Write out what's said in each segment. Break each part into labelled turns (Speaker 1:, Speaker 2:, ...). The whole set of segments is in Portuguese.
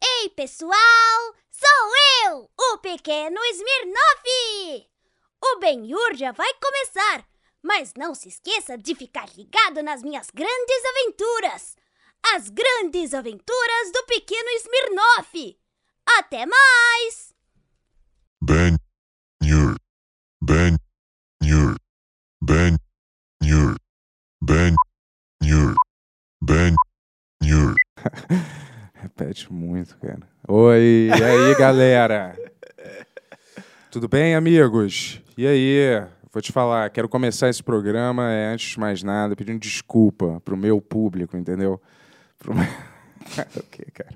Speaker 1: Ei, pessoal! Sou eu, o pequeno Smirnoff! O Benhur já vai começar, mas não se esqueça de ficar ligado nas minhas grandes aventuras! As grandes aventuras do pequeno Smirnoff! Até mais!
Speaker 2: Ben Yur. Ben Yur. Ben Yur. Ben Yur. Ben Yur.
Speaker 3: Repete muito, cara. Oi, e aí, galera? Tudo bem, amigos? E aí? Vou te falar, quero começar esse programa, é, antes de mais nada, pedindo desculpa pro meu público, entendeu? Pro meu... Cara, o quê, cara?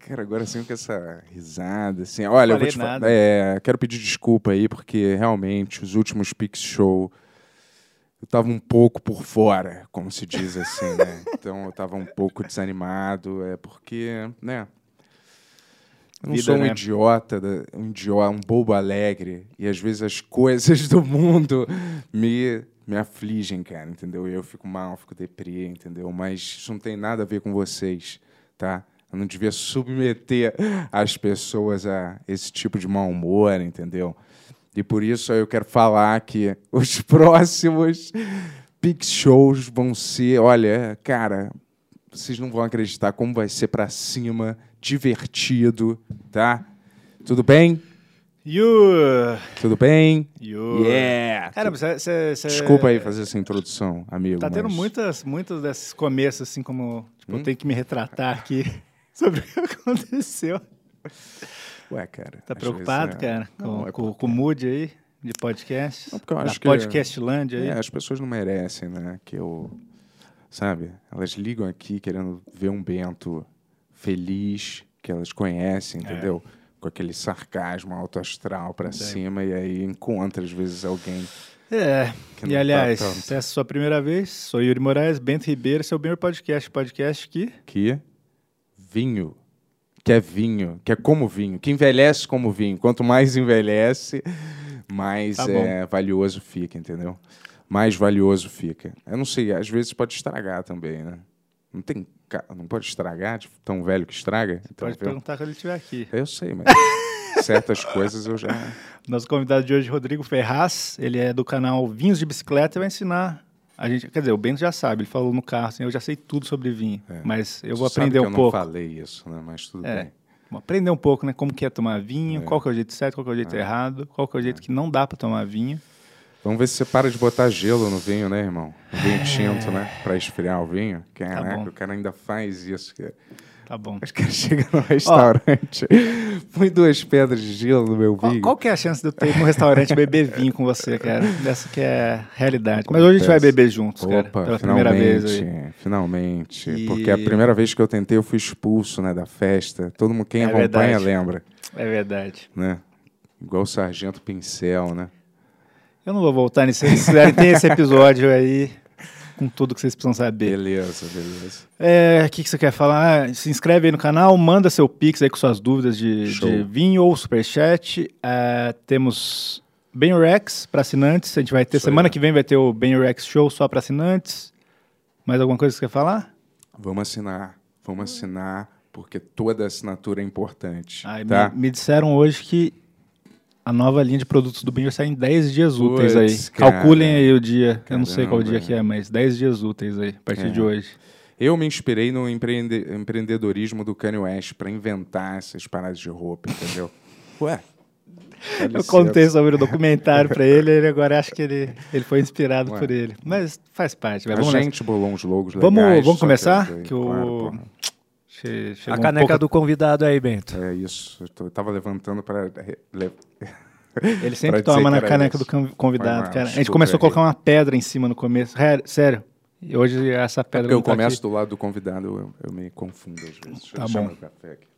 Speaker 3: Cara, agora assim com essa risada, assim... Olha, eu vou
Speaker 4: falei
Speaker 3: te falar...
Speaker 4: nada.
Speaker 3: É, quero pedir desculpa aí, porque realmente os últimos Pix Show... Eu tava um pouco por fora, como se diz assim, né? Então eu tava um pouco desanimado, é porque, né? Eu não
Speaker 4: Vida,
Speaker 3: sou um
Speaker 4: né?
Speaker 3: idiota, da- um idiota, um bobo alegre, e às vezes as coisas do mundo me, me afligem, cara, entendeu? Eu fico mal, fico deprê, entendeu? Mas isso não tem nada a ver com vocês, tá? Eu não devia submeter as pessoas a esse tipo de mau humor, entendeu? E por isso eu quero falar que os próximos Pix Shows vão ser, olha, cara, vocês não vão acreditar como vai ser pra cima, divertido, tá? Tudo bem?
Speaker 4: You!
Speaker 3: Tudo bem?
Speaker 4: You!
Speaker 3: Yeah!
Speaker 4: Cara, você, você- você-
Speaker 3: Desculpa aí fazer essa introdução, amigo.
Speaker 4: Tá tendo
Speaker 3: mas- Hum?
Speaker 4: muitas, muitos desses começos, assim, como... Tipo, eu tenho que me retratar aqui sobre o que aconteceu.
Speaker 3: Ué, cara.
Speaker 4: Tá
Speaker 3: às
Speaker 4: preocupado,
Speaker 3: vezes, é-
Speaker 4: cara? Com,
Speaker 3: Não, é
Speaker 4: com,
Speaker 3: porque-
Speaker 4: com o mood aí, de podcast?
Speaker 3: Não, porque eu acho que-
Speaker 4: Podcastlândia aí?
Speaker 3: É, as pessoas não merecem, né? Que eu. Sabe? Elas ligam aqui querendo ver um Bento feliz, que elas conhecem,
Speaker 4: É.
Speaker 3: entendeu? Com aquele sarcasmo alto astral pra cima, e aí encontra, às vezes, alguém.
Speaker 4: É,
Speaker 3: Que não
Speaker 4: e
Speaker 3: tá
Speaker 4: aliás,
Speaker 3: tanto.
Speaker 4: se essa é a sua primeira vez, sou Yuri Moraes, Bento Ribeiro, esse é o primeiro podcast, podcast
Speaker 3: Então,
Speaker 4: que...
Speaker 3: que vinho, que é vinho, que é como vinho, que envelhece como vinho. Quanto mais envelhece, mais
Speaker 4: Tá bom.
Speaker 3: é, valioso fica, entendeu? Mais valioso fica. Eu não sei, às vezes pode estragar também, né? Não tem, ca- não pode estragar, tipo, tão velho que estraga. Então,
Speaker 4: Pode
Speaker 3: viu?
Speaker 4: perguntar quando ele estiver aqui.
Speaker 3: eu sei, mas certas coisas eu já.
Speaker 4: Nosso convidado de hoje, Rodrigo Ferraz, ele é do canal Vinhos de Bicicleta e vai ensinar a gente. Quer dizer, o Bento já sabe, ele falou no carro, assim, eu já sei tudo sobre vinho,
Speaker 3: É.
Speaker 4: mas eu vou
Speaker 3: Você sabe
Speaker 4: aprender
Speaker 3: que
Speaker 4: um
Speaker 3: eu
Speaker 4: pouco.
Speaker 3: não falei isso, né? Mas tudo
Speaker 4: É.
Speaker 3: bem.
Speaker 4: Vou aprender um pouco, né? Como que é tomar vinho,
Speaker 3: É.
Speaker 4: qual que é o jeito certo, qual que é o jeito errado, qual que é o jeito que não dá pra tomar vinho.
Speaker 3: Vamos ver se você para de botar gelo no vinho, né, irmão? No vinho tinto, né? Pra esfriar o vinho. Caraca,
Speaker 4: É. Tá bom.
Speaker 3: o cara ainda faz isso. Cara.
Speaker 4: Tá bom.
Speaker 3: Os caras chegam no restaurante, põe duas pedras de gelo no meu
Speaker 4: Qual,
Speaker 3: vinho.
Speaker 4: qual que é a chance de eu ter ido num restaurante beber vinho com você, cara? Essa que é a realidade. Mas hoje a gente vai
Speaker 3: Acontece.
Speaker 4: beber juntos, é cara.
Speaker 3: Opa,
Speaker 4: pela
Speaker 3: finalmente,
Speaker 4: primeira vez aí.
Speaker 3: finalmente.
Speaker 4: E-
Speaker 3: Porque a primeira vez que eu tentei, eu fui expulso, né, da festa. Todo mundo, quem
Speaker 4: É
Speaker 3: acompanha
Speaker 4: verdade.
Speaker 3: lembra,
Speaker 4: É verdade.
Speaker 3: né? Igual o Sargento Pincel, né?
Speaker 4: Eu não vou voltar nisso. Vocês quiserem, tem esse episódio aí com tudo que vocês precisam saber.
Speaker 3: Beleza, beleza.
Speaker 4: É, O que, que você quer falar? Ah, Se inscreve aí no canal, manda seu pix aí com suas dúvidas de,
Speaker 3: Show.
Speaker 4: de vinho ou superchat. É, temos Ben Rex para assinantes. A gente vai ter
Speaker 3: Isso aí,
Speaker 4: semana
Speaker 3: né?
Speaker 4: que vem vai ter o Ben Rex Show só para assinantes. Mais alguma coisa que você quer falar?
Speaker 3: Vamos assinar, vamos assinar, porque toda assinatura é importante,
Speaker 4: Ah, e
Speaker 3: tá?
Speaker 4: me, me disseram hoje que a nova linha de produtos do Ben sai em 10 dias úteis
Speaker 3: Puts,
Speaker 4: aí.
Speaker 3: cara.
Speaker 4: Calculem aí o dia. Eu não sei qual
Speaker 3: Caramba.
Speaker 4: dia que é, mas 10 dias úteis aí, a partir
Speaker 3: É.
Speaker 4: de hoje.
Speaker 3: Eu me inspirei no empreende- empreendedorismo do Kanye West para inventar essas paradas de roupa, entendeu? Ué. dá
Speaker 4: Eu
Speaker 3: licença.
Speaker 4: contei sobre o documentário pra ele, ele agora acha que ele, ele foi inspirado
Speaker 3: Ué.
Speaker 4: por ele. Mas faz parte,
Speaker 3: A
Speaker 4: vai, vamos nessa.
Speaker 3: gente bolou uns logos
Speaker 4: Vamos-
Speaker 3: legais.
Speaker 4: vamos
Speaker 3: só
Speaker 4: começar?
Speaker 3: eu-
Speaker 4: Que o-
Speaker 3: claro, porra.
Speaker 4: Che- chegou
Speaker 5: A
Speaker 4: um
Speaker 5: caneca
Speaker 4: pouco-
Speaker 5: do convidado aí, Bento.
Speaker 3: É isso. Eu, tô- eu tava levantando para...
Speaker 4: Ele
Speaker 3: pra
Speaker 4: sempre
Speaker 3: dizer
Speaker 4: toma
Speaker 3: que
Speaker 4: na
Speaker 3: era
Speaker 4: caneca
Speaker 3: isso.
Speaker 4: do can- convidado,
Speaker 3: Foi mal,
Speaker 4: cara. A gente
Speaker 3: desculpa
Speaker 4: começou
Speaker 3: aí.
Speaker 4: a colocar uma pedra em cima no começo. Ré- Sério. E hoje essa pedra
Speaker 3: É Porque
Speaker 4: não
Speaker 3: eu
Speaker 4: tá
Speaker 3: começo do lado do convidado, eu, eu me confundo às vezes. Deixa eu
Speaker 4: Tá
Speaker 3: deixar
Speaker 4: bom.
Speaker 3: meu café aqui.
Speaker 4: aqui.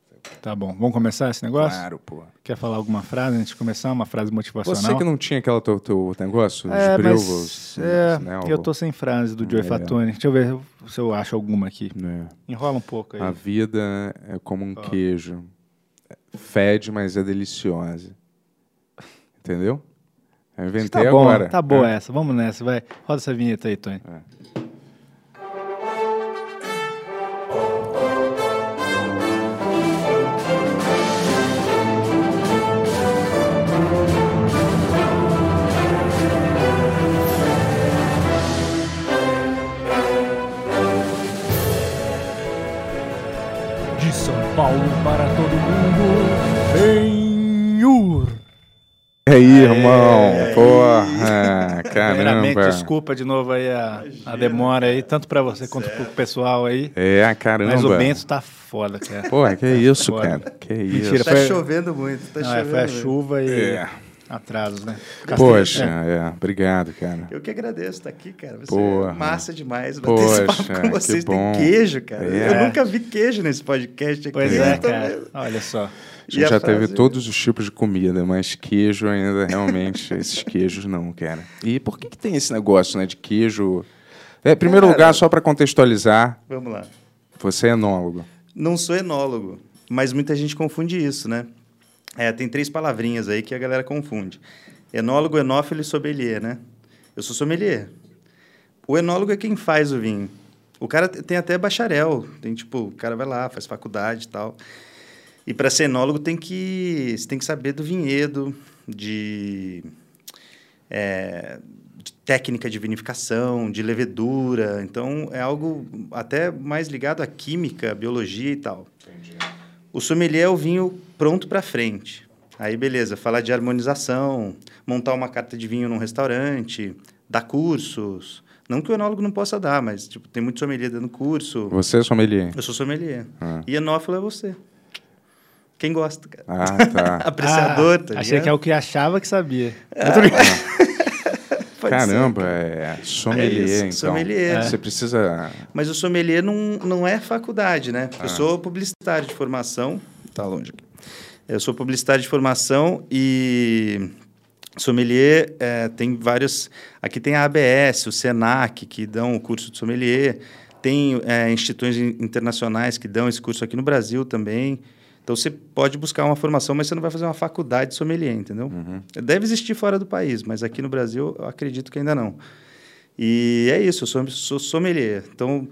Speaker 4: Tá bom, vamos começar esse negócio?
Speaker 3: Claro, porra.
Speaker 4: Quer falar alguma frase antes de começar? Uma frase motivacional?
Speaker 3: Você que não tinha aquele teu, teu negócio, os
Speaker 4: É,
Speaker 3: brilvos.
Speaker 4: mas, é, eu tô sem frase do
Speaker 3: né,
Speaker 4: Joey
Speaker 3: É.
Speaker 4: Fatone. Deixa eu ver se eu acho alguma aqui.
Speaker 3: Né?
Speaker 4: Enrola um pouco aí.
Speaker 3: A vida é como
Speaker 6: Ah.
Speaker 3: um queijo. Fede, mas é deliciosa. Entendeu? Eu inventei
Speaker 4: tá bom,
Speaker 3: agora.
Speaker 4: Tá boa
Speaker 3: É.
Speaker 4: essa, vamos nessa, vai. Roda essa vinheta aí, Tony.
Speaker 5: De São Paulo para todo mundo, Benhur.
Speaker 3: É aí, irmão. Porra,
Speaker 4: É. Primeiramente,
Speaker 3: caramba.
Speaker 4: desculpa de novo aí a, a demora aí, tanto pra você quanto pro pessoal aí.
Speaker 3: É, caramba.
Speaker 4: Mas o Bento tá foda, cara.
Speaker 3: Porra, que isso,
Speaker 4: Agora.
Speaker 3: cara. Que
Speaker 4: Mentira,
Speaker 3: isso.
Speaker 6: Tá
Speaker 4: Foi-
Speaker 6: chovendo muito, tá
Speaker 4: Não, é,
Speaker 6: chovendo
Speaker 4: foi a
Speaker 6: muito.
Speaker 4: chuva e
Speaker 3: né, É.
Speaker 4: atrasos, né?
Speaker 3: Poxa, é. Obrigado, cara.
Speaker 6: Eu que agradeço estar aqui, cara. Você
Speaker 3: Porra.
Speaker 6: é massa demais. Bater
Speaker 3: Poxa,
Speaker 6: esse papo
Speaker 3: que
Speaker 6: com vocês.
Speaker 3: bom.
Speaker 6: Tem queijo, cara.
Speaker 3: É.
Speaker 6: Eu nunca vi queijo nesse podcast aqui.
Speaker 4: Pois
Speaker 6: Eu
Speaker 4: é,
Speaker 6: tô-
Speaker 4: cara. Olha só.
Speaker 3: A gente
Speaker 6: E
Speaker 3: já
Speaker 6: a frase?
Speaker 3: teve todos os tipos de comida, mas queijo ainda, realmente, esses queijos não, cara. E por que, que tem esse negócio, né, de queijo? É, em primeiro
Speaker 6: Cara.
Speaker 3: lugar, só pra contextualizar,
Speaker 6: Vamos lá.
Speaker 3: você é enólogo.
Speaker 6: Não sou enólogo, mas muita gente confunde isso, né? É, tem três palavrinhas aí que a galera confunde. Enólogo, enófilo e sommelier, né? Eu sou sommelier. O enólogo é quem faz o vinho. O cara te- tem até bacharel, tem tipo, o cara vai lá, faz faculdade e tal. E para ser enólogo tem que você tem que saber do vinhedo, de, é, de técnica de vinificação, de levedura. Então é algo até mais ligado à química, à biologia e tal. O sommelier é o vinho pronto para frente. Aí beleza, falar de harmonização, montar uma carta de vinho num restaurante, dar cursos. Não que o enólogo não possa dar, mas tipo, tem muito sommelier dando curso.
Speaker 3: Você é sommelier.
Speaker 6: Eu sou sommelier.
Speaker 3: Ah.
Speaker 6: E enófilo é você. Quem gosta, cara.
Speaker 3: Ah, tá.
Speaker 6: Apreciador,
Speaker 4: Ah,
Speaker 6: tá
Speaker 4: Achei que é
Speaker 6: ligado?
Speaker 4: o que achava que sabia.
Speaker 6: Pode ser.
Speaker 3: Caramba, é sommelier,
Speaker 6: É isso,
Speaker 3: então.
Speaker 6: sommelier.
Speaker 3: Você precisa...
Speaker 6: Mas o sommelier não, não é faculdade, né?
Speaker 4: Ah.
Speaker 6: Eu sou publicitário de formação. Tá longe aqui. Eu sou publicitário de formação e sommelier eh, tem vários. Aqui tem a ABS, o SENAC, que dão o curso de sommelier. Tem eh, instituições in- internacionais que dão esse curso aqui no Brasil também. Então você pode buscar uma formação, mas você não vai fazer uma faculdade de sommelier, entendeu? Deve existir fora do país, mas aqui no Brasil eu acredito que ainda não. E é isso, eu sou, sou sommelier. Então,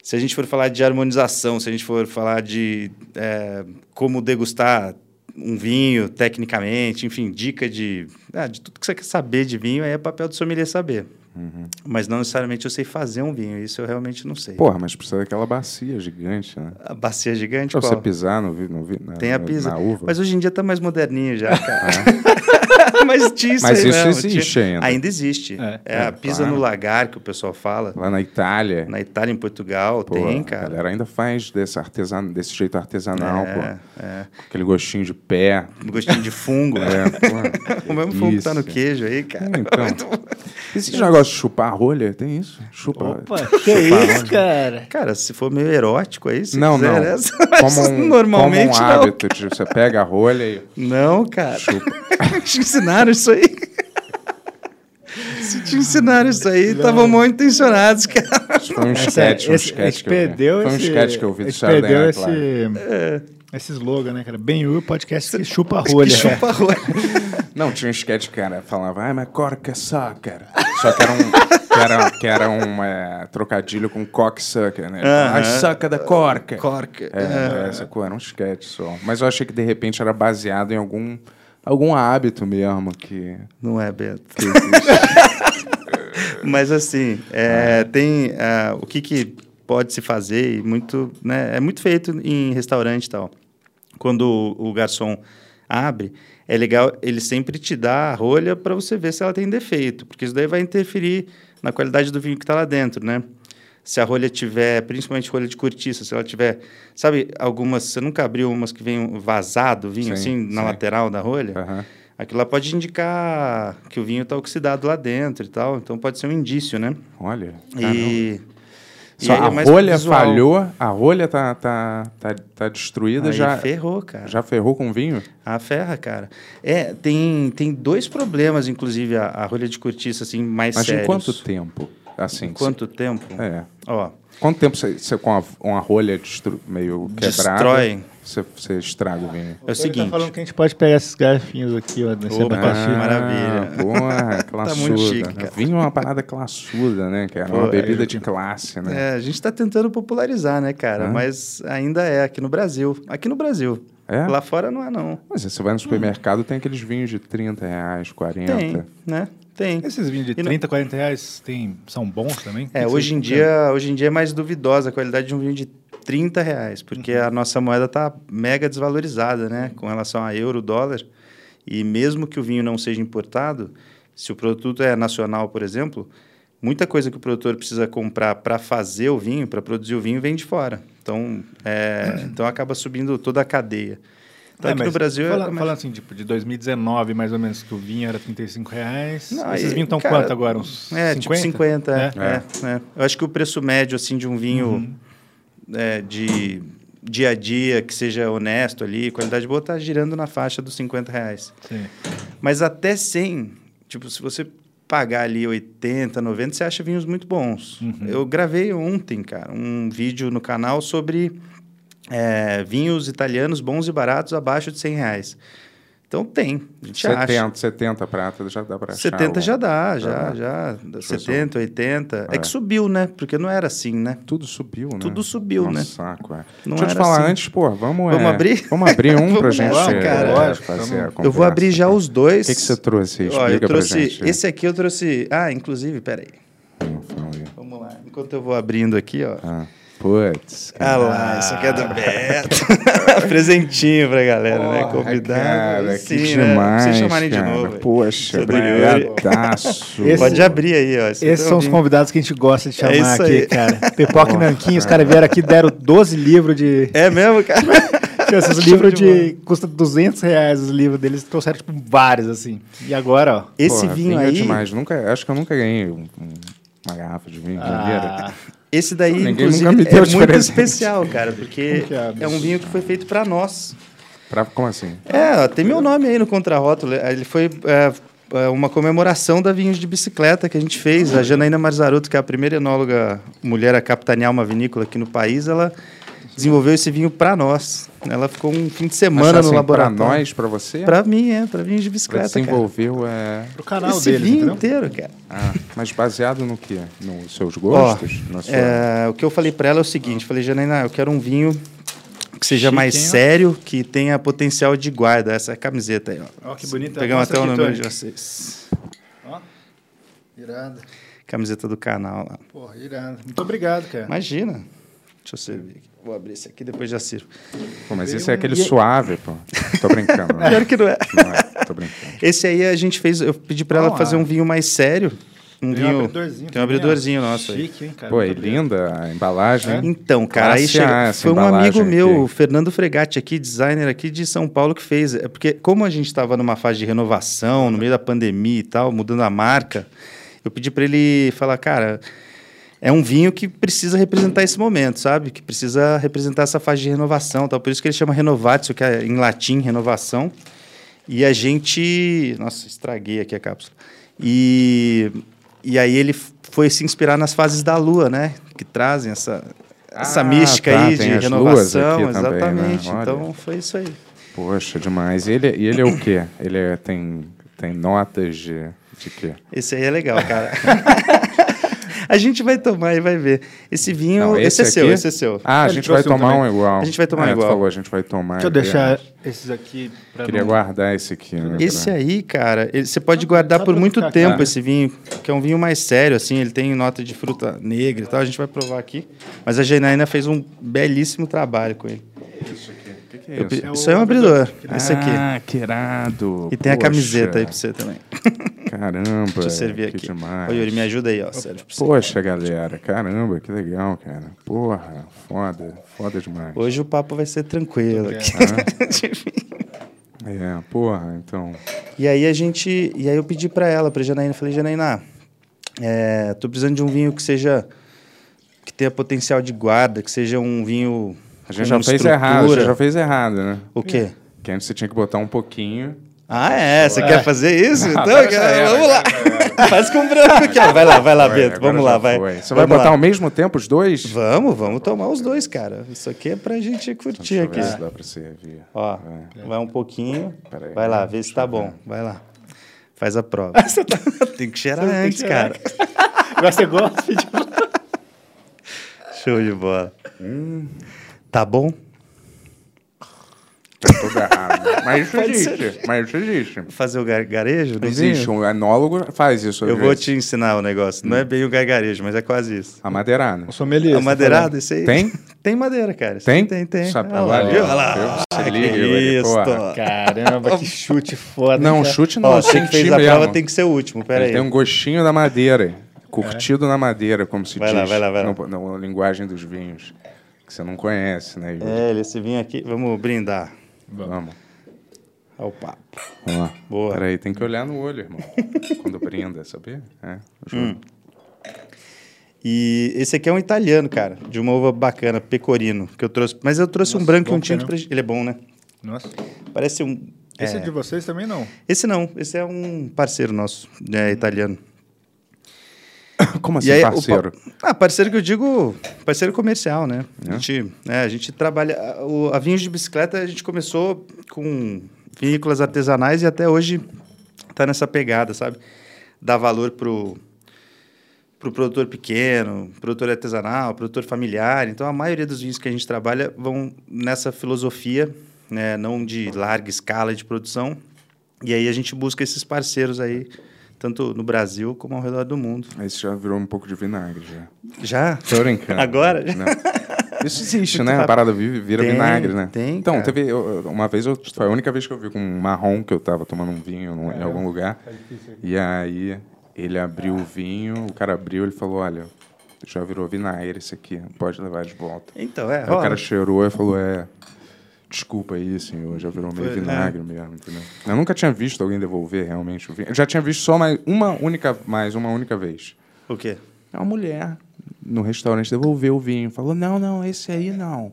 Speaker 6: se a gente for falar de harmonização, se a gente for falar de é, como degustar um vinho tecnicamente, enfim, dica de, ah, de tudo que você quer saber de vinho, aí é papel do sommelier saber. Mas não necessariamente eu sei fazer um vinho, isso eu realmente não sei.
Speaker 3: Porra, mas precisa daquela bacia gigante, né?
Speaker 6: a bacia gigante,
Speaker 3: Pra você
Speaker 6: qual?
Speaker 3: pisar no, vi- no, vi- na,
Speaker 6: Tem a
Speaker 3: na-
Speaker 6: pisa.
Speaker 3: na uva. Ah.
Speaker 6: Mas hoje em dia tá mais moderninho já, cara. Mas tinha isso
Speaker 3: Mas
Speaker 6: aí
Speaker 3: isso
Speaker 6: mesmo,
Speaker 3: existe
Speaker 6: tinha-
Speaker 3: ainda.
Speaker 6: Ainda existe.
Speaker 4: É.
Speaker 6: É,
Speaker 3: É,
Speaker 6: a pisa
Speaker 3: claro.
Speaker 6: no lagar, que o pessoal fala.
Speaker 3: Lá na Itália.
Speaker 6: Na Itália, em Portugal,
Speaker 3: Pô, é
Speaker 6: tem,
Speaker 3: A
Speaker 6: cara.
Speaker 3: galera ainda faz desse, artesan... desse jeito artesanal,
Speaker 6: É,
Speaker 3: pô.
Speaker 6: é.
Speaker 3: Aquele gostinho de pé.
Speaker 6: Um gostinho de fungo. né?
Speaker 3: É, pô.
Speaker 6: O mesmo fungo que tá no
Speaker 3: Isso.
Speaker 6: queijo aí, cara.
Speaker 3: Então. Existe um negócio de chupar a rolha? Tem isso? Chupa.
Speaker 4: que isso, cara?
Speaker 6: Cara, se for meio erótico aí, se
Speaker 3: não,
Speaker 6: quiser,
Speaker 4: né?
Speaker 3: não.
Speaker 6: essa-
Speaker 3: Como um,
Speaker 6: normalmente
Speaker 3: como um
Speaker 6: não.
Speaker 3: hábito. tipo, você pega a rolha e
Speaker 6: Não, cara.
Speaker 3: chupa.
Speaker 6: te ensinaram isso aí. se te ensinaram isso aí, estavam mal intencionados, cara.
Speaker 3: Isso foi um
Speaker 4: Essa-
Speaker 3: sketch, um
Speaker 4: esse- a
Speaker 3: sketch
Speaker 4: gente
Speaker 3: que eu vi.
Speaker 4: perdeu
Speaker 3: Foi um
Speaker 4: esse-
Speaker 3: sketch que eu vi
Speaker 4: a
Speaker 3: do
Speaker 4: gente
Speaker 3: Charlie
Speaker 4: perdeu esse,
Speaker 3: Claro.
Speaker 4: esse slogan, né, cara? Bem o podcast que chupa a rolha. é. cara.
Speaker 6: Chupa rola.
Speaker 3: Não, tinha um sketch que cara, falava, ai, mas corca é sucker. Só que era um, que era, que era um é, trocadilho com cocksucker, né? Ai, saca da corca.
Speaker 6: Corca.
Speaker 3: É, essa cor era um sketch só. Mas eu achei que de repente era baseado em algum, algum hábito mesmo que.
Speaker 6: Não é, Bento. Mas assim, é, tem ah, o que, que pode se fazer e muito, né, é muito feito em restaurante e tal. Quando o, o garçom abre, é legal ele sempre te dá a rolha para você ver se ela tem defeito, porque isso daí vai interferir na qualidade do vinho que está lá dentro, né? Se a rolha tiver, principalmente rolha de cortiça, se ela tiver, sabe, algumas, você nunca abriu umas que vem vazado o vinho
Speaker 3: Sim,
Speaker 6: assim na
Speaker 3: sim.
Speaker 6: lateral da rolha?
Speaker 3: Aham.
Speaker 6: Aquilo lá pode indicar que o vinho está oxidado lá dentro e tal. Então pode ser um indício, né?
Speaker 3: Olha. caramba.
Speaker 6: E. e
Speaker 3: Só
Speaker 6: aí
Speaker 3: a
Speaker 6: é mais
Speaker 3: rolha
Speaker 6: visual.
Speaker 3: falhou, a rolha tá, tá, tá, tá destruída,
Speaker 6: Aí
Speaker 3: já,
Speaker 6: ferrou, cara.
Speaker 3: já ferrou com vinho?
Speaker 6: A ferra, cara. É, tem, tem dois problemas, inclusive, a, a rolha de cortiça, assim, mais
Speaker 3: Mas
Speaker 6: sérios.
Speaker 3: em quanto tempo? Assim,
Speaker 6: Em quanto tempo?
Speaker 3: se- É.
Speaker 6: Ó,
Speaker 3: Quanto tempo você, você com a- uma rolha destru- meio quebrada,
Speaker 6: Destrói.
Speaker 3: Você, você estraga o vinho?
Speaker 6: é o
Speaker 4: Ele tá
Speaker 6: seguinte.
Speaker 4: falando que a gente pode pegar esses garfinhos aqui, ó, nesse
Speaker 6: Opa.
Speaker 4: abacaxi.
Speaker 6: maravilha. Tá
Speaker 3: Porra, Ah, classuda.
Speaker 6: muito chique,
Speaker 3: né?
Speaker 6: cara.
Speaker 3: Vinho é uma parada classuda, né, cara?
Speaker 6: Pô,
Speaker 3: uma
Speaker 6: é,
Speaker 3: bebida
Speaker 6: eu-
Speaker 3: de classe, né?
Speaker 6: É, a gente está tentando popularizar, né, cara?
Speaker 3: Hã?
Speaker 6: Mas ainda é aqui no Brasil. Aqui no Brasil.
Speaker 3: É?
Speaker 6: Lá fora não é, não.
Speaker 3: Mas você vai no supermercado, tem aqueles vinhos de 30 reais, 40.
Speaker 6: Tem, né? Tem.
Speaker 4: Esses vinhos de
Speaker 6: E não-
Speaker 4: 30, 40 reais tem, são bons também? é.
Speaker 6: É, hoje em, dia, hoje em dia é mais duvidosa a qualidade de um vinho de 30 reais, porque
Speaker 4: Uhum.
Speaker 6: a nossa moeda está mega desvalorizada, né? Com relação a euro, dólar. E mesmo que o vinho não seja importado, se o produto é nacional, por exemplo, muita coisa que o produtor precisa comprar para fazer o vinho, para produzir o vinho, vem de fora. Então, é, então acaba subindo toda a cadeia. Então,
Speaker 4: É,
Speaker 6: aqui
Speaker 4: mas
Speaker 6: no Brasil... é-
Speaker 4: fala-
Speaker 6: mas-
Speaker 4: Falando assim, tipo, de 2019, mais ou menos, que o vinho era 35 reais.
Speaker 6: Não,
Speaker 4: Esses
Speaker 6: aí,
Speaker 4: vinhos estão
Speaker 6: cara,
Speaker 4: quanto agora? Uns
Speaker 6: É,
Speaker 4: 50?
Speaker 6: tipo 50, é,
Speaker 3: É.
Speaker 6: é, é. Eu acho que o preço médio, assim, de um vinho
Speaker 4: Uhum.
Speaker 6: é, de dia a dia, que seja honesto ali, qualidade boa, tá girando na faixa dos 50 reais.
Speaker 4: Sim.
Speaker 6: Mas até 100, tipo, se você pagar ali 80, 90, você acha vinhos muito bons.
Speaker 4: Uhum.
Speaker 6: Eu gravei ontem, cara, um vídeo no canal sobre é, vinhos italianos bons e baratos abaixo de 100 reais. Então tem, a gente acha.
Speaker 3: 70, 70 prata já dá pra achar.
Speaker 6: 70
Speaker 3: um.
Speaker 6: já dá,
Speaker 3: Já
Speaker 6: já, já.
Speaker 3: Deixa eu
Speaker 6: 70, 80. É.
Speaker 3: É.
Speaker 6: que subiu, né? Porque não era assim, né?
Speaker 3: Tudo subiu, né?
Speaker 6: Tudo subiu,
Speaker 3: Nossa,
Speaker 6: né?
Speaker 3: saco, é.
Speaker 6: Não
Speaker 3: Deixa eu te
Speaker 6: era
Speaker 3: falar
Speaker 6: assim.
Speaker 3: antes, pô, vamos...
Speaker 6: Vamos
Speaker 3: é,
Speaker 6: abrir?
Speaker 3: Vamos abrir um pra
Speaker 6: Vamos
Speaker 3: gente
Speaker 6: nessa,
Speaker 3: é,
Speaker 6: cara.
Speaker 3: Lógico, fazer a
Speaker 6: eu vou abrir já
Speaker 3: conversa.
Speaker 6: os dois.
Speaker 3: O que, que você trouxe? Explica
Speaker 6: Ó, eu
Speaker 3: pra
Speaker 6: trouxe.
Speaker 3: gente.
Speaker 6: Esse aqui eu trouxe. Ah, inclusive, peraí.
Speaker 3: Não, fala aí.
Speaker 6: Vamos lá. Enquanto eu vou abrindo aqui, ó.
Speaker 3: Ah, putz.
Speaker 6: Ah lá, isso aqui é do Beto. Presentinho pra galera, né? Convidado.
Speaker 3: Cara,
Speaker 6: aí
Speaker 3: que
Speaker 6: sim, né? Pra
Speaker 3: demais,
Speaker 6: vocês chamarem
Speaker 3: cara.
Speaker 6: de novo. aí.
Speaker 3: Poxa,
Speaker 6: Isso é do Yuri.
Speaker 3: brigadaço.
Speaker 4: Esse-
Speaker 6: Pode abrir aí, ó. Esse
Speaker 4: Esses
Speaker 6: é
Speaker 4: são
Speaker 6: o
Speaker 4: os
Speaker 6: vinho. É
Speaker 4: convidados que a gente gosta de chamar
Speaker 6: isso
Speaker 4: aqui,
Speaker 6: aí.
Speaker 4: cara. Pipoca e Nanquim, os caras vieram aqui deram 12 livros de.
Speaker 6: É mesmo, cara?
Speaker 4: esses
Speaker 6: Show
Speaker 4: livros
Speaker 6: É, de
Speaker 4: de. Custa 200 reais os livros deles, trouxeram tipo vários, assim. E agora, ó.
Speaker 6: Esse
Speaker 3: Porra,
Speaker 6: vinho
Speaker 3: é
Speaker 6: aí.
Speaker 3: demais. Nunca, acho que eu nunca ganhei um- um- uma garrafa de vinho de
Speaker 4: Ah,
Speaker 6: Esse daí,
Speaker 3: Ninguém
Speaker 6: inclusive,
Speaker 3: nunca me deu
Speaker 6: é
Speaker 3: de
Speaker 6: muito
Speaker 3: presente.
Speaker 6: especial, cara, porque
Speaker 4: que abre
Speaker 6: é um
Speaker 4: isso?
Speaker 6: vinho que foi feito pra nós.
Speaker 3: Pra, como assim?
Speaker 6: É, ó, tem meu nome aí no contrarótulo. Ele foi é, é, uma comemoração da Vinhos de Bicicleta que a gente fez. A Janaína Marzaruto, que é a primeira enóloga mulher a capitanear uma vinícola aqui no país, ela desenvolveu esse vinho pra nós. Ela ficou um fim de
Speaker 3: Mas,
Speaker 6: semana
Speaker 3: assim,
Speaker 6: no laboratório.
Speaker 3: Pra nós, pra você?
Speaker 6: Pra mim, é, pra Vinhos de Bicicleta,
Speaker 3: Você
Speaker 6: cara.
Speaker 3: envolveu, é...
Speaker 4: pro canal
Speaker 6: Esse
Speaker 4: deles,
Speaker 6: vinho
Speaker 4: entendeu?
Speaker 6: inteiro, cara.
Speaker 3: Ah, mas baseado no quê? Nos seus
Speaker 6: Ó,
Speaker 3: gostos? Na sua-
Speaker 6: é, o que eu falei pra ela é o seguinte: falei, Janaina, eu quero um vinho que seja
Speaker 4: Ah. Chique,
Speaker 6: mais
Speaker 4: hein, ó?
Speaker 6: sério, que tenha potencial de guarda. Essa é a camiseta aí, ó.
Speaker 4: Ó, que bonita.
Speaker 6: Pegamos
Speaker 4: Mostra
Speaker 6: até o
Speaker 4: aqui,
Speaker 6: número de
Speaker 4: Tony.
Speaker 6: vocês.
Speaker 4: Ó, irada.
Speaker 6: Camiseta do canal lá.
Speaker 4: Porra, irada. Muito obrigado, cara.
Speaker 6: Imagina. Deixa eu servir aqui. Vou abrir esse aqui, depois já sirvo.
Speaker 3: Pô, mas esse é aquele suave, pô. Tô brincando. né?
Speaker 6: Pior que não é.
Speaker 3: Não é, tô brincando.
Speaker 6: Esse aí a gente fez. Eu pedi pra
Speaker 4: Não,
Speaker 6: ela fazer
Speaker 4: ah.
Speaker 6: um vinho mais sério. Um
Speaker 4: Tem um
Speaker 6: vinho.
Speaker 4: abridorzinho
Speaker 6: tem um
Speaker 4: também, ó.
Speaker 6: abridorzinho nosso aí.
Speaker 4: Chique, né? hein, cara.
Speaker 3: Pô, é
Speaker 4: Muito obrigado.
Speaker 3: linda a embalagem. hein?
Speaker 6: Então, cara, aí
Speaker 3: Classe
Speaker 6: chega-
Speaker 3: A essa
Speaker 6: foi um amigo
Speaker 3: embalagem
Speaker 6: meu,
Speaker 3: aqui.
Speaker 6: o Fernando Fregatti aqui, designer aqui de São Paulo, que fez. É porque como a gente estava numa fase de renovação, no meio da pandemia e tal, mudando a marca, eu pedi para ele falar, cara, é um vinho que precisa representar esse momento, sabe? Que precisa representar essa fase de renovação, e tal. Por isso que ele chama Renovatio, que é em latim renovação. E a gente. Nossa, estraguei aqui a cápsula. E, e aí ele f- foi se inspirar nas fases da lua, né? Que trazem essa, essa
Speaker 3: Ah,
Speaker 6: mística
Speaker 3: tá,
Speaker 6: aí de
Speaker 3: tem as
Speaker 6: renovação.
Speaker 3: luas aqui também, né?
Speaker 6: exatamente.
Speaker 3: Olha.
Speaker 6: Então foi isso aí.
Speaker 3: Poxa, demais. E ele, e ele é o quê? Ele é- tem, tem notas de, de quê?
Speaker 6: Esse aí é legal, cara. a gente vai tomar e vai ver. Esse vinho.
Speaker 3: Não,
Speaker 6: esse,
Speaker 3: esse
Speaker 6: é seu,
Speaker 3: aqui?
Speaker 6: esse é seu.
Speaker 3: Ah, a
Speaker 4: Ele
Speaker 3: gente vai
Speaker 4: trouxe um
Speaker 3: tomar um,
Speaker 4: também.
Speaker 3: igual.
Speaker 6: A gente vai tomar
Speaker 3: é, tu
Speaker 6: igual.
Speaker 3: falou, a gente vai tomar.
Speaker 4: Deixa eu
Speaker 3: aqui,
Speaker 4: deixar
Speaker 3: né?
Speaker 4: esses aqui pra
Speaker 3: Queria
Speaker 4: não-
Speaker 3: guardar esse aqui. Né,
Speaker 6: Esse é,
Speaker 3: pra-
Speaker 6: aí, cara, ele- você pode guardar
Speaker 4: só
Speaker 6: por
Speaker 4: pra
Speaker 6: muito
Speaker 4: ficar
Speaker 6: tempo
Speaker 3: claro.
Speaker 6: esse vinho, que é um vinho mais sério, assim, ele tem nota de fruta negra e tal, a gente vai provar aqui. Mas a Janaína fez um belíssimo trabalho com ele.
Speaker 3: O que, que é
Speaker 6: Eu pe-
Speaker 3: isso?
Speaker 6: isso?
Speaker 4: É
Speaker 6: aí é
Speaker 4: o
Speaker 6: um abridor, esse aqui.
Speaker 3: Ah, que irado.
Speaker 6: E tem a
Speaker 3: Poxa,
Speaker 6: camiseta aí pra você também.
Speaker 3: Caramba.
Speaker 6: Deixa eu servir
Speaker 3: que
Speaker 6: aqui.
Speaker 3: demais.
Speaker 6: Ô, Yuri, me ajuda aí, ó. Serve pra você.
Speaker 3: Poxa, galera. Caramba, que legal, cara. Porra, foda. Foda demais.
Speaker 6: Hoje o papo vai ser tranquilo aqui.
Speaker 3: É, porra, então.
Speaker 6: E aí a gente. E aí eu pedi pra ela, pra Janaína, falei, Janaína, é, tô precisando de um vinho que seja. que tenha potencial de guarda, que seja um vinho.
Speaker 3: A gente
Speaker 6: com
Speaker 3: já fez
Speaker 6: estrutura.
Speaker 3: errado, a gente já fez errado, né?
Speaker 6: O quê?
Speaker 3: Que antes você tinha que botar um pouquinho.
Speaker 6: Ah, é? Você quer fazer isso? Então,
Speaker 3: agora
Speaker 6: cara,
Speaker 3: já era,
Speaker 6: vamos lá. Faz com branco aqui, ó. Vai lá, vai lá, Beto. Tá, Vamos lá, vai.
Speaker 3: Você vai
Speaker 6: Vamos
Speaker 3: botar um-
Speaker 6: lá.
Speaker 3: ao mesmo tempo os dois?
Speaker 6: Vamos, vamos tomar os dois, cara. Isso aqui é pra gente curtir
Speaker 3: Deixa eu
Speaker 6: aqui.
Speaker 3: ver se dá pra servir.
Speaker 6: Ó, vai um pouquinho.
Speaker 3: É. Peraí.
Speaker 6: vai lá, vê se tá bom. Vai lá. Faz a prova.
Speaker 3: tá-
Speaker 6: Tem que cheirar
Speaker 4: tem que
Speaker 6: antes,
Speaker 4: cheirar.
Speaker 6: cara.
Speaker 4: Agora você gosta de.
Speaker 3: Hum.
Speaker 6: Show de bola. Tá bom?
Speaker 3: Tudo errado. Mas isso
Speaker 6: Pode ser.
Speaker 3: existe. Mas isso existe.
Speaker 6: Fazer o gar- garejo? Não
Speaker 3: Existe. Um enólogo faz isso. às
Speaker 6: Eu vou
Speaker 3: vezes. Tá
Speaker 6: te ensinar o negócio. Não é bem o gargarejo, mas é quase isso.
Speaker 3: A madeirada.
Speaker 5: O sommelier.
Speaker 6: A É madeirada, isso aí?
Speaker 3: tá Tem?
Speaker 6: Tem madeira, cara.
Speaker 3: Tem?
Speaker 6: Tem, tem.
Speaker 3: Sabe-
Speaker 6: Olha lá,
Speaker 3: olha
Speaker 6: viu?
Speaker 3: lá,
Speaker 6: Olha lá.
Speaker 3: viu? Se
Speaker 6: Ah,
Speaker 3: liga,
Speaker 6: que
Speaker 3: ele,
Speaker 6: isso.
Speaker 3: porra.
Speaker 4: Caramba, que chute foda.
Speaker 3: Não,
Speaker 4: cara.
Speaker 3: chute ah, não.
Speaker 6: Ó,
Speaker 3: eu
Speaker 6: você que
Speaker 3: senti
Speaker 6: fez a
Speaker 3: mesmo.
Speaker 6: prova tem que ser o último,
Speaker 3: Ele
Speaker 6: peraí. É.
Speaker 3: tem um gostinho da madeira. Curtido na madeira, como se
Speaker 6: Vai
Speaker 3: diz.
Speaker 6: lá, vai lá, vai lá.
Speaker 3: no- Na, linguagem dos vinhos. Que você não conhece, né? Yuri?
Speaker 6: É, ele se vinho aqui, vamos brindar
Speaker 3: Vamos.
Speaker 6: ao papo.
Speaker 3: Vamos lá.
Speaker 6: Boa.
Speaker 3: Peraí, tem que olhar no olho, irmão. Quando brinda, sabia? É.
Speaker 6: Hum.
Speaker 3: juro.
Speaker 6: E esse aqui é um italiano, cara, de uma uva bacana, pecorino, que eu trouxe. Mas eu trouxe um branco e um
Speaker 4: bom,
Speaker 6: tinto
Speaker 4: cara.
Speaker 6: pra gente. Ele é bom, né?
Speaker 4: Nossa.
Speaker 6: Parece um.
Speaker 4: Esse é de vocês também não.
Speaker 6: Esse não, esse é um parceiro nosso, é italiano.
Speaker 3: Como assim,
Speaker 6: E aí, o pa-
Speaker 3: parceiro?
Speaker 6: Ah, parceiro que eu digo, parceiro comercial, né? A, gente, né, a gente trabalha. a- o- A Vinhos de Bicicleta a gente começou com vinícolas artesanais e até hoje tá nessa pegada, sabe? Dar valor pro, pro produtor pequeno, produtor artesanal, produtor familiar. Então a maioria dos vinhos que a gente trabalha vão nessa filosofia, né? Não de larga escala de produção. E aí a gente busca esses parceiros aí, tanto no Brasil como ao redor do mundo.
Speaker 3: Esse já virou um pouco de vinagre, já.
Speaker 6: Já?
Speaker 3: Tô brincando.
Speaker 6: Agora? Tá.
Speaker 3: Não. Isso existe, né? A parada vi- vira
Speaker 6: Tem,
Speaker 3: vinagre, né?
Speaker 6: tem,
Speaker 3: Então,
Speaker 6: cara.
Speaker 3: teve. eu- eu- uma vez eu, foi a única vez que eu vi com um marrom que eu tava tomando um vinho num- em algum lugar.
Speaker 6: É,
Speaker 3: E aí ele abriu o vinho, o cara abriu ele falou: olha, já virou vinagre esse aqui, pode levar de volta.
Speaker 6: Então, é.
Speaker 3: Aí o
Speaker 6: rola.
Speaker 3: cara cheirou e falou: é. Desculpa aí, senhor, já virou meio
Speaker 6: Foi, né?
Speaker 3: vinagre mesmo, entendeu? Eu nunca tinha visto alguém devolver realmente o vinho. Eu já tinha visto só mais uma única, mais uma única vez.
Speaker 6: O quê?
Speaker 3: É uma mulher no restaurante devolveu o vinho. Falou: não, não, esse aí não.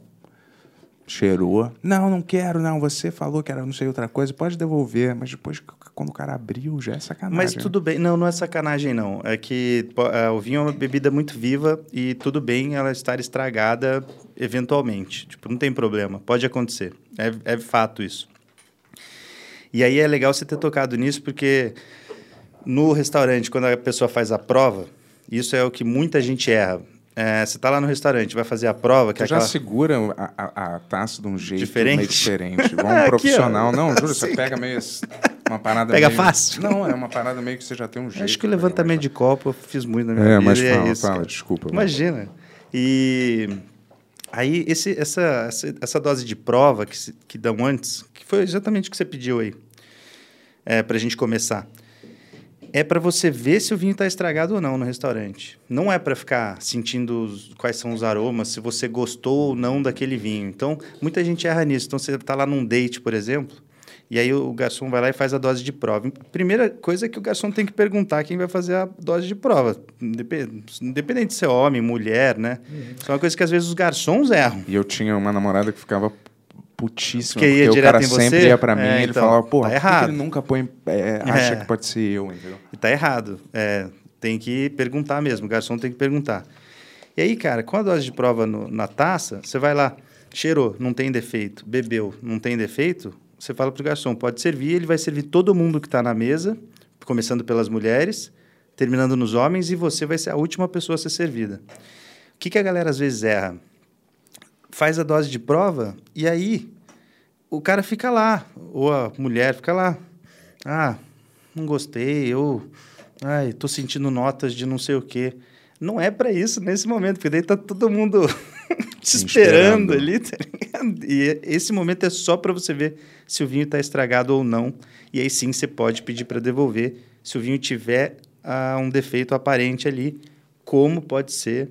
Speaker 3: Cheirou. Não, não quero, não. Você falou que era não sei outra coisa, pode devolver. Mas depois, c- quando o cara abriu, já é sacanagem.
Speaker 6: Mas tudo bem. Não, não é sacanagem, não. É que pô, ah, o vinho é uma bebida muito viva e tudo bem ela estar estragada eventualmente. Tipo, não tem problema. Pode acontecer. É, é fato isso. E aí é legal você ter tocado nisso, porque no restaurante, quando a pessoa faz a prova, isso é o que muita gente erra. É, você tá lá no restaurante, vai fazer a prova, que
Speaker 3: Tu
Speaker 6: é
Speaker 3: já
Speaker 6: aquela...
Speaker 3: segura a, a- a taça de um jeito
Speaker 6: Diferente?
Speaker 3: meio diferente. Vai
Speaker 6: Aqui,
Speaker 3: um
Speaker 6: ó.
Speaker 3: profissional. Não, juro, você pega meio. esse- Uma parada
Speaker 6: Pega
Speaker 3: meio-
Speaker 6: fácil.
Speaker 3: Não, é uma parada meio que você já tem um jeito.
Speaker 6: Acho que o
Speaker 3: pra
Speaker 6: levantamento
Speaker 3: resolver.
Speaker 6: de copo eu fiz muito na minha
Speaker 3: É,
Speaker 6: vida.
Speaker 3: mas
Speaker 6: e
Speaker 3: fala,
Speaker 6: é isso,
Speaker 3: fala,
Speaker 6: cara.
Speaker 3: desculpa.
Speaker 6: Imagina. E aí, esse, essa, essa, essa dose de prova que, se- que dão antes, que foi exatamente o que você pediu aí, é, para a gente começar, é para você ver se o vinho está estragado ou não no restaurante. Não é para ficar sentindo os- quais são os aromas, se você gostou ou não daquele vinho. Então, muita gente erra nisso. Então, você está lá num date, por exemplo, e aí o garçom vai lá e faz a dose de prova. Primeira coisa é que o garçom tem que perguntar é quem vai fazer a dose de prova. Indepen- Independente de ser homem, mulher, né? Isso é uma coisa que às vezes os garçons erram.
Speaker 3: E eu tinha uma namorada que ficava putíssima,
Speaker 6: Porque
Speaker 3: porque,
Speaker 6: ia
Speaker 3: o
Speaker 6: direto
Speaker 3: cara
Speaker 6: em você?
Speaker 3: sempre ia pra
Speaker 6: É,
Speaker 3: mim e ele
Speaker 6: então,
Speaker 3: falava,
Speaker 6: tá
Speaker 3: pô, por que que
Speaker 6: errado."
Speaker 3: ele nunca põe, é, acha
Speaker 6: É.
Speaker 3: que pode ser eu, entendeu?
Speaker 6: E tá errado. É, tem que perguntar mesmo. O garçom tem que perguntar. E aí, cara, com a dose de prova no- na taça, você vai lá, cheirou, não tem defeito, bebeu, não tem defeito, você fala pro garçom, pode servir, ele vai servir todo mundo que está na mesa, começando pelas mulheres, terminando nos homens, e você vai ser a última pessoa a ser servida. O que, que a galera às vezes erra? Faz a dose de prova e aí o cara fica lá, ou a mulher fica lá. Ah, não gostei, ou ai, tô sentindo notas de não sei o quê. Não é para isso nesse momento, porque daí tá todo mundo te
Speaker 3: Esperando.
Speaker 6: esperando, ali, tá ligado? E esse momento é só para você ver se o vinho tá estragado ou não. E aí sim você pode pedir para devolver se o vinho tiver ah, um defeito aparente ali, como pode ser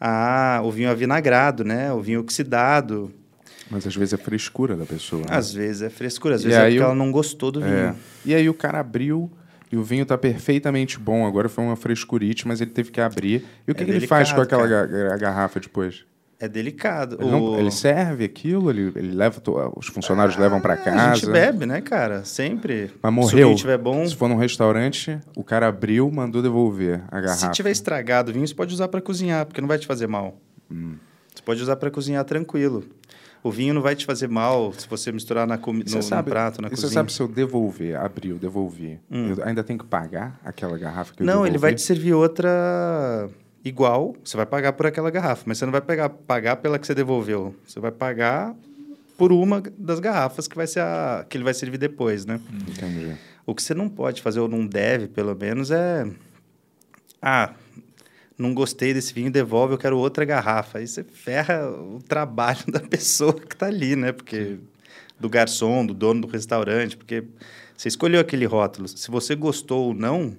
Speaker 6: ah, o vinho avinagrado, né? O vinho oxidado.
Speaker 3: Mas às vezes é frescura da pessoa. né?
Speaker 6: Às vezes é frescura, às
Speaker 3: E
Speaker 6: vezes é
Speaker 3: aí
Speaker 6: porque
Speaker 3: o-
Speaker 6: ela não gostou do vinho.
Speaker 3: É. E aí o cara abriu e o vinho tá perfeitamente bom. Agora foi uma frescurite, mas ele teve que abrir. E o que,
Speaker 6: É
Speaker 3: que ele faz com
Speaker 6: delicado,
Speaker 3: aquela ga- garrafa depois?
Speaker 6: É delicado.
Speaker 3: Ele, não-
Speaker 6: O-
Speaker 3: ele serve aquilo? Ele, ele leva to- os funcionários levam pra
Speaker 6: Ah,
Speaker 3: casa?
Speaker 6: A gente bebe, né, cara? Sempre.
Speaker 3: Mas
Speaker 6: Se o
Speaker 3: morreu.
Speaker 6: vinho tiver bom,
Speaker 3: Se for num restaurante, o cara abriu, mandou devolver a garrafa.
Speaker 6: se tiver estragado o vinho, você pode usar para cozinhar, porque não vai te fazer mal.
Speaker 3: Hum.
Speaker 6: Você pode usar para cozinhar tranquilo. O vinho não vai te fazer mal se você misturar na comi...
Speaker 3: E
Speaker 6: no, no prato, na
Speaker 3: e
Speaker 6: cozinha. Hum.
Speaker 3: Você sabe se eu devolver, abriu, devolvi, eu ainda tenho que pagar aquela garrafa que eu
Speaker 6: Não, ele vai te
Speaker 3: devolvi?
Speaker 6: servir outra igual. Você vai pagar por aquela garrafa, mas você não vai pegar, pagar pela que você devolveu. Você vai pagar por uma das garrafas que vai ser a que ele vai servir depois, né?
Speaker 3: Entendi.
Speaker 6: O que você não pode fazer ou não deve, pelo menos, é ah, não gostei desse vinho, devolve, eu quero outra garrafa. Aí você ferra o trabalho da pessoa que está ali, né? Porque do garçom, do dono do restaurante, porque você escolheu aquele rótulo. Se você gostou ou não,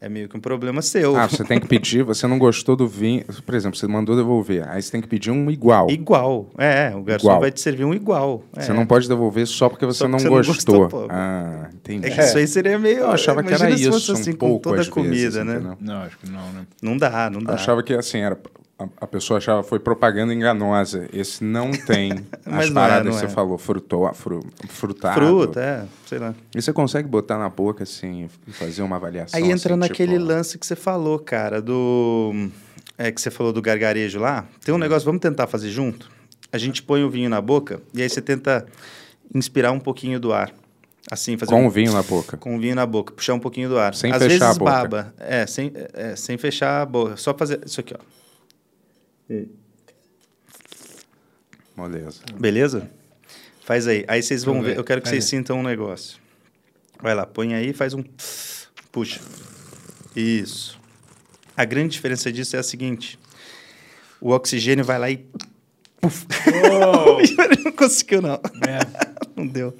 Speaker 6: é meio que um problema seu.
Speaker 3: Ah, você tem que pedir, você não gostou do vinho. Por exemplo, você mandou devolver. Aí você tem que pedir um igual.
Speaker 6: Igual, é, o garçom
Speaker 3: Igual.
Speaker 6: vai te servir um igual. é.
Speaker 3: Você não pode devolver só porque você
Speaker 6: Só
Speaker 3: não
Speaker 6: porque você não
Speaker 3: gostou.
Speaker 6: gostou, pô.
Speaker 3: ah, entendi.
Speaker 6: É que isso aí seria meio.
Speaker 3: Eu achava que
Speaker 6: imagina
Speaker 3: era
Speaker 6: se fosse
Speaker 3: isso,
Speaker 6: assim
Speaker 3: um
Speaker 6: com
Speaker 3: pouco
Speaker 6: toda
Speaker 3: às
Speaker 6: a comida,
Speaker 3: vezes,
Speaker 6: né?
Speaker 3: entendeu?
Speaker 5: Não, acho que não, né?
Speaker 6: Não dá, não dá.
Speaker 3: Eu achava que assim era a, a pessoa achava foi propaganda enganosa. Esse não tem
Speaker 6: Mas
Speaker 3: as
Speaker 6: não é,
Speaker 3: paradas
Speaker 6: não
Speaker 3: que você
Speaker 6: é.
Speaker 3: falou, frutou, fru, frutado.
Speaker 6: Fruta, é, sei lá.
Speaker 3: E você consegue botar na boca assim e fazer uma avaliação?
Speaker 6: Aí entra
Speaker 3: assim,
Speaker 6: naquele
Speaker 3: tipo,
Speaker 6: lance que você falou, cara, do. É que você falou do gargarejo lá. Tem um negócio, vamos tentar fazer junto? A gente põe o vinho na boca e aí você tenta inspirar um pouquinho do ar. Assim, fazer
Speaker 3: Com
Speaker 6: um-
Speaker 3: o vinho na boca.
Speaker 6: com o vinho na boca, puxar um pouquinho do ar.
Speaker 3: Sem
Speaker 6: Às
Speaker 3: fechar
Speaker 6: vezes
Speaker 3: a boca.
Speaker 6: baba. É, sem, é, sem fechar a boca. Só fazer isso aqui, ó.
Speaker 3: Moleza.
Speaker 6: Beleza? Faz aí. Aí vocês vão
Speaker 5: Deixa eu
Speaker 6: ver.
Speaker 5: ver.
Speaker 6: Eu quero que
Speaker 5: Vai
Speaker 6: vocês sintam um negócio. Vai lá, põe aí, faz um. Puxa. Isso. A grande diferença disso é a seguinte: o oxigênio vai lá e. Puf. Ele não conseguiu, não. Não deu.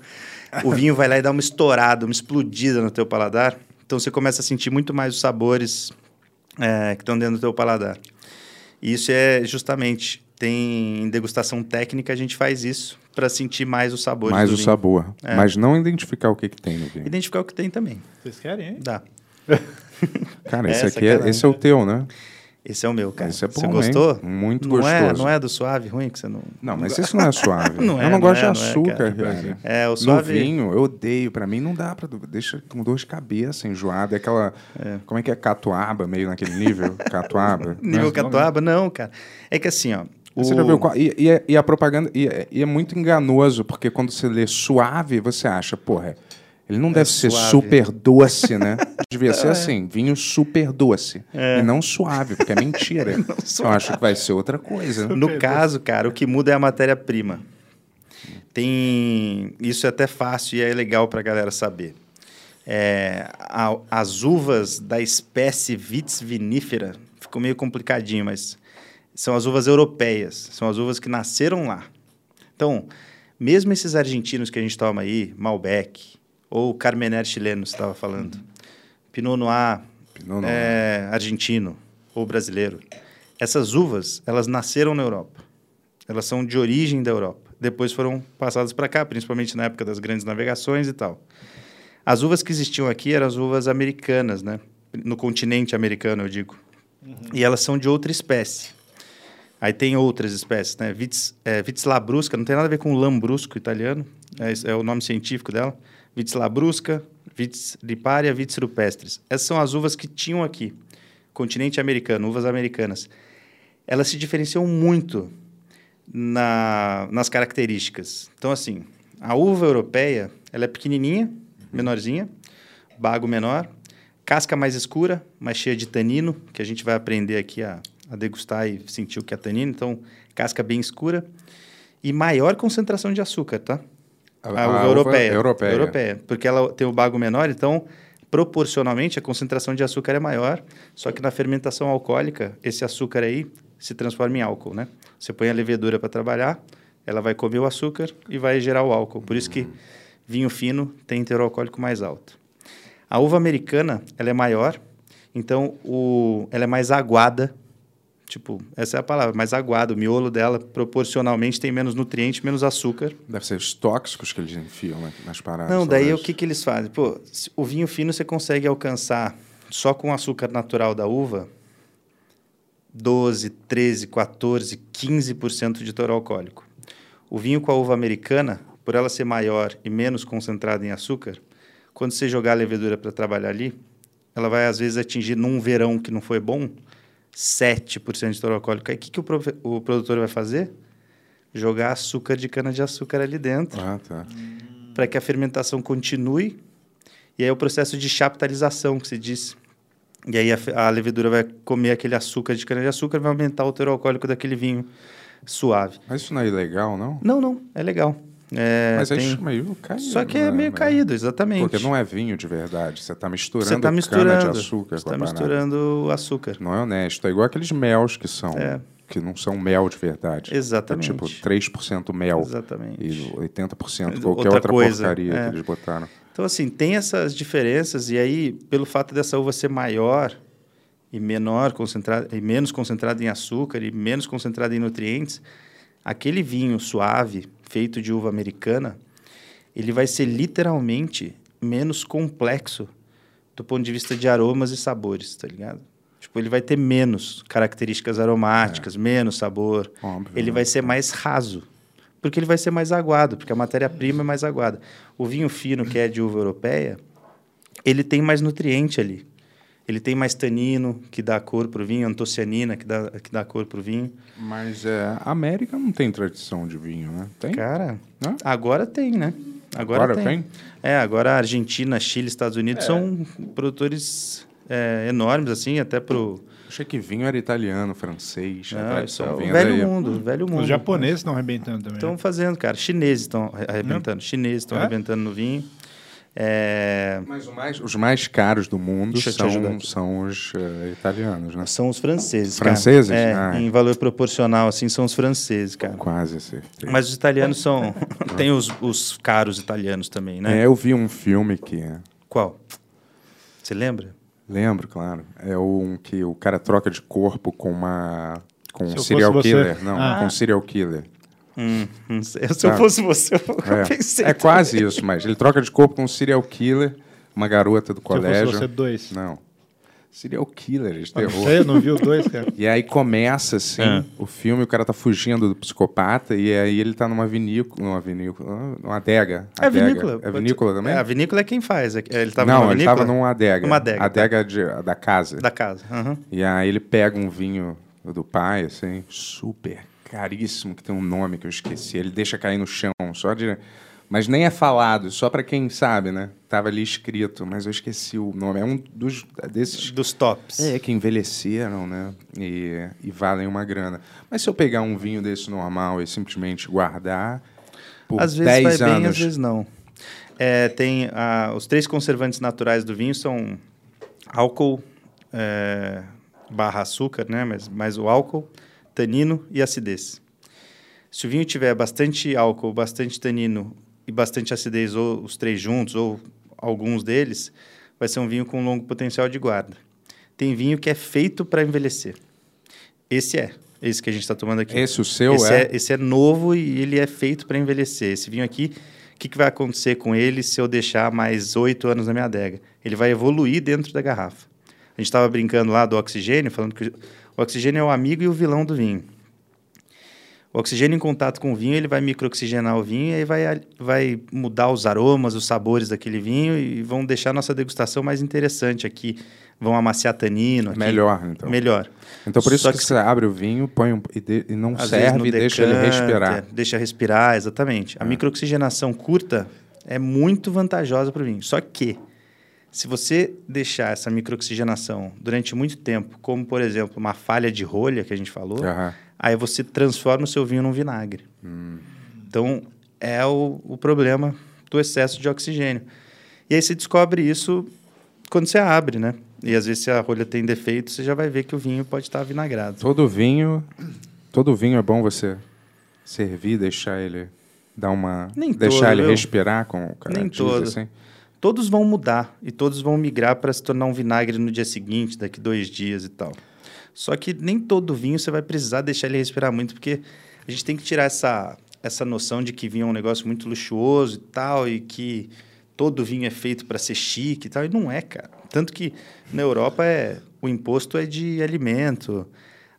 Speaker 6: O vinho vai lá e dá uma estourada, uma explodida no teu paladar. Então você começa a sentir muito mais os sabores é, que estão dentro do teu paladar. E isso é justamente tem em degustação técnica a gente faz isso para sentir mais os sabores.
Speaker 3: Mais
Speaker 6: do
Speaker 3: o
Speaker 6: vinho. É.
Speaker 3: sabor. Mas não identificar o que, que tem no vinho.
Speaker 6: Identificar o que tem também.
Speaker 4: Vocês querem, hein?
Speaker 6: Dá.
Speaker 3: Cara,
Speaker 6: É,
Speaker 3: esse aqui é,
Speaker 6: sacanagem.
Speaker 3: esse é o teu, né?
Speaker 6: Esse é o meu, cara.
Speaker 3: Esse é bom,
Speaker 6: Você gostou?
Speaker 3: hein? Muito
Speaker 6: não É,
Speaker 3: gostoso.
Speaker 6: não é do suave ruim que você não.
Speaker 3: Não, mas isso não é suave.
Speaker 6: Não
Speaker 3: eu
Speaker 6: é,
Speaker 3: não
Speaker 6: não
Speaker 3: gosto
Speaker 6: é,
Speaker 3: de
Speaker 6: não é,
Speaker 3: açúcar,
Speaker 6: cara.
Speaker 3: cara.
Speaker 6: É, o
Speaker 3: No
Speaker 6: suave.
Speaker 3: vinho, eu odeio. Pra mim, não dá pra... Deixa com dor de cabeça, enjoado. É aquela... Como é que é? Catuaba, meio naquele nível? Catuaba.
Speaker 6: Nível
Speaker 3: Né?
Speaker 6: catuaba, não, cara. É que assim, ó. O...
Speaker 3: Você já viu qual- e, e é- e a propaganda... E, é- e é muito enganoso, porque quando você lê suave, você acha, porra... é- Ele não deve ser
Speaker 6: suave. É.
Speaker 3: super doce, né? Devia ser assim, vinho super doce. E não suave, porque é mentira. Então, Eu acho que vai ser outra coisa. né?
Speaker 6: No caso, cara, o que muda é a matéria-prima. Tem isso é até fácil e é legal para galera saber. É, a- as uvas da espécie Vitis vinifera ficou meio complicadinho, mas são as uvas europeias, são as uvas que nasceram lá. Então, mesmo esses argentinos que a gente toma aí, Malbec ou Carmener chileno, você estava falando, Pinot Noir,
Speaker 3: Pinot Noir.
Speaker 6: é, argentino ou brasileiro. Essas uvas, elas nasceram na Europa. Elas são de origem da Europa. Depois foram passadas para cá, principalmente na época das grandes navegações e tal. As uvas que existiam aqui eram as uvas americanas, né? No continente americano, eu digo. E elas são de outra espécie. Aí tem outras espécies, né? Vitis, é, Vitis labrusca, não tem nada a ver com lambrusco italiano, é, esse é o nome científico dela. Vitis labrusca, Vitis riparia, Vitis rupestris. Essas são as uvas que tinham aqui, continente americano, uvas americanas. Elas se diferenciam muito na- nas características. Então, assim, a uva europeia, ela é pequenininha, menorzinha, bago menor, casca mais escura, mais cheia de tanino, que a gente vai aprender aqui a, a degustar e sentir o que é tanino. Então, casca bem escura e maior concentração de açúcar, tá?
Speaker 3: A-
Speaker 6: A,
Speaker 3: a
Speaker 6: uva
Speaker 3: uva
Speaker 6: europeia.
Speaker 3: europeia.
Speaker 6: Porque ela tem o bago menor, então, proporcionalmente, a concentração de açúcar é maior. Só que na fermentação alcoólica, esse açúcar aí se transforma em álcool, né? Você põe a levedura para trabalhar, ela vai comer o açúcar e vai gerar o álcool. Por isso que vinho fino tem teor alcoólico mais alto. A uva americana, ela é maior, então o, ela é mais aguada. Tipo, essa é a palavra, mais aguada. O miolo dela, proporcionalmente, tem menos nutriente, menos açúcar.
Speaker 3: Deve ser os tóxicos que eles enfiam né, nas paradas.
Speaker 6: Não, daí o
Speaker 3: talvez.
Speaker 6: que, que eles fazem? Pô, se- o vinho fino você consegue alcançar só com o açúcar natural da uva 12, 13, 14, 15% de teor alcoólico. O vinho com a uva americana, por ela ser maior e menos concentrada em açúcar, quando você jogar a levedura para trabalhar ali, ela vai às vezes atingir num verão que não foi bom 7% de teor alcoólico. Aí o que, que o, profe- o produtor vai fazer? Jogar açúcar de cana-de-açúcar ali dentro
Speaker 3: Ah, tá.
Speaker 6: para que a fermentação continue. E aí é o processo de chaptalização que se diz. E aí a, fe- a levedura vai comer aquele açúcar de cana-de-açúcar e vai aumentar o teor alcoólico daquele vinho. suave.
Speaker 3: Mas isso não é ilegal, não?
Speaker 6: Não, não, é legal. É,
Speaker 3: Mas é
Speaker 6: tem-
Speaker 3: meio caído.
Speaker 6: Só que
Speaker 3: né?
Speaker 6: é meio
Speaker 3: Mas-
Speaker 6: caído, exatamente.
Speaker 3: Porque não é vinho de verdade. Você tá misturando
Speaker 6: Você está misturando.
Speaker 3: cana de açúcar
Speaker 6: você
Speaker 3: com
Speaker 6: tá
Speaker 3: a banana.
Speaker 6: misturando açúcar.
Speaker 3: Não é honesto. É igual aqueles mel que são.
Speaker 6: É.
Speaker 3: Que não são mel de verdade.
Speaker 6: Exatamente.
Speaker 3: É tipo 3% mel.
Speaker 6: Exatamente.
Speaker 3: E 80%
Speaker 6: Mas
Speaker 3: qualquer
Speaker 6: outra
Speaker 3: outra,
Speaker 6: coisa,
Speaker 3: porcaria
Speaker 6: é.
Speaker 3: que eles botaram.
Speaker 6: Então, assim, tem essas diferenças, e aí, pelo fato dessa uva ser maior e menor concentrada, e menos concentrada em açúcar e menos concentrada em nutrientes, aquele vinho suave, feito de uva americana, ele vai ser literalmente menos complexo do ponto de vista de aromas e sabores, tá ligado? Tipo, ele vai ter menos características aromáticas, menos sabor.
Speaker 3: Óbvio,
Speaker 6: Ele
Speaker 3: né?
Speaker 6: vai ser mais raso, porque ele vai ser mais aguado, porque a matéria-prima é mais aguada. O vinho fino, que é de uva europeia, ele tem mais nutriente ali. Ele tem mais tanino, que dá cor pro vinho, antocianina, que dá, que dá cor pro vinho.
Speaker 3: Mas é, a América não tem tradição de vinho, né? Tem?
Speaker 6: Cara,
Speaker 3: Hã?
Speaker 6: agora tem, né? Agora,
Speaker 3: Agora
Speaker 6: tem.
Speaker 3: tem? É.
Speaker 6: É, agora a Argentina, Chile, Estados Unidos são produtores é, enormes, assim, até pro...
Speaker 3: Achei que vinho era italiano, francês. a
Speaker 6: Não, isso
Speaker 3: tradição
Speaker 6: é o
Speaker 3: vinha
Speaker 6: velho
Speaker 3: daí.
Speaker 6: mundo, velho mundo.
Speaker 4: Os japoneses estão arrebentando também. né?
Speaker 3: É.
Speaker 6: Estão fazendo, cara. Chineses estão arre- arrebentando. Chineses estão
Speaker 4: É?
Speaker 6: arrebentando no vinho. É,
Speaker 3: Mas o mais- os mais caros do mundo
Speaker 6: Deixa eu te ajudar
Speaker 3: são,
Speaker 6: aqui.
Speaker 3: são os eh, italianos, né?
Speaker 6: são os franceses, cara.
Speaker 3: Franceses?
Speaker 6: É,
Speaker 3: Ah.
Speaker 6: em valor proporcional, assim, são os franceses, cara.
Speaker 3: Quase certeza.
Speaker 6: Mas os italianos são... Tem os, os caros italianos também, né?
Speaker 3: É, eu vi um filme que.
Speaker 6: Qual? Você lembra?
Speaker 3: Lembro, claro. É um que o cara troca de corpo com uma. Com
Speaker 4: Se
Speaker 3: um
Speaker 4: eu
Speaker 3: serial
Speaker 4: fosse você.
Speaker 3: killer. Não,
Speaker 4: Ah.
Speaker 3: com um serial killer.
Speaker 6: Hum, não sei. Se eu
Speaker 3: Ah.
Speaker 6: fosse você, eu nunca pensei.
Speaker 3: É, é quase isso, mas ele troca de corpo com um serial killer, uma garota do
Speaker 4: Se eu fosse
Speaker 3: colégio.
Speaker 4: você, dois.
Speaker 3: Não. Serial killer, de
Speaker 4: Ah, não
Speaker 3: terror.
Speaker 4: sei, eu não vi os dois, cara.
Speaker 3: E aí começa, assim, o filme, o cara tá fugindo do psicopata, e aí ele tá numa vinícola, numa vinícola, numa adega.
Speaker 6: É
Speaker 3: adega.
Speaker 6: vinícola.
Speaker 3: É vinícola também?
Speaker 6: É, a vinícola é quem faz. é- Ele tava
Speaker 3: Não,
Speaker 6: numa
Speaker 3: ele
Speaker 6: vinícola?
Speaker 3: tava numa adega.
Speaker 6: Uma adega, tá.
Speaker 3: Adega de- da casa.
Speaker 6: Da casa. aham.
Speaker 3: E aí ele pega um vinho do pai, assim, super caríssimo, que tem um nome que eu esqueci. Ele deixa cair no chão, só de. Mas nem é falado, só pra quem sabe, né? Tava ali escrito, mas eu esqueci o nome. É um dos desses
Speaker 6: Dos tops.
Speaker 3: é, que envelheceram, né? E, e valem uma grana. Mas se eu pegar um vinho desse normal e simplesmente guardar por
Speaker 6: às
Speaker 3: 10
Speaker 6: vezes vai
Speaker 3: tipo, anos,
Speaker 6: bem, às vezes não. É, tem ah, os três conservantes naturais do vinho são álcool é, barra açúcar, né? Mas, mas o álcool, tanino e acidez. Se o vinho tiver bastante álcool, bastante tanino e bastante acidez, ou os três juntos, ou alguns deles, vai ser um vinho com longo potencial de guarda. Tem vinho que é feito para envelhecer. Esse é. Esse que a gente está tomando aqui.
Speaker 3: esse o seu
Speaker 6: Esse
Speaker 3: é...
Speaker 6: é, esse é novo e ele é feito para envelhecer. Esse vinho aqui, o que, que vai acontecer com ele se eu deixar mais oito anos na minha adega? Ele vai evoluir dentro da garrafa. A gente estava brincando lá do oxigênio, falando que o oxigênio é o amigo e o vilão do vinho. O oxigênio em contato com o vinho, ele vai microoxigenar o vinho e aí vai, vai mudar os aromas, os sabores daquele vinho e vão deixar a nossa degustação mais interessante aqui. Vão amaciar tanino. é aqui.
Speaker 3: Melhor, então.
Speaker 6: Melhor.
Speaker 3: Então por isso
Speaker 6: Só
Speaker 3: que,
Speaker 6: que
Speaker 3: você abre o vinho, põe um... e, de- e não
Speaker 6: Às vezes no
Speaker 3: serve
Speaker 6: é.
Speaker 3: e deixa ele
Speaker 6: decanter,
Speaker 3: respirar. É.
Speaker 6: Deixa respirar, exatamente. A microoxigenação curta é muito vantajosa para o vinho. Só que, se você deixar essa microoxigenação durante muito tempo, como, por exemplo, uma falha de rolha que a gente falou,
Speaker 3: Aham. Hum.
Speaker 6: aí você transforma o seu vinho num vinagre. Então, é o, o problema do excesso de oxigênio. E aí você descobre isso quando você abre, né? E às vezes se a rolha tem defeito, você já vai ver que o vinho pode estar vinagrado.
Speaker 3: Todo vinho, todo vinho é bom você servir, deixar ele dar uma,
Speaker 6: Nem
Speaker 3: deixar
Speaker 6: todo,
Speaker 3: ele
Speaker 6: viu?
Speaker 3: respirar com o cara
Speaker 6: Nem
Speaker 3: diz
Speaker 6: todo.
Speaker 3: assim.
Speaker 6: todos vão mudar e todos vão migrar para se tornar um vinagre no dia seguinte, daqui dois dias e tal. Só que nem todo vinho você vai precisar deixar ele respirar muito, porque a gente tem que tirar essa, essa noção de que vinho é um negócio muito luxuoso e tal, e que todo vinho é feito para ser chique e tal, e não é, cara. Tanto que na Europa é, o imposto é de alimento.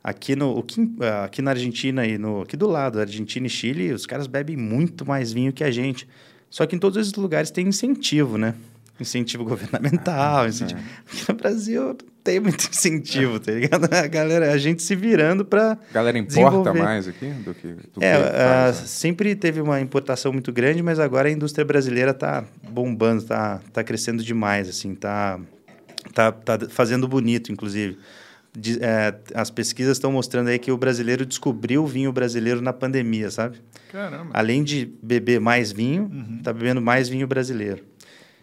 Speaker 6: Aqui, no, o que im- ah, aqui na Argentina e no, aqui do lado, Argentina e Chile, os caras bebem muito mais vinho que a gente. Só que em todos esses lugares tem incentivo, né? Incentivo governamental, incentivo... Aqui no Brasil não tem muito incentivo, tá ligado? A galera, a gente se virando para
Speaker 3: A galera importa
Speaker 6: Desenvolver.
Speaker 3: mais aqui do que do que
Speaker 6: é, ah,
Speaker 3: faz, né?
Speaker 6: sempre teve uma importação muito grande, mas agora a indústria brasileira está bombando, tá, está tá crescendo demais, assim, tá, tá, tá fazendo bonito, inclusive. de- é, as pesquisas estão mostrando aí que o brasileiro descobriu o vinho brasileiro na pandemia, sabe?
Speaker 4: Caramba.
Speaker 6: Além de beber mais vinho, tá bebendo mais vinho brasileiro.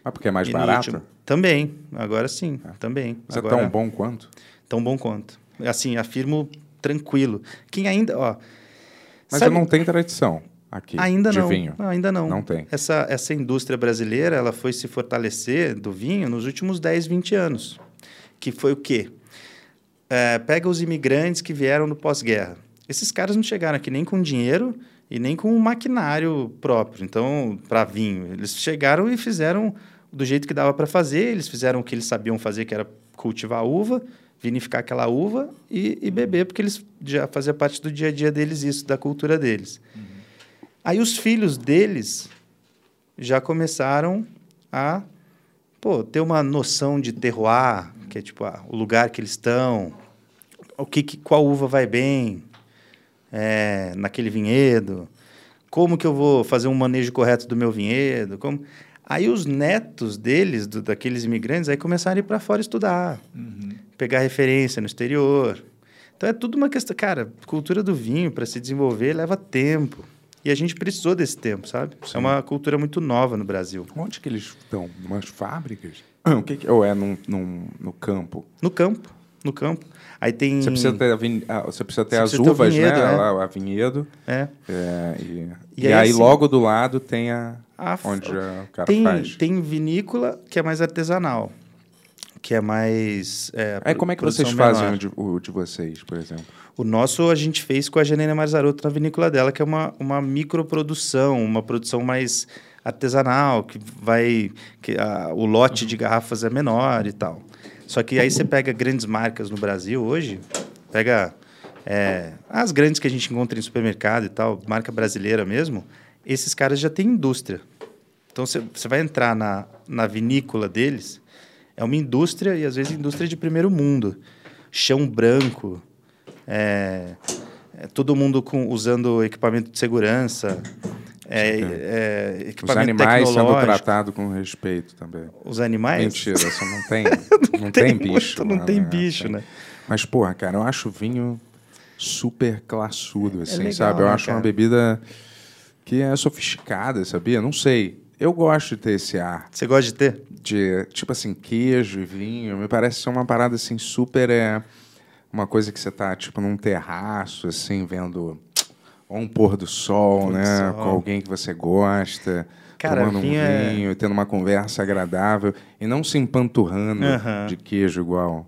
Speaker 3: Ah, porque é Uhum. mais
Speaker 6: E no
Speaker 3: barato?
Speaker 6: último- Também, agora sim, também.
Speaker 3: Mas
Speaker 6: agora,
Speaker 3: é tão bom quanto?
Speaker 6: Tão bom quanto. Assim, afirmo tranquilo. Quem ainda, ó...
Speaker 3: Mas
Speaker 6: sabe-
Speaker 3: eu não tem tradição aqui
Speaker 6: Ainda
Speaker 3: de
Speaker 6: não. Ah.
Speaker 3: vinho.
Speaker 6: Não, ainda não.
Speaker 3: Não tem.
Speaker 6: Essa, essa indústria brasileira, ela foi se fortalecer do vinho nos últimos 10, 20 anos. Que foi o quê? É, pega os imigrantes que vieram do pós-guerra. Esses caras não chegaram aqui nem com dinheiro e nem com um maquinário próprio, então, para vinho. Eles chegaram e fizeram do jeito que dava para fazer, eles fizeram o que eles sabiam fazer, que era cultivar uva, vinificar aquela uva e, e beber, porque eles já fazia parte do dia a dia deles isso, da cultura deles. Aí os filhos deles já começaram a pô, ter uma noção de terroir, que é tipo ah, o lugar que eles estão, o que, que- qual uva vai bem é, naquele vinhedo, como que eu vou fazer um manejo correto do meu vinhedo, como... Aí os netos deles, do- daqueles imigrantes, aí começaram a ir para fora estudar, pegar referência no exterior. Então é tudo uma questão, cara, cultura do vinho para se desenvolver leva tempo. E a gente precisou desse tempo, sabe? É uma cultura muito nova no Brasil.
Speaker 3: Onde que eles estão? Umas fábricas? O que que- Ou é num, num- no campo?
Speaker 6: No campo, no campo. Aí tem.
Speaker 3: Você precisa ter, a vin- ah, você precisa ter
Speaker 6: Hum. Você
Speaker 3: as
Speaker 6: precisa ter o
Speaker 3: uvas,
Speaker 6: vinhedo,
Speaker 3: né?
Speaker 6: né?
Speaker 3: Lá, a vinhedo.
Speaker 6: É.
Speaker 3: é, e,
Speaker 6: E
Speaker 3: e
Speaker 6: aí,
Speaker 3: aí,
Speaker 6: assim,
Speaker 3: logo do lado tem a...
Speaker 6: a f-
Speaker 3: onde ah, o cara
Speaker 6: tem,
Speaker 3: faz.
Speaker 6: tem vinícola que é mais artesanal, que é mais. É,
Speaker 3: Aí como é que
Speaker 6: produção
Speaker 3: vocês fazem
Speaker 6: menor.
Speaker 3: o de, o de vocês, por exemplo?
Speaker 6: O nosso a gente fez com a Janina Marzaroto na vinícola dela, que é uma, uma microprodução, uma produção mais artesanal, que vai. que a- o lote de garrafas é menor e tal. Só que aí você pega grandes marcas no Brasil hoje, pega é, as grandes que a gente encontra em supermercado e tal, marca brasileira mesmo, esses caras já têm indústria. Então você você vai entrar na, na vinícola deles, é uma indústria e às vezes indústria de primeiro mundo. Chão branco, é, é, todo mundo com- usando equipamento de segurança, é, é,
Speaker 3: Os
Speaker 6: equipamento
Speaker 3: animais sendo
Speaker 6: tecnológico.
Speaker 3: tratados com respeito também.
Speaker 6: Os animais?
Speaker 3: Mentira, só não tem, não tem,
Speaker 6: muito,
Speaker 3: bicho.
Speaker 6: não
Speaker 3: lá,
Speaker 6: tem bicho, né?
Speaker 3: Mas, porra, cara, eu acho vinho super classudo, assim,
Speaker 6: legal,
Speaker 3: sabe? Eu
Speaker 6: né,
Speaker 3: acho
Speaker 6: cara?
Speaker 3: uma bebida que é sofisticada, sabia? Não sei. Eu gosto de ter esse ar
Speaker 6: Você gosta de ter?
Speaker 3: de, tipo assim, queijo e vinho. Me parece ser uma parada, assim, super... É, uma coisa que você tá, tipo, num terraço, assim, vendo... Ou um pôr do sol,
Speaker 6: Pôr do
Speaker 3: né?
Speaker 6: sol.
Speaker 3: Com alguém que você gosta.
Speaker 6: Cara,
Speaker 3: tomando um
Speaker 6: vinho é-
Speaker 3: vinho, tendo uma conversa agradável. E não se empanturrando
Speaker 6: Aham.
Speaker 3: de queijo igual.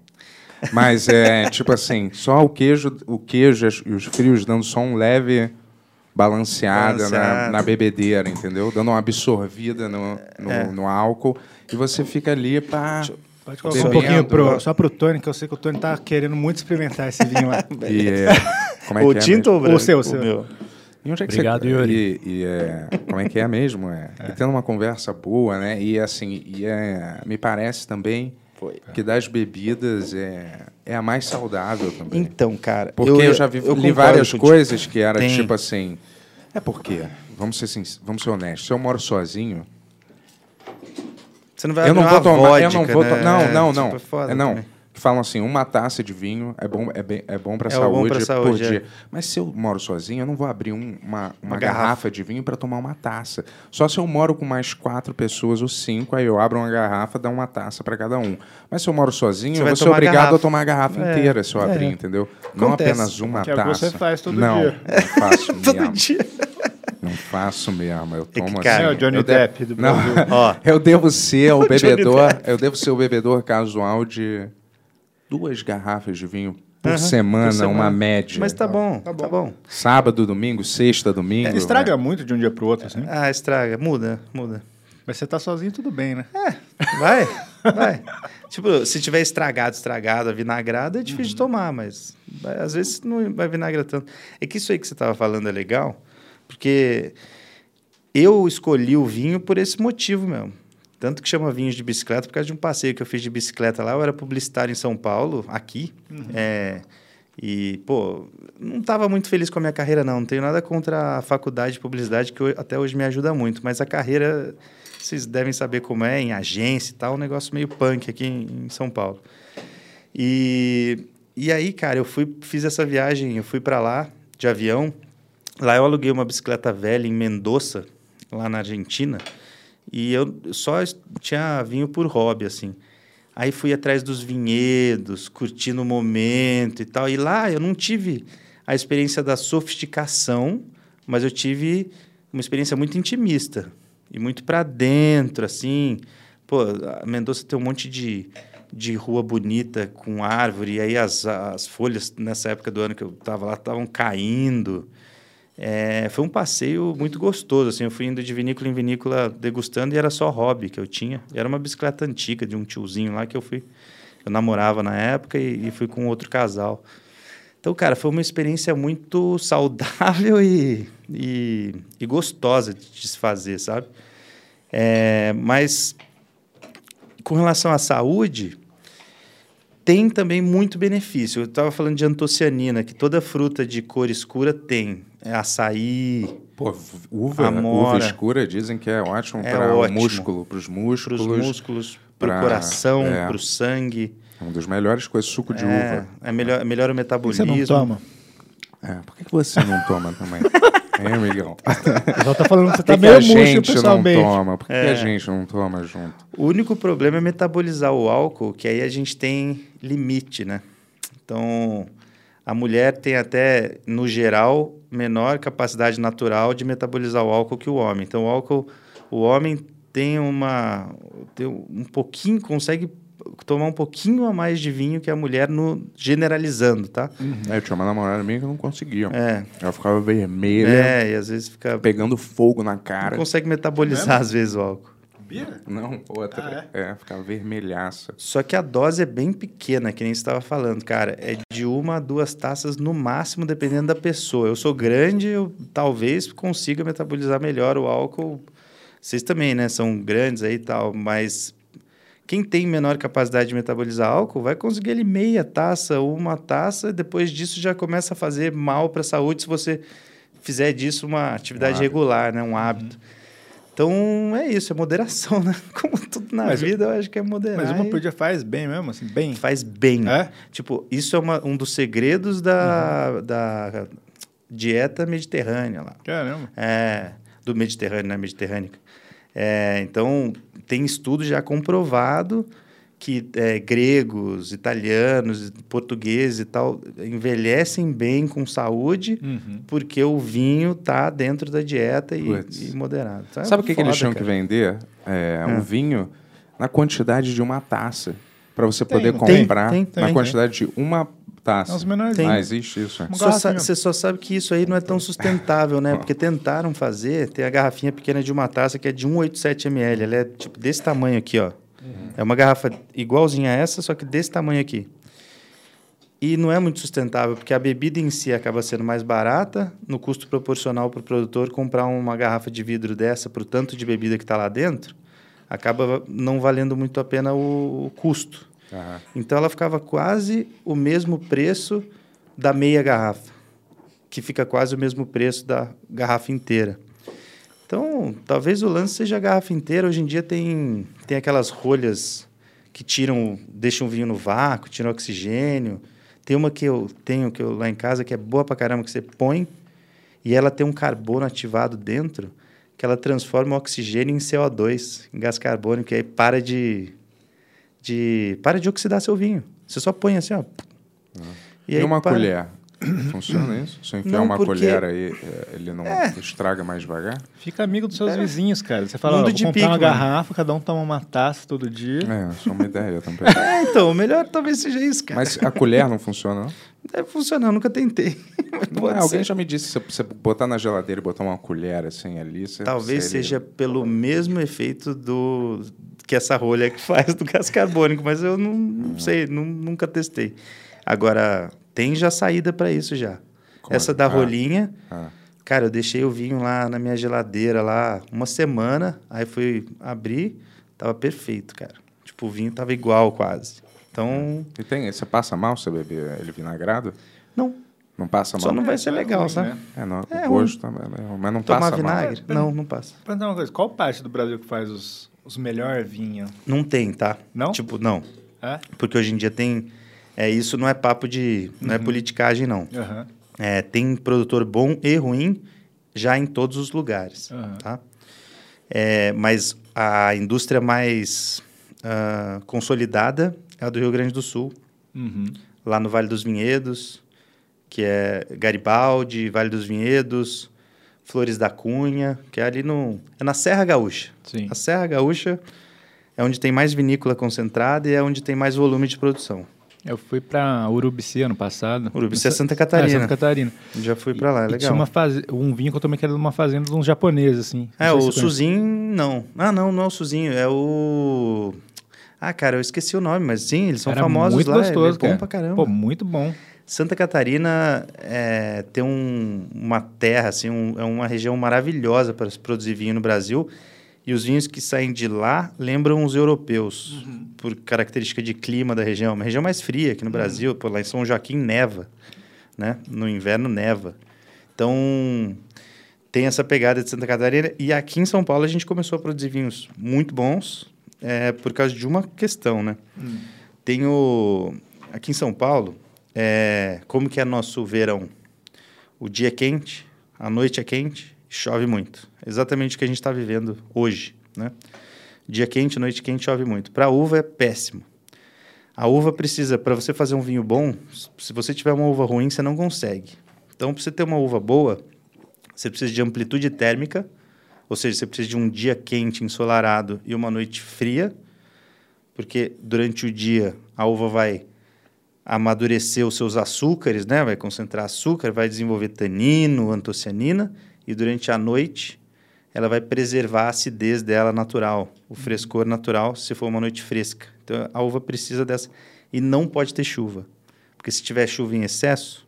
Speaker 3: Mas é, tipo assim, só o queijo, o queijo e as- e os frios dando só um leve balanceada na,
Speaker 6: Balanceado.
Speaker 3: na bebedeira, entendeu? Dando uma absorvida no, no,
Speaker 6: É.
Speaker 3: no álcool. E você fica ali, pá...
Speaker 4: Pode colocar um
Speaker 3: Bebendo.
Speaker 4: pouquinho pro, só pro Tony, que eu sei que o Tony tá querendo muito experimentar esse vinho lá.
Speaker 3: E, é, como é
Speaker 6: o
Speaker 3: que é mesmo?
Speaker 6: tinto ou o branco?
Speaker 4: O seu, o seu.
Speaker 6: meu.
Speaker 3: E onde é que
Speaker 5: Obrigado,
Speaker 3: você...
Speaker 5: Yuri.
Speaker 3: E, e, é, como é que é mesmo? É. E tendo uma conversa boa, né? E assim, e é, me parece também que das bebidas é, é a mais saudável também.
Speaker 6: Então, cara.
Speaker 3: Porque eu, já vi, li várias
Speaker 6: concordo contigo.
Speaker 3: coisas que era
Speaker 6: Tem.
Speaker 3: tipo assim. É porque, vamos ser, sinc- vamos ser honestos, se eu moro sozinho,
Speaker 6: Você não vai
Speaker 3: eu não
Speaker 6: abrir
Speaker 3: vou
Speaker 6: uma
Speaker 3: tomar. eu não
Speaker 6: vodka,
Speaker 3: vou
Speaker 6: né?
Speaker 3: to- Não, não, não.
Speaker 6: Tipo, é foda
Speaker 3: é, não.
Speaker 6: também.
Speaker 3: Que falam assim, uma taça de vinho é bom, é bem, é bom para
Speaker 6: É bom
Speaker 3: saúde
Speaker 6: pra
Speaker 3: por
Speaker 6: saúde, é.
Speaker 3: dia. Mas se eu moro sozinho, eu não vou abrir um- uma, uma
Speaker 6: Uma garrafa.
Speaker 3: garrafa. de vinho para tomar uma taça. Só se eu moro com mais quatro pessoas ou cinco, aí eu abro uma garrafa, dá uma taça para cada um. Mas se eu moro sozinho,
Speaker 6: Você
Speaker 3: eu
Speaker 6: vai
Speaker 3: vou ser
Speaker 6: tomar a
Speaker 3: obrigado
Speaker 6: garrafa.
Speaker 3: a tomar a garrafa
Speaker 6: É,
Speaker 3: inteira se eu abrir,
Speaker 6: é.
Speaker 3: entendeu? Não
Speaker 6: Acontece.
Speaker 3: apenas uma
Speaker 4: Que é o que
Speaker 3: taça.
Speaker 4: você faz todo
Speaker 3: não,
Speaker 4: dia.
Speaker 3: Não, faço mesmo.
Speaker 6: Todo dia.
Speaker 3: Não faço mesmo. Eu tomo
Speaker 6: cara,
Speaker 4: É o
Speaker 3: assim.
Speaker 4: Johnny
Speaker 3: eu de-
Speaker 4: Depp do
Speaker 3: Não,
Speaker 4: Brasil.
Speaker 6: Ó.
Speaker 3: eu devo ser o
Speaker 6: Johnny
Speaker 3: bebedor, eu devo ser o bebedor casual de duas garrafas de vinho por,
Speaker 6: Aham,
Speaker 3: semana,
Speaker 6: por semana.
Speaker 3: uma média.
Speaker 6: Mas tá bom, tá bom.
Speaker 3: Sábado, domingo, sexta, domingo.
Speaker 4: Ele estraga
Speaker 3: né?
Speaker 4: muito de um dia pro outro, assim.
Speaker 6: Ah, estraga. Muda, muda.
Speaker 4: Mas você tá sozinho, tudo bem, né?
Speaker 6: Vai, vai. Tipo, se tiver estragado, estragado, a vinagrada é difícil de tomar, mas vai- às vezes não vai vinagrar tanto. É que isso aí que você tava falando é legal, porque eu escolhi o vinho por esse motivo mesmo. Tanto que chama vinhos de bicicleta por causa de um passeio que eu fiz de bicicleta lá. Eu era publicitário em São Paulo, aqui. É, e, pô, não estava muito feliz com a minha carreira, não. Não tenho nada contra a faculdade de publicidade, que ho- até hoje me ajuda muito. Mas a carreira, vocês devem saber como é, em agência e tal, um negócio meio punk aqui em, em São Paulo. E E aí, cara, eu fui, fiz essa viagem, eu fui para lá de avião. Lá eu aluguei uma bicicleta velha em Mendoza, lá na Argentina. E eu só es- tinha vinho por hobby, assim. Aí fui atrás dos vinhedos, curtindo o momento e tal. E lá eu não tive a experiência da sofisticação, mas eu tive uma experiência muito intimista e muito para dentro, assim. Pô, a Mendoza tem um monte de, de rua bonita com árvore, e aí as, as folhas nessa época do ano que eu estava lá estavam caindo. É, foi um passeio muito gostoso, assim, eu fui indo de vinícola em vinícola degustando e era só hobby que eu tinha. E era uma bicicleta antiga de um tiozinho lá que eu fui, eu namorava na época e, e fui com outro casal. Então, cara, foi uma experiência muito saudável e, e, e gostosa de se fazer, sabe? É, mas com relação à saúde, tem também muito benefício. Eu estava falando de antocianina, que toda fruta de cor escura tem. É açaí,
Speaker 3: Pô, v- uva, uva
Speaker 6: Amora.
Speaker 3: escura dizem que é ótimo
Speaker 6: É
Speaker 3: para o
Speaker 6: ótimo.
Speaker 3: músculo, para os
Speaker 6: para os
Speaker 3: músculos.
Speaker 6: músculos, para
Speaker 3: pra-
Speaker 6: o coração,
Speaker 3: é.
Speaker 6: para o sangue.
Speaker 3: É uma das melhores coisas, suco de
Speaker 6: É,
Speaker 3: uva.
Speaker 6: é melhor, melhora o
Speaker 4: Por que você não
Speaker 6: metabolismo.
Speaker 4: toma?
Speaker 3: É, por que que você não toma também? Hein, amigão?
Speaker 4: O pessoal tá falando que você
Speaker 3: Por
Speaker 4: tá
Speaker 3: que
Speaker 4: meio
Speaker 3: a
Speaker 4: murcho, o
Speaker 3: gente
Speaker 4: pessoal
Speaker 3: não
Speaker 4: bem.
Speaker 3: toma? Por que,
Speaker 6: É.
Speaker 3: que a gente não toma junto?
Speaker 6: O único problema é metabolizar o álcool, que aí a gente tem limite, né? Então, a mulher tem até, no geral, menor capacidade natural de metabolizar o álcool que o homem. Então, o álcool, o homem tem uma. Tem um pouquinho, consegue tomar um pouquinho a mais de vinho que a mulher no generalizando, tá?
Speaker 3: É, eu tinha uma namorada minha que não conseguia.
Speaker 6: É.
Speaker 3: Ela ficava vermelha,
Speaker 6: É, e às vezes fica.
Speaker 3: pegando fogo na
Speaker 6: Não Ah,
Speaker 3: cara.
Speaker 6: consegue metabolizar, às vezes, o álcool.
Speaker 3: Não, outra. é? ficava vermelhaça.
Speaker 6: Só que a dose é bem pequena, que nem você estava falando, cara. É de uma a duas taças no máximo, dependendo da pessoa. Eu sou grande, eu talvez consiga metabolizar melhor o álcool. Vocês também, né? São grandes aí e tal, mas quem tem menor capacidade de metabolizar álcool vai conseguir ali meia taça, uma taça, e depois disso já começa a fazer mal para a saúde se você fizer disso uma atividade
Speaker 3: hábito.
Speaker 6: regular,
Speaker 4: Uhum.
Speaker 6: né? Um hábito. Então é isso, é moderação, né? Como tudo na
Speaker 4: Mas eu-
Speaker 6: vida, eu acho que é moderar.
Speaker 4: Mas uma
Speaker 6: e-
Speaker 4: por dia faz bem mesmo, assim, bem.
Speaker 6: faz bem.
Speaker 4: É?
Speaker 6: Tipo, isso é uma- um dos segredos da,
Speaker 3: Uhum.
Speaker 6: da dieta mediterrânea lá.
Speaker 4: Caramba.
Speaker 6: É, do Mediterrâneo, né? Mediterrânica. É, então, tem estudo já comprovado que é, gregos, italianos, portugueses e tal envelhecem bem com saúde
Speaker 3: Uhum.
Speaker 6: porque o vinho tá dentro da dieta e,
Speaker 3: Puts.
Speaker 6: e moderado. Então, é
Speaker 3: Sabe o que, que eles
Speaker 6: foda,
Speaker 3: tinham
Speaker 6: cara. Ah.
Speaker 3: que vender? É, um vinho na quantidade de uma taça. Pra você poder
Speaker 4: não
Speaker 6: tem?
Speaker 3: comprar
Speaker 6: Tem,
Speaker 3: na
Speaker 4: tem.
Speaker 3: quantidade de uma taça.
Speaker 4: É os menores.
Speaker 3: Ah, existe isso. é.
Speaker 4: Uma
Speaker 6: Só
Speaker 4: garrafinha.
Speaker 6: sa- Você só sabe que isso aí não é tão sustentável, né? Porque tentaram fazer, tem a garrafinha pequena de uma taça que é de 187ml. Ela é tipo desse tamanho aqui, ó. É uma garrafa igualzinha a essa, só que desse tamanho aqui. E não é muito sustentável, porque a bebida em si acaba sendo mais barata, no custo proporcional para o produtor comprar uma garrafa de vidro dessa para o tanto de bebida que está lá dentro, acaba não valendo muito a pena o, o custo.
Speaker 3: Aham.
Speaker 6: Então ela ficava quase o mesmo preço da meia garrafa, que fica quase o mesmo preço da garrafa inteira. Então, talvez o lance seja a garrafa inteira. Hoje em dia tem, tem aquelas rolhas que tiram, deixam o vinho no vácuo, tiram oxigênio. Tem uma que eu tenho que eu, lá em casa que é boa pra caramba, que você põe e ela tem um carbono ativado dentro que ela transforma o oxigênio em CO2, em gás carbônico, e aí para de, de, para de oxidar seu vinho. Você só põe assim, ó.
Speaker 3: Ah. E, uma
Speaker 6: para-
Speaker 3: colher? Funciona isso? Se eu enfiar
Speaker 6: Não,
Speaker 3: uma
Speaker 6: porque-
Speaker 3: colher aí, é, ele não estraga mais devagar?
Speaker 4: Fica amigo dos seus vizinhos, cara. Você fala, ó,
Speaker 6: Mundo
Speaker 4: vou
Speaker 6: de
Speaker 4: comprar
Speaker 6: pique,
Speaker 4: uma
Speaker 6: mano.
Speaker 4: garrafa, cada um toma uma taça todo dia.
Speaker 3: É, só uma ideia também.
Speaker 6: É, então, o melhor talvez seja isso, cara.
Speaker 3: Mas a colher não funciona, não?
Speaker 6: Deve funcionar, eu nunca tentei. Mas
Speaker 3: Não, é,
Speaker 6: pode
Speaker 3: alguém
Speaker 6: ser.
Speaker 3: já me disse, se você botar na geladeira e botar uma colher assim ali... Você,
Speaker 6: Talvez
Speaker 3: você-
Speaker 6: seja pelo mesmo efeito do que essa rolha que faz do gás carbônico, mas eu não,
Speaker 3: Ah.
Speaker 6: não sei, nu- nunca testei. Agora, tem já saída para isso já.
Speaker 3: Como?
Speaker 6: Essa da
Speaker 3: Ah.
Speaker 6: rolinha,
Speaker 3: Ah.
Speaker 6: cara, eu deixei o vinho lá na minha geladeira lá uma semana, aí fui abrir, tava perfeito, cara. Tipo, o vinho tava igual quase. Então,
Speaker 3: E tem, você passa mal se você beber ele vinagrado?
Speaker 6: não,
Speaker 3: Não passa mal?
Speaker 6: só não vai ser legal, sabe?
Speaker 3: É, não,
Speaker 6: É
Speaker 3: o
Speaker 6: ruim.
Speaker 3: gosto também, né? mas não
Speaker 6: Tomar
Speaker 3: passa mal.
Speaker 6: vinagre? Não, não passa.
Speaker 4: Perguntar uma coisa, qual parte do Brasil que faz os, os melhores vinhos?
Speaker 6: Não tem, tá?
Speaker 4: Não?
Speaker 6: Tipo, não.
Speaker 4: É?
Speaker 6: Porque hoje em dia tem É, isso não é papo de. não é politicagem, não.
Speaker 4: Aham.
Speaker 6: É, tem produtor bom e ruim já em todos os lugares,
Speaker 4: Aham.
Speaker 6: tá? É, mas a indústria mais ah, consolidada é a do Rio Grande do Sul,
Speaker 4: Uhum.
Speaker 6: lá no Vale dos Vinhedos, que é Garibaldi, Vale dos Vinhedos, Flores da Cunha, que é ali no é na Serra Gaúcha.
Speaker 4: Sim.
Speaker 6: A Serra Gaúcha é onde tem mais vinícola concentrada e é onde tem mais volume de produção.
Speaker 4: Eu fui pra Urubici ano passado.
Speaker 6: Urubici é
Speaker 4: Sa-
Speaker 6: Santa Catarina.
Speaker 4: É, Santa Catarina.
Speaker 6: Já fui pra lá, é
Speaker 4: E tinha
Speaker 6: legal.
Speaker 4: uma faze- um vinho que eu tomei que era de uma fazenda de uns japoneses, assim. Não
Speaker 6: É,
Speaker 4: sei
Speaker 6: o
Speaker 4: se você conhece.
Speaker 6: Suzinho, não. Ah, não, não é o Suzinho, é o. Ah, cara, eu esqueci o nome, mas sim, eles são
Speaker 4: Era
Speaker 6: famosos
Speaker 4: muito
Speaker 6: lá. ele
Speaker 4: gostoso,
Speaker 6: é bom
Speaker 4: cara.
Speaker 6: pra caramba.
Speaker 4: Pô, muito bom.
Speaker 6: Santa Catarina é, tem um- uma terra, assim, um- é uma região maravilhosa para se produzir vinho no Brasil. E os vinhos que saem de lá lembram os europeus, por característica de clima da região. Uma região mais fria aqui no Brasil, pô, lá em São Joaquim neva, né? No inverno neva. Então, tem essa pegada de Santa Catarina. E aqui em São Paulo a gente começou a produzir vinhos muito bons é, por causa de uma questão, né? Tem o... Aqui em São Paulo, é, como que é nosso verão? O dia é quente, a noite é quente, chove muito. Exatamente o que a gente está vivendo hoje, né? Dia quente, noite quente, chove muito. Para uva é péssimo. A uva precisa, para você fazer um vinho bom, s- se você tiver uma uva ruim, você não consegue. Então, para você ter uma uva boa, você precisa de amplitude térmica, ou seja, você precisa de um dia quente, ensolarado e uma noite fria, porque durante o dia a uva vai amadurecer os seus açúcares, né? Vai concentrar açúcar, vai desenvolver tanino, antocianina, e durante a noite ela vai preservar a acidez dela natural, o frescor natural, se for uma noite fresca. Então a uva precisa dessa e não pode ter chuva, porque se tiver chuva em excesso,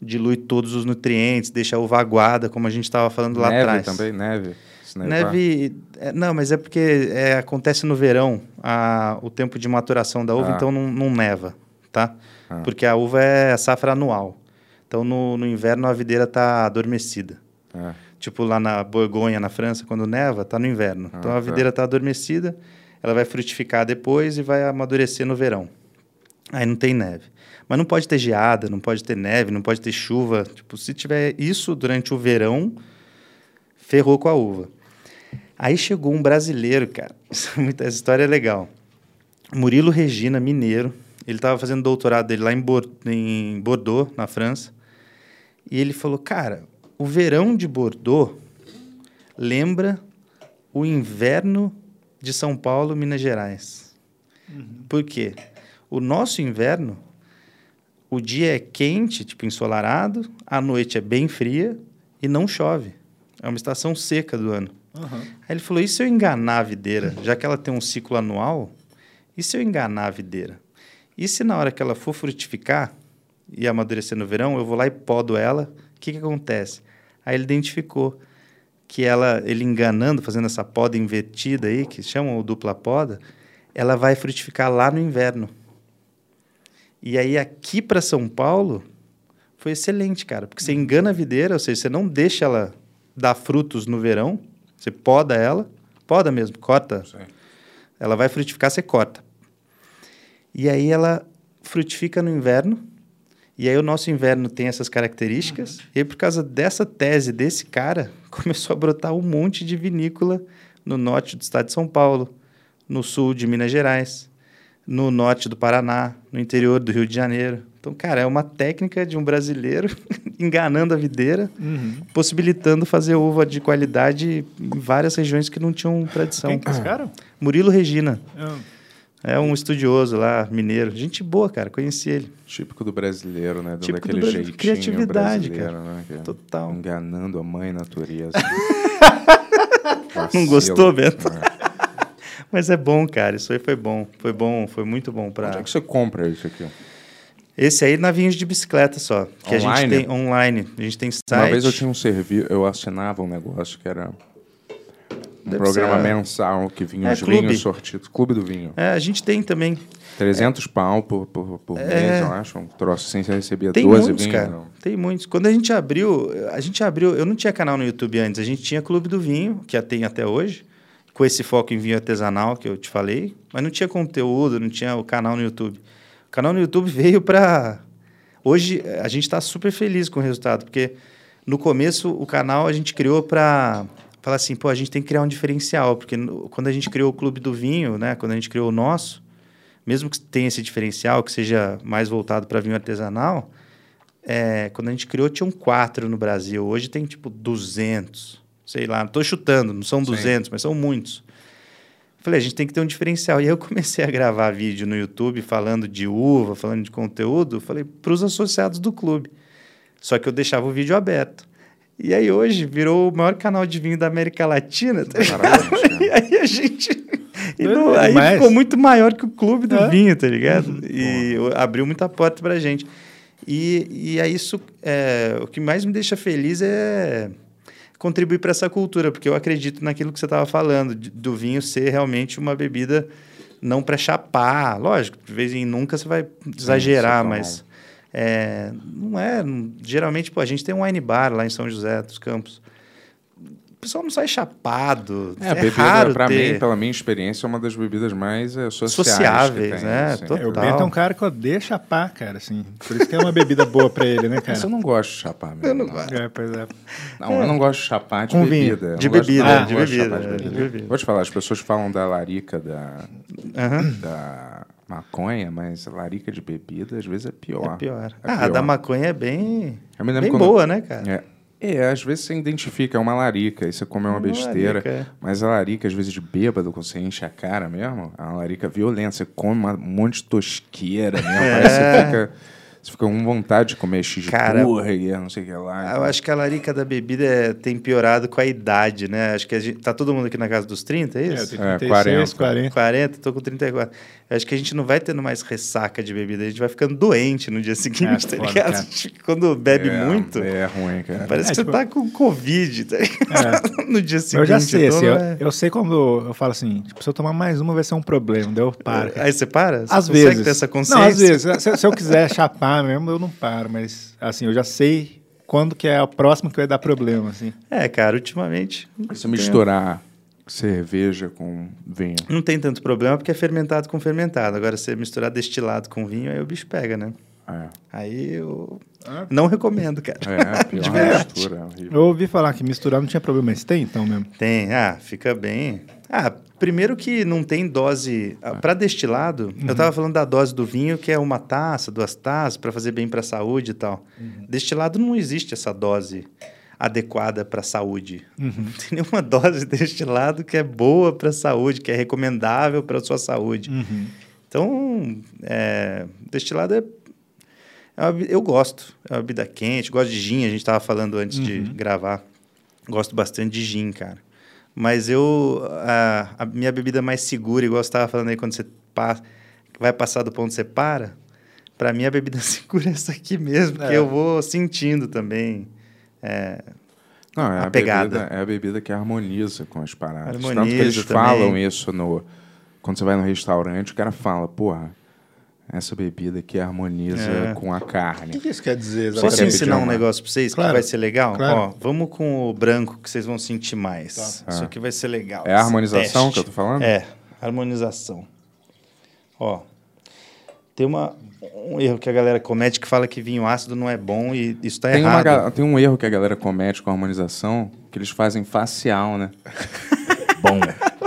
Speaker 6: dilui todos os nutrientes, deixa a uva aguada, como a gente estava falando lá
Speaker 3: neve
Speaker 6: atrás.
Speaker 3: também, neve. Se nevar.
Speaker 6: Neve. é, não, mas é porque é, acontece no verão a- o tempo de maturação da uva,
Speaker 3: Ah.
Speaker 6: então não, não neva, tá? Porque a uva é safra anual. Então no, no inverno a videira tá adormecida.
Speaker 3: É.
Speaker 6: Tipo lá na Borgonha, na França, quando neva, tá no inverno.
Speaker 3: Ah,
Speaker 6: então
Speaker 3: tá.
Speaker 6: a videira tá adormecida, ela vai frutificar depois e vai amadurecer no verão. Aí não tem neve. Mas não pode ter geada, não pode ter neve, não pode ter chuva. Tipo, se tiver isso durante o verão, ferrou com a uva. Aí chegou um brasileiro, cara. Isso é muito- Essa história é legal. Murilo Regina, mineiro. Ele estava fazendo doutorado dele lá em, Bor- em Bordeaux, na França. E ele falou, cara, o verão de Bordeaux lembra o inverno de São Paulo, Minas Gerais. Por quê? O nosso inverno, o dia é quente, tipo ensolarado, a noite é bem fria e não chove. É uma estação seca do ano. Aí ele falou: e se eu enganar a videira, já que ela tem um ciclo anual, e se eu enganar a videira? E se na hora que ela for frutificar e amadurecer no verão, eu vou lá e podo ela, o que, que acontece? Aí ele identificou que ela, ele enganando, fazendo essa poda invertida aí, que chamam o dupla poda, ela vai frutificar lá no inverno. E aí aqui para São Paulo foi excelente, cara, porque você engana a videira, ou seja, você não deixa ela dar frutos no verão, você poda ela, poda mesmo, corta. Ela vai frutificar, você corta. E aí ela frutifica no inverno. E aí o nosso inverno tem essas características.
Speaker 4: Uhum.
Speaker 6: E aí, por causa dessa tese desse cara, começou a brotar um monte de vinícola no norte do estado de São Paulo, no sul de Minas Gerais, no norte do Paraná, no interior do Rio de Janeiro. Então, cara, é uma técnica de um brasileiro enganando a videira,
Speaker 4: Uhum.
Speaker 6: possibilitando fazer uva de qualidade em várias regiões que não tinham tradição.
Speaker 4: Quem que é esse cara?
Speaker 6: Murilo Regina.
Speaker 4: Ah,
Speaker 6: É um estudioso lá, mineiro. Gente boa, cara. Conheci ele.
Speaker 3: Típico do brasileiro, né? Dando
Speaker 6: Típico do
Speaker 3: aquele
Speaker 6: Brasil.
Speaker 3: jeitinho
Speaker 6: Criatividade,
Speaker 3: brasileiro, né? cara?
Speaker 6: Total.
Speaker 3: Enganando a mãe natureza.
Speaker 6: Não
Speaker 3: Vacilo. né?
Speaker 6: gostou, Bento? Mas é bom, cara. Isso aí foi bom. Foi bom, foi muito bom
Speaker 3: Onde é
Speaker 6: pra.
Speaker 3: que você compra isso aqui?
Speaker 6: Esse aí na vinhos de bicicleta só. Que a gente
Speaker 3: Online?
Speaker 6: tem online. A gente tem site.
Speaker 3: Uma vez eu tinha um serviço, eu assinava um negócio que era um
Speaker 6: Deve
Speaker 3: programa
Speaker 6: ser-
Speaker 3: mensal que vinha
Speaker 6: É,
Speaker 3: os
Speaker 6: clube.
Speaker 3: vinhos sortidos. Clube do vinho.
Speaker 6: É, a gente tem também.
Speaker 3: 300 pau por, por, por mês, eu acho. Um troço assim, você recebia
Speaker 6: É. Tem
Speaker 3: 12
Speaker 6: muitos,
Speaker 3: vinhos.
Speaker 6: cara.
Speaker 3: não.
Speaker 6: Tem muitos. Quando a gente abriu, a gente abriu. Eu não tinha canal no YouTube antes. A gente tinha Clube do Vinho, que a tem até hoje, com esse foco em vinho artesanal que eu te falei. Mas não tinha conteúdo, não tinha o canal no YouTube. O canal no YouTube veio para. Hoje a gente está super feliz com o resultado, porque no começo o canal a gente criou para falar assim, pô, a gente tem que criar um diferencial, porque no- quando a gente criou o Clube do Vinho, né, quando a gente criou o nosso, mesmo que tenha esse diferencial, que seja mais voltado para vinho artesanal, é, quando a gente criou tinham quatro no Brasil, hoje tem tipo 200, sei lá, estou chutando, não são 200, mas são muitos. Falei, a gente tem que ter um diferencial. E aí eu comecei a gravar vídeo no YouTube falando de uva, falando de conteúdo, falei, para os associados do clube. Só que eu deixava o vídeo aberto. E aí hoje virou o maior canal de vinho da América Latina. tá ligado?
Speaker 3: Parabéns, cara.
Speaker 6: E aí a gente. e
Speaker 4: Doido
Speaker 6: não- aí
Speaker 4: demais.
Speaker 6: ficou muito maior que o clube do
Speaker 4: É.
Speaker 6: vinho, tá ligado? E o- abriu muita porta pra gente. E, e é isso. é, o que mais me deixa feliz é contribuir para essa cultura, porque eu acredito naquilo que você estava falando, de- do vinho ser realmente uma bebida não para chapar. Lógico, de vez em nunca você vai
Speaker 3: você
Speaker 6: exagerar,
Speaker 3: tá
Speaker 6: mas. é, não é. não- Geralmente, pô, a gente tem um wine bar lá em São José dos Campos. O pessoal não sai chapado.
Speaker 3: É,
Speaker 6: É,
Speaker 3: a bebida,
Speaker 6: raro
Speaker 3: pra
Speaker 6: ter.
Speaker 3: mim, pela minha experiência, é uma das bebidas mais é, sociais.
Speaker 6: Sociáveis,
Speaker 3: que tem,
Speaker 6: né?
Speaker 3: assim.
Speaker 6: Total.
Speaker 4: É, o Bento é um cara que odeia chapar, cara, assim. Por isso que é uma bebida boa pra ele, né,
Speaker 3: Mas eu
Speaker 4: cara?
Speaker 3: não gosto de chapar, meu. Eu não gosto.
Speaker 4: É, pois é.
Speaker 3: Não, eu não gosto de chapar de
Speaker 4: Com vinho.
Speaker 3: bebida. Eu
Speaker 6: De
Speaker 3: não gosto-
Speaker 6: bebida,
Speaker 3: não, eu
Speaker 6: de
Speaker 3: não gosto
Speaker 6: bebida,
Speaker 3: chapar
Speaker 6: é, de bebida.
Speaker 3: Vou te falar, as pessoas falam da larica da,
Speaker 6: Aham.
Speaker 3: da maconha, mas larica de bebida às vezes é pior.
Speaker 6: É pior.
Speaker 3: É
Speaker 6: ah, a
Speaker 3: pior.
Speaker 6: da maconha é bem,
Speaker 3: Eu me lembro
Speaker 6: bem
Speaker 3: quando-
Speaker 6: boa, né, cara?
Speaker 3: É. É, às vezes você identifica, é uma larica, aí você come uma
Speaker 6: Uma
Speaker 3: besteira.
Speaker 6: larica, é.
Speaker 3: Mas a larica, às vezes, de bêbado, quando você enche a cara mesmo, é uma larica violenta. Você come uma- um monte de tosqueira mesmo. Aí você fica. Você fica com vontade de comer x de
Speaker 6: É. Cara,
Speaker 3: hambúrguer, não sei o que lá.
Speaker 4: É.
Speaker 6: Ah, Eu acho que a larica da bebida é- tem piorado com a idade, né? Acho que a gente, tá todo mundo aqui na casa dos 30, é
Speaker 4: É, eu
Speaker 6: isso?
Speaker 4: tenho
Speaker 3: É,
Speaker 4: 36, 40.
Speaker 6: 40, tô com 34. Eu acho que a gente não vai tendo mais ressaca de bebida, a gente vai ficando doente no dia seguinte, tá
Speaker 4: É, foda,
Speaker 6: ligado?
Speaker 4: cara.
Speaker 6: Acho que Quando bebe
Speaker 3: É,
Speaker 6: muito,
Speaker 3: É ruim, cara.
Speaker 6: parece
Speaker 4: É,
Speaker 6: que
Speaker 4: tipo- É.
Speaker 6: você tá com Covid, tá ligado? No dia seguinte.
Speaker 4: eu já sei,
Speaker 6: então
Speaker 4: assim,
Speaker 6: não
Speaker 4: eu,
Speaker 6: é-
Speaker 4: eu sei quando eu falo assim, tipo, se eu tomar mais uma vai ser um problema, daí eu paro. cara.
Speaker 6: Aí você para? Você
Speaker 4: Às
Speaker 6: consegue
Speaker 4: vezes.
Speaker 6: ter essa consciência?
Speaker 4: Não, às vezes. Se, se eu quiser chapar mesmo, eu não paro, mas assim, eu já sei quando que é a próxima que vai dar problema, assim.
Speaker 6: É, cara, ultimamente...
Speaker 3: Você misturar cerveja com vinho.
Speaker 6: Não tem tanto problema porque é fermentado com fermentado. Agora, se misturar destilado com vinho, aí o bicho pega, né?
Speaker 3: É,
Speaker 6: Aí eu
Speaker 4: Ah.
Speaker 6: não recomendo, cara.
Speaker 3: é a pior mistura. é horrível.
Speaker 4: Eu ouvi falar que misturar não tinha problema, mas tem então mesmo.
Speaker 6: Tem, ah, fica bem. Ah, primeiro que não tem dose para destilado. Eu tava falando da dose do vinho, que é uma taça, duas taças para fazer bem para a saúde e tal. Destilado não existe essa dose adequada para a saúde. Não tem nenhuma dose de destilado que é boa para a saúde, que é recomendável para sua saúde. Então, é, destilado é, é uma be- eu gosto. É uma bebida quente, gosto de gin, a gente estava falando antes de gravar. Gosto bastante de gin, cara. Mas eu, a, a minha bebida mais segura, igual você estava falando aí, quando você pa- vai passar do ponto, você para. Para mim, a bebida segura é essa aqui mesmo,
Speaker 3: É.
Speaker 6: porque eu vou sentindo também. É,
Speaker 3: Não, é
Speaker 6: A
Speaker 3: a,
Speaker 6: pegada.
Speaker 3: Bebida, é a bebida que harmoniza com as paradas.
Speaker 6: Harmoniza
Speaker 3: Tanto que eles
Speaker 6: também.
Speaker 3: falam isso no. Quando você vai no restaurante, o cara fala, porra, essa bebida aqui harmoniza
Speaker 6: É.
Speaker 3: com a carne.
Speaker 4: que isso quer dizer?
Speaker 3: Só
Speaker 6: Posso
Speaker 3: quero pedir
Speaker 6: ensinar um
Speaker 3: uma.
Speaker 6: negócio pra vocês
Speaker 4: Claro.
Speaker 6: que vai ser legal?
Speaker 4: Claro.
Speaker 6: Ó, vamos com o branco que vocês vão sentir mais. Isso aqui vai ser legal.
Speaker 3: É a
Speaker 6: esse
Speaker 3: harmonização
Speaker 6: teste.
Speaker 3: que eu tô falando?
Speaker 6: É, harmonização. Ó, tem uma, um erro que a galera comete que fala que vinho ácido não é bom e isso tá
Speaker 3: Tem, uma
Speaker 6: errado.
Speaker 3: ga- tem um erro que a galera comete com a harmonização, que eles fazem facial, né? Bom.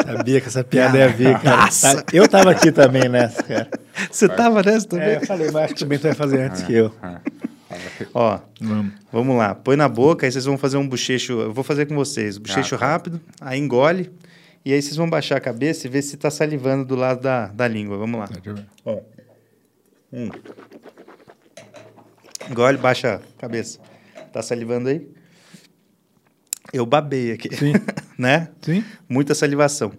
Speaker 4: Sabia que essa piada ia vir, cara. Tá- eu tava aqui também nessa, cara.
Speaker 6: Você tava nessa também?
Speaker 4: É, eu falei, mas acho que o Bento vai fazer antes que eu.
Speaker 6: É. Ó,
Speaker 4: Vamos.
Speaker 6: vamos lá. Põe na boca, aí vocês vão fazer um bochecho. Eu vou fazer com vocês.
Speaker 4: Ah,
Speaker 6: Bochecho
Speaker 4: tá.
Speaker 6: rápido, aí engole. E aí vocês vão baixar a cabeça e ver se tá salivando do lado da, da língua. Vamos lá.
Speaker 4: Tá, Deixa eu ver.
Speaker 6: Ó. Hum. Engole, baixa a cabeça. Tá salivando aí? Eu babei aqui.
Speaker 4: Sim.
Speaker 6: né?
Speaker 4: Sim?
Speaker 6: Muita salivação.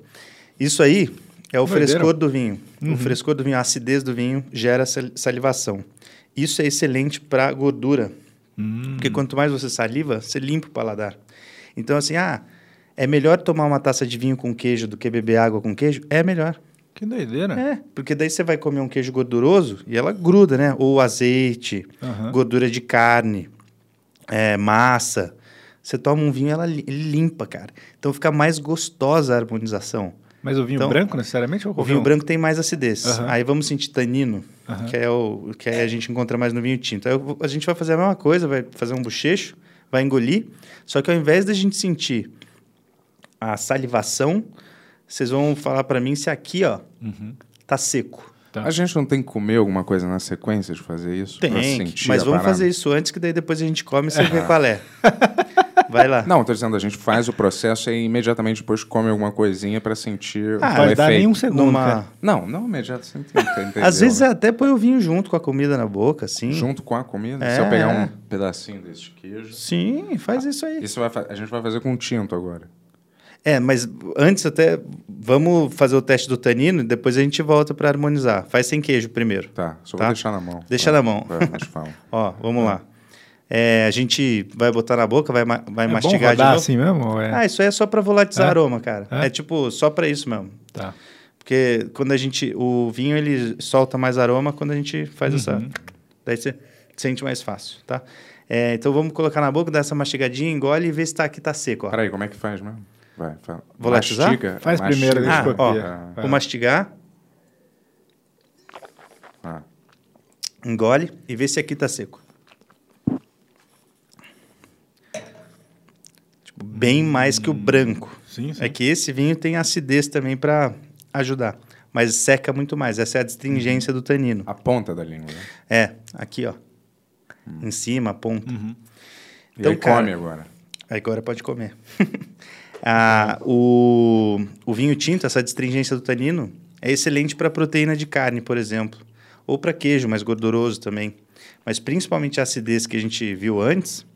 Speaker 6: Isso aí é
Speaker 4: Doideira.
Speaker 6: o
Speaker 4: Uhum.
Speaker 6: frescor do vinho. O frescor do vinho, a acidez do vinho gera sal- salivação. Isso é excelente para gordura. Porque quanto mais você saliva, você limpa o paladar. Então, assim, ah, é melhor tomar uma taça de vinho com queijo do que beber água com queijo? É melhor.
Speaker 4: Que doideira.
Speaker 6: É, porque daí você vai comer um queijo gorduroso e ela gruda, né? Ou azeite,
Speaker 4: Aham.
Speaker 6: gordura de carne, é, massa. Você toma um vinho, ela li- ele limpa, cara. Então fica mais gostosa a harmonização.
Speaker 4: Mas o vinho
Speaker 6: Então,
Speaker 4: branco, necessariamente? Ou
Speaker 6: O
Speaker 4: qualquer
Speaker 6: vinho
Speaker 4: um?
Speaker 6: branco tem mais acidez.
Speaker 4: Aham.
Speaker 6: Aí vamos sentir tanino,
Speaker 4: Aham.
Speaker 6: que é o que a gente encontra mais no vinho tinto. Aí eu vou- a gente vai fazer a mesma coisa, vai fazer um bochecho, vai engolir. Só que ao invés da gente sentir a salivação, vocês vão falar pra mim se aqui, ó,
Speaker 4: Uhum.
Speaker 6: tá seco.
Speaker 4: Tá.
Speaker 3: A gente não tem que comer alguma coisa na sequência de fazer isso?
Speaker 6: Tem,
Speaker 3: pra
Speaker 6: que-
Speaker 3: sentir
Speaker 6: mas
Speaker 3: a
Speaker 6: vamos
Speaker 3: parada?
Speaker 6: fazer isso antes, que daí depois a gente come e você vê qual é. Vai lá.
Speaker 3: Não, tô dizendo, a gente faz o processo e imediatamente depois come alguma coisinha pra sentir
Speaker 6: Ah,
Speaker 4: Não
Speaker 3: o
Speaker 4: faz dar nem
Speaker 3: efeito.
Speaker 4: um segundo. cara.
Speaker 3: Não, não imediatamente, entendeu?
Speaker 6: Às vezes
Speaker 3: né?
Speaker 6: até põe o vinho junto com a comida na boca, assim.
Speaker 3: Junto com a comida,
Speaker 6: É,
Speaker 3: se eu pegar
Speaker 6: é.
Speaker 3: um pedacinho desse queijo...
Speaker 6: Sim, faz isso aí.
Speaker 3: Isso vai fa- a gente vai fazer com tinto agora.
Speaker 6: É, mas antes até vamos fazer o teste do tanino e depois a gente volta para harmonizar. Faz sem queijo primeiro.
Speaker 3: Tá, só
Speaker 6: Tá.
Speaker 3: vou deixar na mão.
Speaker 6: Deixa na mão.
Speaker 3: Vai, mas fala.
Speaker 6: Ó, vamos lá. É, a gente vai botar na boca, vai, ma- vai
Speaker 4: É bom
Speaker 6: mastigar de
Speaker 4: rodar
Speaker 6: novo.
Speaker 4: assim mesmo? ou é?
Speaker 6: Ah, isso aí é só para volatizar
Speaker 4: É?
Speaker 6: aroma, cara.
Speaker 4: É?
Speaker 6: É? tipo só para isso mesmo.
Speaker 4: Tá.
Speaker 6: Porque quando a gente o vinho ele solta mais aroma quando a gente faz essa
Speaker 4: Uhum.
Speaker 6: daí você sente mais fácil, tá? É, então vamos colocar na boca, dar essa mastigadinha, engole e ver se tá aqui tá seco, ó.
Speaker 3: Peraí, como é que faz mesmo? Vai, fala.
Speaker 6: Volatizar?
Speaker 3: Mastiga,
Speaker 4: Faz
Speaker 3: mastiga.
Speaker 4: primeiro,
Speaker 6: Ah,
Speaker 4: deixa eu É.
Speaker 6: ó,
Speaker 4: copiar.
Speaker 6: Vou mastigar.
Speaker 3: Ah.
Speaker 6: Engole e vê se aqui tá seco. Tipo, bem mais que o branco.
Speaker 4: Hum. Sim, sim.
Speaker 6: É que esse vinho tem acidez também para ajudar. Mas seca muito mais. Essa
Speaker 4: Uhum.
Speaker 6: é a distingência do tanino.
Speaker 3: A ponta da língua, né?
Speaker 6: É, aqui, ó.
Speaker 4: Hum.
Speaker 6: Em cima, a
Speaker 4: Uhum.
Speaker 6: ponta.
Speaker 3: E
Speaker 6: Então,
Speaker 3: aí
Speaker 6: cara-
Speaker 3: come agora.
Speaker 6: Agora pode comer. Ah, o, o vinho tinto, essa distringência do tanino, é excelente para proteína de carne, por exemplo. Ou para queijo, mais gorduroso também. Mas principalmente a acidez que a gente viu antes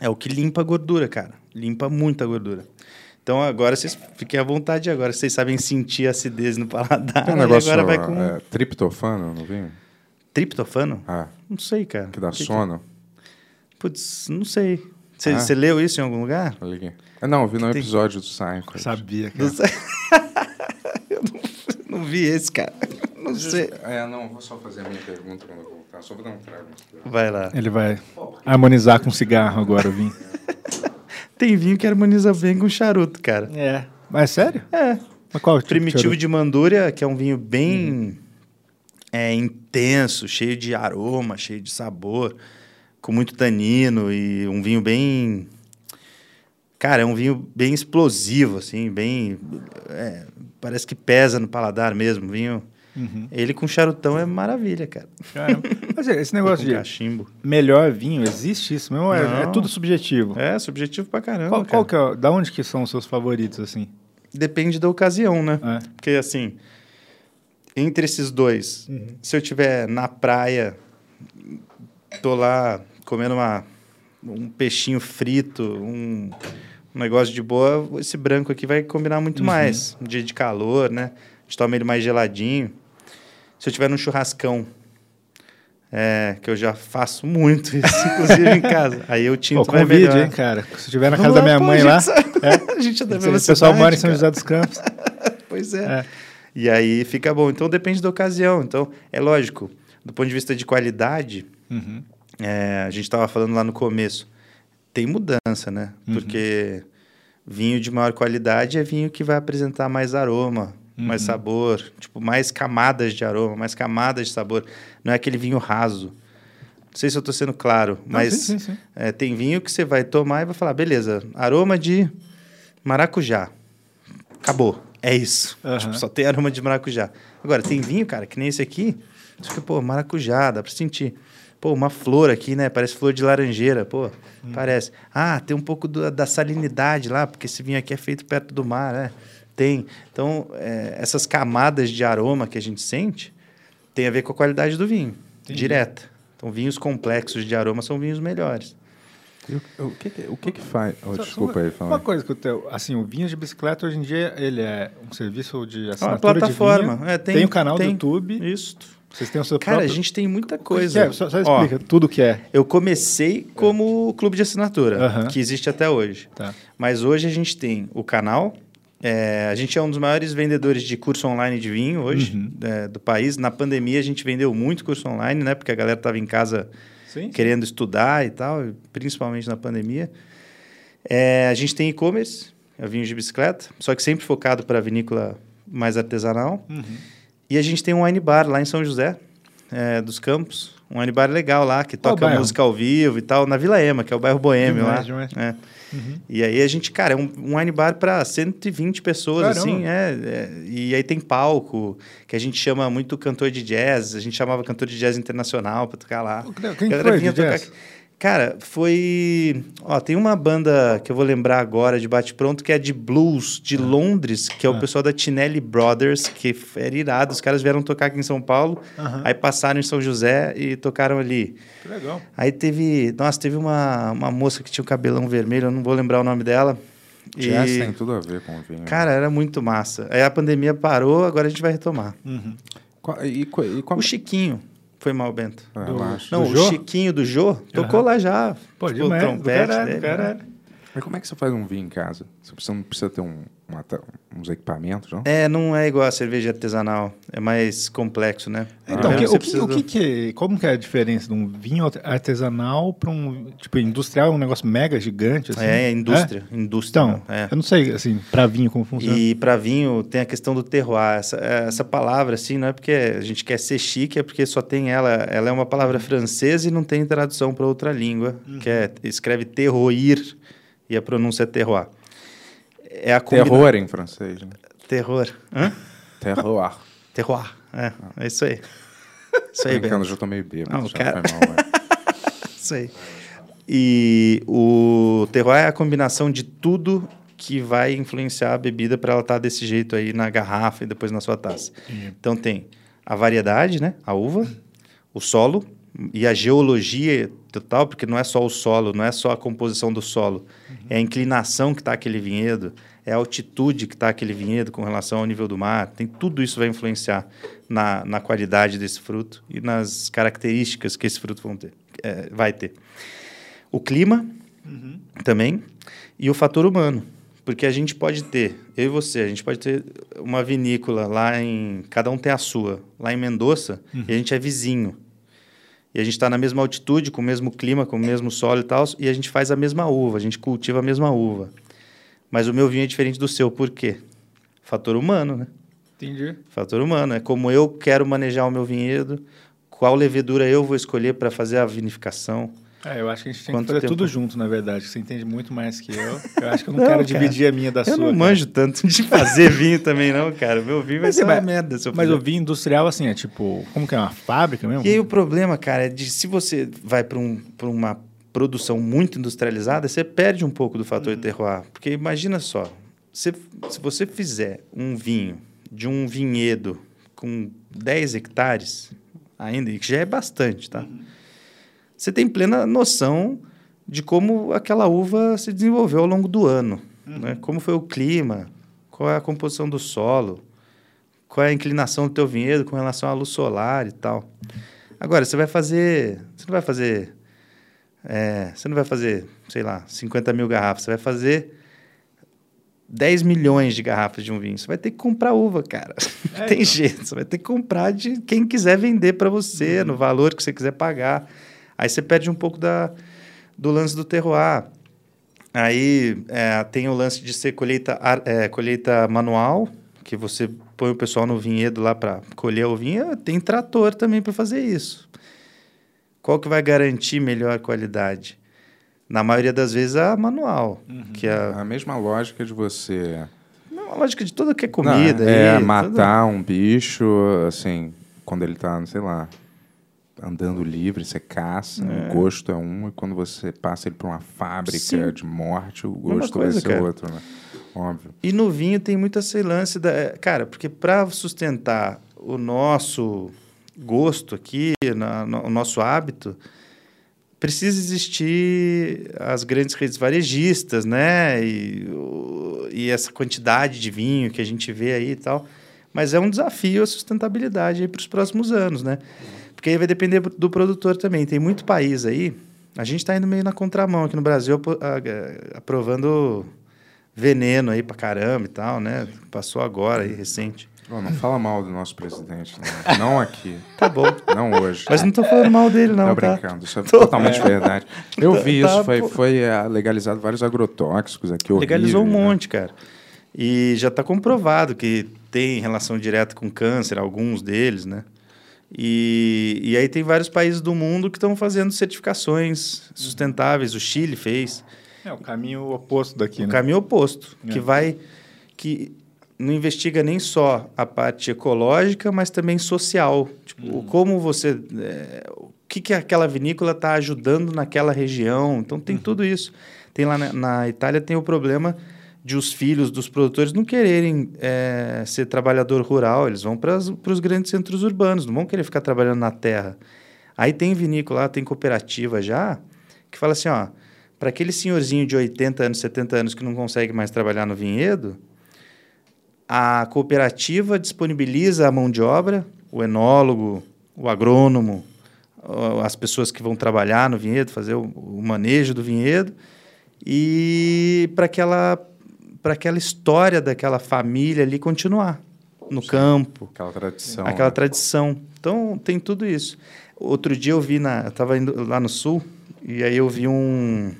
Speaker 6: é o que limpa a gordura, cara. Limpa muita gordura. Então agora vocês fiquem à vontade agora, que vocês sabem sentir a acidez no paladar.
Speaker 3: Tem um
Speaker 6: e
Speaker 3: negócio
Speaker 6: agora vai com
Speaker 3: é, triptofano no vinho?
Speaker 6: triptofano?
Speaker 3: Ah,
Speaker 6: Não sei, cara.
Speaker 3: que é? dá
Speaker 6: O
Speaker 3: sono?
Speaker 6: Putz, não sei. Você
Speaker 3: Ah.
Speaker 6: você leu isso em algum lugar?
Speaker 3: Olha aqui. Ah, não, eu vi no
Speaker 6: tem-
Speaker 3: episódio do Seinfeld.
Speaker 4: Sabia, cara.
Speaker 6: Não sei. eu não, não vi esse, cara. Não sei.
Speaker 3: É, não, vou só fazer a minha pergunta quando eu voltar. Só vou dar um trago.
Speaker 6: Vai lá.
Speaker 4: Ele vai harmonizar com cigarro agora o vinho.
Speaker 6: Tem vinho que harmoniza bem com charuto, cara.
Speaker 4: É. Mas sério? É. Mas qual tipo
Speaker 6: Primitivo
Speaker 4: de...
Speaker 6: de Mandúria, que é um vinho bem é, intenso, cheio de aroma, cheio de sabor, com muito tanino e um vinho bem. Cara, é um vinho bem explosivo, assim, bem. é, parece que pesa no paladar mesmo. Vinho. Ele com charutão é maravilha, cara.
Speaker 4: Caramba. Mas é, esse
Speaker 6: com
Speaker 4: negócio de
Speaker 6: cachimbo.
Speaker 4: melhor vinho, existe isso mesmo? É, é
Speaker 6: Não.
Speaker 4: tudo subjetivo.
Speaker 6: É, subjetivo pra caramba.
Speaker 4: Qual,
Speaker 6: cara.
Speaker 4: qual que é, o- da onde que são os seus favoritos, assim?
Speaker 6: Depende da ocasião, né?
Speaker 4: É.
Speaker 6: Porque, assim, entre esses dois,
Speaker 4: Uhum.
Speaker 6: se eu tiver na praia, tô lá comendo uma, um peixinho frito, um, um negócio de boa, esse branco aqui vai combinar muito
Speaker 4: Uhum.
Speaker 6: mais. Um dia de calor, né? A gente toma ele mais geladinho. Se eu tiver num churrascão, é, que eu já faço muito isso, inclusive em casa. Aí eu tinto
Speaker 4: Pô,
Speaker 6: vai
Speaker 4: convide,
Speaker 6: melhor.
Speaker 4: hein, cara. Se tiver na
Speaker 6: Vamos
Speaker 4: casa da
Speaker 6: lá,
Speaker 4: minha
Speaker 6: pô,
Speaker 4: mãe
Speaker 6: a
Speaker 4: lá.
Speaker 6: gente
Speaker 4: É.
Speaker 6: A gente é da mesma
Speaker 4: O pessoal
Speaker 6: cidade,
Speaker 4: mora em São
Speaker 6: cara.
Speaker 4: José dos Campos.
Speaker 6: Pois é.
Speaker 4: É.
Speaker 6: E aí fica bom. Então depende da ocasião. Então, é lógico, do ponto de vista de qualidade,
Speaker 4: Uhum.
Speaker 6: é, a gente estava falando lá no começo, tem mudança, né?
Speaker 4: Uhum.
Speaker 6: Porque vinho de maior qualidade é vinho que vai apresentar mais aroma, mais
Speaker 4: Uhum.
Speaker 6: sabor, tipo, mais camadas de aroma, mais camadas de sabor. Não é aquele vinho raso. Não sei se eu estou sendo claro,
Speaker 4: Não,
Speaker 6: mas
Speaker 4: sim, sim, sim.
Speaker 6: é, tem vinho que você vai tomar e vai falar, beleza, aroma de maracujá. Acabou. É isso.
Speaker 4: Aham.
Speaker 6: Tipo, só tem aroma de maracujá. Agora, tem vinho, cara, que nem esse aqui. Isso aqui, pô, maracujá, dá pra sentir. Pô, uma flor aqui, né? Parece flor de laranjeira, pô.
Speaker 4: Hum.
Speaker 6: Parece. Ah, tem um pouco do- da salinidade lá, porque esse vinho aqui é feito perto do mar, né? Tem. Então, é, essas camadas de aroma que a gente sente tem a ver com a qualidade do vinho, direta. Então, vinhos complexos de aroma são vinhos melhores.
Speaker 3: o que que, o que que faz... Oh,
Speaker 4: Só- só
Speaker 3: desculpa
Speaker 4: uma-
Speaker 3: aí,
Speaker 4: Uma
Speaker 3: fala. aí.
Speaker 4: coisa que eu tenho, assim, o vinho de bicicleta hoje em dia, ele é um serviço de
Speaker 6: É uma
Speaker 4: assinatura de
Speaker 6: plataforma.
Speaker 4: vinho,
Speaker 6: É,
Speaker 4: tem, o canal do YouTube,
Speaker 6: Isso.
Speaker 4: vocês têm o seu
Speaker 6: Cara,
Speaker 4: próprio...
Speaker 6: a gente tem muita
Speaker 4: O que
Speaker 6: coisa.
Speaker 4: É, só, só
Speaker 6: Ó,
Speaker 4: explica tudo que é.
Speaker 6: eu comecei como clube de assinatura,
Speaker 4: Aham.
Speaker 6: que existe até hoje.
Speaker 4: Tá.
Speaker 6: Mas hoje a gente tem o canal. é, a gente é um dos maiores vendedores de curso online de vinho hoje
Speaker 4: Uhum.
Speaker 6: é, do país. Na pandemia a gente vendeu muito curso online, né? Porque a galera estava em casa
Speaker 4: Sim?
Speaker 6: querendo estudar e tal, principalmente na pandemia. É, a gente tem e-commerce, é vinho de bicicleta, só que sempre focado para vinícola mais artesanal.
Speaker 4: Uhum.
Speaker 6: E a gente tem um wine bar lá em São José é, dos Campos, um wine bar legal lá, que
Speaker 4: Qual
Speaker 6: toca
Speaker 4: bairro?
Speaker 6: música ao vivo e tal, na Vila Ema, que é o bairro boêmio lá.
Speaker 4: Demais, Uhum. demais.
Speaker 6: É. E aí a gente, cara, é um, um wine bar para 120 pessoas,
Speaker 4: Caramba.
Speaker 6: assim, é, é. E aí tem palco, que a gente chama muito cantor de jazz, a gente chamava cantor de jazz internacional para tocar lá.
Speaker 4: Ah, Quem
Speaker 6: A galera
Speaker 4: foi
Speaker 6: vinha
Speaker 4: de jazz?
Speaker 6: tocar aqui. Cara, foi. Ó, tem uma banda que eu vou lembrar agora de bate-pronto que é de blues
Speaker 4: Ah.
Speaker 6: de Londres, que é o pessoal da Tinelli Brothers, que f- era irado. Os caras vieram tocar aqui em São Paulo,
Speaker 4: Aham.
Speaker 6: aí passaram em São José e tocaram ali.
Speaker 4: Que legal.
Speaker 6: Aí teve. Nossa, teve uma, uma moça que tinha o cabelão vermelho, eu não vou lembrar o nome dela. E,
Speaker 3: Jazz tem tudo a ver com vinho.
Speaker 6: cara, era muito massa. Aí a pandemia parou, agora a gente vai retomar.
Speaker 3: Qua- e, qua- e qual...
Speaker 6: O Chiquinho. Foi mal, Bento.
Speaker 3: Ah, relaxa.
Speaker 6: Não,
Speaker 4: Do
Speaker 6: o
Speaker 4: Jô?
Speaker 6: Chiquinho do Jô tocou lá já.
Speaker 4: Pô,
Speaker 6: Tocou
Speaker 4: demais.
Speaker 6: o
Speaker 4: do
Speaker 6: tipo, trompete
Speaker 4: caralho,
Speaker 6: dele, né?
Speaker 4: do caralho.
Speaker 3: Mas como é que você faz um vinho em casa? Você precisa- não precisa ter um, uma ta- uns equipamentos, não?
Speaker 6: É, não é igual a cerveja artesanal. É mais complexo, né?
Speaker 4: Então, o
Speaker 6: Primeiro
Speaker 4: que-
Speaker 6: você
Speaker 4: o, que,
Speaker 6: precisa
Speaker 4: o
Speaker 6: do-
Speaker 4: que que- Como que é a diferença de um vinho arte- artesanal para um... Tipo, industrial é um negócio mega gigante, assim?
Speaker 6: É, é indústria. Indústria.
Speaker 4: Então,
Speaker 6: né?
Speaker 4: eu não sei, assim, para vinho como
Speaker 6: É.
Speaker 4: funciona.
Speaker 6: E para vinho tem a questão do terroir. Essa, essa palavra, assim, não é porque a gente quer ser chique, é porque só tem ela. Ela é uma palavra francesa e não tem tradução para outra língua,
Speaker 4: Uhum.
Speaker 6: que é, escreve terroir e a pronúncia é terroir. É a combina-
Speaker 3: Terror em francês. Né?
Speaker 6: Terror. Hã?
Speaker 3: Terroir.
Speaker 6: Terroir. É, é isso aí. Isso aí, Bento.
Speaker 3: Brincando, eu já tô meio bêbado.
Speaker 6: Não,
Speaker 3: já
Speaker 6: cara.
Speaker 3: foi mal, né?
Speaker 6: Isso aí. E o terroir é a combinação de tudo que vai influenciar a bebida para ela estar desse jeito aí na garrafa e depois na sua taça. Então tem a variedade, né? A uva, o solo e a geologia total, porque não é só o solo, não é só a composição do solo, é a inclinação que está aquele vinhedo, é a altitude que está aquele vinhedo com relação ao nível do mar. Tem tudo isso vai influenciar na, na qualidade desse fruto e nas características que esse fruto vão ter, é, vai ter. O clima também e o fator humano. Porque a gente pode ter, eu e você, a gente pode ter uma vinícola lá em. Cada um tem a sua, lá em Mendoza, e a gente é vizinho. E a gente está na mesma altitude, com o mesmo clima, com o mesmo solo e tal, e a gente faz a mesma uva, a gente cultiva a mesma uva. Mas o meu vinho é diferente do seu, por quê? Fator humano, né?
Speaker 4: Entendi.
Speaker 6: Fator humano. É como eu quero manejar o meu vinhedo, qual levedura eu vou escolher para fazer a vinificação.
Speaker 4: É, eu acho que a gente tem
Speaker 6: Quanto
Speaker 4: que fazer
Speaker 6: tempo?
Speaker 4: tudo junto, na verdade. que Você entende muito mais que eu. Eu acho que eu não,
Speaker 6: Não,
Speaker 4: quero
Speaker 6: cara.
Speaker 4: dividir a minha da sua.
Speaker 6: eu não
Speaker 4: cara.
Speaker 6: manjo tanto de fazer vinho também, não, cara. Meu vinho vai
Speaker 4: Mas
Speaker 6: ser
Speaker 4: é,
Speaker 6: uma
Speaker 4: mas-
Speaker 6: merda se eu
Speaker 4: Mas
Speaker 6: fizer.
Speaker 4: o vinho industrial, assim, é tipo... Como que é? Uma fábrica mesmo?
Speaker 6: E aí o problema, cara, é de se você vai para um, pra uma produção muito industrializada, você perde um pouco do fator terroir. Porque imagina só, se, se você fizer um vinho de um vinhedo com 10 hectares, ainda, e que já é bastante, tá? Você tem plena noção de como aquela uva se desenvolveu ao longo do ano. Né? Como foi o clima, qual é a composição do solo, qual é a inclinação do teu vinhedo com relação à luz solar e tal. Agora, você vai fazer. Você não vai fazer. é, você não vai fazer, sei lá, 50 mil garrafas. Você vai fazer 10 milhões de garrafas de um vinho. Você vai ter que comprar uva, cara. Não
Speaker 4: É,
Speaker 6: tem
Speaker 4: então.
Speaker 6: jeito. Você vai ter que comprar de quem quiser vender para você,
Speaker 4: Uhum.
Speaker 6: no valor que você quiser pagar. Aí você perde um pouco da, do lance do terroir. Aí é, tem o lance de ser colheita, ar- é, colheita manual, que você põe o pessoal no vinhedo lá para colher o vinho. Tem trator também para fazer isso. Qual que vai garantir melhor qualidade? Na maioria das vezes a manual,
Speaker 4: Uhum.
Speaker 6: que é
Speaker 3: Tá, A mesma lógica de você
Speaker 6: não, a lógica de toda que é comida.
Speaker 3: Não, é,
Speaker 6: aí, tudo.
Speaker 3: matar um bicho, assim, quando ele tá, sei lá, andando livre, você caça, o gosto é um, e quando você passa ele pra uma fábrica
Speaker 6: Sim.
Speaker 3: de morte, o gosto
Speaker 6: coisa,
Speaker 3: vai ser
Speaker 6: cara.
Speaker 3: outro, né? Óbvio.
Speaker 6: E no vinho tem muito esse lance da. é, Cara, porque para sustentar o nosso gosto aqui, na- no- o nosso hábito, precisa existir as grandes redes varejistas, né? E, o- e essa quantidade de vinho que a gente vê aí e tal. Mas é um desafio a sustentabilidade para os próximos anos, né? Porque aí vai depender do produtor também. Tem muito país aí. A gente está indo meio na contramão aqui no Brasil, apo- a- eh, a- aprovando veneno aí pra caramba e tal, né? Passou agora aí, recente.
Speaker 3: Pô, não fala mal do nosso presidente, não, não aqui.
Speaker 6: Tá bom.
Speaker 3: Não hoje. É.
Speaker 6: Mas não tô falando mal dele, não,
Speaker 3: Tô
Speaker 6: tá?
Speaker 3: brincando, isso é totalmente verdade. Eu vi
Speaker 6: Tá,
Speaker 3: isso,
Speaker 6: tá,
Speaker 3: foi,
Speaker 6: pô.
Speaker 3: foi eh, legalizado vários agrotóxicos aqui. horrível,
Speaker 6: Legalizou um
Speaker 3: né?
Speaker 6: monte, cara. E já está comprovado que tem relação direta com câncer, alguns deles, né? E, e aí tem vários países do mundo que estão fazendo certificações sustentáveis. O Chile fez.
Speaker 4: É o caminho oposto daqui,
Speaker 6: o
Speaker 4: né?
Speaker 6: caminho oposto,
Speaker 4: É.
Speaker 6: que vai... que não investiga nem só a parte ecológica, mas também social. Tipo, como você... é, o que, que aquela vinícola está ajudando naquela região. Então, tem tudo isso. Tem lá na, na Itália, tem o problema de os filhos dos produtores não quererem é, ser trabalhador rural. Eles vão para os grandes centros urbanos, não vão querer ficar trabalhando na terra. Aí tem vinícola, lá, tem cooperativa já, que fala assim, ó... Para aquele senhorzinho de 80 anos, 70 anos que não consegue mais trabalhar no vinhedo, a cooperativa disponibiliza a mão de obra, o enólogo, o agrônomo, ó, as pessoas que vão trabalhar no vinhedo, fazer o, o manejo do vinhedo, e para aquela, pra aquela história daquela família ali continuar no campo
Speaker 3: Aquela tradição.
Speaker 6: aquela
Speaker 3: né?
Speaker 6: tradição. Então tem tudo isso. Outro dia eu vi na, eu tava indo lá no sul e aí eu vi um,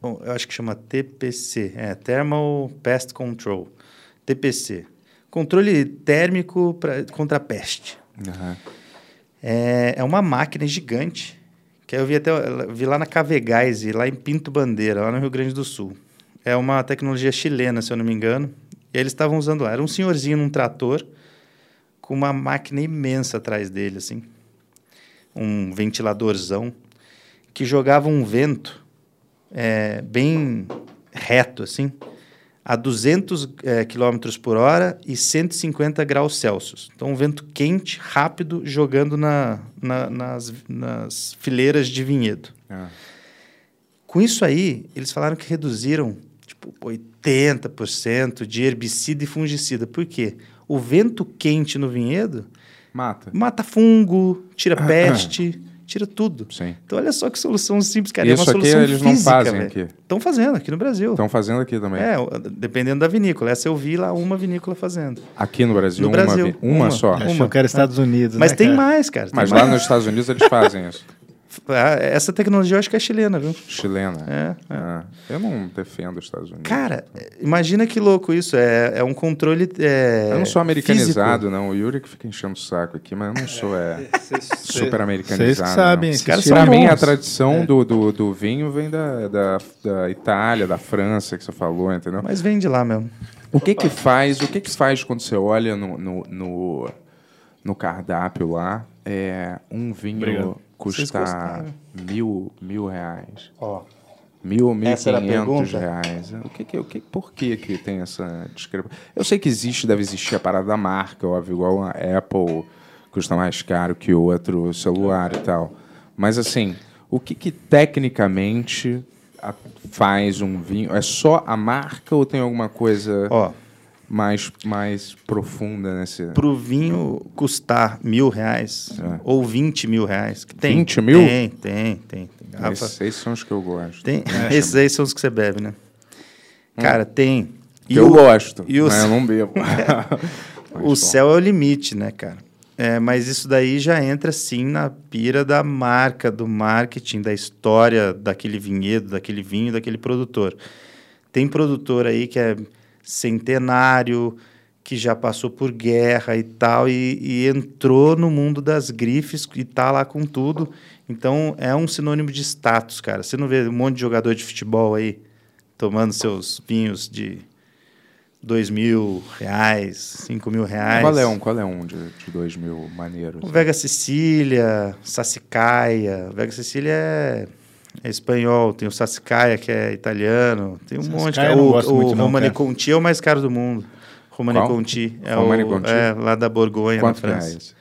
Speaker 6: bom, eu acho que chama TPC, é Thermal Pest Control, TPC, controle térmico pra, contra a peste.
Speaker 3: Aham.
Speaker 6: É, é uma máquina gigante. Que aí eu vi até vi lá na Cavegás e lá em Pinto Bandeira, lá no Rio Grande do Sul. É uma tecnologia chilena, se eu não me engano. E eles estavam usando lá. Era um senhorzinho num trator com uma máquina imensa atrás dele, assim. Um ventiladorzão que jogava um vento é, bem reto, assim, a 200 eh, quilômetros por hora e 150 graus Celsius. Então, um vento quente, rápido, jogando na- na- nas, nas fileiras de vinhedo.
Speaker 3: Ah.
Speaker 6: Com isso aí, eles falaram que reduziram tipo 80% de herbicida e fungicida. Por quê? O vento quente no vinhedo
Speaker 3: Mata.
Speaker 6: mata fungo, tira peste, tira tudo.
Speaker 3: Sim.
Speaker 6: Então, olha só que solução simples, cara. é
Speaker 3: Isso
Speaker 6: uma
Speaker 3: aqui
Speaker 6: solução
Speaker 3: eles não
Speaker 6: física,
Speaker 3: fazem
Speaker 6: velho.
Speaker 3: aqui.
Speaker 6: Estão fazendo aqui no Brasil.
Speaker 3: Estão fazendo aqui também.
Speaker 6: É, o- dependendo da vinícola. Essa eu vi lá uma vinícola fazendo.
Speaker 3: Aqui no Brasil,
Speaker 6: No
Speaker 3: uma,
Speaker 6: Brasil,
Speaker 3: vi- uma
Speaker 6: uma.
Speaker 3: só.
Speaker 4: Acho que eu quero Estados Unidos,
Speaker 6: Mas
Speaker 4: né,
Speaker 6: tem
Speaker 4: cara?
Speaker 6: mais, cara. tem
Speaker 3: Mas
Speaker 6: mais.
Speaker 3: lá nos Estados Unidos eles fazem isso.
Speaker 6: Ah, Essa tecnologia eu acho que é chilena, viu?
Speaker 3: Chilena.
Speaker 6: É, é.
Speaker 3: Ah, Eu não defendo os Estados Unidos.
Speaker 6: Cara, imagina que louco isso. É, é um controle.
Speaker 3: eu
Speaker 6: É,
Speaker 3: não sou
Speaker 6: físico.
Speaker 3: americanizado, não. O Yuri que fica enchendo o saco aqui, mas eu não sou é, super americanizado.
Speaker 4: Vocês que sabem.
Speaker 3: não.
Speaker 4: né? esses É.
Speaker 6: caras
Speaker 4: filmes
Speaker 3: Pra mim,
Speaker 4: bons.
Speaker 3: a tradição do, do, do vinho vem da, da, da Itália, da França, que você falou, entendeu?
Speaker 6: Mas vem de lá mesmo.
Speaker 3: O que que faz, o que que faz quando você olha no, no, no, no cardápio lá, é, um vinho
Speaker 4: Obrigado.
Speaker 3: custar
Speaker 6: gostaram.
Speaker 3: mil, mil reais?
Speaker 6: Ó.
Speaker 3: Mil, mil
Speaker 6: Essa era a
Speaker 3: quinhentos
Speaker 6: pergunta?
Speaker 3: reais. O que que, o que, por que que tem essa discrepância? Eu sei que existe, deve existir a parada da marca, é óbvio, igual a Apple custa mais caro que outro celular e tal. Mas assim, o que que tecnicamente a- faz um vinho? É só a marca ou tem alguma coisa
Speaker 6: Ó,
Speaker 3: mais, mais profunda nesse.
Speaker 6: pro vinho custar mil reais
Speaker 3: É.
Speaker 6: ou vinte mil reais. Que tem,
Speaker 3: 20 mil?
Speaker 6: Tem, tem, tem. tem. Garrafa-
Speaker 3: Esses, esses são os que eu gosto.
Speaker 6: tem- Esses aí são os que você bebe, né? Cara, tem.
Speaker 3: Que Hum. eu
Speaker 6: o-
Speaker 3: gosto,
Speaker 6: e o-
Speaker 3: mas eu não bebo. Mas,
Speaker 6: O
Speaker 3: bom.
Speaker 6: céu é o limite, né, cara? É, mas isso daí já entra sim na pira da marca, do marketing, da história daquele vinhedo, daquele vinho, daquele produtor. Tem produtor aí que é centenário, que já passou por guerra e tal, e, e entrou no mundo das grifes e tá lá com tudo. Então é um sinônimo de status, cara. Você não vê um monte de jogador de futebol aí tomando seus vinhos de dois mil reais, cinco mil reais.
Speaker 3: Qual é um? Qual é um de, de dois mil maneiros?
Speaker 6: O Vega Sicília, Sassicaia. Vega Sicília é, é espanhol, tem o Sassicaia que é italiano, tem um
Speaker 4: Sassicaia
Speaker 6: monte.
Speaker 4: eu
Speaker 6: cara.
Speaker 4: não
Speaker 6: O,
Speaker 4: gosto
Speaker 6: o
Speaker 4: muito não,
Speaker 6: Romane
Speaker 4: cara.
Speaker 6: Conti é o mais caro do mundo. Romane
Speaker 3: Qual?
Speaker 6: Conti é
Speaker 3: Romane
Speaker 6: o
Speaker 3: Conti?
Speaker 6: é, lá da Borgonha,
Speaker 3: Quanto
Speaker 6: na França.
Speaker 3: reais?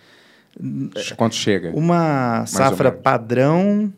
Speaker 3: Quanto chega?
Speaker 6: Uma safra
Speaker 3: menos.
Speaker 6: padrão,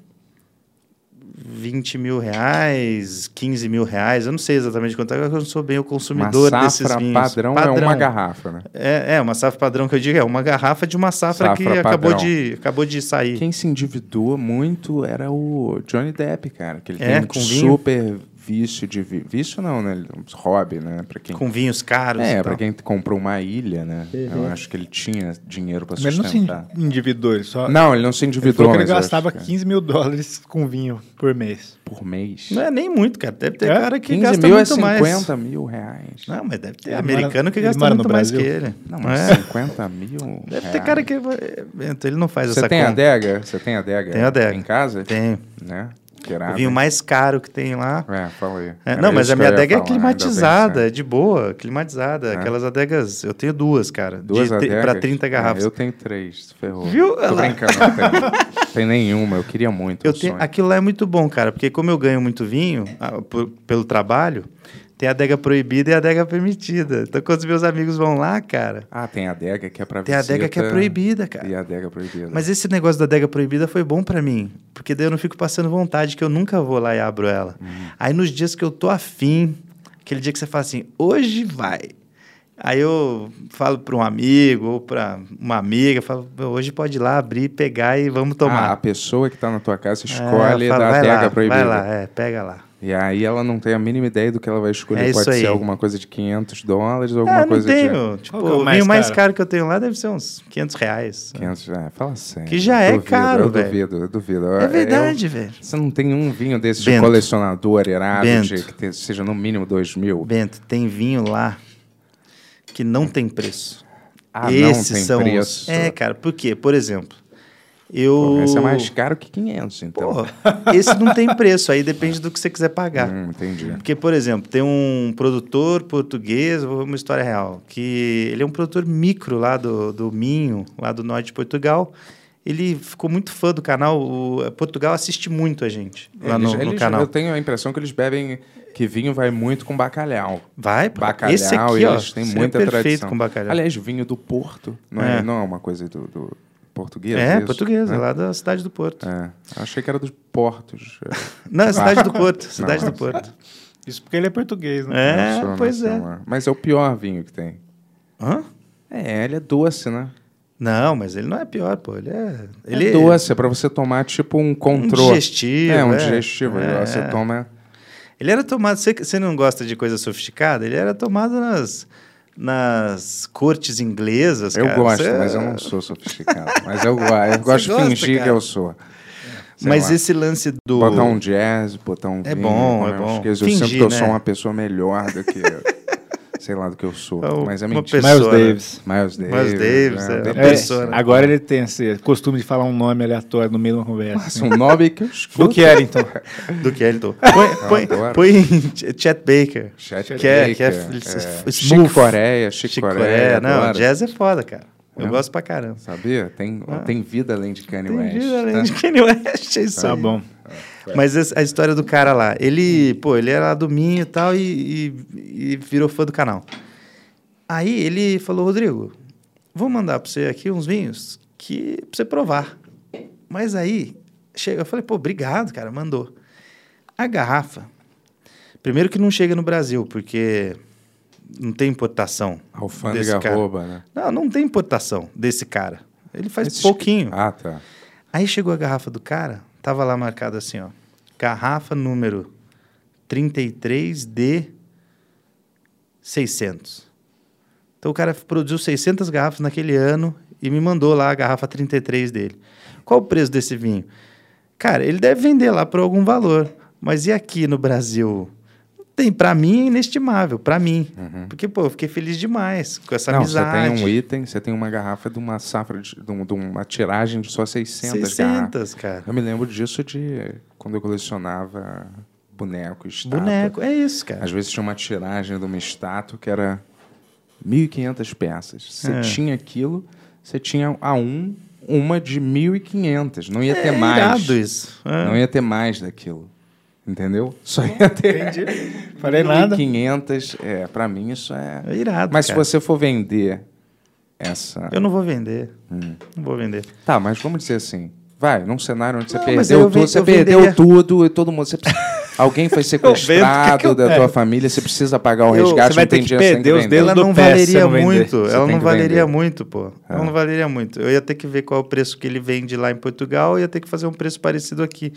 Speaker 6: 20 mil reais, 15 mil reais. Eu não sei exatamente quanto é, porque eu não sou bem o
Speaker 3: Uma
Speaker 6: consumidor desses
Speaker 3: safra
Speaker 6: vinhos.
Speaker 3: padrão, é uma garrafa, né?
Speaker 6: É, é, uma safra padrão que eu digo, é uma garrafa de uma safra,
Speaker 3: Safra
Speaker 6: que acabou
Speaker 3: padrão.
Speaker 6: de, acabou de sair.
Speaker 3: Quem se endividou muito era o Johnny Depp, cara. Que ele
Speaker 6: É,
Speaker 3: tem um
Speaker 6: com vinho.
Speaker 3: super vício de vinho. Vício não, né? Hobby, né? Pra quem...
Speaker 6: Com vinhos caros e
Speaker 3: É,
Speaker 6: tal. Uhum.
Speaker 3: pra quem comprou uma ilha, né? Eu acho que ele tinha dinheiro pra
Speaker 4: Mas ele não se
Speaker 3: é sustentar.
Speaker 4: endividou, ele só.
Speaker 3: Não, ele não se
Speaker 4: ele
Speaker 3: endividou,
Speaker 4: falou que ele
Speaker 3: mas eu acho
Speaker 4: gastava
Speaker 3: que é
Speaker 4: 15 mil dólares com vinho por mês.
Speaker 3: por mês.
Speaker 6: Não é nem muito, cara. Deve ter
Speaker 4: É?
Speaker 6: cara que
Speaker 3: 15
Speaker 6: gasta
Speaker 3: mil é
Speaker 6: muito mais.
Speaker 3: 50 mil reais.
Speaker 6: Não, mas deve ter
Speaker 4: Ele
Speaker 6: americano
Speaker 4: mora-
Speaker 6: que
Speaker 4: ele
Speaker 6: gasta
Speaker 4: mora no
Speaker 6: muito mais que
Speaker 4: Brasil.
Speaker 6: ele.
Speaker 3: Não,
Speaker 6: Não
Speaker 3: mas
Speaker 6: é?
Speaker 3: 50 mil
Speaker 6: Deve ter
Speaker 3: reais.
Speaker 6: cara que. é, Então ele não faz
Speaker 3: Você
Speaker 6: essa
Speaker 3: tem
Speaker 6: conta.
Speaker 3: adega? Você tem adega?
Speaker 6: Tenho adega.
Speaker 3: Em casa?
Speaker 6: Tenho.
Speaker 3: Né?
Speaker 6: O
Speaker 3: Gerado.
Speaker 6: vinho mais caro que tem lá.
Speaker 3: É, fala aí.
Speaker 6: É,
Speaker 3: Era
Speaker 6: não, mas
Speaker 3: isso
Speaker 6: a
Speaker 3: que
Speaker 6: minha
Speaker 3: eu ia
Speaker 6: adega é
Speaker 3: falar, ainda bem,
Speaker 6: climatizada,
Speaker 3: sabe?
Speaker 6: é de boa, climatizada. Aquelas adegas, eu tenho duas, cara.
Speaker 3: Duas
Speaker 6: de,
Speaker 3: adegas?
Speaker 6: Pra 30
Speaker 3: É,
Speaker 6: garrafas.
Speaker 3: eu tenho três, se ferrou.
Speaker 6: Viu? Olha
Speaker 3: Tô
Speaker 6: lá.
Speaker 3: brincando, não tem, não. tem nenhuma, eu queria muito. é
Speaker 6: Eu
Speaker 3: um
Speaker 6: tenho,
Speaker 3: sonho.
Speaker 6: aquilo lá é muito bom, cara, porque como eu ganho muito vinho ah, por- pelo trabalho, tem a adega proibida e a adega permitida. Então, quando os meus amigos vão lá, cara,
Speaker 3: Ah, tem adega que é pra
Speaker 6: tem a adega que é
Speaker 3: visita
Speaker 6: proibida, cara.
Speaker 3: E a adega proibida.
Speaker 6: Mas esse negócio da adega proibida foi bom pra mim, porque daí eu não fico passando vontade, que eu nunca vou lá e abro ela.
Speaker 3: Uhum.
Speaker 6: Aí nos dias que eu tô afim, aquele dia que você fala assim, hoje vai. Aí eu falo pra um amigo ou pra uma amiga, falo, "Meu, hoje pode ir lá abrir, pegar e vamos
Speaker 3: Ah, a
Speaker 6: tomar.
Speaker 3: pessoa que tá na tua casa
Speaker 6: É,
Speaker 3: escolhe
Speaker 6: eu falo,
Speaker 3: da
Speaker 6: vai
Speaker 3: adega
Speaker 6: lá,
Speaker 3: proibida.
Speaker 6: Vai lá, é, pega lá.
Speaker 3: E aí ela não tem a mínima ideia do que ela vai escolher.
Speaker 6: É
Speaker 3: Pode
Speaker 6: isso aí.
Speaker 3: ser alguma coisa de 500 dólares ou
Speaker 6: ah,
Speaker 3: alguma
Speaker 6: não
Speaker 3: coisa de...
Speaker 6: tenho. Tipo,
Speaker 4: Qual que é o
Speaker 6: o
Speaker 4: mais
Speaker 6: vinho mais
Speaker 4: caro?
Speaker 6: caro que eu tenho lá deve ser uns 500 reais.
Speaker 3: 500, é, fala sério.
Speaker 6: Que já é
Speaker 3: Duvido,
Speaker 6: caro,
Speaker 3: Eu
Speaker 6: velho.
Speaker 3: duvido, eu duvido.
Speaker 6: É verdade, velho.
Speaker 3: Você não tem um vinho desse de
Speaker 6: Bento.
Speaker 3: colecionador irado,
Speaker 6: Bento.
Speaker 3: de, que te- seja no mínimo 2 mil?
Speaker 6: Bento, tem vinho lá que não tem preço.
Speaker 3: Ah,
Speaker 6: Esses
Speaker 3: não tem
Speaker 6: são
Speaker 3: preço.
Speaker 6: os. É, cara, por quê? Por exemplo, eu.
Speaker 3: Porra, esse é mais caro que 500, então.
Speaker 6: Pô, esse não tem preço, aí depende do que você quiser pagar.
Speaker 3: Hum, entendi.
Speaker 6: Porque, por exemplo, tem um produtor português, vou uma história real, que ele é um produtor micro lá do, do Minho, lá do norte de Portugal. Ele ficou muito fã do canal. o- Portugal assiste muito a gente lá
Speaker 3: Eles-
Speaker 6: no, no
Speaker 3: eles-
Speaker 6: canal.
Speaker 3: Eu tenho a impressão que eles bebem... Que vinho vai muito com bacalhau.
Speaker 6: Vai, pô.
Speaker 3: Bacalhau,
Speaker 6: esse aqui,
Speaker 3: e
Speaker 6: ó,
Speaker 3: eles têm
Speaker 6: seria
Speaker 3: muita
Speaker 6: perfeito
Speaker 3: tradição.
Speaker 6: com bacalhau.
Speaker 3: Aliás, vinho do Porto, não é,
Speaker 6: É.
Speaker 3: não é uma coisa do, do português?
Speaker 6: é,
Speaker 3: isso,
Speaker 6: português,
Speaker 3: né?
Speaker 6: é lá da cidade do Porto.
Speaker 3: É, achei que era dos portos.
Speaker 6: Não, é cidade do Porto,
Speaker 3: Não,
Speaker 6: cidade
Speaker 3: não.
Speaker 6: do Porto.
Speaker 4: Isso porque ele é português, né?
Speaker 6: É,
Speaker 3: Não sou,
Speaker 6: pois
Speaker 3: não
Speaker 6: é.
Speaker 3: sou, Mas é o pior vinho que tem.
Speaker 6: Hã?
Speaker 3: É, ele é doce, né?
Speaker 6: Não, mas ele não é pior, pô. Ele é. Ele
Speaker 3: é doce, é pra você tomar tipo um
Speaker 6: Um
Speaker 3: controle.
Speaker 6: digestivo.
Speaker 3: É, um digestivo.
Speaker 6: É.
Speaker 3: Você toma.
Speaker 6: Ele era tomado. Você, você não gosta de coisa sofisticada? Ele era tomado nas, nas cortes inglesas.
Speaker 3: Eu
Speaker 6: cara.
Speaker 3: gosto,
Speaker 6: Você- é.
Speaker 3: mas eu não sou sofisticado. mas eu, go- eu gosto de
Speaker 6: gosta,
Speaker 3: fingir que
Speaker 6: cara.
Speaker 3: eu sou. Sei
Speaker 6: Mas
Speaker 3: lá.
Speaker 6: esse lance do.
Speaker 3: Botar um jazz, botar um
Speaker 6: É
Speaker 3: vinho,
Speaker 6: bom,
Speaker 3: comer
Speaker 6: é
Speaker 3: umas
Speaker 6: bom.
Speaker 3: coisas. Eu sinto
Speaker 6: Fingir,
Speaker 3: que eu
Speaker 6: né?
Speaker 3: sou uma pessoa melhor do que. sei lá do que eu sou.
Speaker 6: É uma
Speaker 3: mas é
Speaker 6: pessoa-
Speaker 3: mentira.
Speaker 4: Miles
Speaker 6: Pessoa, né?
Speaker 4: Davis.
Speaker 3: Miles Davis.
Speaker 6: Miles Davis, é,
Speaker 3: né?
Speaker 6: uma
Speaker 3: Delícia.
Speaker 4: É,
Speaker 6: pessoa, né?
Speaker 4: agora ele tem esse costume de falar um nome aleatório no meio de uma conversa. assim.
Speaker 3: Nossa, um nome que eu escuto.
Speaker 4: Do
Speaker 6: é?
Speaker 4: que era, então?
Speaker 6: Do Kelton. Põe, põe,
Speaker 3: adoro.
Speaker 6: põe Ch- Chet Baker.
Speaker 3: Chet
Speaker 6: que é, que
Speaker 3: Baker,
Speaker 6: é, f-
Speaker 3: é.
Speaker 6: smooth.
Speaker 3: Chico Coreia, Chico,
Speaker 6: Chico
Speaker 3: Coreia.
Speaker 6: Corea. Não,
Speaker 3: adoro.
Speaker 6: jazz é foda, cara. Eu
Speaker 3: É.
Speaker 6: gosto pra caramba.
Speaker 3: Sabia? Tem, tem vida além de Kanye West.
Speaker 6: Entendi, Ah. além
Speaker 3: tá?
Speaker 6: de Kanye West, é isso
Speaker 4: Tá
Speaker 6: aí.
Speaker 4: bom.
Speaker 6: Mas essa- a história do cara lá, ele, pô, ele era lá do Minho e tal, e, e- e virou fã do canal. Aí ele falou, Rodrigo, vou mandar pra você aqui uns vinhos que pra você provar. Mas aí, chega, eu falei, pô, obrigado, cara, mandou. A garrafa, primeiro que não chega no Brasil, porque não tem importação. desse
Speaker 3: Alfândega
Speaker 6: cara.
Speaker 3: rouba, né?
Speaker 6: Não, não tem importação desse cara. Ele faz
Speaker 3: Esses-
Speaker 6: pouquinho.
Speaker 3: Ah, tá.
Speaker 6: Aí chegou a garrafa do cara, tava lá marcado assim, ó. Garrafa número 33D 600. Então o cara produziu 600 garrafas naquele ano e me mandou lá a garrafa 33 dele. Qual o preço desse vinho? Cara, ele deve vender lá por algum valor, mas e aqui no Brasil? Tem, pra mim é inestimável, pra mim. Porque, pô, eu fiquei feliz demais com essa
Speaker 3: Uhum. Não,
Speaker 6: amizade.
Speaker 3: você tem um item, você tem uma garrafa de uma safra, de, de um- de uma tiragem de só 600, garrafas.
Speaker 6: 600, cara.
Speaker 3: Eu me lembro disso de quando eu colecionava boneco, estátua.
Speaker 6: Boneco, é isso, cara.
Speaker 3: Às vezes tinha uma tiragem de uma estátua que era 1.500 peças. Você
Speaker 6: É.
Speaker 3: tinha aquilo, você tinha a um, uma de 1.500. Não ia ter
Speaker 6: é
Speaker 3: mais.
Speaker 6: irado isso. É.
Speaker 3: Não ia ter mais daquilo. Entendeu? Só ia ter
Speaker 4: Falei nada.
Speaker 3: 1.500. É, pra mim isso é.
Speaker 6: É irado.
Speaker 3: Mas se
Speaker 6: cara.
Speaker 3: você for vender essa.
Speaker 6: Eu não vou vender.
Speaker 3: Hum.
Speaker 6: Não vou vender.
Speaker 3: Tá, mas vamos dizer assim. Vai, num cenário onde você
Speaker 6: Não, mas
Speaker 3: perdeu
Speaker 6: eu
Speaker 3: tudo,
Speaker 6: ven-
Speaker 3: você
Speaker 6: eu
Speaker 3: perdeu
Speaker 6: venderia-
Speaker 3: tudo e todo mundo. Você precisa- Alguém foi sequestrado
Speaker 4: que eu
Speaker 3: da tua
Speaker 4: pego?
Speaker 3: família, você precisa pagar o
Speaker 6: Eu-
Speaker 3: resgate,
Speaker 4: você vai
Speaker 3: não tem
Speaker 4: ter que
Speaker 3: dinheiro, você tem
Speaker 4: perder os
Speaker 3: que vender.
Speaker 4: dedos
Speaker 6: Ela
Speaker 4: do
Speaker 6: não
Speaker 4: pé,
Speaker 6: valeria
Speaker 4: você não vender.
Speaker 6: muito.
Speaker 3: Você
Speaker 6: ela
Speaker 3: tem
Speaker 6: não
Speaker 3: que
Speaker 6: valeria
Speaker 3: vender. Ah.
Speaker 6: muito, pô. Ela não valeria muito. Eu ia ter que ver qual é o preço que ele vende lá em Portugal, eu ia ter que fazer um preço parecido aqui.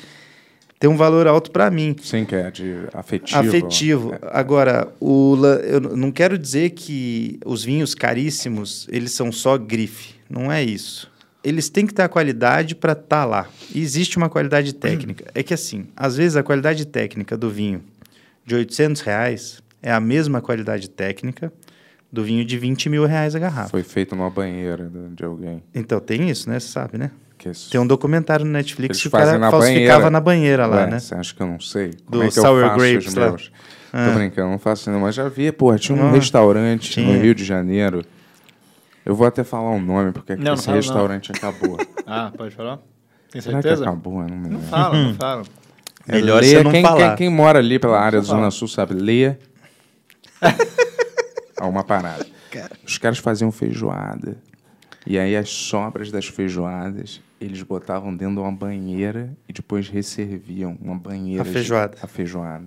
Speaker 6: tem um valor alto para mim.
Speaker 3: Sim, que é de afetivo. É.
Speaker 6: Afetivo. Agora, o, la- eu n- não quero dizer que os vinhos caríssimos, eles são só grife. Não é isso. Eles têm que ter a qualidade para estar lá. E existe uma qualidade técnica. É que assim, às vezes a qualidade técnica do vinho de 800 reais é a mesma qualidade técnica do vinho de 20 mil reais a garrafa.
Speaker 3: É, Foi feito numa banheira de de alguém.
Speaker 6: Então tem isso, né? Você sabe, né?
Speaker 3: Que é isso.
Speaker 6: Tem um documentário no Netflix
Speaker 3: Eles
Speaker 6: que o
Speaker 3: fazem
Speaker 6: cara
Speaker 3: na
Speaker 6: falsificava
Speaker 3: banheira. É.
Speaker 6: na banheira lá,
Speaker 3: Ué,
Speaker 6: né?
Speaker 3: Você acha que eu não sei?
Speaker 6: Do
Speaker 3: Como é que
Speaker 6: sour
Speaker 3: eu faço
Speaker 6: grapes
Speaker 3: os
Speaker 6: lá.
Speaker 3: meus? Tô brincando, não faço não, mas já vi, porra, tinha um
Speaker 6: Ah,
Speaker 3: restaurante
Speaker 6: tinha.
Speaker 3: no Rio de Janeiro. Eu vou até falar o nome, porque aqui
Speaker 4: Não, não
Speaker 3: esse
Speaker 4: fala não.
Speaker 3: restaurante acabou.
Speaker 4: Ah, pode falar? Tem
Speaker 3: Será que Hum.
Speaker 4: certeza?
Speaker 3: acabou? Eu não me
Speaker 4: Não
Speaker 3: lembro.
Speaker 4: fala, não fala.
Speaker 3: É,
Speaker 6: Melhor
Speaker 3: Leia,
Speaker 6: você não
Speaker 3: quem,
Speaker 6: falar.
Speaker 3: Quem, quem mora ali pela área da Zona Sul sabe, leia. é uma parada. Os caras faziam feijoada. E aí as sobras das feijoadas, eles botavam dentro de uma banheira e depois resserviam uma banheira.
Speaker 6: A
Speaker 3: de-
Speaker 6: feijoada.
Speaker 3: a feijoada.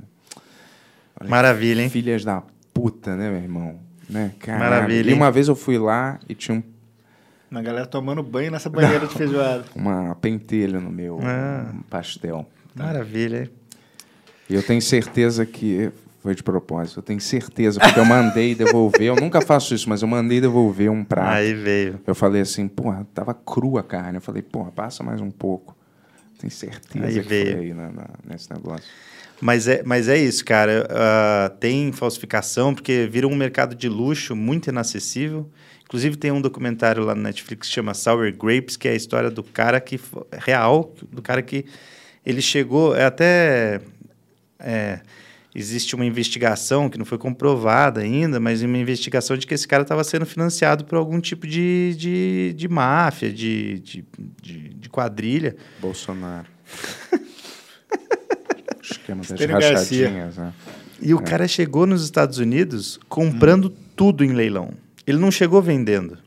Speaker 6: Maravilha, hein?
Speaker 3: Filhas da puta, né, meu irmão? Né? Caralho.
Speaker 6: Maravilha,
Speaker 3: E
Speaker 6: hein?
Speaker 3: uma vez eu fui lá e tinha um
Speaker 4: Na galera tomando banho nessa banheira de feijoada.
Speaker 3: uma pentelha no meu
Speaker 6: Ah.
Speaker 3: um pastel.
Speaker 6: Maravilha, hein?
Speaker 3: E eu tenho certeza que foi de propósito. Eu tenho certeza, porque eu mandei devolver. Eu nunca faço isso, mas eu mandei devolver um prato.
Speaker 6: Aí veio.
Speaker 3: Eu falei assim, porra, tava crua a carne. Eu falei, porra, passa mais um pouco. Tenho certeza
Speaker 6: Aí
Speaker 3: que foi
Speaker 6: veio.
Speaker 3: aí na- na- nesse negócio.
Speaker 6: Mas é, mas é isso, cara. Ah, tem falsificação, porque vira um mercado de luxo muito inacessível. Inclusive, tem um documentário lá no Netflix que chama Sour Grapes, que é a história do cara que. fo- real, do cara que. Ele chegou. É até. é, existe uma investigação que não foi comprovada ainda, mas uma investigação de que esse cara estava sendo financiado por algum tipo de, de, de máfia, de- de, de, de quadrilha.
Speaker 3: Bolsonaro. Esquema das
Speaker 4: Estênio Garcia.
Speaker 3: rachadinhas, né?
Speaker 6: E o cara chegou nos Estados Unidos comprando tudo em leilão. Ele não chegou vendendo.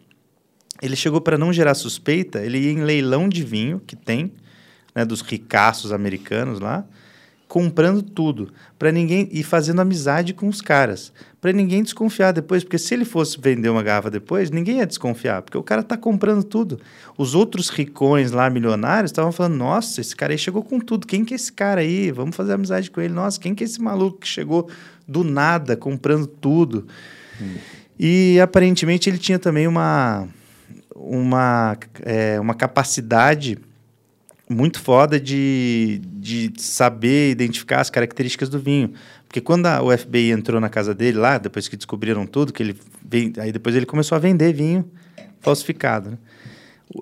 Speaker 6: Ele chegou para não gerar suspeita, ele ia em leilão de vinho que tem, né, dos ricaços americanos lá, comprando tudo, para ninguém e fazendo amizade com os caras, para ninguém desconfiar depois, porque se ele fosse vender uma garrafa depois, ninguém ia desconfiar, porque o cara tá comprando tudo. Os outros ricões lá milionários estavam falando: "Nossa, esse cara aí chegou com tudo. Quem que é esse cara aí? Vamos fazer amizade com ele. Nossa, quem que é esse maluco que chegou do nada comprando tudo?" E aparentemente ele tinha também uma uma, é, uma capacidade muito foda de, de saber identificar as características do vinho. Porque quando a, o FBI entrou na casa dele lá, depois que descobriram tudo, que ele vem- aí depois ele começou a vender vinho falsificado. né?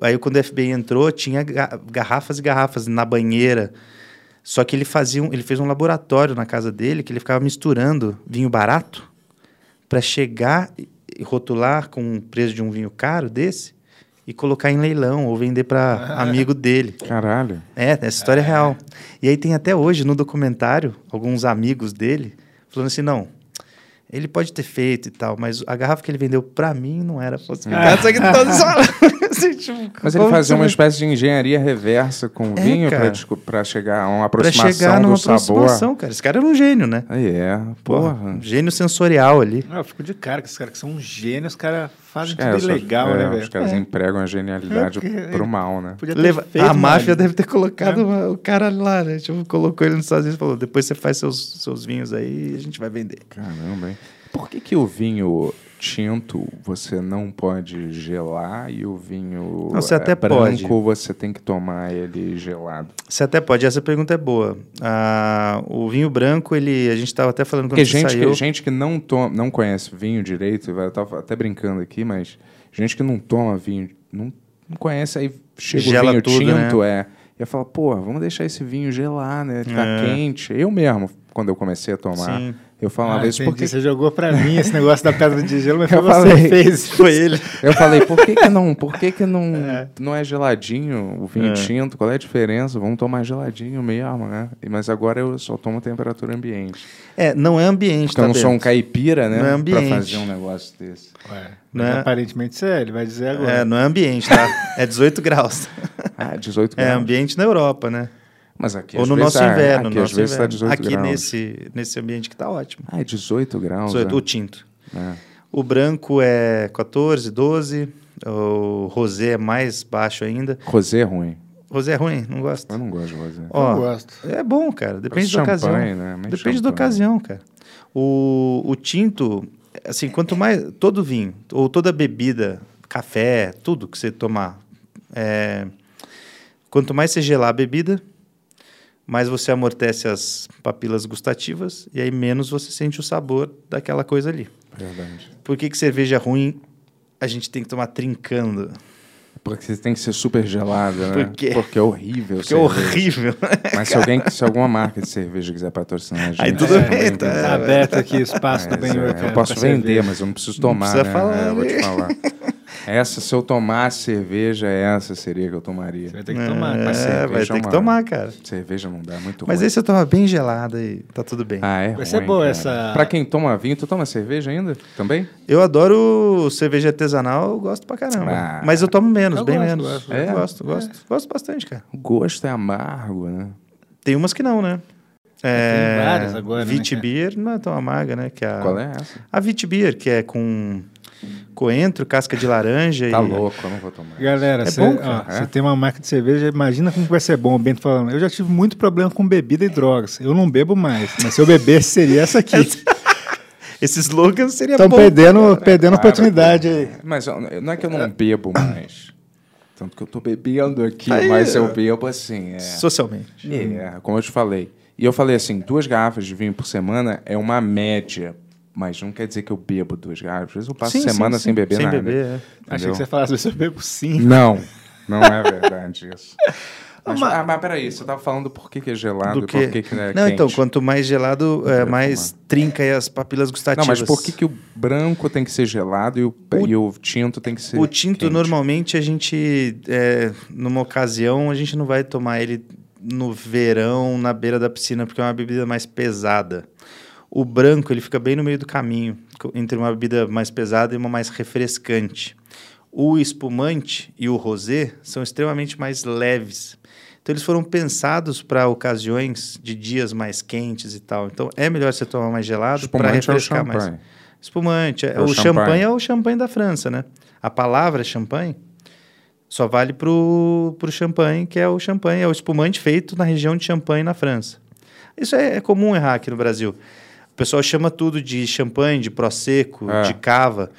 Speaker 6: Aí quando o FBI entrou, tinha ga- garrafas e garrafas na banheira. Só que ele fazia um- ele fez um laboratório na casa dele que ele ficava misturando vinho barato para chegar e e rotular com o preço de um vinho caro desse e colocar em leilão ou vender para amigo dele.
Speaker 3: Caralho.
Speaker 6: É, essa história é real. E aí tem até hoje no documentário alguns amigos dele falando assim: não, ele pode ter feito e tal, mas a garrafa que ele vendeu pra mim não era
Speaker 4: É.
Speaker 6: falsificada. Só que todos falam. tá assim, tipo,
Speaker 3: Mas ele
Speaker 6: como que você
Speaker 3: fazia uma
Speaker 6: vai-
Speaker 3: espécie de engenharia reversa com o
Speaker 6: É,
Speaker 3: vinho
Speaker 6: cara.
Speaker 3: pra, desco- pra chegar a uma
Speaker 6: Pra
Speaker 3: aproximação
Speaker 6: chegar numa
Speaker 3: do sabor.
Speaker 6: aproximação, cara. Esse cara era um gênio, né?
Speaker 3: Aí é,
Speaker 6: Porra,
Speaker 3: porra.
Speaker 6: um gênio sensorial ali.
Speaker 4: Ah, eu fico de cara com esses caras que são um gênio, os caras fazem
Speaker 3: É,
Speaker 4: tudo
Speaker 3: só-
Speaker 4: ilegal,
Speaker 3: é,
Speaker 4: né,
Speaker 3: Os
Speaker 4: velho?
Speaker 3: caras empregam a genialidade
Speaker 4: É, porque-
Speaker 3: pro mal, né?
Speaker 4: Podia
Speaker 6: Leva- a
Speaker 4: mano. É.
Speaker 6: máfia deve ter colocado uma- o cara lá, né? Tipo, colocou ele nos Estados Unidos e falou: depois você faz seus, seus vinhos aí e a gente vai vender.
Speaker 3: Caramba, hein? Por que, que o vinho tinto você não pode gelar e o vinho
Speaker 6: Não, você
Speaker 3: eh,
Speaker 6: até
Speaker 3: branco
Speaker 6: pode.
Speaker 3: você tem que tomar ele gelado?
Speaker 6: Você até pode, essa pergunta é boa. Ah, o vinho branco, ele, a gente estava até falando quando
Speaker 3: Porque
Speaker 6: você
Speaker 3: gente
Speaker 6: saiu.
Speaker 3: que, gente que não, toma, não conhece vinho direito, eu tava até brincando aqui, mas gente que não toma vinho, não, não conhece, aí chega
Speaker 6: Gela
Speaker 3: o vinho
Speaker 6: tudo,
Speaker 3: tinto, é. E eu falo, pô, vamos deixar esse vinho gelar, né? Ficar quente. Eu mesmo, quando eu comecei a tomar,
Speaker 6: Sim.
Speaker 3: eu falava
Speaker 4: Ah,
Speaker 3: isso
Speaker 4: entendi.
Speaker 3: porque
Speaker 4: Você jogou pra mim esse negócio da pedra de gelo, mas foi
Speaker 3: Eu
Speaker 4: você que
Speaker 3: falei.
Speaker 4: fez. Foi ele.
Speaker 3: Eu falei, por que, que não, por que que não, não é geladinho o vinho tinto? Qual é a diferença? Vamos tomar geladinho mesmo, né? E- Mas agora eu só tomo temperatura ambiente.
Speaker 6: É, não é ambiente,
Speaker 3: Porque
Speaker 6: tá
Speaker 3: eu não sou um
Speaker 6: bem?
Speaker 3: caipira, né?
Speaker 6: Não é ambiente.
Speaker 3: Pra fazer um negócio desse.
Speaker 4: Ué,
Speaker 6: Né?
Speaker 4: É, mas aparentemente você é, ele vai dizer agora.
Speaker 6: É, não é ambiente, tá? É 18 graus.
Speaker 3: Ah, 18
Speaker 6: É
Speaker 3: graus.
Speaker 6: ambiente na Europa, né?
Speaker 3: Mas aqui
Speaker 6: Ou
Speaker 3: às
Speaker 6: no
Speaker 3: vezes,
Speaker 6: nosso
Speaker 3: ah,
Speaker 6: inverno.
Speaker 3: Aqui
Speaker 6: nosso
Speaker 3: às vezes tá
Speaker 6: inverno.
Speaker 3: 18
Speaker 6: Aqui
Speaker 3: graus.
Speaker 6: Nesse, nesse ambiente que tá ótimo.
Speaker 3: Ah, é 18 graus. é.
Speaker 6: 18, o tinto.
Speaker 3: É.
Speaker 6: O branco é 14, 12. O rosé é mais baixo ainda.
Speaker 3: Rosé é ruim.
Speaker 6: Rosé é ruim, não gosto.
Speaker 3: Eu não gosto de rosé.
Speaker 6: Ó,
Speaker 4: Eu gosto.
Speaker 6: É bom, cara. Depende da
Speaker 3: champanhe,
Speaker 6: ocasião.
Speaker 3: né? Mas
Speaker 6: Depende da
Speaker 3: champanhe.
Speaker 6: ocasião, cara. O, o tinto, assim, quanto mais. Todo vinho, ou toda bebida, café, tudo que você tomar. é, quanto mais você gelar a bebida, mais você amortece as papilas gustativas e aí menos você sente o sabor daquela coisa ali.
Speaker 3: Verdade.
Speaker 6: Por que, que cerveja ruim a gente tem que tomar trincando?
Speaker 3: Porque você tem que ser super gelada, né?
Speaker 6: Por quê?
Speaker 3: Porque é horrível.
Speaker 6: Porque é
Speaker 3: cerveja.
Speaker 6: horrível.
Speaker 3: Mas se, alguém, se alguma marca de cerveja quiser patrocinar a gente...
Speaker 6: Aí tudo
Speaker 3: também
Speaker 6: bem, tá?
Speaker 3: vende.
Speaker 4: Tá aberto aqui o espaço do
Speaker 3: Mas,
Speaker 4: Tá bem
Speaker 3: é, eu posso vender, mas eu não preciso tomar,
Speaker 6: precisa
Speaker 3: né?
Speaker 6: falar,
Speaker 3: É, eu vou
Speaker 6: né?
Speaker 3: te falar. Essa, se eu tomasse cerveja, essa seria que eu tomaria.
Speaker 4: Você vai ter que tomar. cara.
Speaker 3: Mas
Speaker 6: é, vai
Speaker 3: cerveja
Speaker 6: ter que
Speaker 3: uma-
Speaker 6: tomar, cara.
Speaker 3: Cerveja não dá, é muito
Speaker 6: Mas
Speaker 3: ruim.
Speaker 6: aí você toma bem gelada e tá tudo bem.
Speaker 3: Ah, é
Speaker 4: Vai
Speaker 3: ruim,
Speaker 4: ser boa
Speaker 3: cara.
Speaker 4: essa-
Speaker 3: Pra quem toma vinho, tu toma cerveja ainda? Também?
Speaker 6: Eu adoro cerveja artesanal, eu gosto pra caramba.
Speaker 3: Ah.
Speaker 6: Mas eu tomo menos,
Speaker 4: Eu
Speaker 6: bem
Speaker 4: gosto,
Speaker 6: menos.
Speaker 4: gosto.
Speaker 3: É?
Speaker 6: Gosto, gosto. Gosto bastante, cara.
Speaker 3: O gosto é amargo, né?
Speaker 6: Tem umas que não, né? É,
Speaker 4: tem várias agora, né,
Speaker 6: Vitbeer não é tão amarga, né? Que a,
Speaker 3: Qual é essa?
Speaker 6: A Vitbeer, que é com coentro, casca de laranja
Speaker 3: Tá
Speaker 6: e...
Speaker 3: louco, eu não vou tomar.
Speaker 4: Galera,
Speaker 6: É
Speaker 4: você
Speaker 6: bom,
Speaker 4: ó,
Speaker 3: cara,
Speaker 4: você
Speaker 3: é?
Speaker 4: tem uma marca de cerveja, imagina como que vai ser bom. O Bento falando, eu já tive muito problema com bebida e drogas. Eu não bebo mais, mas se eu bebesse seria essa aqui.
Speaker 6: Esse slogan seria
Speaker 4: Estão
Speaker 6: é bom.
Speaker 4: perdendo, perdendo
Speaker 3: Para,
Speaker 4: oportunidade aí.
Speaker 3: Mas ó, não é que eu não bebo mais. Tanto que eu tô bebendo aqui, mas eu bebo assim. É.
Speaker 6: Socialmente.
Speaker 3: É, como eu te falei. E eu falei assim, duas garrafas de vinho por semana é uma média. Mas não quer dizer que eu bebo duas garrafas. Às vezes eu passo
Speaker 6: Sim, sim,
Speaker 3: semana
Speaker 6: sim.
Speaker 3: sem beber
Speaker 6: Sem
Speaker 3: nada.
Speaker 6: beber, é.
Speaker 4: Achei
Speaker 3: Entendeu?
Speaker 4: que você falasse, mas eu bebo sim.
Speaker 3: Não, não é verdade isso. Mas, ah, mas peraí, você tava falando por que, que é gelado
Speaker 6: Do
Speaker 3: e
Speaker 6: que...
Speaker 3: por que, que é
Speaker 6: não,
Speaker 3: quente.
Speaker 6: então, quanto mais gelado, é, mais trinca aí as papilas
Speaker 3: Não,
Speaker 6: gustativas.
Speaker 3: mas por que, que o branco tem que ser gelado e o, e o tinto tem que ser
Speaker 6: O tinto,
Speaker 3: quente?
Speaker 6: normalmente, a gente, é, numa ocasião, a gente não vai tomar ele no verão, na beira da piscina, porque é uma bebida mais pesada. O branco, ele fica bem no meio do caminho, co- entre uma bebida mais pesada e uma mais refrescante. O espumante e o rosé são extremamente mais leves. Então, eles foram pensados para ocasiões de dias mais quentes e tal. Então, é melhor você tomar mais gelado para
Speaker 3: Espumante é o
Speaker 6: refrescar mais.
Speaker 3: champanhe.
Speaker 6: Espumante.
Speaker 3: É
Speaker 6: o
Speaker 3: o
Speaker 6: champanhe.
Speaker 3: champanhe.
Speaker 6: é o champanhe da França, né? A palavra champanhe só vale pro, pro champanhe, que é o champanhe, é o espumante feito na região de champanhe na França. Isso é, é comum errar aqui no Brasil. O pessoal chama tudo de champanhe, de prosecco,
Speaker 3: É.
Speaker 6: de cava.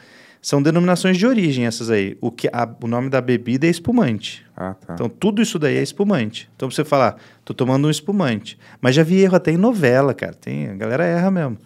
Speaker 6: São denominações de origem essas aí. O, que a- o nome da bebida é espumante.
Speaker 3: Ah, tá.
Speaker 6: Então, tudo isso daí é espumante. Então, pra você falar, tô tomando um espumante. Mas já vi erro até em novela, cara. Tem, a galera erra mesmo.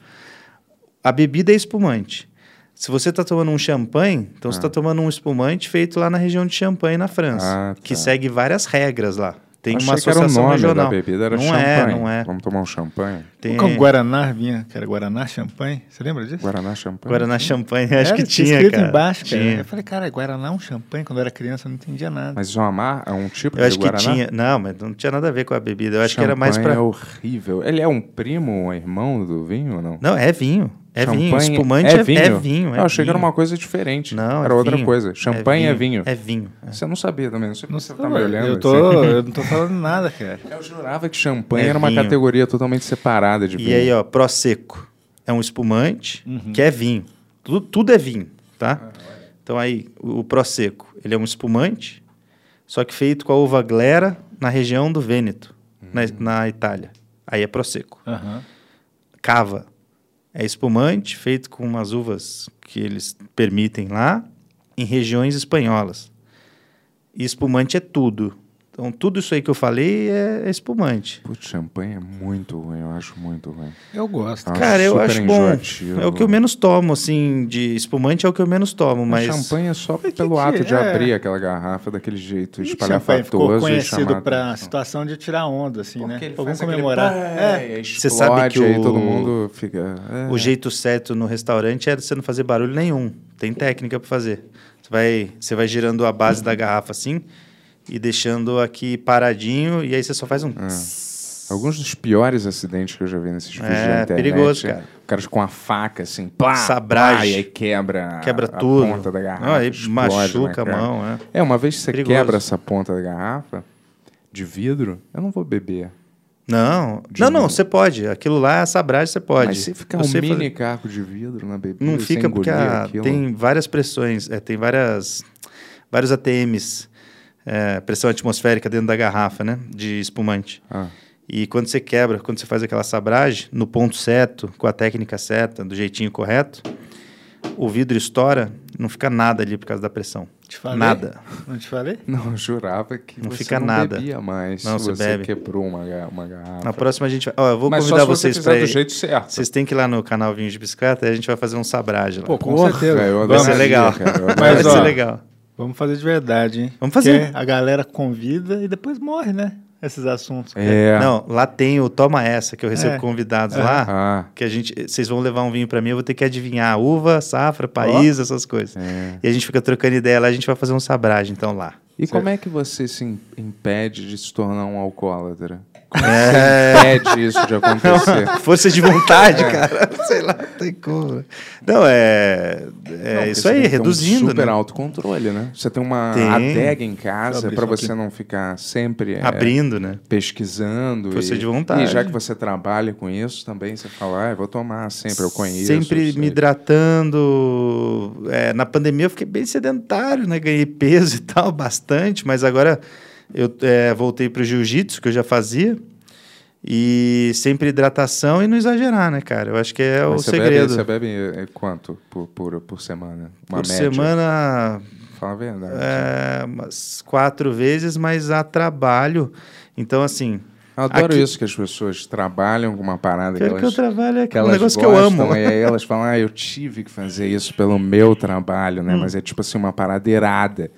Speaker 6: A bebida é espumante. Se você tá tomando um champanhe, então você tá tomando um espumante feito lá na região de Champanhe, na França.
Speaker 3: Ah, tá.
Speaker 6: Que segue várias regras lá. Tem
Speaker 3: Achei
Speaker 6: uma
Speaker 3: que era
Speaker 6: associação
Speaker 3: o nome
Speaker 6: regional.
Speaker 3: da bebida, era
Speaker 6: não
Speaker 3: champanhe.
Speaker 6: é, não é.
Speaker 3: Vamos tomar um champanhe?
Speaker 6: Tem
Speaker 4: Com é Guaraná vinha, cara, Guaraná, champanhe. Você lembra disso?
Speaker 3: Guaraná champanhe?
Speaker 6: Guaraná Champanhe, acho
Speaker 4: Era,
Speaker 6: que tinha,
Speaker 4: escrito
Speaker 6: cara.
Speaker 4: embaixo, cara.
Speaker 6: Tinha.
Speaker 4: Eu falei, cara, Guaraná é um champanhe? Quando eu era criança eu não entendia nada.
Speaker 3: Mas isso é uma mar- é um tipo
Speaker 6: Eu
Speaker 3: de
Speaker 6: acho que
Speaker 3: Guaraná?
Speaker 6: tinha. Não, mas não tinha nada a ver com a bebida. Eu acho que era mais
Speaker 3: Champanhe
Speaker 6: pra...
Speaker 3: é horrível. Ele é um primo, um irmão do vinho ou não?
Speaker 6: Não, é vinho. É vinho.
Speaker 3: Champanhe
Speaker 6: Espumante é, é vinho. É vinho
Speaker 3: eu achei que era uma coisa diferente.
Speaker 6: Não,
Speaker 3: era
Speaker 6: é
Speaker 3: outra
Speaker 6: vinho.
Speaker 3: coisa. Champanhe é vinho.
Speaker 6: É vinho. é.
Speaker 3: Você não sabia também, não sei
Speaker 4: Não
Speaker 3: porque você
Speaker 4: sei,
Speaker 3: tá me olhando.
Speaker 4: eu, tô,
Speaker 3: assim.
Speaker 4: eu não tô falando nada, cara.
Speaker 3: Eu jurava que champanhe
Speaker 6: É
Speaker 3: era uma
Speaker 6: vinho.
Speaker 3: categoria totalmente separada de vinho. Uhum.
Speaker 6: E aí, ó, Prosecco. É um espumante que é vinho. Tudo, tudo é vinho, tá?
Speaker 3: Ah,
Speaker 6: Então aí, o o Prosecco, ele é um espumante, só que feito com a uva glera na região do Vêneto,
Speaker 3: Hum.
Speaker 6: na, na Itália. Aí é Prosecco.
Speaker 4: Aham.
Speaker 6: Cava. É espumante feito com umas uvas que eles permitem lá em regiões espanholas. E espumante é tudo. Então, tudo isso aí que eu falei é é espumante.
Speaker 3: Putz, champanhe é muito ruim, eu acho muito ruim.
Speaker 4: Eu gosto.
Speaker 3: Ah,
Speaker 6: Cara, eu
Speaker 3: super
Speaker 6: acho bom.
Speaker 3: enjoativo.
Speaker 6: É o que eu menos tomo, assim, de espumante é o que eu menos tomo,
Speaker 3: Mas
Speaker 6: mas.
Speaker 3: champanhe é só
Speaker 4: que
Speaker 3: pelo
Speaker 4: que
Speaker 3: ato de
Speaker 4: é?
Speaker 3: abrir aquela garrafa daquele jeito
Speaker 4: E champanhe ficou
Speaker 3: espalhafatoso e
Speaker 4: conhecido
Speaker 3: chamar
Speaker 4: pra
Speaker 3: atenção.
Speaker 4: situação de tirar onda, assim, né?
Speaker 3: Porque ele
Speaker 4: Pô, vamos
Speaker 3: faz aquele
Speaker 4: comemorar.
Speaker 3: pá,
Speaker 4: É.
Speaker 3: e
Speaker 6: Você
Speaker 3: explode,
Speaker 6: sabe que
Speaker 3: aí
Speaker 6: o-
Speaker 3: todo mundo fica... é.
Speaker 6: O jeito certo no restaurante é você não fazer barulho nenhum. Tem técnica pra fazer. Você vai, você vai girando a base da garrafa assim e deixando aqui paradinho, e aí você só faz um.
Speaker 3: Ah,
Speaker 6: tss.
Speaker 3: Alguns dos piores acidentes que eu já vi nesses vídeos
Speaker 6: É,
Speaker 3: da internet.
Speaker 6: perigoso, cara.
Speaker 3: Caras com a faca, assim, plá,
Speaker 6: Sabragem.
Speaker 3: plá, e aí quebra, a-
Speaker 6: Quebra
Speaker 3: a
Speaker 6: tudo.
Speaker 3: ponta da garrafa.
Speaker 6: Não, aí
Speaker 3: explode
Speaker 6: machuca a
Speaker 3: na cara.
Speaker 6: mão, é.
Speaker 3: É, uma vez que você
Speaker 6: Perigoso.
Speaker 3: quebra essa ponta da garrafa de vidro, eu não vou beber.
Speaker 6: Não, não, não, você pode. Aquilo lá, essa bragem, você pode.
Speaker 3: Mas se ficar
Speaker 6: Você
Speaker 3: um
Speaker 6: faz-
Speaker 3: mini caco de vidro na bebida,
Speaker 6: Não
Speaker 3: você
Speaker 6: fica porque ah,
Speaker 3: engolir
Speaker 6: a-
Speaker 3: aquilo,
Speaker 6: tem várias pressões, é, tem várias, vários ATMs é, pressão atmosférica dentro da garrafa, né? De espumante.
Speaker 3: Ah.
Speaker 6: E quando você quebra, quando você faz aquela sabragem, no ponto certo, com a técnica certa, do jeitinho correto, o vidro estoura, não fica nada ali por causa da pressão.
Speaker 4: Te falei?
Speaker 6: Nada.
Speaker 4: Não te falei?
Speaker 3: Não, eu jurava que
Speaker 6: Não
Speaker 3: você
Speaker 6: fica
Speaker 3: não
Speaker 6: nada.
Speaker 3: bebia mais.
Speaker 6: Não,
Speaker 3: se
Speaker 6: você
Speaker 3: você
Speaker 6: bebe.
Speaker 3: quebrou uma, ga- uma garrafa.
Speaker 6: Na próxima a gente vai. Ó, eu vou
Speaker 3: Ah, tá. Mas só
Speaker 6: convidar
Speaker 3: se você
Speaker 6: vocês
Speaker 3: fizer
Speaker 6: para
Speaker 3: do jeito certo.
Speaker 6: Vocês têm que ir lá no canal Vinhos de Bicicleta e a gente vai fazer um sabragem lá.
Speaker 3: Pô, com
Speaker 4: Porra,
Speaker 3: certeza.
Speaker 4: velho,
Speaker 3: eu
Speaker 6: vai ser
Speaker 3: adoraria,
Speaker 6: legal.
Speaker 3: cara, eu
Speaker 6: vai
Speaker 4: Mas,
Speaker 3: adoraria.
Speaker 6: ser
Speaker 4: ó,
Speaker 6: legal.
Speaker 4: Vamos fazer de verdade, hein?
Speaker 6: Vamos fazer.
Speaker 4: Porque a galera convida e depois morre, né? Esses assuntos.
Speaker 3: É.
Speaker 6: Não, lá tem o Toma Essa, que eu recebo
Speaker 4: É.
Speaker 6: convidados lá.
Speaker 3: Ah,
Speaker 6: Que a gente. Vocês vão levar um vinho pra mim, eu vou ter que adivinhar uva, safra, país, essas coisas.
Speaker 3: é.
Speaker 6: E a gente fica trocando ideia lá, a gente vai fazer um sabragem, então, lá.
Speaker 3: E como é que você se im- impede de se tornar um alcoólatra?
Speaker 6: É.
Speaker 3: Impede isso de acontecer.
Speaker 6: Força de vontade,
Speaker 3: É.
Speaker 6: cara. Sei lá, não tem como. Não, é. É
Speaker 3: Não, porque
Speaker 6: isso
Speaker 3: você tem
Speaker 6: aí,
Speaker 3: que ter
Speaker 6: reduzindo.
Speaker 3: Um super
Speaker 6: né?
Speaker 3: autocontrole, né? Você tem uma
Speaker 6: Tem.
Speaker 3: adega em
Speaker 4: Deixa eu
Speaker 3: casa
Speaker 4: abrir
Speaker 3: pra
Speaker 4: isso
Speaker 3: você não ficar sempre é,
Speaker 6: Abrindo, né?
Speaker 3: pesquisando.
Speaker 6: Força
Speaker 3: e,
Speaker 6: de vontade.
Speaker 3: E já que você trabalha com isso também, você fala, ah, eu vou tomar sempre, eu conheço.
Speaker 6: Sempre
Speaker 3: eu sei.
Speaker 6: me hidratando. É, na pandemia eu fiquei bem sedentário, né? Ganhei peso e tal, bastante, mas agora eu é, voltei pro jiu-jitsu, que eu já fazia. E sempre hidratação e não exagerar, né, cara? Eu acho que é
Speaker 3: Mas
Speaker 6: o
Speaker 3: você
Speaker 6: segredo.
Speaker 3: Bebe, você bebe é, quanto por, por, por semana? Uma
Speaker 6: Por
Speaker 3: média?
Speaker 6: semana,
Speaker 3: Fala a verdade.
Speaker 6: é, umas quatro vezes, mas há trabalho. Então, assim,
Speaker 3: Eu adoro
Speaker 6: aqui-
Speaker 3: isso que as pessoas trabalham com uma parada
Speaker 6: pior
Speaker 3: que
Speaker 6: que eu
Speaker 3: elas
Speaker 6: trabalho é
Speaker 3: que
Speaker 6: um
Speaker 3: elas
Speaker 6: negócio que eu
Speaker 3: gostam,
Speaker 6: amo.
Speaker 3: E aí elas falam, ah, eu tive que fazer isso pelo meu trabalho,
Speaker 6: Hum.
Speaker 3: né? Mas é tipo assim, uma paradeirada.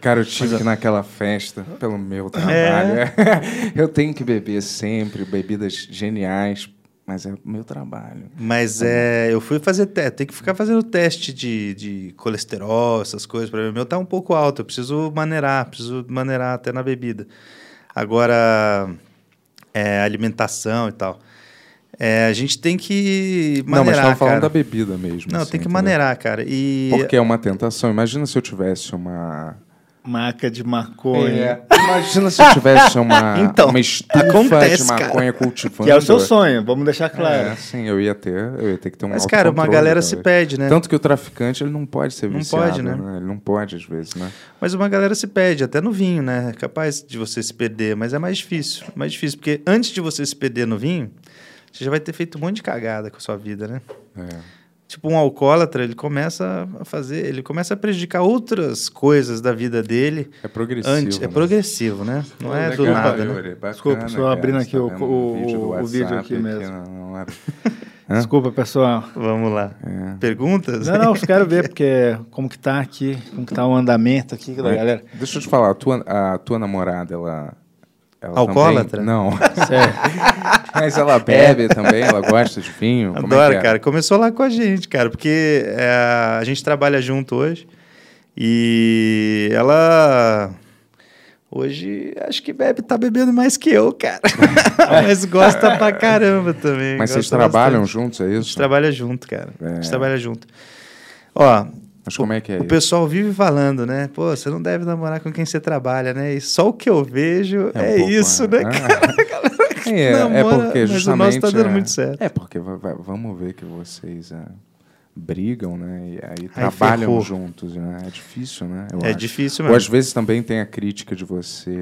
Speaker 3: Cara, eu
Speaker 6: é
Speaker 3: tive que ir naquela festa pelo meu trabalho. eu tenho que beber sempre bebidas geniais, mas é meu trabalho.
Speaker 6: Mas é, eu fui fazer teste, tem que ficar fazendo teste de, de colesterol, essas coisas, para mim. O meu tá um pouco alto, eu preciso maneirar, preciso maneirar até na bebida. Agora, é, alimentação e tal. É, a gente tem que
Speaker 3: não, mas
Speaker 6: maneirar,
Speaker 3: tava falando
Speaker 6: cara.
Speaker 3: da bebida mesmo.
Speaker 6: Não,
Speaker 3: assim,
Speaker 6: tem que
Speaker 3: entendeu?
Speaker 6: maneirar, cara. E
Speaker 3: Porque é uma tentação. Imagina se eu tivesse uma.
Speaker 4: Maca de maconha.
Speaker 3: É. Imagina se eu tivesse uma,
Speaker 6: Então,
Speaker 3: uma estufa
Speaker 6: acontece,
Speaker 3: de
Speaker 6: cara.
Speaker 3: maconha cultivando.
Speaker 4: Que é o seu sonho, vamos deixar
Speaker 3: É,
Speaker 4: claro.
Speaker 3: sim, eu ia ter, eu ia ter que ter um
Speaker 6: mas cara, uma
Speaker 3: autocontrole,
Speaker 6: galera se
Speaker 3: talvez.
Speaker 6: pede, né?
Speaker 3: Tanto que o traficante ele não pode ser
Speaker 6: Não
Speaker 3: viciado,
Speaker 6: pode, né?
Speaker 3: Ele não pode às vezes, né?
Speaker 6: Mas uma galera se perde, até no vinho, né? É capaz de você se perder, mas é mais difícil. É mais difícil, porque antes de você se perder no vinho, você já vai ter feito um monte de cagada com a sua vida, né?
Speaker 3: É.
Speaker 6: Tipo, um alcoólatra, ele começa a fazer, ele começa a prejudicar outras coisas da vida dele.
Speaker 3: É progressivo.
Speaker 6: Antes, é
Speaker 3: né?
Speaker 6: progressivo, né? Não é do
Speaker 3: Legal,
Speaker 6: nada, né?
Speaker 3: Yuri, bacana,
Speaker 4: Desculpa, só
Speaker 3: cara,
Speaker 4: abrindo
Speaker 3: você tá
Speaker 4: aqui o-
Speaker 3: vendo um
Speaker 4: o-
Speaker 3: do
Speaker 4: o vídeo
Speaker 3: WhatsApp
Speaker 4: aqui mesmo.
Speaker 3: na- na hora.
Speaker 4: Desculpa, pessoal.
Speaker 6: Vamos lá. Perguntas?
Speaker 4: Não, não, eu quero ver porque como que tá aqui, como que tá o andamento aqui da
Speaker 3: Mas
Speaker 4: galera.
Speaker 3: Deixa eu te falar, a tua, a tua namorada, ela. ela
Speaker 6: Alcoólatra?
Speaker 3: também- Não.
Speaker 4: Sério.
Speaker 3: Mas ela bebe também, ela gosta de vinho. como é
Speaker 6: Adoro,
Speaker 3: que é?
Speaker 6: cara. Começou lá com a gente, cara, porque é, a gente trabalha junto hoje e ela hoje acho que bebe, tá bebendo mais que eu, cara. Mas gosta pra caramba também.
Speaker 3: Mas vocês
Speaker 6: gosta
Speaker 3: trabalham
Speaker 6: bastante.
Speaker 3: juntos, é
Speaker 6: A gente
Speaker 3: isso?
Speaker 6: trabalha junto, cara. A
Speaker 3: É.
Speaker 6: gente trabalha junto. Ó,
Speaker 3: Mas como é que é
Speaker 6: o
Speaker 3: isso?
Speaker 6: pessoal vive falando, né? Pô, você não deve namorar com quem você trabalha, né? E só o que eu
Speaker 3: um
Speaker 6: vejo é,
Speaker 3: pouco,
Speaker 6: isso, né, cara?
Speaker 3: Ah. É, é
Speaker 6: namora,
Speaker 3: porque
Speaker 6: mas o
Speaker 3: justamente...
Speaker 6: nosso tá dando
Speaker 3: é,
Speaker 6: muito certo.
Speaker 3: É, porque va- va- vamos ver que vocês ah, brigam, né? E aí,
Speaker 6: Aí
Speaker 3: trabalham
Speaker 6: ferrou.
Speaker 3: juntos, né? É difícil, né? Eu
Speaker 6: É
Speaker 3: acho.
Speaker 6: difícil
Speaker 3: Ou às
Speaker 6: mesmo.
Speaker 3: vezes também tem a crítica de você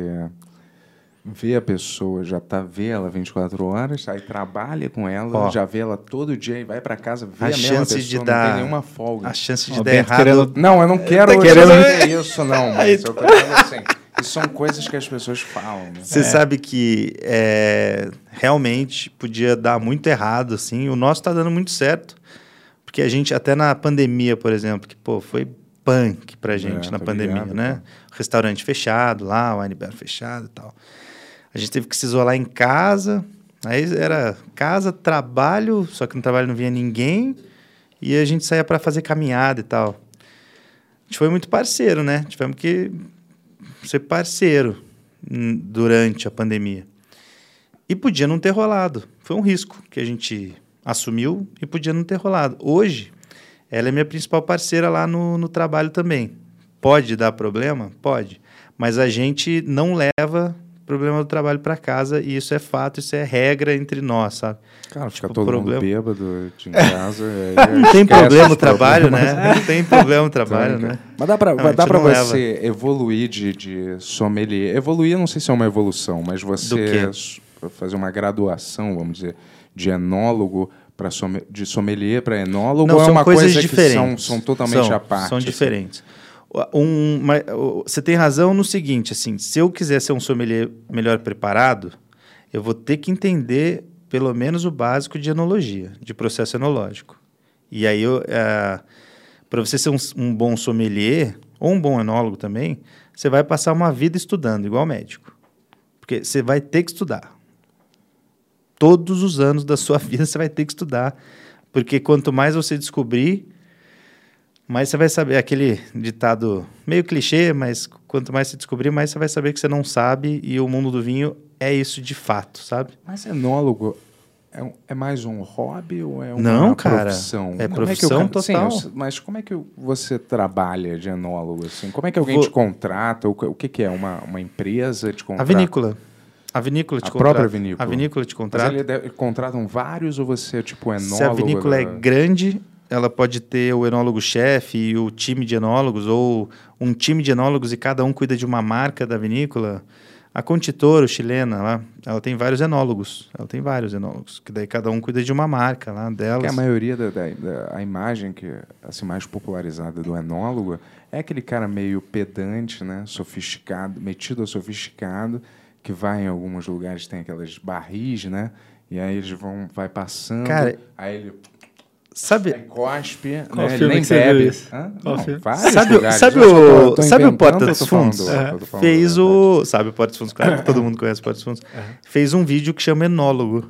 Speaker 3: ver a pessoa, já tá vê ela 24 horas, aí trabalha com ela,
Speaker 6: Ó.
Speaker 3: já vê ela todo dia e vai pra casa, vê
Speaker 6: A
Speaker 3: a, mesma
Speaker 6: chance
Speaker 3: pessoa,
Speaker 6: de
Speaker 3: não
Speaker 6: dar-
Speaker 3: tem nenhuma folga.
Speaker 6: A chance de
Speaker 4: Ó,
Speaker 6: dar
Speaker 4: Bento
Speaker 6: errado
Speaker 4: querendo-
Speaker 3: Não, eu não quero
Speaker 6: Tá querendo-
Speaker 3: dizer isso, não, mas eu tô dizendo assim, que são coisas que as pessoas falam, né?
Speaker 6: Você sabe que é, realmente podia dar muito errado, assim. O nosso tá dando muito certo. Porque a gente, até na pandemia, por exemplo, que, pô, foi punk pra gente
Speaker 3: É,
Speaker 6: na
Speaker 3: tô
Speaker 6: pandemia,
Speaker 3: ligado,
Speaker 6: né? Restaurante fechado lá, o wine bar fechado e tal. A gente teve que se isolar em casa. Aí era casa, trabalho, só que no trabalho não vinha ninguém. E a gente saía pra fazer caminhada e tal. A gente foi muito parceiro, né? Tivemos que ser parceiro hum, durante a pandemia. E podia não ter rolado. Foi um risco que a gente assumiu e podia não ter rolado. Hoje, ela é minha principal parceira lá no, no trabalho também. Pode dar problema? Pode. Mas a gente não leva problema do trabalho para casa, e isso é fato, isso é regra entre nós, sabe?
Speaker 3: Cara, fica
Speaker 6: Tipo,
Speaker 3: todo mundo
Speaker 6: problema-
Speaker 3: bêbado de em casa. é, aí
Speaker 6: Não tem
Speaker 3: esquece
Speaker 6: problema o
Speaker 3: os
Speaker 6: trabalho,
Speaker 3: problemas.
Speaker 6: né? Não tem problema o trabalho,
Speaker 3: Tônica.
Speaker 6: né?
Speaker 3: Mas dá pra,
Speaker 6: Não, a
Speaker 3: vai-
Speaker 6: gente
Speaker 3: dá pra
Speaker 6: não leva.
Speaker 3: você evoluir de, de sommelier. Evoluir, eu não sei se é uma evolução, mas você
Speaker 6: quê?
Speaker 3: s- fazer uma graduação, vamos dizer, de enólogo para de sommelier para enólogo
Speaker 6: Não,
Speaker 3: é
Speaker 6: são
Speaker 3: uma
Speaker 6: coisas
Speaker 3: coisa
Speaker 6: diferentes.
Speaker 3: que são, são totalmente
Speaker 6: São-
Speaker 3: à parte.
Speaker 6: São
Speaker 3: assim.
Speaker 6: diferentes. Um- uma- o- você tem razão no seguinte, assim, se eu quiser ser um sommelier melhor preparado, eu vou ter que entender pelo menos o básico de enologia, de processo enológico. E aí, para você ser um, s- um bom sommelier ou um bom enólogo também, você vai passar uma vida estudando, igual médico. Porque você vai ter que estudar. Todos os anos da sua vida você vai ter que estudar. Porque quanto mais você descobrir, mas você vai saber aquele ditado meio clichê, mas quanto mais você descobrir, mais você vai saber que você não sabe e o mundo do vinho é isso de fato, sabe?
Speaker 3: Mas enólogo é, um- é mais um hobby ou é uma
Speaker 6: Não, cara.
Speaker 3: profissão? Como
Speaker 6: É
Speaker 3: que
Speaker 6: profissão
Speaker 3: o ca- Sim,
Speaker 6: total.
Speaker 3: eu s- mas como é que o- você trabalha de enólogo? Assim? Como é que alguém
Speaker 6: Vou-
Speaker 3: te contrata? O que, o que que é? Uma, uma empresa te
Speaker 6: A
Speaker 3: contrata?
Speaker 6: vinícola. A vinícola te
Speaker 3: A
Speaker 6: contrata.
Speaker 3: própria vinícola.
Speaker 6: A vinícola te
Speaker 3: Mas
Speaker 6: contrata.
Speaker 3: ele deve- contratam vários ou você é tipo enólogo?
Speaker 6: Se a vinícola é
Speaker 3: né?
Speaker 6: grande, ela pode ter o enólogo-chefe e o time de enólogos, ou um time de enólogos e cada um cuida de uma marca da vinícola. A Contitoro chilena lá, ela tem vários enólogos. Ela tem vários enólogos, que daí cada um cuida de uma marca lá
Speaker 3: Porque
Speaker 6: delas.
Speaker 3: a maioria da, da- da- a imagem que assim mais popularizada do enólogo é aquele cara meio pedante, né, sofisticado, metido a sofisticado, que vai em alguns lugares tem aquelas barris, né? E aí eles vão vai passando,
Speaker 6: Cara,
Speaker 3: aí ele
Speaker 6: Sabe,
Speaker 3: aí cospe,
Speaker 4: Qual
Speaker 3: né? Ele
Speaker 4: filme
Speaker 3: nem
Speaker 4: que você viu
Speaker 3: bebe.
Speaker 4: isso?
Speaker 3: Hã?
Speaker 4: Qual
Speaker 3: Não,
Speaker 4: filme?
Speaker 3: vários
Speaker 6: Sabe o-
Speaker 3: lugares.
Speaker 6: sabe
Speaker 3: Eu acho que eu
Speaker 6: o-
Speaker 3: tô- tô
Speaker 6: sabe o
Speaker 3: inventando
Speaker 6: Porta
Speaker 3: ou
Speaker 6: dos
Speaker 3: tô falando
Speaker 6: Fundos?
Speaker 3: do-
Speaker 6: É.
Speaker 3: eu tô falando É.
Speaker 6: fez
Speaker 3: do-
Speaker 6: o. Sabe o Porta dos Fundos? Claro, que todo mundo conhece o Porta dos Fundos. Fez um vídeo que chama Enólogo.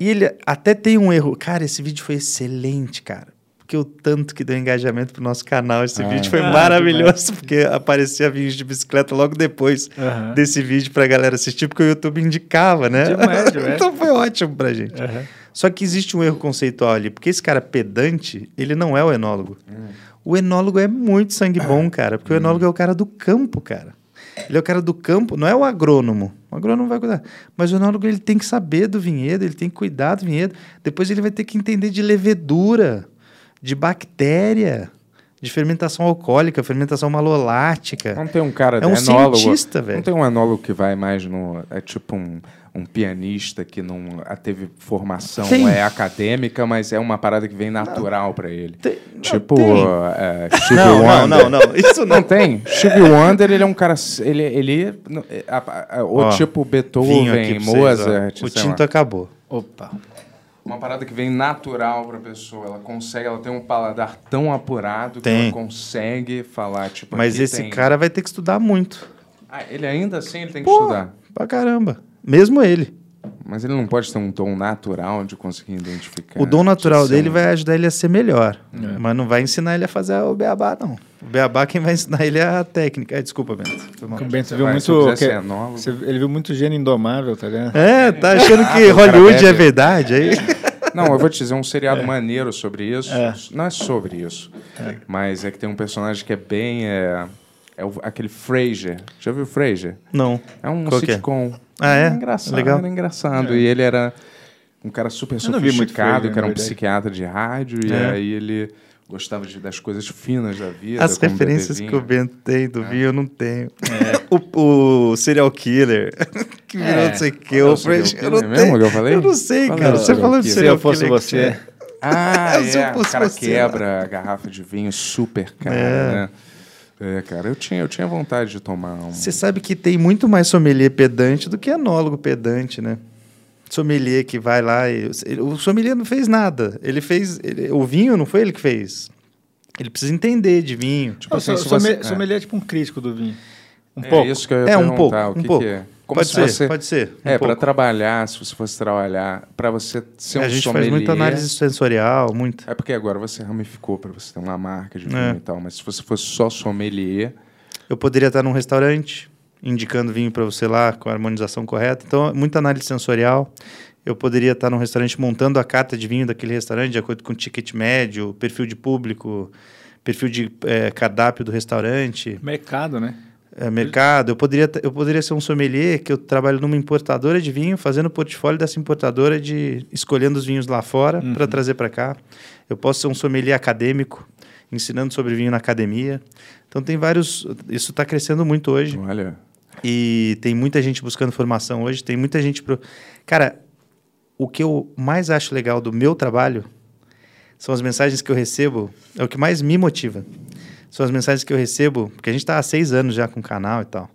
Speaker 6: E ele até tem um erro. Cara, esse vídeo foi excelente, cara. Porque o tanto que deu engajamento pro nosso canal,
Speaker 3: É.
Speaker 6: esse vídeo foi
Speaker 4: Ah,
Speaker 6: maravilhoso, porque aparecia vídeo de bicicleta logo depois
Speaker 4: Aham.
Speaker 6: desse vídeo pra galera assistir, porque o YouTube indicava, né?
Speaker 4: Demais,
Speaker 3: é.
Speaker 4: demais.
Speaker 6: então foi ótimo pra gente.
Speaker 4: Aham.
Speaker 6: Só que existe um erro conceitual ali, porque esse cara pedante, ele não é o enólogo.
Speaker 3: Hum.
Speaker 6: O enólogo é muito sangue bom, cara, porque o
Speaker 3: Uhum.
Speaker 6: enólogo é o cara do campo, cara. Ele é o cara do campo, não é o agrônomo. O agrônomo vai cuidar. Mas o enólogo ele tem que saber do vinhedo, ele tem que cuidar do vinhedo. Depois ele vai ter que entender de levedura, de bactéria, de fermentação alcoólica, fermentação malolática.
Speaker 3: Não tem um cara
Speaker 6: É um
Speaker 3: enólogo.
Speaker 6: cientista, velho.
Speaker 3: Não tem um enólogo que vai mais no. É tipo um, um pianista que não a- teve formação
Speaker 6: Tem.
Speaker 3: é acadêmica, mas é uma parada que vem natural pra ele.
Speaker 6: Tem-
Speaker 3: tipo.
Speaker 6: tem.
Speaker 3: é, Stevie
Speaker 6: Não, não,
Speaker 3: Wonder.
Speaker 6: não, não. Isso não.
Speaker 3: Não tem? Steve Wonder, ele é um cara. Ele. ele não- é, a- a- ou
Speaker 6: Ó,
Speaker 3: tipo
Speaker 6: Vinho aqui
Speaker 3: Beethoven,
Speaker 6: pra vocês, ó.
Speaker 3: Mozart.
Speaker 6: o
Speaker 3: sei
Speaker 6: tinto
Speaker 3: lá.
Speaker 6: acabou.
Speaker 4: Opa.
Speaker 3: Uma parada que vem natural pra pessoa. Ela consegue, ela tem um paladar tão apurado que
Speaker 6: Tem.
Speaker 3: ela consegue falar, tipo.
Speaker 6: Mas
Speaker 3: aqui
Speaker 6: esse
Speaker 3: tem-
Speaker 6: cara vai ter que estudar muito.
Speaker 3: Ah, ele ainda assim ele tem que
Speaker 6: Porra.
Speaker 3: estudar.
Speaker 6: Pra caramba. Mesmo ele.
Speaker 3: Mas ele não pode ter um tom natural de conseguir identificar.
Speaker 6: o dom
Speaker 3: de
Speaker 6: natural
Speaker 3: ser
Speaker 6: dele
Speaker 3: um-
Speaker 6: vai ajudar ele a ser melhor.
Speaker 3: É.
Speaker 6: Mas não vai ensinar ele a fazer o beabá, não. O beabá, quem vai ensinar ele é a técnica. Ai, desculpa, Bento. Foi mal.
Speaker 4: O Bento
Speaker 3: Você
Speaker 4: viu
Speaker 3: vai- se eu
Speaker 4: muito.
Speaker 3: quisesse
Speaker 4: que-
Speaker 3: ser enólogo.
Speaker 4: você- ele viu muito gênio indomável, tá ligado?
Speaker 6: É, tá achando que
Speaker 3: Ah, o cara
Speaker 6: Hollywood é
Speaker 3: bebe.
Speaker 6: verdade aí?
Speaker 3: Não, eu vou te dizer um seriado
Speaker 6: É.
Speaker 3: maneiro sobre isso. Não é sobre isso. Mas é que tem um personagem que é bem. É, é o- aquele Fraser. Já viu o Fraser?
Speaker 6: Não.
Speaker 3: É um
Speaker 6: Qual que é?
Speaker 3: sitcom.
Speaker 6: Ah, é?
Speaker 3: engraçado.
Speaker 6: Legal. É.
Speaker 3: Era engraçado. E ele era um cara super
Speaker 4: Eu não vi muito
Speaker 3: sofisticado,
Speaker 4: Frasier,
Speaker 3: que era um
Speaker 4: na verdade.
Speaker 3: psiquiatra de rádio. E
Speaker 6: É.
Speaker 3: aí ele gostava de- das coisas finas da vida.
Speaker 6: As
Speaker 3: como
Speaker 6: referências
Speaker 3: beber
Speaker 6: que o
Speaker 3: vinho.
Speaker 6: Bento tem
Speaker 3: É.
Speaker 6: do vinho eu não tenho. O, o serial killer, que virou não sei o que.
Speaker 3: Qual É. é
Speaker 6: Eu,
Speaker 3: o serial
Speaker 6: eu não
Speaker 3: killer mesmo
Speaker 6: tenho.
Speaker 3: que eu falei?
Speaker 6: não sei,
Speaker 3: Qual é
Speaker 6: cara.
Speaker 3: o
Speaker 6: Você
Speaker 3: serial
Speaker 6: falou de
Speaker 3: killer?
Speaker 4: Se eu
Speaker 6: serial
Speaker 4: fosse
Speaker 6: killer. que é.
Speaker 4: você.
Speaker 3: Ah,
Speaker 6: Se eu
Speaker 3: é. O
Speaker 6: fosse
Speaker 3: cara
Speaker 6: você, né?
Speaker 3: quebra a garrafa de vinho super cara, né? É, cara, eu tinha, eu tinha vontade de tomar um.
Speaker 6: Você sabe que tem muito mais sommelier pedante do que enólogo pedante, né? Sommelier que vai lá e... O sommelier não fez nada. Ele fez... ele- o vinho não foi ele que fez. Ele precisa entender de vinho.
Speaker 3: Tipo
Speaker 4: Não,
Speaker 3: assim,
Speaker 4: som-
Speaker 3: se você-
Speaker 4: sommelier-
Speaker 3: é.
Speaker 4: sommelier é tipo um crítico do vinho. Um
Speaker 3: É
Speaker 4: pouco.
Speaker 3: isso que eu ia
Speaker 6: É, um
Speaker 3: perguntar,
Speaker 6: pouco,
Speaker 3: o
Speaker 6: um
Speaker 3: que que
Speaker 6: pouco.
Speaker 3: é?
Speaker 6: Pode
Speaker 3: se
Speaker 6: ser,
Speaker 3: você-
Speaker 6: pode ser, um
Speaker 3: é, para
Speaker 6: pouco.
Speaker 3: trabalhar, se você fosse trabalhar, para você ser um
Speaker 6: a gente
Speaker 3: sommelier...
Speaker 6: faz muita análise sensorial, muita.
Speaker 3: É porque agora você ramificou para você ter uma marca de vinho
Speaker 6: É.
Speaker 3: e tal, mas se você fosse só sommelier,
Speaker 6: Eu poderia estar num restaurante indicando vinho para você lá com a harmonização correta. Então, muita análise sensorial. Eu poderia estar num restaurante montando a carta de vinho daquele restaurante de acordo com o ticket médio, perfil de público, perfil de eh, cardápio do restaurante.
Speaker 4: Mercado, né?
Speaker 6: é, mercado. Eu poderia, t- eu poderia ser um sommelier que eu trabalho numa importadora de vinho, fazendo o portfólio dessa importadora de escolhendo os vinhos lá fora para trazer para cá. Eu posso ser um sommelier acadêmico, ensinando sobre vinho na academia. Então tem vários. Isso está crescendo muito hoje.
Speaker 3: Olha.
Speaker 6: E tem muita gente buscando formação hoje, tem muita gente pro. Cara, o que eu mais acho legal do meu trabalho são as mensagens que eu recebo, é o que mais me motiva. São as mensagens que eu recebo, porque a gente está há seis anos já com o canal e tal.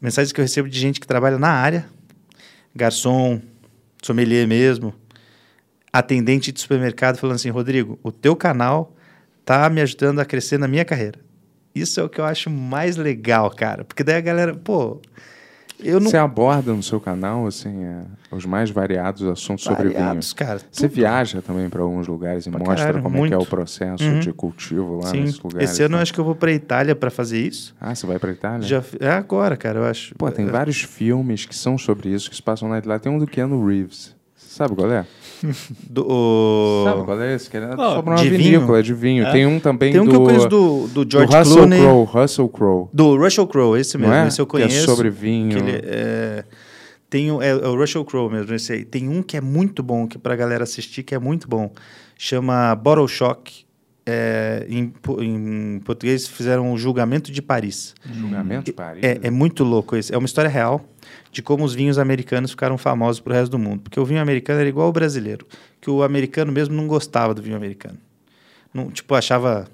Speaker 6: Mensagens que eu recebo de gente que trabalha na área, garçom, sommelier mesmo, atendente de supermercado, falando assim: Rodrigo, o teu canal tá me ajudando a crescer na minha carreira. Isso é o que eu acho mais legal, cara. Porque daí a galera, pô, eu não.
Speaker 3: Você aborda no seu canal, assim, é, os mais variados assuntos sobre vinho.
Speaker 6: Variados, cara.
Speaker 3: Você viaja também para alguns lugares e
Speaker 6: Pra
Speaker 3: mostra
Speaker 6: caralho,
Speaker 3: como é que é
Speaker 6: muito. Uhum.
Speaker 3: o processo de cultivo lá
Speaker 6: Sim.
Speaker 3: nesses lugares.
Speaker 6: Esse ano eu
Speaker 3: né?
Speaker 6: acho que eu vou pra Itália pra fazer isso.
Speaker 3: Ah, você vai para Itália?
Speaker 6: Já f- é agora, cara, eu acho.
Speaker 3: Pô, tem
Speaker 6: É,
Speaker 3: vários filmes que são sobre isso, que se passam na Itália. Tem um do Keanu Reeves. Você sabe qual é?
Speaker 6: do- o-
Speaker 3: Sabe qual é esse? Que é sobre uma
Speaker 6: de vinho?
Speaker 3: vinícola, de vinho. Tem um também
Speaker 6: Tem um
Speaker 3: do...
Speaker 6: que eu conheço do, do George
Speaker 3: do Russell
Speaker 6: Clooney.
Speaker 3: Crowe. Russell Crowe.
Speaker 6: Do Russell Crowe, esse
Speaker 3: Não
Speaker 6: mesmo.
Speaker 3: é?
Speaker 6: Esse eu
Speaker 3: Que é
Speaker 6: conheço.
Speaker 3: sobre vinho.
Speaker 6: que ele é, tem um- é, é o Russell Crowe mesmo, esse aí. Tem um que é muito bom, que pra galera assistir, que é muito bom. Chama Bottle Shock. É, em, po- em português fizeram o Julgamento de Paris.
Speaker 3: Julgamento de Paris.
Speaker 6: É, é muito louco isso. É uma história real de como os vinhos americanos ficaram famosos pro resto do mundo. Porque o vinho americano era igual ao brasileiro. Que o americano mesmo não gostava do vinho americano. Não, tipo, achava...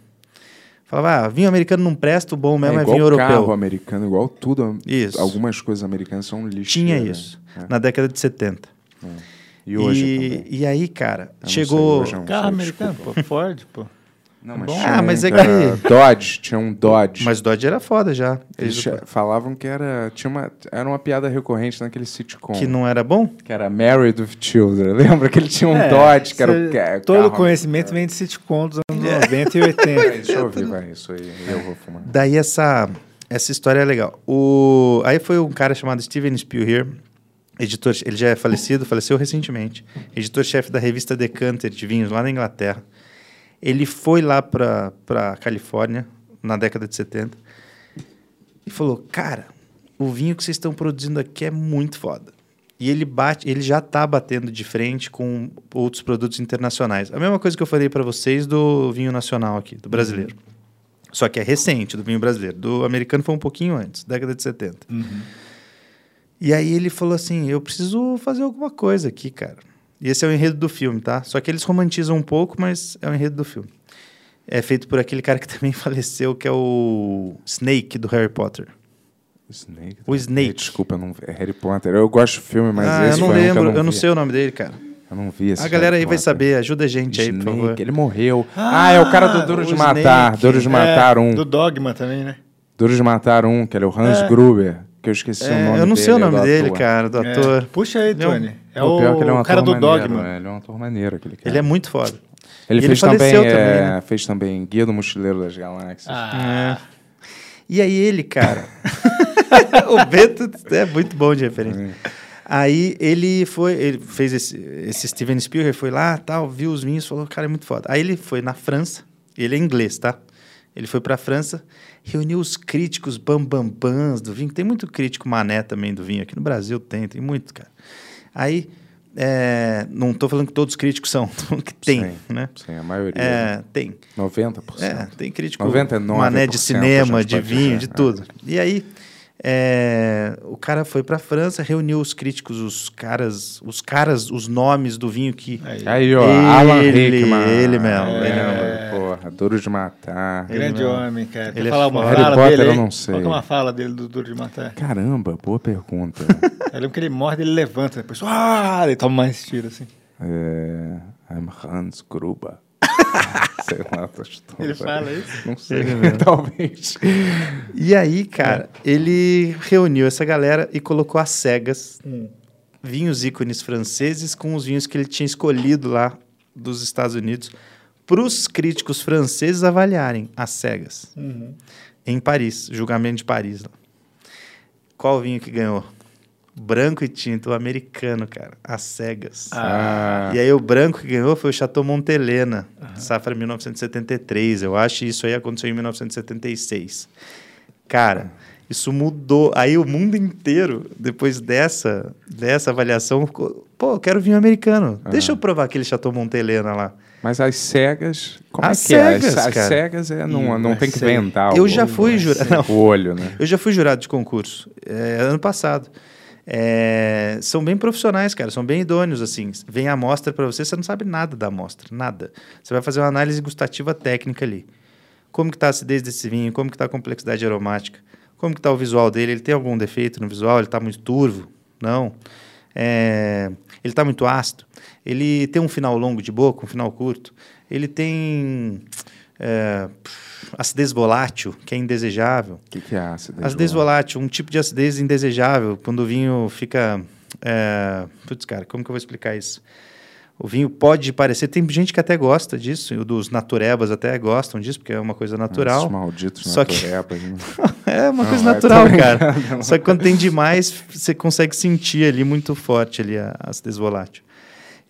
Speaker 6: Falava, ah, vinho americano não presta, o bom
Speaker 3: É
Speaker 6: mesmo é,
Speaker 3: igual
Speaker 6: vinho europeu.
Speaker 3: carro americano, igual tudo.
Speaker 6: Isso.
Speaker 3: Algumas coisas americanas são um lixo. né?
Speaker 6: Tinha isso. Na década de 70.
Speaker 3: É. E hoje
Speaker 6: e,
Speaker 3: também.
Speaker 6: e aí, cara,
Speaker 3: Eu não sei,
Speaker 6: chegou...
Speaker 3: hoje é um-
Speaker 4: Carro
Speaker 3: sei,
Speaker 4: americano, pô, Ford, pô.
Speaker 3: Não, mas
Speaker 4: bom.
Speaker 3: tinha
Speaker 6: Ah,
Speaker 3: um
Speaker 6: mas é
Speaker 3: era Dodge, tinha um Dodge.
Speaker 6: Mas Dodge era foda já.
Speaker 3: Eles
Speaker 6: Eles-
Speaker 3: cha- falavam que era, tinha uma, era uma piada recorrente naquele sitcom.
Speaker 6: Que não era bom?
Speaker 3: Que era Married with Children. Lembra que ele tinha um
Speaker 4: É,
Speaker 3: Dodge, que era
Speaker 4: cê-
Speaker 3: o ca-
Speaker 4: Todo
Speaker 3: carro- É.
Speaker 4: conhecimento vem de sitcom dos anos 90 e 80.
Speaker 3: Peraí, Deixa eu ouvir, vai, isso aí. Eu vou fumar.
Speaker 6: Daí essa, essa história é legal. O, aí foi um cara chamado Steven Spielher, editor, ele já é falecido, faleceu recentemente, editor-chefe da revista Decanter de vinhos lá na Inglaterra. Ele foi lá para Califórnia na década de 70 e falou: "Cara, o vinho que vocês estão produzindo aqui é muito foda". E ele bate, ele já tá batendo de frente com outros produtos internacionais. A mesma coisa que eu falei para vocês do vinho nacional aqui, do brasileiro. Só que é recente do vinho brasileiro. Do americano foi um pouquinho antes, década de 70. E aí ele falou assim: eu preciso fazer alguma coisa aqui, cara. E esse é o enredo do filme, tá? Só que eles romantizam um pouco, mas é o enredo do filme. É feito por aquele cara que também faleceu, que é o Snake do Harry Potter.
Speaker 3: Snake.
Speaker 6: O Snake.
Speaker 3: Desculpa, eu não, é Harry Potter. Eu gosto de filme, mas
Speaker 6: ah, eu
Speaker 3: esse
Speaker 6: não
Speaker 3: foi um que
Speaker 6: lembro,
Speaker 3: eu não, vi.
Speaker 6: sei o nome dele, cara.
Speaker 3: Eu não vi esse um
Speaker 6: a galera
Speaker 3: Harry
Speaker 6: aí vai
Speaker 3: Potter.
Speaker 6: saber, ajuda a gente aí, por
Speaker 3: Snake,
Speaker 6: favor.
Speaker 3: ele morreu. Ah, é o cara do Duro de
Speaker 6: o
Speaker 3: Matar.
Speaker 6: Snake. é,
Speaker 3: Duro de Matar um.
Speaker 4: é, Do Dogma também, né?
Speaker 3: Duro de Matar um, que era o Hans Gruber, que eu esqueci o
Speaker 6: É,
Speaker 3: nome
Speaker 6: eu não sei o
Speaker 3: dele,
Speaker 6: nome
Speaker 3: do
Speaker 6: dele,
Speaker 3: ator.
Speaker 6: cara, do ator.
Speaker 4: É. Puxa aí,
Speaker 6: Não.
Speaker 4: Tony. É
Speaker 3: Pô,
Speaker 4: o,
Speaker 3: pior que ele é um
Speaker 4: cara
Speaker 3: ator
Speaker 4: do
Speaker 3: maneiro,
Speaker 4: Dogma.
Speaker 3: né? Ele é um ator maneiro, aquele cara.
Speaker 6: Ele é muito foda.
Speaker 3: Ele
Speaker 6: ele
Speaker 3: fez também,
Speaker 6: faleceu
Speaker 3: é,
Speaker 6: também, né?
Speaker 3: fez também Guia do Mochileiro das Galáxias.
Speaker 4: Ah,
Speaker 6: E aí ele, cara. o Beto é muito bom de
Speaker 3: É.
Speaker 6: referência. Aí ele foi, ele fez esse, esse Steven Spielberg, foi lá, tal, viu os vinhos, falou, cara, é muito foda. Aí ele foi na França, ele é inglês, tá? Ele foi pra França, reuniu os críticos bambambans do vinho. Tem muito crítico mané também do vinho. Aqui no Brasil tem, tem muito, cara. Aí, é, não tô falando que todos os críticos são, que tem,
Speaker 3: Sim,
Speaker 6: né?
Speaker 3: Sim, a maioria. né?
Speaker 6: É, tem.
Speaker 3: 90%.
Speaker 6: É, tem crítico
Speaker 3: 99%
Speaker 6: mané de
Speaker 3: a
Speaker 6: cinema,
Speaker 3: gente
Speaker 6: de
Speaker 3: pode
Speaker 6: vinho,
Speaker 3: dizer,
Speaker 6: de
Speaker 3: é.
Speaker 6: tudo. E aí, é, o cara foi pra França, reuniu os críticos, os caras, os caras, os nomes do vinho que...
Speaker 4: aí.
Speaker 3: Aí, ó, Alan
Speaker 6: É. Ele-
Speaker 3: Rickman.
Speaker 6: ele mesmo,
Speaker 3: É,
Speaker 6: ele
Speaker 3: Porra, Duro de Matar.
Speaker 4: Grande
Speaker 6: Ele não-
Speaker 4: homem, cara. Quer
Speaker 6: ele é
Speaker 4: falar uma
Speaker 6: foda.
Speaker 4: fala
Speaker 3: Harry Potter,
Speaker 4: dele,
Speaker 3: eu
Speaker 4: hein?
Speaker 3: não sei.
Speaker 4: Qual que é uma fala dele do Duro de Matar?
Speaker 3: Caramba, boa pergunta.
Speaker 4: Eu lembro que ele morde, ele levanta, depois... Ah! Ele toma mais tiro, assim.
Speaker 3: é, I'm Hans Gruber. sei lá, tô chutando.
Speaker 4: Ele fala isso?
Speaker 3: Não sei, talvez.
Speaker 6: E aí, cara, ele reuniu essa galera e colocou às cegas vinhos ícones franceses com os vinhos que ele tinha escolhido lá dos Estados Unidos para os críticos franceses avaliarem às cegas. Em Paris, julgamento de Paris. Lá. Qual o vinho que ganhou? Branco e tinto, o americano, cara, às cegas.
Speaker 3: Ah,
Speaker 6: E aí o branco que ganhou foi o Chateau Montelena, safra 1973, eu acho, e isso aí aconteceu em 1976. Cara, Isso mudou. Aí o mundo inteiro, depois dessa, dessa avaliação, ficou, pô, eu quero vinho americano. Deixa eu provar aquele Chateau Montelena lá.
Speaker 3: Mas as cegas. Como
Speaker 6: é- As
Speaker 3: é que é?
Speaker 6: cegas,
Speaker 3: As, as
Speaker 6: cara.
Speaker 3: cegas é, não,
Speaker 4: Hum,
Speaker 3: não tem
Speaker 4: as
Speaker 3: que
Speaker 4: cegas.
Speaker 3: ventar.
Speaker 6: Eu
Speaker 3: o-
Speaker 6: já fui, jura- não.
Speaker 3: O olho, né?
Speaker 6: Eu já fui jurado de concurso, é, ano passado. É, são bem profissionais, cara, são bem idôneos, assim. Vem a amostra para você, você não sabe nada da amostra, nada. Você vai fazer uma análise gustativa técnica ali. Como que tá a acidez desse vinho, como que tá a complexidade aromática, como que tá o visual dele, ele tem algum defeito no visual, ele tá muito turvo, não. É, ele tá muito ácido, ele tem um final longo de boca, um final curto, ele tem... é, acidez volátil, que é indesejável.
Speaker 3: O que, que é ácido?
Speaker 6: Acidez volátil, um tipo de acidez indesejável, quando o vinho fica. É... Putz, cara, como que eu vou explicar isso? O vinho pode parecer. Tem gente que até gosta disso, e o dos naturebas até gostam disso, porque é uma coisa natural.
Speaker 3: Esses malditos
Speaker 6: Só que-
Speaker 3: naturebas, né?
Speaker 6: É uma coisa
Speaker 3: Não, é, tô
Speaker 6: natural,
Speaker 3: brincando.
Speaker 6: cara. Só que quando tem demais, você consegue sentir ali muito forte ali a a acidez volátil.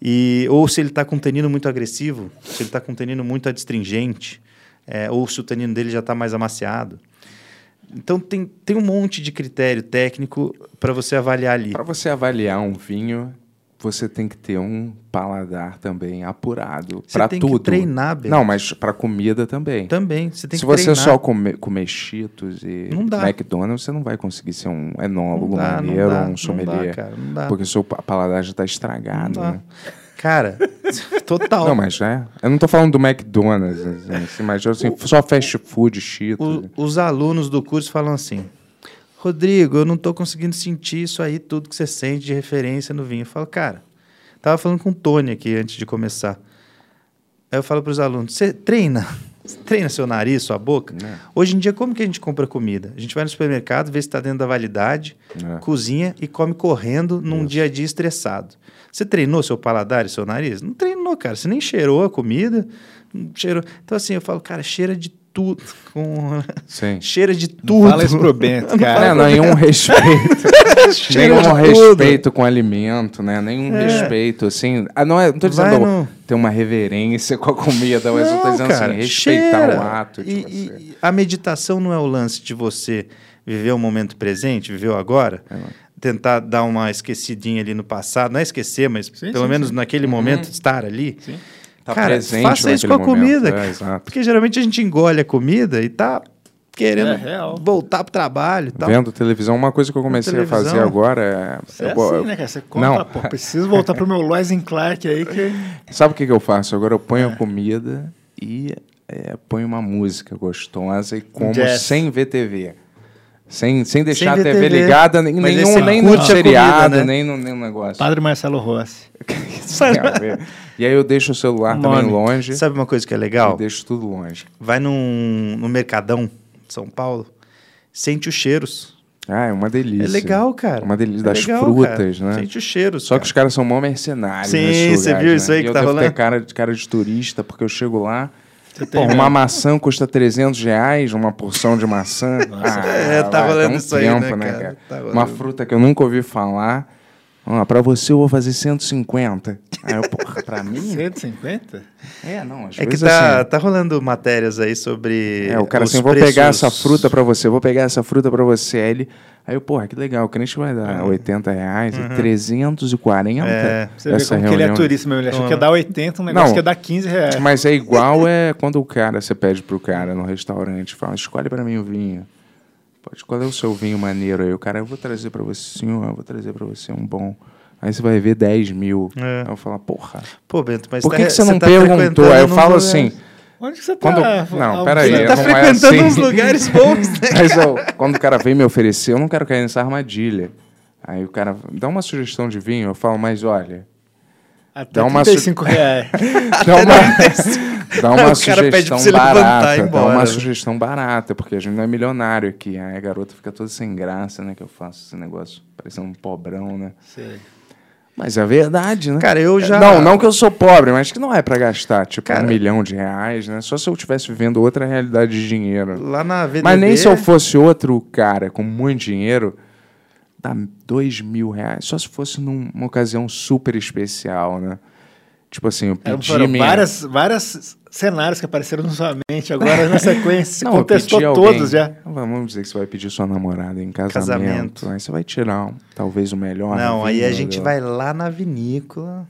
Speaker 6: E, ou se ele está com um tanino muito agressivo, se ele está com um tanino muito adstringente, é, ou se o tanino dele já está mais amaciado. Então tem, tem um monte de critério técnico para você avaliar ali.
Speaker 3: Para você avaliar um vinho, você tem que ter um paladar também apurado
Speaker 6: Você
Speaker 3: para
Speaker 6: tem
Speaker 3: tudo.
Speaker 6: que treinar, Beto.
Speaker 3: Não, mas para comida também.
Speaker 6: Também, você tem
Speaker 3: Se
Speaker 6: que
Speaker 3: você é
Speaker 6: treinar.
Speaker 3: só comer, comer Cheetos e
Speaker 6: Não dá.
Speaker 3: McDonald's, você não vai conseguir ser um enólogo
Speaker 6: Não dá, não
Speaker 3: maneiro,
Speaker 6: dá, não
Speaker 3: um sommelier.
Speaker 6: dá, cara, não dá.
Speaker 3: Porque o seu pa- paladar já está
Speaker 6: Não
Speaker 3: estragado,
Speaker 6: dá.
Speaker 3: né?
Speaker 6: Ah. Cara, total.
Speaker 3: Não, mas é. Eu não tô falando do McDonald's, assim, assim, mas assim, só fast food, Cheetos.
Speaker 6: O- os alunos do curso falam assim: Rodrigo, eu não estou conseguindo sentir isso aí, tudo que você sente de referência no vinho. Eu falo, cara, tava falando com o Tony aqui antes de começar. Aí eu falo para os alunos: você treina? Cê treina seu nariz, sua boca? Hoje em dia, como que a gente compra comida? A gente vai no supermercado, vê se está dentro da validade,
Speaker 3: É.
Speaker 6: cozinha e come correndo num dia a dia estressado. Você treinou seu paladar e seu nariz? Não treinou, cara. Você nem cheirou a comida. não Cheirou. Então, assim, eu falo, cara, cheira de tudo. Com...
Speaker 3: Sim.
Speaker 6: Cheira de tudo.
Speaker 4: Não fala isso pro Bento, cara.
Speaker 3: É, nenhum respeito. nenhum
Speaker 6: de tudo. É.
Speaker 3: respeito com alimento, né? Nenhum respeito, assim. Ah, não, é, não tô dizendo
Speaker 6: Vai no-
Speaker 3: ter uma reverência com a comida, mas eu tô
Speaker 6: Não,
Speaker 3: dizendo
Speaker 6: cara,
Speaker 3: assim, respeitar
Speaker 6: cheira.
Speaker 3: o ato de
Speaker 6: E-
Speaker 3: você.
Speaker 6: e- e a meditação não é o lance de você viver o momento presente, viver o agora,
Speaker 3: É,
Speaker 6: tentar dar uma esquecidinha ali no passado, não é esquecer, mas
Speaker 4: Sim,
Speaker 6: pelo
Speaker 4: sim,
Speaker 6: menos naquele momento estar ali.
Speaker 4: Sim.
Speaker 3: Uhum. Tá
Speaker 6: cara,
Speaker 3: presente
Speaker 6: faça isso com a
Speaker 3: naquele momento,
Speaker 6: comida,
Speaker 3: é,
Speaker 6: cara.
Speaker 3: exato.
Speaker 6: porque geralmente a gente engole a comida e tá querendo
Speaker 4: É real.
Speaker 6: voltar pro trabalho e tal.
Speaker 3: Vendo televisão, uma coisa que eu comecei a
Speaker 6: um- televisão.
Speaker 3: fazer agora é.
Speaker 4: Você é
Speaker 3: eu bo-
Speaker 4: assim, né, cara? Você conta,
Speaker 3: Não.
Speaker 4: pô, preciso voltar pro meu Lois Clark aí que...
Speaker 3: Sabe o que, que eu faço? Agora eu ponho
Speaker 6: É.
Speaker 3: a comida e é, ponho uma música gostosa e como
Speaker 4: Jazz.
Speaker 3: sem ver TV. Sem, sem deixar
Speaker 6: ver
Speaker 3: a TV,
Speaker 6: TV.
Speaker 3: ligada, nem,
Speaker 6: Mas aí
Speaker 3: nenhum,
Speaker 6: você
Speaker 3: nem
Speaker 6: curte
Speaker 3: no
Speaker 6: a
Speaker 3: seriado,
Speaker 6: comida, né?
Speaker 3: nem no nenhum negócio.
Speaker 4: Padre Marcelo Rossi.
Speaker 3: Isso tem a ver. e aí eu deixo o celular
Speaker 4: Nome.
Speaker 3: também longe.
Speaker 6: Sabe uma coisa que é
Speaker 3: Eu
Speaker 6: legal?
Speaker 3: deixo tudo longe.
Speaker 6: Vai num, no Mercadão, São Paulo, sente os cheiros.
Speaker 3: Ah, é uma delícia.
Speaker 6: É legal, cara.
Speaker 3: Uma delícia
Speaker 6: É
Speaker 3: das
Speaker 6: legal,
Speaker 3: frutas,
Speaker 6: cara.
Speaker 3: né?
Speaker 6: Sente o cheiro.
Speaker 3: Só que os caras são mó mercenários.
Speaker 6: Sim,
Speaker 3: nesses
Speaker 6: você
Speaker 3: lugares,
Speaker 6: viu
Speaker 3: né?
Speaker 6: isso aí
Speaker 3: E
Speaker 6: que
Speaker 3: eu
Speaker 6: tá
Speaker 3: devo
Speaker 6: rolando?
Speaker 3: Ter cara, de- cara de turista, porque eu chego lá.
Speaker 4: tem
Speaker 3: Pô, uma maçã custa 300 reais, uma porção de maçã. Ah,
Speaker 6: É, tá
Speaker 3: vai,
Speaker 6: rolando
Speaker 3: um
Speaker 6: isso aí, né, cara? Tá rolando.
Speaker 3: uma fruta que eu nunca ouvi falar. Ah, pra você eu vou fazer 150. Aí eu, porra, pra mim?
Speaker 4: 150?
Speaker 3: É, não, às
Speaker 6: É que
Speaker 3: vezes
Speaker 6: tá,
Speaker 3: assim,
Speaker 6: tá rolando matérias aí sobre.
Speaker 3: É, o cara
Speaker 6: os
Speaker 3: assim, vou
Speaker 6: preços-
Speaker 3: pegar essa fruta pra você, vou pegar essa fruta pra você. Aí, ele, aí eu, porra, que legal, o cliente vai dar 80 reais, 340.
Speaker 6: É,
Speaker 4: Você vê como que ele é turista mesmo. Ele achou que ia dar 80, um negócio
Speaker 3: Não.
Speaker 4: que ia dar 15 reais.
Speaker 3: Mas é igual é quando o cara, você pede pro cara no restaurante, fala, escolhe pra mim o vinho. Pode, qual é o seu vinho maneiro aí? O cara, eu vou trazer pra você, senhor, eu vou trazer pra você um bom. Aí você vai ver 10 mil.
Speaker 6: É.
Speaker 3: Aí eu falo, porra,
Speaker 6: Pô, Bento, mas
Speaker 3: por que,
Speaker 6: tá-
Speaker 3: que você não
Speaker 6: tá
Speaker 3: perguntou? Aí eu
Speaker 6: frequentando
Speaker 3: falo
Speaker 6: uns
Speaker 3: assim,
Speaker 6: lugares-
Speaker 4: Onde que você tá?
Speaker 3: quando...
Speaker 4: Ah,
Speaker 3: Não, peraí.
Speaker 4: você
Speaker 6: Você
Speaker 3: eu
Speaker 6: tá
Speaker 3: não é
Speaker 6: frequentando
Speaker 3: assim.
Speaker 6: uns lugares bons, né?
Speaker 3: Mas ó, quando o cara vem me oferecer, eu não quero cair nessa armadilha. Aí o cara dá uma sugestão de vinho, eu falo, mas olha,
Speaker 4: Até
Speaker 3: Dá uma
Speaker 4: 35 reais.
Speaker 3: dá uma, dá uma
Speaker 6: O cara pede pra
Speaker 3: sugestão
Speaker 6: você levantar e ir
Speaker 3: barata, dá
Speaker 6: embora.
Speaker 3: uma sugestão barata, porque a gente não é milionário aqui. Aí a garota fica toda sem graça, né, que eu faço esse negócio parecendo um pobrão, né?
Speaker 4: Sei.
Speaker 3: Mas é verdade, né?
Speaker 6: Cara, eu já-
Speaker 3: Não, não que eu sou pobre, mas que não é pra gastar, tipo,
Speaker 6: Cara-
Speaker 3: um milhão de reais, né? Só se eu estivesse vivendo outra realidade de dinheiro.
Speaker 6: Lá na VDB.
Speaker 3: Mas nem se eu fosse outro cara com muito dinheiro, dá dois mil reais. Só se fosse num- numa ocasião super especial, né? Tipo assim, eu
Speaker 6: É,
Speaker 4: Eram-
Speaker 3: pedi
Speaker 4: é, Foram
Speaker 3: minha-
Speaker 4: várias, várias cenários que apareceram na sua mente agora na sequência. Você
Speaker 3: Não, eu
Speaker 4: contestou
Speaker 3: pedi alguém.
Speaker 4: todos já.
Speaker 3: Vamos dizer que você vai pedir sua namorada em casamento.
Speaker 6: Casamento.
Speaker 3: Aí você vai tirar um- talvez o melhor.
Speaker 6: Não, aí a
Speaker 3: vinho
Speaker 6: gente
Speaker 3: dela.
Speaker 6: vai lá na vinícola.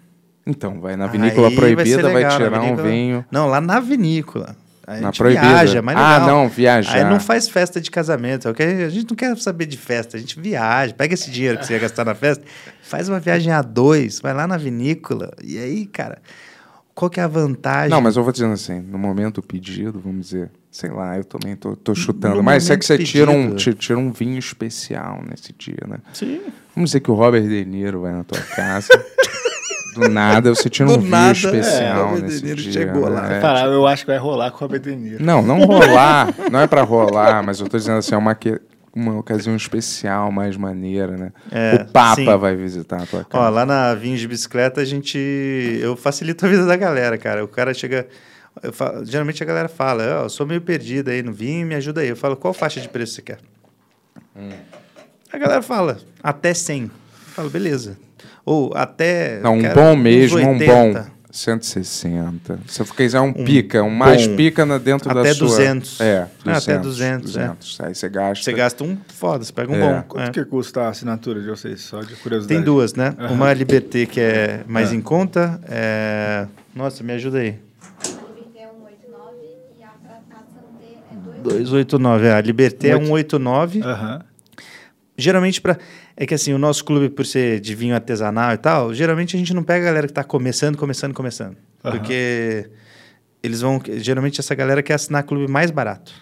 Speaker 3: Então, vai na vinícola
Speaker 6: Aí vai ser
Speaker 3: proibida, vai,
Speaker 6: legal, na
Speaker 3: tirar um
Speaker 6: vinícola-
Speaker 3: vinho.
Speaker 6: Não, lá na vinícola. A
Speaker 3: Na
Speaker 6: gente
Speaker 3: proibida.
Speaker 6: viaja, mas
Speaker 3: ah,
Speaker 6: legal.
Speaker 3: não, viajar.
Speaker 6: Aí não faz festa de casamento. é o que A gente não quer saber de festa. A gente viaja. Pega esse dinheiro que você ia gastar na festa, faz uma viagem a dois, vai lá na vinícola. E aí, cara, qual que é a vantagem?
Speaker 3: Não, mas eu vou dizendo assim, no momento do pedido, vamos dizer, sei lá, eu também tô, tô chutando.
Speaker 6: No
Speaker 3: mas é que
Speaker 6: momento
Speaker 3: você
Speaker 6: do
Speaker 3: tira um,
Speaker 6: pedido.
Speaker 3: ti- tira um vinho especial nesse dia, né?
Speaker 6: Sim.
Speaker 3: Vamos dizer que o Robert De Niro vai na tua casa. do nada, você tira
Speaker 6: Do
Speaker 3: um vinho
Speaker 6: nada, é, o
Speaker 3: especial
Speaker 6: Robert De
Speaker 3: nesse
Speaker 6: Niro
Speaker 3: dia.
Speaker 6: chegou
Speaker 3: né?
Speaker 6: lá.
Speaker 3: É,
Speaker 4: Falaram, eu acho que vai rolar com o Robert De Niro.
Speaker 3: Não, não rolar. não é pra rolar, mas eu tô dizendo assim, é uma, que- uma ocasião especial, mais maneira, né?
Speaker 6: É,
Speaker 3: o Papa
Speaker 6: sim.
Speaker 3: vai visitar a tua
Speaker 6: Ó,
Speaker 3: casa.
Speaker 6: lá na Vinhos de Bicicleta, a gente. Eu facilito a vida da galera, cara. O cara chega. eu fa- Geralmente a galera fala, ó, eu sou meio perdida aí no vinho, me ajuda aí. Eu falo, qual faixa de preço você quer?
Speaker 3: Hum.
Speaker 6: A galera fala, até 100. Eu falo, beleza. Ou até.
Speaker 3: não, um
Speaker 6: cara,
Speaker 3: bom
Speaker 6: uns
Speaker 3: mesmo, um
Speaker 6: 80.
Speaker 3: bom. 160. Se você quiser um, pica, um mais
Speaker 6: bom.
Speaker 3: pica na- dentro da
Speaker 6: Até
Speaker 3: sua...
Speaker 6: 200.
Speaker 3: É,
Speaker 6: Ah,
Speaker 3: 200.
Speaker 6: até 200, é.
Speaker 3: Aí você gasta...
Speaker 6: Você gasta um, foda, você pega
Speaker 3: Tá.
Speaker 6: um
Speaker 3: É.
Speaker 6: bom.
Speaker 4: Quanto
Speaker 6: É.
Speaker 4: que custa a assinatura de vocês? Só de curiosidade.
Speaker 6: Tem duas, né? Uma Liberté que é mais em conta. é- Nossa, me ajuda aí.
Speaker 7: Obter 189 e a Praça Santé é 2.
Speaker 6: 289, é. A Liberté é 189.
Speaker 4: Aham.
Speaker 6: Geralmente para é que assim, o nosso clube por ser de vinho artesanal e tal, geralmente a gente não pega a galera que tá começando, começando, começando,
Speaker 4: Aham.
Speaker 6: porque eles vão, geralmente essa galera quer assinar clube mais barato.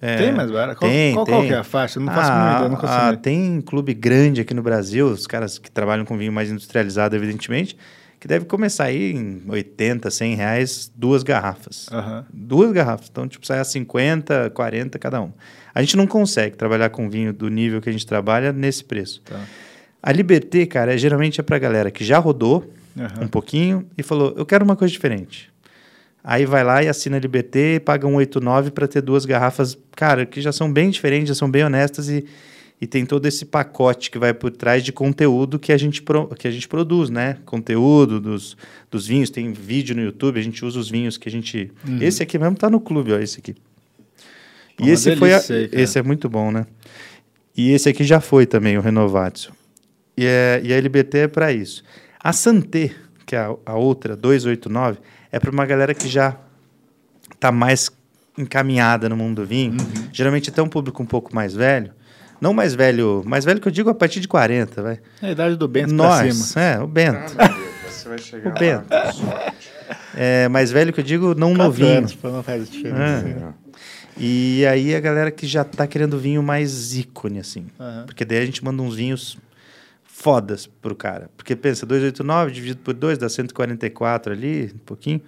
Speaker 6: É,
Speaker 4: Tem mais barato? Qual-
Speaker 6: tem,
Speaker 4: qual-
Speaker 6: tem. Ah,
Speaker 4: qual que é a faixa? Eu não faço a mínima ideia, eu nunca assinei.
Speaker 6: Tem clube grande aqui no Brasil, os caras que trabalham com vinho mais industrializado, evidentemente, que deve começar aí em 80, 100 reais, duas garrafas.
Speaker 4: Aham.
Speaker 6: Duas garrafas. Então, tipo, sai a 50, 40 cada uma. A gente não consegue trabalhar com vinho do nível que a gente trabalha nesse preço.
Speaker 4: Tá.
Speaker 6: A Liberté, cara, é, geralmente é pra galera que já rodou
Speaker 4: Aham.
Speaker 6: um pouquinho e falou, eu quero uma coisa diferente. Aí vai lá e assina a Liberté e paga 1,89 para ter duas garrafas, cara, que já são bem diferentes, já são bem honestas e, e tem todo esse pacote que vai por trás de conteúdo que a gente, pro- que a gente produz, né? Conteúdo dos, dos vinhos, tem vídeo no YouTube, a gente usa os vinhos que a gente... Esse aqui mesmo tá no clube, ó, esse aqui.
Speaker 4: Pô,
Speaker 6: e
Speaker 4: Uhum. uma
Speaker 6: esse foi... a-
Speaker 4: delícia aí, cara.
Speaker 6: esse é muito bom, né? E esse aqui já foi também, o Renovatio. E, é, e a LBT é para isso. A Santé, que é a, a outra, 289, é para uma galera que já está mais encaminhada no mundo do vinho.
Speaker 4: Uhum.
Speaker 6: Geralmente até um público um pouco mais velho. Não mais velho, mais velho que eu digo a partir de 40, vai.
Speaker 4: É a idade do Bento pra cima.
Speaker 6: Nós, é, o Bento.
Speaker 3: Ah, Você vai chegar
Speaker 6: O Bento. É, mais velho que eu digo não
Speaker 4: Quatro
Speaker 6: novinho. É.
Speaker 4: anos, pô, não faz diferença.
Speaker 3: É.
Speaker 6: E aí a galera que já tá querendo vinho mais ícone, assim.
Speaker 4: Aham.
Speaker 6: Porque daí a gente manda uns vinhos fodas pro cara. Porque pensa, 289 dividido por 2 dá 144 ali, um pouquinho.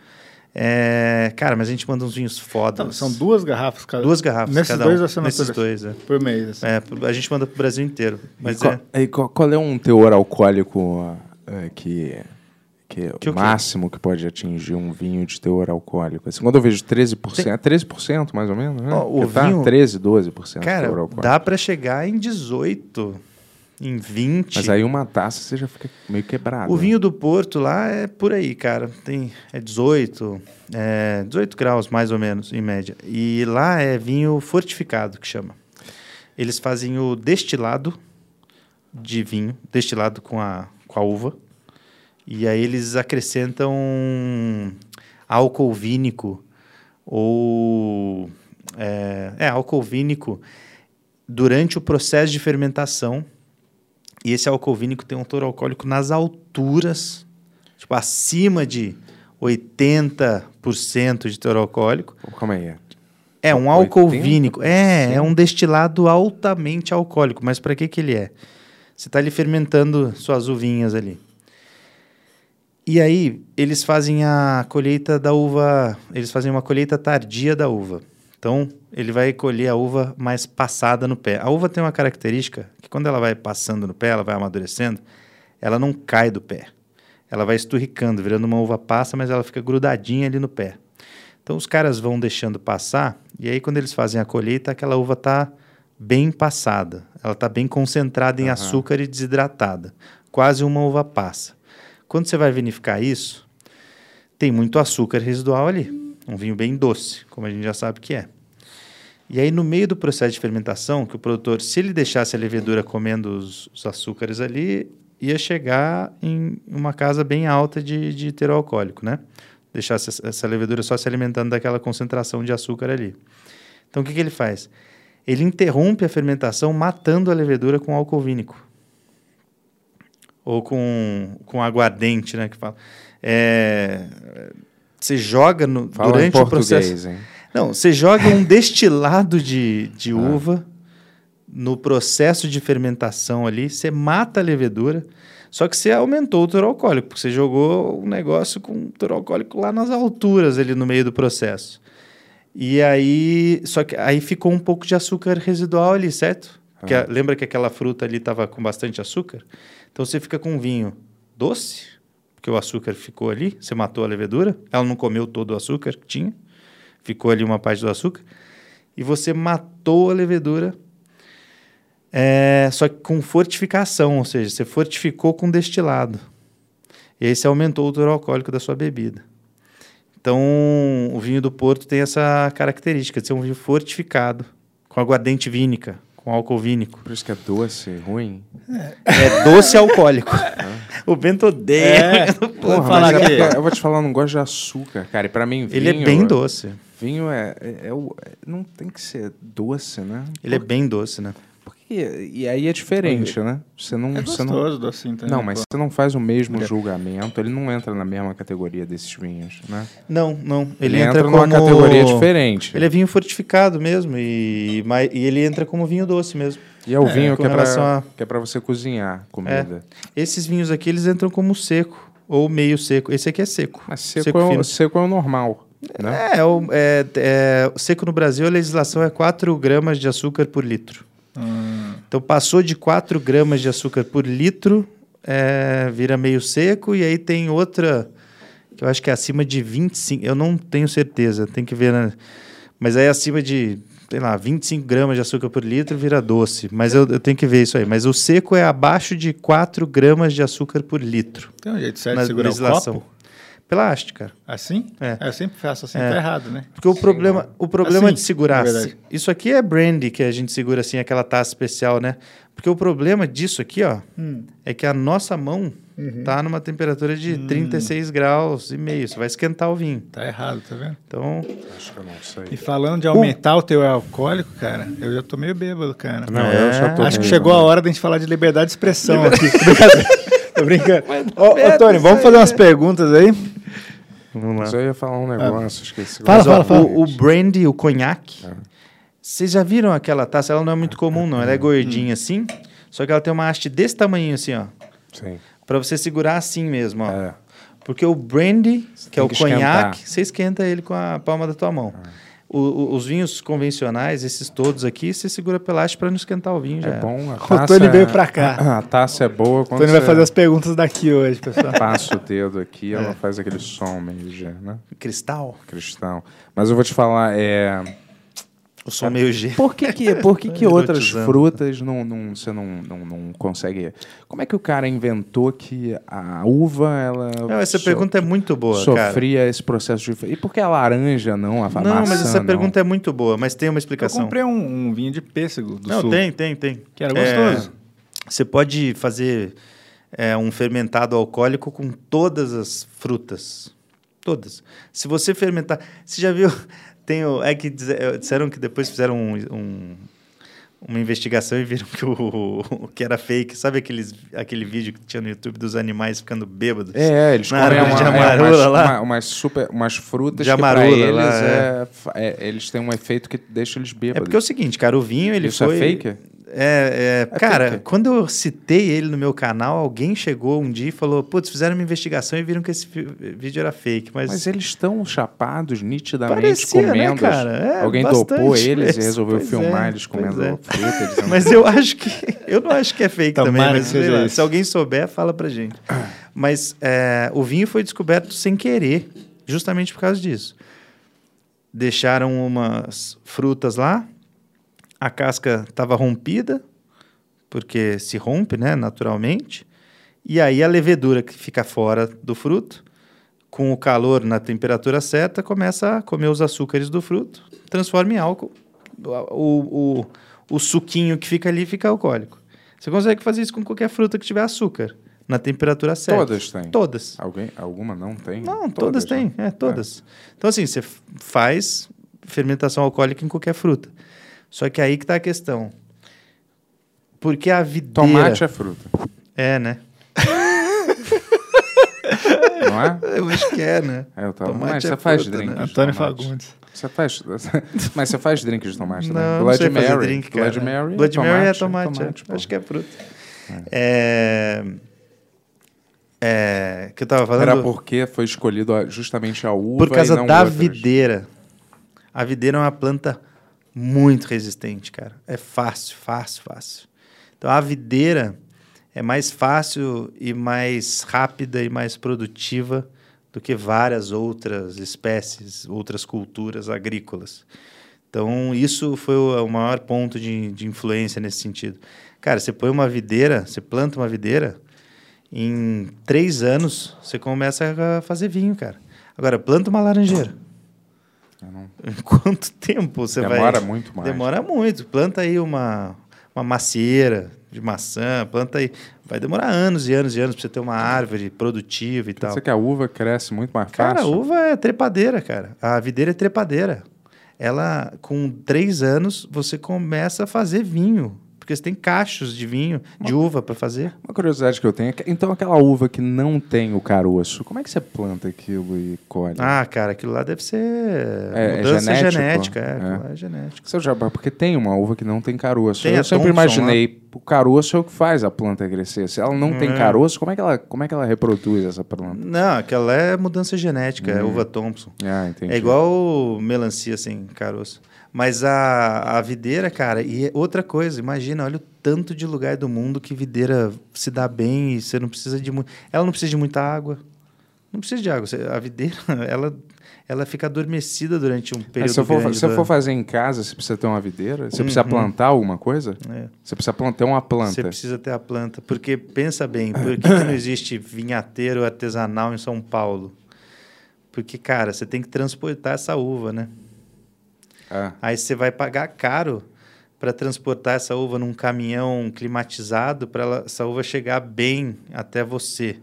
Speaker 6: É, cara, mas a gente manda uns vinhos fodas.
Speaker 4: Então, são duas garrafas cada
Speaker 6: Duas garrafas
Speaker 4: Nesses
Speaker 6: cada
Speaker 4: dois
Speaker 6: um.
Speaker 4: assinaturas.
Speaker 6: Nesses dois, é.
Speaker 4: Por mês. assim.
Speaker 6: É, pro- a gente manda pro Brasil inteiro. Mas
Speaker 3: e qual,
Speaker 6: é,
Speaker 3: e qual, qual é um teor alcoólico ah, que, que é
Speaker 6: Que
Speaker 3: o
Speaker 6: o quê?
Speaker 3: máximo que pode atingir um vinho de teor alcoólico? Assim, quando eu vejo 13%, é 13% mais ou menos, né?
Speaker 6: Ó, o
Speaker 3: Porque tá
Speaker 6: vinho-
Speaker 3: 13, 12% de
Speaker 6: cara,
Speaker 3: teor alcoólico.
Speaker 6: dá pra chegar em 18, em 20.
Speaker 3: Mas aí uma taça você já fica meio quebrado.
Speaker 6: O
Speaker 3: né?
Speaker 6: vinho do Porto lá é por aí, cara. Tem, é 18, é 18 graus, mais ou menos, em média. E lá é vinho fortificado, que chama. Eles fazem o destilado de vinho, destilado com a, com a uva. E aí eles acrescentam álcool vínico ou... É, é, álcool vínico durante o processo de fermentação e esse álcool vínico tem um teor alcoólico nas alturas, tipo acima de 80% de teor alcoólico.
Speaker 3: Pô, Calma aí.
Speaker 6: É um álcool
Speaker 3: 80%?
Speaker 6: vínico. É, é um destilado altamente alcoólico. Mas para que que ele é? Você está ali fermentando suas uvinhas ali. E aí eles fazem a colheita da uva, eles fazem uma colheita tardia da uva. Então ele vai colher a uva mais passada no pé. A uva tem uma característica que quando ela vai passando no pé, ela vai amadurecendo, ela não cai do pé. Ela vai esturricando, virando uma uva passa, mas ela fica grudadinha ali no pé. Então os caras vão deixando passar, e aí quando eles fazem a colheita, aquela uva tá bem passada. Ela tá bem concentrada em açúcar e desidratada. Quase uma uva passa. Quando você vai vinificar isso, tem muito açúcar residual ali. Um vinho bem doce, como a gente já sabe que é. E aí, no meio do processo de fermentação, que o produtor, se ele deixasse a levedura comendo os, os açúcares ali, ia chegar em uma casa bem alta de, de terol alcoólico, né? Deixasse essa- essa levedura só se alimentando daquela concentração de açúcar ali. Então, o que, que ele faz? Ele interrompe a fermentação matando a levedura com álcool vínico. Ou com, com aguardente, né? Que fala. É, você joga no,
Speaker 3: Fala
Speaker 6: durante
Speaker 3: em
Speaker 6: o
Speaker 3: português,
Speaker 6: processo.
Speaker 3: hein?
Speaker 6: Não, você joga um destilado de, de uva no processo de fermentação ali, você mata a levedura, só que você aumentou o teor alcoólico, porque você jogou um negócio com teor alcoólico lá nas alturas ali no meio do processo. E aí, só que aí ficou um pouco de açúcar residual ali, certo? Porque a- lembra que aquela fruta ali estava com bastante açúcar? Então você fica com um vinho doce, porque o açúcar ficou ali, você matou a levedura, ela não comeu todo o açúcar que tinha, ficou ali uma parte do açúcar, e você matou a levedura, é, só que com fortificação, ou seja, você fortificou com destilado. E aí você aumentou o teor alcoólico da sua bebida. Então, o vinho do Porto tem essa característica de ser um vinho fortificado, com aguardente vínica, com álcool vínico.
Speaker 3: Por isso que é doce, ruim.
Speaker 6: É doce alcoólico. o Bento odeia.
Speaker 4: Vou
Speaker 3: Porra,
Speaker 4: falar
Speaker 3: mas é
Speaker 4: que-
Speaker 3: porque eu vou te falar, eu não gosto de açúcar, cara. E pra mim, vinho...
Speaker 6: Ele é bem doce.
Speaker 3: Vinho é, é- é o- é- Não tem que ser doce, né?
Speaker 6: Ele é bem doce, né?
Speaker 3: Porque, e aí é diferente, né? Você não...
Speaker 4: É
Speaker 3: você não...
Speaker 4: gostoso, é docinho também.
Speaker 3: Não, mas você não faz o mesmo julgamento, ele não entra na mesma categoria desses vinhos, né?
Speaker 6: Não, não. Ele,
Speaker 3: Ele entra
Speaker 6: entra,
Speaker 3: numa
Speaker 6: como-
Speaker 3: categoria diferente.
Speaker 6: Ele é vinho fortificado mesmo e, mas- e ele entra como vinho doce mesmo.
Speaker 3: E é o vinho
Speaker 6: com
Speaker 3: que é,
Speaker 6: relação
Speaker 3: pra,
Speaker 6: a- É.
Speaker 3: que é pra você cozinhar comida.
Speaker 6: Esses vinhos aqui eles entram como seco ou meio seco. Esse aqui é seco.
Speaker 3: Mas seco, é, o,
Speaker 6: fino.
Speaker 3: seco é o normal, né?
Speaker 6: É, o- é- é- o seco no Brasil, a legislação é 4 gramas de açúcar por litro.
Speaker 4: Ah.
Speaker 6: Então, passou de 4 gramas de açúcar por litro, é, vira meio seco, e aí tem outra, que eu acho que é acima de 25, eu não tenho certeza, tem que ver, né? Mas aí acima de, sei lá, 25 gramas de açúcar por litro vira doce, mas eu, eu tenho que ver isso aí. Mas o seco é abaixo de 4 gramas de açúcar por litro
Speaker 4: Tem um jeito certo
Speaker 6: na
Speaker 4: de segurar
Speaker 6: legislação.
Speaker 4: o copo?
Speaker 6: Pela haste, cara.
Speaker 4: Assim?
Speaker 6: É.
Speaker 4: Eu sempre faço assim, tá errado, né?
Speaker 6: Porque o problema, o problema é
Speaker 4: Assim,
Speaker 6: de segurar.
Speaker 4: na verdade.
Speaker 6: Isso aqui é brandy que a gente segura assim, aquela taça especial, né? Porque o problema disso aqui, ó,
Speaker 4: Hum.
Speaker 6: é que a nossa mão
Speaker 4: Uhum.
Speaker 6: tá numa temperatura de 36 graus e meio. Isso vai esquentar o vinho.
Speaker 4: Tá errado, tá vendo?
Speaker 6: Então,
Speaker 3: Acho que eu não sei.
Speaker 4: E falando de aumentar o teu alcoólico, cara, eu já tô meio bêbado, cara.
Speaker 3: Não, eu já tô
Speaker 4: Acho que
Speaker 3: meio
Speaker 4: chegou a
Speaker 3: também.
Speaker 4: hora da gente falar de né? liberdade de expressão aqui. tô brincando. Ô, ô, Tony, vamos fazer umas perguntas aí? né?
Speaker 6: vamos lá.
Speaker 3: Mas eu ia falar um negócio, esqueci.
Speaker 4: É. Fala,
Speaker 6: Mas, ó,
Speaker 4: fala, fala.
Speaker 6: O, o brandy, o conhaque, vocês já viram aquela taça? Ela não é muito comum, não. Ela é gordinha assim, só que ela tem uma haste desse tamanho assim, ó.
Speaker 3: Sim.
Speaker 6: Pra você segurar assim mesmo, ó.
Speaker 3: É.
Speaker 6: Porque o brandy, que
Speaker 3: tem
Speaker 6: é o
Speaker 3: que
Speaker 6: conhaque,
Speaker 3: esquentar. É.
Speaker 6: você esquenta ele com a palma da tua mão. O- o- os vinhos convencionais, esses todos aqui, você segura pela haste para não esquentar o vinho já.
Speaker 3: É bom. A
Speaker 4: O Tony
Speaker 3: taça-
Speaker 4: veio pra cá.
Speaker 3: A taça é boa
Speaker 4: O
Speaker 3: quando
Speaker 4: Tony vai
Speaker 3: você
Speaker 4: fazer É. as perguntas daqui hoje, pessoal.
Speaker 3: passa o dedo aqui, ela faz aquele som meio de, né?
Speaker 6: Cristal?
Speaker 3: Cristão. Mas eu vou te falar, é...
Speaker 6: O som meio G.
Speaker 3: Por que que, por que, que
Speaker 6: Tá
Speaker 3: outras
Speaker 6: erotizando.
Speaker 3: frutas não, não, você não, não, não consegue... Como é que o cara inventou que a uva, ela...
Speaker 6: Não, essa
Speaker 3: so-
Speaker 6: pergunta é muito boa, cara.
Speaker 3: Sofria esse processo de... E por que a laranja não, a maçã
Speaker 6: Não, mas essa
Speaker 3: não?
Speaker 6: pergunta é muito boa, mas tem uma
Speaker 4: Eu
Speaker 6: explicação.
Speaker 4: comprei um, um vinho de pêssego do
Speaker 6: Não,
Speaker 4: sul.
Speaker 6: tem, tem, tem.
Speaker 4: Que era
Speaker 6: É,
Speaker 4: gostoso.
Speaker 6: você pode fazer é, um fermentado alcoólico com todas as frutas. Todas. Se você fermentar. Você já viu? Tem o, é que dize- eh, disseram que depois fizeram um, um- uma investigação e viram que, o, o que era fake. Sabe aqueles, aquele vídeo que tinha no YouTube dos animais ficando bêbados?
Speaker 3: É, é, eles
Speaker 6: Na
Speaker 3: comem
Speaker 6: árvore de
Speaker 3: uma- é,
Speaker 6: amarula
Speaker 3: umas,
Speaker 6: lá.
Speaker 3: uma- umas super, umas frutas
Speaker 6: De
Speaker 3: que pra
Speaker 6: amarula
Speaker 3: eles,
Speaker 6: lá,
Speaker 3: é, fa- é, eles têm um efeito que deixa eles
Speaker 6: É
Speaker 3: bêbados.
Speaker 6: porque é o seguinte, cara, o vinho ele
Speaker 3: Isso é
Speaker 6: foi.
Speaker 3: fake?
Speaker 6: É, é,
Speaker 3: É
Speaker 6: cara,
Speaker 3: fake.
Speaker 6: quando eu citei ele no meu canal, alguém chegou um dia e falou: Putz, fizeram uma investigação e viram que esse fi- vídeo era fake. Mas,
Speaker 3: Mas eles estão chapados, nitidamente
Speaker 6: Parecia, né,
Speaker 3: comendo. as-
Speaker 6: cara? É,
Speaker 3: Alguém
Speaker 6: bastante,
Speaker 3: dopou eles e
Speaker 6: mas-
Speaker 3: resolveu
Speaker 6: pois
Speaker 3: filmar
Speaker 6: é,
Speaker 3: eles
Speaker 6: pois
Speaker 3: comendo
Speaker 6: é.
Speaker 3: fruta. eles-
Speaker 6: mas eu acho que. Eu não acho que é fake
Speaker 4: Tomara
Speaker 6: também, mas
Speaker 4: que
Speaker 6: sei
Speaker 4: seja
Speaker 6: lá,
Speaker 4: isso.
Speaker 6: se alguém souber, fala pra gente. Mas é, o vinho foi descoberto sem querer, justamente por causa disso. Deixaram umas frutas lá, a casca estava rompida, porque se rompe, né, naturalmente. E aí a levedura que fica fora do fruto com o calor na temperatura certa, começa a comer os açúcares do fruto, transforma em álcool. O, o, o suquinho que fica ali fica alcoólico. Você consegue fazer isso com qualquer fruta que tiver açúcar, na temperatura certa.
Speaker 3: Todas têm.
Speaker 6: Todas.
Speaker 3: Alguém, alguma não tem?
Speaker 6: Não, todas,
Speaker 3: né?
Speaker 6: têm, é, todas. Então, assim, você f- faz fermentação alcoólica em qualquer fruta. Só que aí que tá a questão. Porque a videira...
Speaker 3: Tomate é fruta,
Speaker 6: É, né?
Speaker 3: não é?
Speaker 6: Eu acho que é, né?
Speaker 3: É, eu tava...
Speaker 6: Tomate
Speaker 3: Mas
Speaker 6: é
Speaker 3: você faz
Speaker 6: fruta,
Speaker 3: drink
Speaker 6: né?
Speaker 3: de
Speaker 4: Antônio
Speaker 3: tomate.
Speaker 4: Fagundes.
Speaker 3: Você faz... Mas você faz drink de tomate também?
Speaker 6: Não, não
Speaker 3: Blood
Speaker 6: sei
Speaker 3: Mary.
Speaker 6: fazer drink, cara.
Speaker 3: Blood Mary,
Speaker 6: Blood
Speaker 3: tomate,
Speaker 6: Mary é tomate. é.
Speaker 3: tomate, pô.
Speaker 6: acho que é fruta. É... É... que eu tava falando?
Speaker 3: Era porque foi escolhido ó, justamente a uva
Speaker 6: Por causa
Speaker 3: e não
Speaker 6: da
Speaker 3: outras.
Speaker 6: videira. A videira é uma planta muito resistente, cara. É fácil, fácil, fácil. Então a videira é mais fácil e mais rápida e mais produtiva do que várias outras espécies, outras culturas agrícolas. Então isso foi o o maior ponto de, de influência nesse sentido. Cara, você põe uma videira, você planta uma videira, em três anos você começa a fazer vinho, cara. Agora, planta uma laranjeira. Em quanto tempo você vai.
Speaker 3: Demora muito mais.
Speaker 6: Demora muito. Planta aí uma, uma macieira de maçã, planta aí. Vai demorar anos e anos e anos pra você ter uma árvore produtiva e tal.
Speaker 3: Você que a uva cresce muito mais
Speaker 6: Cara, a
Speaker 3: fácil?
Speaker 6: uva é trepadeira, cara. A videira é trepadeira. Ela, com três anos, você começa a fazer vinho. Porque você tem cachos de vinho, de uva pra fazer.
Speaker 3: Uma curiosidade que eu tenho é que, então aquela uva que não tem o caroço, como é que você planta aquilo e colhe?
Speaker 6: Ah, cara, aquilo lá deve ser
Speaker 3: É, é
Speaker 6: mudança
Speaker 3: genético?
Speaker 6: genética. É,
Speaker 3: É.
Speaker 6: aquilo lá é genético.
Speaker 3: Seu jabá, porque tem uma uva que não tem caroço.
Speaker 6: Tem
Speaker 3: eu
Speaker 6: a
Speaker 3: sempre
Speaker 6: Thompson
Speaker 3: imaginei, o caroço é o que faz a planta crescer. Se ela não tem caroço, como é que ela, como é que ela reproduz essa planta?
Speaker 6: Não, aquela é mudança genética, é uva Thompson.
Speaker 3: Ah, entendi.
Speaker 6: É igual melancia, assim, caroço. Mas a, a videira, cara, e é outra coisa, imagina, olha o tanto de lugar do mundo que videira se dá bem e você não precisa de muito. Ela não precisa de muita água. Não precisa de água. você- A videira, ela, ela fica adormecida durante um
Speaker 3: Mas
Speaker 6: período.
Speaker 3: se eu for,
Speaker 6: grande
Speaker 3: se eu
Speaker 6: do
Speaker 3: for
Speaker 6: ano.
Speaker 3: fazer em casa, você precisa ter uma videira? Você precisa plantar alguma coisa?
Speaker 6: É.
Speaker 3: Você precisa plantar uma
Speaker 6: Você
Speaker 3: planta.
Speaker 6: precisa ter a planta. Porque, pensa bem, por que, que não existe vinhateiro artesanal em São Paulo? Porque, cara, você tem que transportar essa uva, né?
Speaker 3: Ah,
Speaker 6: Aí você vai pagar caro para transportar essa uva num caminhão climatizado para essa uva chegar bem até você.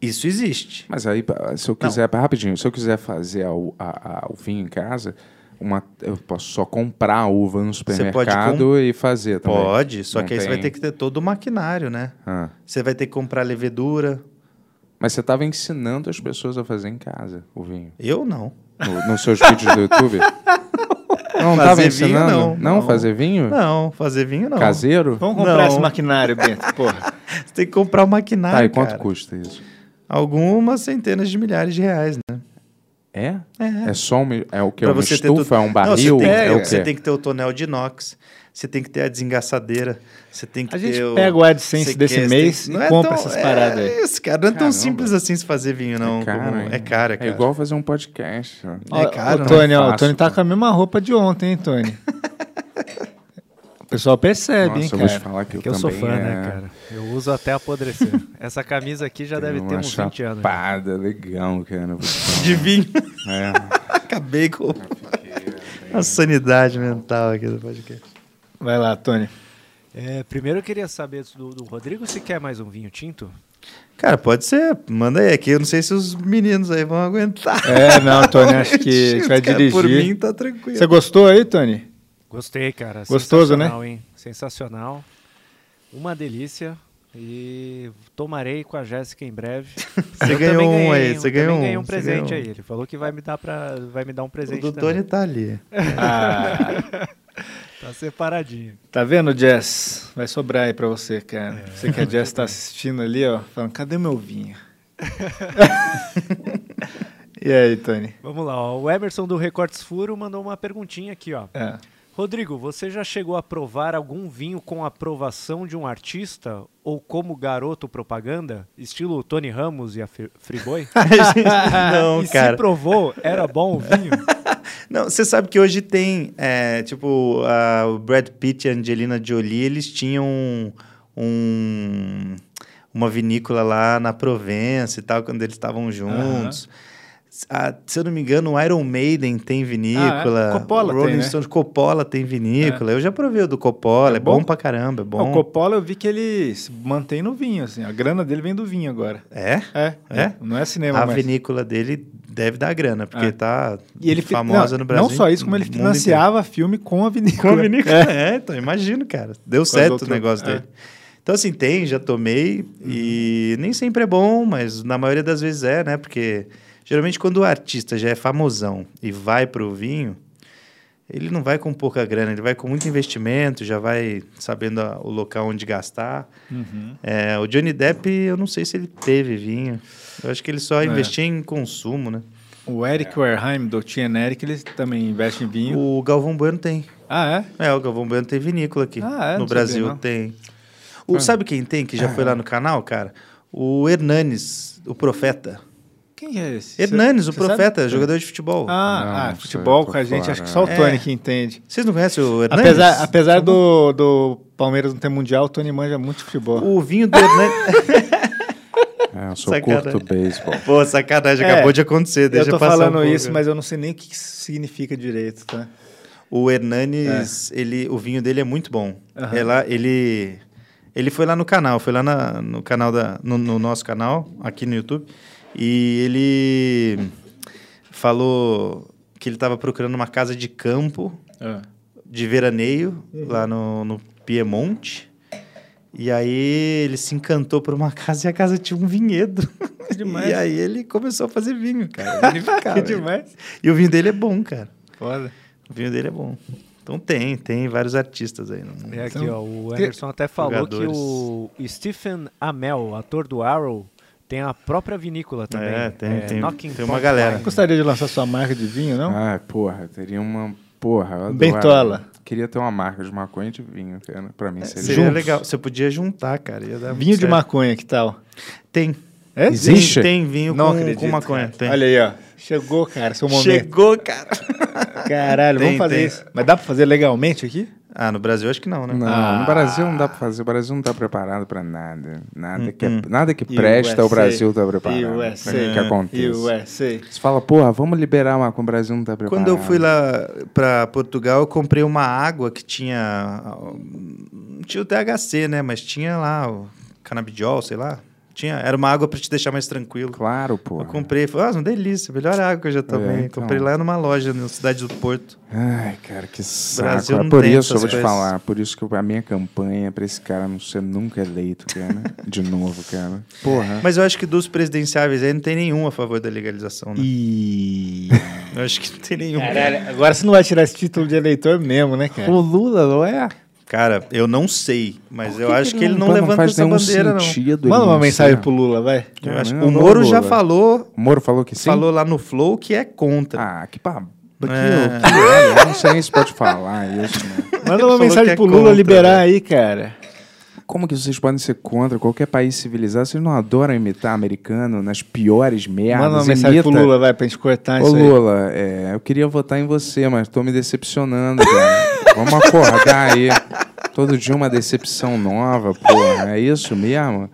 Speaker 6: Isso existe.
Speaker 3: mas aí, pa- se eu quiser, rapidinho, se eu quiser fazer a u- a- a- o vinho em casa, uma, eu posso só comprar a uva no
Speaker 6: pode
Speaker 3: supermercado e fazer também.
Speaker 6: Pode, só
Speaker 3: Não
Speaker 6: que aí você vai
Speaker 3: tem-
Speaker 6: ter que ter todo o maquinário, né?
Speaker 3: Ah.
Speaker 6: Você vai ter que comprar levedura.
Speaker 3: Mas você estava ensinando as pessoas a fazer em casa o vinho.
Speaker 6: Eu não.
Speaker 3: No- nos seus vídeos do YouTube? Não
Speaker 6: Fazer
Speaker 3: estava
Speaker 6: vinho,
Speaker 3: ensinando?
Speaker 6: não. Não.
Speaker 3: fazer vinho?
Speaker 6: Não, fazer vinho não.
Speaker 3: Caseiro?
Speaker 4: Vamos comprar
Speaker 6: Não.
Speaker 4: esse maquinário, Bento, porra.
Speaker 6: Você tem que comprar o maquinário.
Speaker 3: Tá, e quanto
Speaker 6: cara.
Speaker 3: custa isso?
Speaker 6: Algumas centenas de milhares de reais, né?
Speaker 3: É?
Speaker 6: É.
Speaker 3: É só um, mi- é o que?
Speaker 6: Pra
Speaker 3: Uma
Speaker 6: você ter tudo-
Speaker 3: estufa? É um
Speaker 6: Não,
Speaker 3: barril?
Speaker 6: você, tem,
Speaker 3: é o
Speaker 6: que
Speaker 3: quê?
Speaker 6: ter- você tem que ter o tonel de inox, você tem que ter a desengaçadeira, você tem que
Speaker 4: A
Speaker 6: ter
Speaker 4: gente
Speaker 6: o...
Speaker 4: pega o AdSense
Speaker 6: você
Speaker 4: desse
Speaker 6: quer- você
Speaker 4: mês
Speaker 6: tem-
Speaker 4: e
Speaker 6: não é
Speaker 4: compra
Speaker 6: tão-
Speaker 4: essas paradas aí.
Speaker 6: É isso, cara. Não é tão
Speaker 3: Caramba.
Speaker 6: simples assim se fazer vinho, não.
Speaker 3: É
Speaker 6: É
Speaker 3: caro,
Speaker 6: caro,
Speaker 3: hein?
Speaker 6: é, caro, é
Speaker 3: É
Speaker 6: caro.
Speaker 3: igual fazer um podcast. ó.
Speaker 6: É caro,
Speaker 4: o
Speaker 6: não
Speaker 4: Tony,
Speaker 3: é
Speaker 4: ó, o
Speaker 3: fácil,
Speaker 4: Tony tá
Speaker 3: pô.
Speaker 4: com a mesma roupa de ontem, hein, Tony? O pessoal percebe, hein,
Speaker 3: Nossa, eu
Speaker 4: cara.
Speaker 3: vou te falar que eu
Speaker 8: Que eu sou
Speaker 3: também,
Speaker 8: fã,
Speaker 3: é,
Speaker 8: né, cara? Eu uso até apodrecer. Essa camisa aqui já deve ter
Speaker 3: uma
Speaker 8: uns 20 anos. né?
Speaker 3: chapada legal, cara. vou te falar.
Speaker 6: De vinho.
Speaker 3: É.
Speaker 6: Acabei com a sanidade mental aqui do podcast.
Speaker 4: Vai lá, Tony.
Speaker 8: É, primeiro eu queria saber do, do Rodrigo se quer mais um vinho tinto.
Speaker 6: Cara, pode ser. Manda aí. Aqui eu não sei se os meninos aí vão aguentar.
Speaker 4: É, não, Tony, acho que a gente vai
Speaker 6: Cara,
Speaker 4: dirigir.
Speaker 6: Por mim, tá tranquilo.
Speaker 4: Você gostou aí, Tony?
Speaker 8: Gostei, cara.
Speaker 4: Gostoso, né?
Speaker 8: Sensacional, Hein? Sensacional. Uma delícia. E tomarei com a Jéssica em breve.
Speaker 6: Você
Speaker 8: Eu
Speaker 6: ganhou
Speaker 8: também
Speaker 6: um aí,
Speaker 8: ganhei
Speaker 6: você
Speaker 8: eu
Speaker 6: ganhou
Speaker 8: também
Speaker 6: um,
Speaker 8: ganhei um
Speaker 6: você
Speaker 8: presente
Speaker 6: ganhou um.
Speaker 8: aí. Ele falou que vai me dar para vai me dar um
Speaker 6: O
Speaker 8: presente
Speaker 6: do
Speaker 8: também.
Speaker 6: Tony tá ali.
Speaker 4: Ah,
Speaker 8: Tá separadinho.
Speaker 4: tá vendo, Jess? Vai sobrar aí pra você,
Speaker 6: É.
Speaker 4: cara. Você que a Jess tá assistindo ali, ó, falando, cadê meu vinho? e aí, Tony?
Speaker 8: Vamos lá, ó. o Emerson do Recortes Furo mandou uma perguntinha aqui, ó.
Speaker 4: É.
Speaker 8: Rodrigo, você já chegou a provar algum vinho com aprovação de um artista ou como garoto propaganda, estilo Tony Ramos e a Fri- Friboi?
Speaker 6: não,
Speaker 8: e
Speaker 6: cara.
Speaker 8: se provou, era bom o vinho?
Speaker 6: Não, você sabe que hoje tem, é, tipo, a- o Brad Pitt e a Angelina Jolie, eles tinham um, um, uma vinícola lá na Provença e tal, quando eles estavam juntos. Ah, se eu não me engano, o Iron Maiden tem vinícola.
Speaker 4: Ah, é? Coppola
Speaker 6: o Rolling
Speaker 4: tem, né?
Speaker 6: Stones, Coppola tem vinícola. Eu já provei o do Coppola, é,
Speaker 4: É
Speaker 6: bom?
Speaker 4: bom?
Speaker 6: pra caramba, é bom.
Speaker 4: O Coppola eu vi que ele se mantém no vinho, assim. A grana dele vem do vinho agora.
Speaker 6: É?
Speaker 4: É,
Speaker 6: É?
Speaker 4: Não é cinema
Speaker 6: A
Speaker 4: mais.
Speaker 6: vinícola dele deve dar grana, porque
Speaker 4: É.
Speaker 6: tá
Speaker 4: E ele fi-
Speaker 6: famosa
Speaker 4: não,
Speaker 6: no Brasil.
Speaker 4: Não só isso, como ele
Speaker 6: no mundo inteiro.
Speaker 4: financiava filme com a vinícola.
Speaker 6: Com a vinícola. É. então imagino, cara. Deu certo
Speaker 4: outro-
Speaker 6: o negócio
Speaker 4: é. Uhum.
Speaker 6: dele. Então, assim, tem, já tomei. E nem sempre é bom, mas na maioria das vezes é, né? Porque geralmente quando o artista já é famosão e vai pro vinho, ele não vai com pouca grana, ele vai com muito investimento, já vai sabendo a- o local onde gastar. É, o Johnny Depp, eu não sei se ele teve vinho. Eu acho que ele
Speaker 4: É.
Speaker 6: só investia em consumo, né?
Speaker 4: O Eric Werheim, do Eric, ele também investe em vinho.
Speaker 6: O Galvão Bueno tem.
Speaker 4: Ah, é?
Speaker 6: É, o Galvão Bueno tem vinícola aqui.
Speaker 4: Ah, é?
Speaker 6: No
Speaker 4: Não sabia,
Speaker 6: Brasil
Speaker 4: não. Ah.
Speaker 6: tem. O, Sabe quem tem, que já foi lá no canal, cara? O Hernanes, o profeta.
Speaker 4: Quem é esse?
Speaker 6: Hernanes,
Speaker 4: Cê-
Speaker 6: o
Speaker 4: cê sabe? É.
Speaker 6: profeta, jogador de futebol.
Speaker 4: Ah,
Speaker 3: Não,
Speaker 4: ah,
Speaker 3: não sei,
Speaker 4: futebol
Speaker 3: tô
Speaker 4: com a gente,
Speaker 3: fora,
Speaker 4: acho que só o
Speaker 6: é.
Speaker 4: Tony que entende.
Speaker 6: Vocês não é Tá conhecem o Hernanes?
Speaker 4: Apesar, apesar do, do Palmeiras não ter mundial, o Tony manja muito de futebol.
Speaker 6: O vinho do Hernanes...
Speaker 3: É, eu só
Speaker 6: Sacana-
Speaker 3: curto beisebol.
Speaker 6: Pô, sacanagem,
Speaker 4: É,
Speaker 6: acabou de acontecer. Deixa
Speaker 4: eu tô
Speaker 6: passar um
Speaker 4: falando
Speaker 6: pouco.
Speaker 4: isso, mas eu não sei nem o que que significa direito, tá?
Speaker 6: O Hernanes, ele, o vinho dele é muito bom.
Speaker 4: Aham.
Speaker 6: É lá- ele, ele foi lá no canal, foi lá na- no canal da, no, no nosso canal, aqui no YouTube, e ele falou que ele estava procurando uma casa de campo
Speaker 4: Ah.
Speaker 6: de veraneio
Speaker 4: Uhum.
Speaker 6: lá no, no Piemonte. E aí ele se encantou por uma casa e a casa tinha um vinhedo.
Speaker 4: demais.
Speaker 6: E aí ele começou a fazer vinho, cara.
Speaker 4: que
Speaker 6: Cara,
Speaker 4: demais.
Speaker 6: E o vinho dele é bom, cara.
Speaker 4: Foda.
Speaker 6: O vinho dele é bom. Então tem, tem vários artistas aí. né? no mundo.
Speaker 8: É aqui,
Speaker 4: Então,
Speaker 8: ó. O Anderson até falou que o Stephen Amell, ator do Arrow, tem a própria vinícola também.
Speaker 6: É, tem- tem-
Speaker 8: Knocking
Speaker 6: tem uma
Speaker 8: Point
Speaker 6: galera.
Speaker 8: Wine.
Speaker 4: Gostaria de lançar sua marca de vinho, não?
Speaker 3: Ah, porra, teria uma. Porra, eu adoro.
Speaker 4: Bentola.
Speaker 3: Queria ter uma marca de maconha e de vinho, cara. Pra mim seria.
Speaker 6: É, Seria
Speaker 4: Juntos.
Speaker 6: legal. Você podia juntar, cara. ia dar
Speaker 4: vinho
Speaker 6: muito
Speaker 4: de
Speaker 6: certo.
Speaker 4: maconha, que tal?
Speaker 6: Tem.
Speaker 4: É?
Speaker 3: Existe?
Speaker 6: Tem, tem vinho
Speaker 4: Não
Speaker 6: com,
Speaker 4: acredito,
Speaker 6: com maconha.
Speaker 4: cara.
Speaker 6: Tem.
Speaker 4: Olha aí, ó. Chegou, cara, seu momento.
Speaker 6: Chegou, cara.
Speaker 4: Caralho,
Speaker 6: Tem,
Speaker 4: vamos fazer
Speaker 6: tem.
Speaker 4: isso. Mas dá pra fazer legalmente aqui?
Speaker 6: Ah, no Brasil acho que não, né?
Speaker 3: Não,
Speaker 4: Ah.
Speaker 3: no Brasil não dá pra fazer. O Brasil não tá preparado pra nada. Nada que, é,
Speaker 6: Hum,
Speaker 3: nada que presta, o
Speaker 4: USA,
Speaker 3: Brasil tá preparado.
Speaker 4: USA,
Speaker 3: Pra que aconteça.
Speaker 4: USA.
Speaker 3: Você fala, porra, vamos liberar a maconha, o Brasil não tá preparado.
Speaker 4: ah.
Speaker 6: Quando eu fui lá pra Portugal, eu comprei uma água que tinha. Não tinha o THC, né? Mas tinha lá o canabidiol, sei lá. Tinha, era uma água pra te deixar mais tranquilo.
Speaker 3: Claro, porra.
Speaker 6: Eu comprei, falei, ah, uma delícia, melhor água que eu já tomei.
Speaker 3: então.
Speaker 6: Comprei lá numa loja na cidade do Porto.
Speaker 3: Ai, cara, que saco.
Speaker 6: Brasil
Speaker 3: é
Speaker 6: não
Speaker 3: por
Speaker 6: tem
Speaker 3: isso, eu vou
Speaker 6: essas
Speaker 3: te
Speaker 6: coisas.
Speaker 3: falar. Por isso que eu- a minha campanha é pra esse cara não ser nunca eleito, cara. de novo, cara. Porra.
Speaker 6: Mas eu acho que dos presidenciáveis aí não tem nenhum a favor da legalização, né?
Speaker 4: E...
Speaker 6: Eu acho que não tem nenhum.
Speaker 4: Caralho, agora você não vai tirar esse título de eleitor mesmo, né, cara?
Speaker 3: O Lula, não é?
Speaker 6: Cara, eu não sei, mas eu acho que ele não,
Speaker 3: pô,
Speaker 6: levanta
Speaker 3: faz
Speaker 6: essa
Speaker 3: nenhum
Speaker 6: bandeira,
Speaker 3: sentido ele
Speaker 4: Manda uma
Speaker 3: não
Speaker 4: mensagem
Speaker 3: ser.
Speaker 4: pro Lula, vai.
Speaker 6: não. Eu acho né? que
Speaker 3: Não,
Speaker 6: o
Speaker 3: não,
Speaker 6: Moro já
Speaker 3: Lula.
Speaker 6: falou,
Speaker 3: O Moro falou que sim?
Speaker 6: falou lá no Flow que é contra.
Speaker 3: Ah, que papo. Que,
Speaker 6: É.
Speaker 3: que- olha, eu não sei nem se pode falar isso, né?
Speaker 4: Manda
Speaker 6: falou
Speaker 4: uma
Speaker 6: que
Speaker 4: mensagem
Speaker 6: é
Speaker 4: pro Lula
Speaker 6: contra,
Speaker 4: liberar aí, cara.
Speaker 3: Como que vocês podem ser contra qualquer país civilizado? Vocês não adoram imitar americano nas piores
Speaker 6: É,
Speaker 3: merdas?
Speaker 4: Manda uma mensagem pro
Speaker 3: Imita.
Speaker 4: Lula, vai, pra gente cortar
Speaker 3: Ô
Speaker 4: isso aí.
Speaker 3: Lula, é, eu queria votar em você, mas tô me decepcionando, cara. Vamos acordar aí. Todo dia uma decepção nova, porra. É isso mesmo?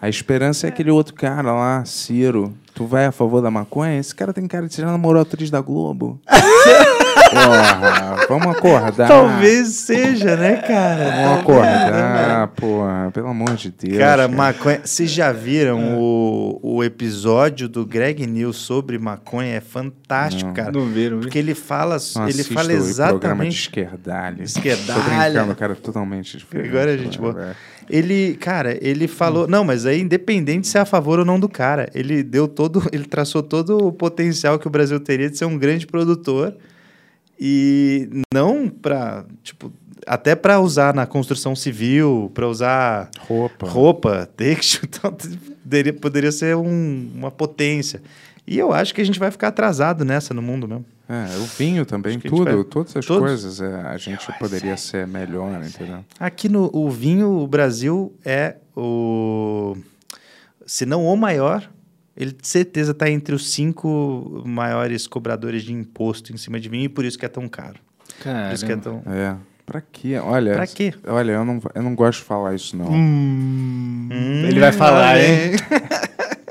Speaker 3: A esperança é aquele outro cara lá, Ciro. Tu vai a favor da maconha? Esse cara tem cara de ser namorou a atriz da Globo. Porra, vamos acordar.
Speaker 6: Talvez seja, né, cara?
Speaker 3: Vamos acordar, porra. Pelo amor de Ah, Deus.
Speaker 6: Cara, maconha. Vocês já viram o, o episódio do Greg News sobre maconha? É fantástico, cara.
Speaker 4: Não viram, viu?
Speaker 6: Porque ele fala,
Speaker 3: Não
Speaker 6: ele
Speaker 3: assisto
Speaker 6: fala
Speaker 3: o programa de
Speaker 6: exatamente
Speaker 3: esquerdalha.
Speaker 6: Esquerdalha.
Speaker 3: Tô brincando, cara, totalmente diferente.
Speaker 6: Agora é gente
Speaker 3: né,
Speaker 6: boa.
Speaker 3: velho? Hum.
Speaker 6: Ele, cara, ele falou. Não, mas aí, independente se é a favor ou não do cara, ele deu todo. Ele traçou todo o potencial que o Brasil teria de ser um grande produtor. E não pra. Tipo, até pra usar na construção civil, pra usar
Speaker 3: é Roupa.
Speaker 6: roupa, texto. Então, poderia, poderia ser um- uma potência. E eu acho que a gente vai ficar atrasado nessa no mundo mesmo.
Speaker 3: É, o vinho também,
Speaker 6: Acho que a gente
Speaker 3: tudo,
Speaker 6: vai-
Speaker 3: todas as
Speaker 6: todos.
Speaker 3: coisas, é, a gente poderia ser melhor, entendeu?
Speaker 6: Aqui no o vinho, o Brasil é o. Se não o maior, ele de certeza está entre os cinco maiores cobradores de imposto em cima de vinho e por isso que é tão caro. Por isso que é
Speaker 4: Caramba.
Speaker 6: tão.
Speaker 3: É. Pra quê? Olha.
Speaker 6: Pra quê? Hum,
Speaker 3: Olha, eu não, eu não gosto de falar isso, não.
Speaker 4: Ele vai falar, hein?
Speaker 3: eu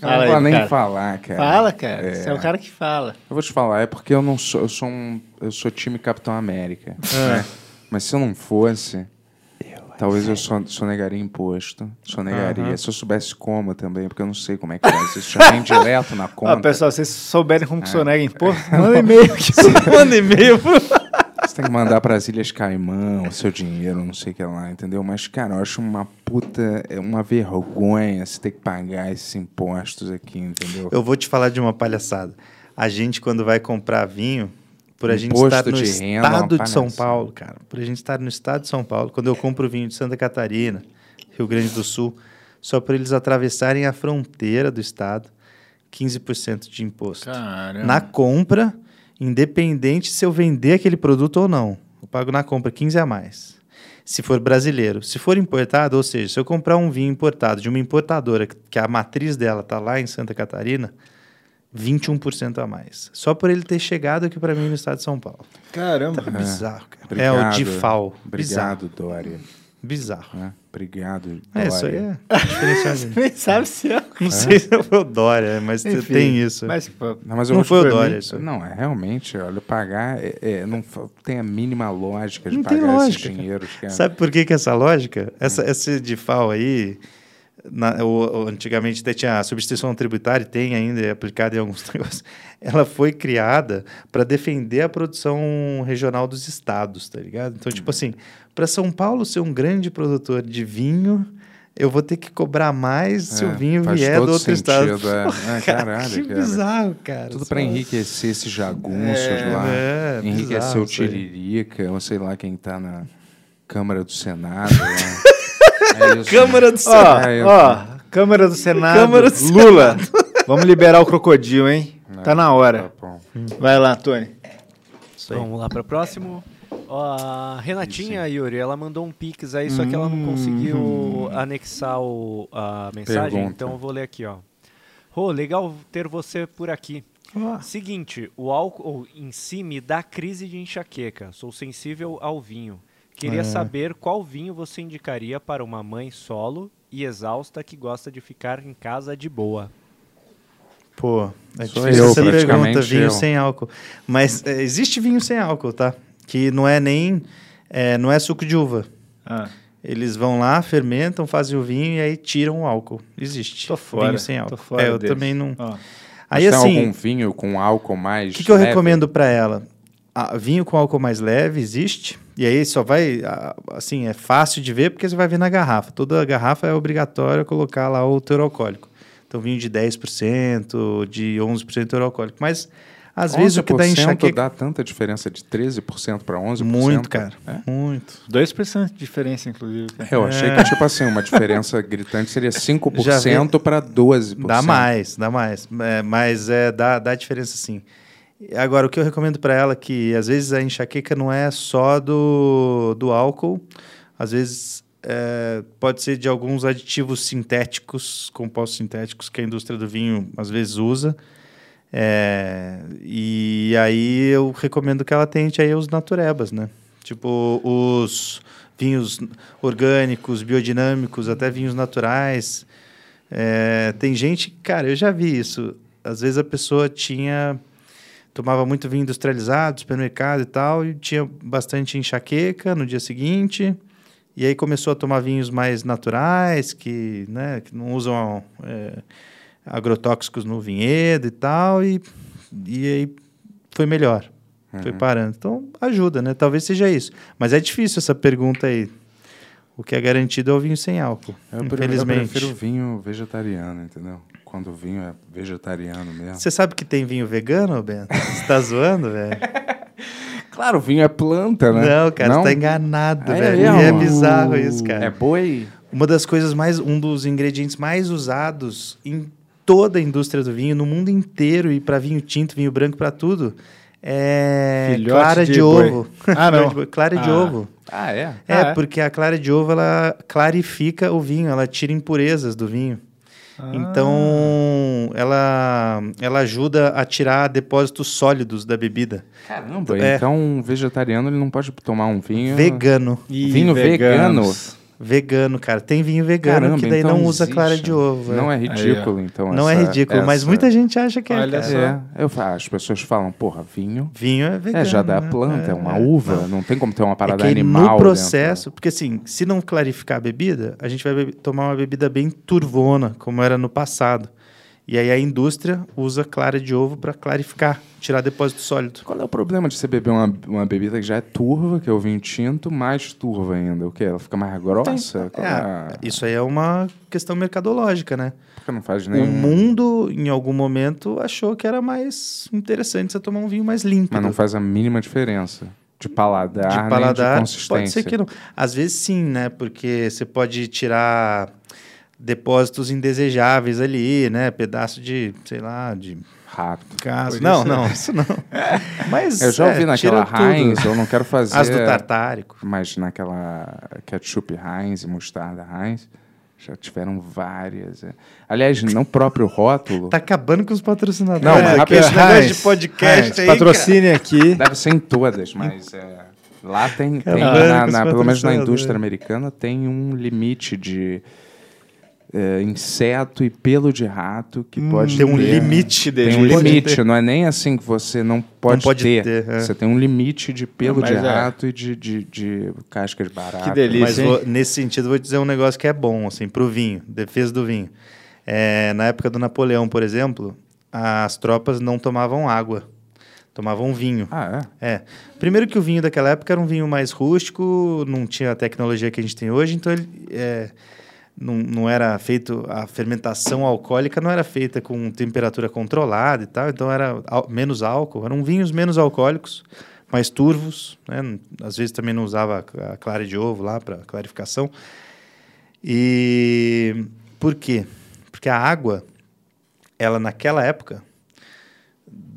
Speaker 3: não
Speaker 4: fala aí,
Speaker 3: vou nem
Speaker 4: cara.
Speaker 3: falar, cara.
Speaker 4: Fala, cara.
Speaker 3: É.
Speaker 4: Você é o cara que fala.
Speaker 3: Eu vou te falar, é porque eu não sou. Eu sou um. Eu sou time Capitão América.
Speaker 6: É.
Speaker 3: né? Mas se eu não fosse. Talvez eu só, só negaria imposto. Só negaria. Se eu soubesse como também, porque eu não sei como é que faz isso. Já vem direto na
Speaker 4: Ó,
Speaker 3: conta.
Speaker 4: pessoal, vocês souberem como que né, sonega imposto, manda e-mail. aqui. manda e-mail. pro-
Speaker 3: Você tem que mandar para as Ilhas Caimã o seu dinheiro, não sei o que lá, entendeu? Mas, cara, eu acho uma puta. É uma vergonha você ter que pagar esses impostos aqui, entendeu?
Speaker 6: Eu vou te falar de uma palhaçada. A gente, quando vai comprar vinho, por a gente
Speaker 3: Imposto
Speaker 6: estar no
Speaker 3: de renda, é uma
Speaker 6: estado de São
Speaker 3: palhaçada.
Speaker 6: Paulo, cara, por a gente estar no estado de São Paulo, quando eu compro vinho de Santa Catarina, Rio Grande do Sul, só por eles atravessarem a fronteira do estado, 15% de imposto.
Speaker 3: É.
Speaker 4: Caramba.
Speaker 6: Na compra, independente se eu vender aquele produto ou não, eu pago na compra 15 a mais. Se for brasileiro, se for importado, ou seja, se eu comprar um vinho importado de uma importadora que- que a matriz dela tá lá em Santa Catarina, 21% a mais. Só por ele ter chegado aqui para mim no estado de São Paulo.
Speaker 4: Caramba.
Speaker 6: É bizarro, cara. é o
Speaker 3: Obrigado.
Speaker 6: DIFAL. Bizarro.
Speaker 3: Obrigado, Dória.
Speaker 6: Bizarro.
Speaker 3: né? Obrigado, Dória.
Speaker 6: É, isso aí é diferenciado.
Speaker 4: Nem sabe se é.
Speaker 6: Não sei se foi o Dória, mas te-
Speaker 4: Enfim,
Speaker 6: tem isso. né?
Speaker 4: Mas, pô,
Speaker 3: Não, mas eu
Speaker 6: Não
Speaker 3: acho
Speaker 6: foi o
Speaker 3: que pra
Speaker 6: Dória
Speaker 3: mim-
Speaker 6: isso aí.
Speaker 3: Não, é realmente, olha, pagar é- é, não fa- tem a mínima lógica de
Speaker 6: Não tem
Speaker 3: pagar
Speaker 6: lógica,
Speaker 3: esses
Speaker 6: cara.
Speaker 3: dinheiros, cara.
Speaker 6: Sabe por que, que essa lógica? Essa,
Speaker 3: Hum.
Speaker 6: Esse DIFAL aí, na- o- o- antigamente até tinha a substituição tributária, e tem ainda, é aplicada em alguns negócios. Ela foi criada para defender a produção regional dos estados, tá ligado? Então,
Speaker 3: Hum.
Speaker 6: tipo assim, para São Paulo ser um grande produtor de vinho, eu vou ter que cobrar mais se
Speaker 3: É,
Speaker 6: o vinho
Speaker 3: faz
Speaker 6: vier do
Speaker 3: todo
Speaker 6: outro estado.
Speaker 3: sentido, é. É, caralho,
Speaker 6: que
Speaker 3: cara.
Speaker 6: bizarro, cara.
Speaker 3: Tudo pra
Speaker 6: Só-
Speaker 3: enriquecer esses jagunços
Speaker 6: É,
Speaker 3: lá.
Speaker 6: é,
Speaker 3: enriquecer
Speaker 6: bizarro
Speaker 3: o
Speaker 6: isso aí.
Speaker 3: Tiririca, ou sei lá quem tá na Câmara do Senado. né? É isso,
Speaker 6: Câmara
Speaker 3: né?
Speaker 6: do Senado.
Speaker 4: Ó,
Speaker 3: eu-
Speaker 4: ó, Câmara do Senado.
Speaker 6: Câmara do
Speaker 4: Lula, vamos liberar o crocodilo, hein? Tá na
Speaker 3: Tá
Speaker 4: hora.
Speaker 3: bom.
Speaker 4: Vai lá, Tony.
Speaker 8: Vamos lá para o próximo. Ó, a Renatinha Yuri, ela mandou um pix aí, só que ela não conseguiu anexar o- a mensagem,
Speaker 3: Pergunta.
Speaker 8: então eu vou ler aqui, ó. Rô, legal ter você por aqui. Seguinte, o álcool em si me dá crise de enxaqueca. Sou sensível ao vinho. Queria saber qual vinho você indicaria para uma mãe solo e exausta que gosta de ficar em casa de boa.
Speaker 6: Pô, é
Speaker 3: Sou
Speaker 6: difícil
Speaker 3: eu,
Speaker 6: essa pergunta,
Speaker 3: praticamente
Speaker 6: vinho
Speaker 3: eu.
Speaker 6: sem álcool. Mas é, existe vinho sem álcool, tá? Que não é nem... é, não é suco de uva.
Speaker 4: Ah,
Speaker 6: Eles vão lá, fermentam, fazem o vinho e aí tiram o álcool. Existe.
Speaker 4: tô fora.
Speaker 6: Vinho sem álcool.
Speaker 4: Tô fora
Speaker 6: é, eu
Speaker 4: deles.
Speaker 6: também não...
Speaker 4: Ó,
Speaker 6: Aí
Speaker 3: Mas tem
Speaker 6: assim,
Speaker 3: algum
Speaker 6: o
Speaker 3: vinho com álcool mais né?
Speaker 6: que, que eu
Speaker 3: leve?
Speaker 6: recomendo pra ela? Ah, vinho com álcool mais leve existe. E aí só vai... ah, Assim, é fácil de ver porque você vai ver na garrafa. Toda garrafa é obrigatório colocar lá o teor alcoólico. Então, vinho de 10%, de 11% teor alcoólico. Mas... Às vezes o que dá
Speaker 3: 11%
Speaker 6: enxaqueca
Speaker 3: dá tanta diferença de 13% pra 11%?
Speaker 6: Muito, cara.
Speaker 3: É?
Speaker 6: Muito.
Speaker 4: 2% de diferença, inclusive. cara.
Speaker 3: Eu achei
Speaker 6: É.
Speaker 3: que, tipo assim, uma diferença gritante seria 5% para 12%.
Speaker 6: Dá mais, dá mais. É, mas é, dá, dá diferença sim. Agora, o que eu recomendo para ela é que às vezes a enxaqueca não é só do, do álcool, às vezes é, pode ser de alguns aditivos sintéticos, compostos sintéticos que a indústria do vinho às vezes usa. É, e aí eu recomendo que ela tente aí os naturebas, né? Tipo os vinhos orgânicos, biodinâmicos, até vinhos naturais. É, tem gente, cara, eu já vi isso. Às vezes a pessoa tinha tomava muito vinho industrializado, supermercado e tal, e tinha bastante enxaqueca no dia seguinte. E aí começou a tomar vinhos mais naturais, que, né, que não usam é, agrotóxicos no vinhedo e tal, e, e aí foi melhor. Foi
Speaker 3: Uhum.
Speaker 6: parando. Então ajuda, né? Talvez seja isso. Mas é difícil essa pergunta aí. O que é garantido é o vinho sem álcool.
Speaker 3: Eu prefiro,
Speaker 6: infelizmente.
Speaker 3: Eu prefiro vinho vegetariano, entendeu? Quando o vinho é vegetariano mesmo.
Speaker 6: Você sabe que tem vinho vegano, Bento? Você tá zoando, velho?
Speaker 3: Claro, vinho é planta, né?
Speaker 6: Não, cara,
Speaker 3: Não?
Speaker 6: você tá enganado,
Speaker 3: Ah, é
Speaker 6: velho. E É,
Speaker 3: mesmo?
Speaker 6: bizarro isso, cara.
Speaker 3: É boi?
Speaker 6: Uma das coisas mais. Um dos ingredientes mais usados em toda a indústria do vinho, no mundo inteiro, e para vinho tinto, vinho branco, para tudo, é.
Speaker 4: Filhote
Speaker 6: clara de,
Speaker 4: de boi.
Speaker 6: ovo.
Speaker 4: Ah,
Speaker 6: Clara
Speaker 4: não.
Speaker 6: de boi. Clara de
Speaker 4: Ah.
Speaker 6: ovo.
Speaker 3: Ah, é?
Speaker 6: É,
Speaker 4: Ah, é?
Speaker 6: porque a clara de ovo, ela clarifica o vinho, ela tira impurezas do vinho. Então, ela, ela ajuda a tirar depósitos sólidos da bebida.
Speaker 3: Caramba,
Speaker 6: É.
Speaker 3: então um vegetariano ele não pode tomar um vinho.
Speaker 6: Vegano.
Speaker 4: Ih,
Speaker 3: Vinho vegano.
Speaker 4: veganos.
Speaker 6: Vegano, cara. Tem vinho vegano
Speaker 3: Caramba,
Speaker 6: que daí
Speaker 3: então
Speaker 6: não usa
Speaker 3: existe.
Speaker 6: clara de ovo. é.
Speaker 3: Não é
Speaker 4: ó.
Speaker 3: ridículo, então.
Speaker 6: Não é
Speaker 3: essa-
Speaker 6: ridículo, mas
Speaker 3: essa-
Speaker 6: muita gente acha que é.
Speaker 4: Olha
Speaker 6: cara.
Speaker 4: só.
Speaker 3: É, eu falo, as pessoas falam, porra, vinho.
Speaker 6: Vinho é vegano.
Speaker 3: É, já da
Speaker 6: né?
Speaker 3: planta, é uma
Speaker 6: é.
Speaker 3: uva, não. tem como ter uma
Speaker 6: É
Speaker 3: parada
Speaker 6: que aí
Speaker 3: animal.
Speaker 6: no
Speaker 3: dentro.
Speaker 6: processo, porque assim, se não clarificar a bebida, a gente vai bebe- tomar uma bebida bem turvona, como era no passado. E aí a indústria usa clara de ovo para clarificar, tirar depósito sólido.
Speaker 3: Qual é o problema de você beber uma, uma bebida que já é turva, que é o vinho tinto, mais turva ainda? O quê? Ela fica mais grossa? Qual
Speaker 6: É,
Speaker 3: é a-
Speaker 6: Isso aí é uma questão mercadológica, né?
Speaker 3: Porque não faz
Speaker 6: O
Speaker 3: nenhum.
Speaker 6: mundo, em algum momento, achou que era mais interessante você tomar um vinho mais limpo.
Speaker 3: Mas não faz a mínima diferença. De paladar,
Speaker 6: de
Speaker 3: nem
Speaker 6: paladar,
Speaker 3: de consistência.
Speaker 6: pode ser que não. Às vezes sim, né? Porque você pode tirar depósitos indesejáveis ali, né? Pedaço de, sei lá, de
Speaker 3: Rato.
Speaker 6: caso.
Speaker 4: Por
Speaker 6: Não,
Speaker 4: isso-
Speaker 6: não, isso não. Mas
Speaker 3: Eu já
Speaker 6: é,
Speaker 3: ouvi naquela
Speaker 6: tira tudo.
Speaker 3: Heinz, eu não é. quero fazer...
Speaker 6: As do tartárico.
Speaker 3: Mas naquela ketchup Heinz e mostarda Heinz, já tiveram várias. é. Aliás, não o próprio rótulo,
Speaker 6: Tá acabando com os
Speaker 4: é
Speaker 6: patrocinadores.
Speaker 4: um
Speaker 3: Não,
Speaker 6: aqui,
Speaker 3: rapaz,
Speaker 6: esse negócio
Speaker 4: Heinz,
Speaker 6: de podcast
Speaker 4: Heinz,
Speaker 6: aí,
Speaker 4: Patrocine aqui.
Speaker 3: deve ser em todas, mas... é, Lá tem, tem
Speaker 6: Caralho, é
Speaker 3: na-
Speaker 6: com
Speaker 3: na- pelo menos
Speaker 6: os
Speaker 3: na
Speaker 6: patrocinadores.
Speaker 3: indústria americana, tem um limite de é, inseto e pelo de rato que pode
Speaker 6: Tem um
Speaker 3: ter.
Speaker 6: limite dele.
Speaker 3: Tem um
Speaker 4: né?
Speaker 6: Pode
Speaker 3: limite,
Speaker 6: ter.
Speaker 3: não é nem assim que você não pode,
Speaker 6: pode
Speaker 3: ter.
Speaker 6: ter, é.
Speaker 3: Você tem um limite de pelo
Speaker 4: Mas
Speaker 3: de
Speaker 4: é.
Speaker 3: rato e de, de, de casca de barata.
Speaker 4: Que delícia.
Speaker 6: Mas
Speaker 4: Isso, hein?
Speaker 6: vou- nesse sentido, vou te dizer um negócio que é bom, assim, pro vinho, defesa do vinho. É, na época do Napoleão, por exemplo, as tropas não tomavam água, tomavam vinho.
Speaker 3: Ah, é?
Speaker 6: É. Primeiro que o vinho daquela época era um vinho mais rústico, não tinha a tecnologia que a gente tem hoje, então ele é, não, não era feito. A fermentação alcoólica não era feita com temperatura controlada e tal, então era al- menos álcool. Eram vinhos menos alcoólicos, mais turvos, né? N- Às vezes também não usava a clara de ovo lá para clarificação. E por quê? Porque a água, ela naquela época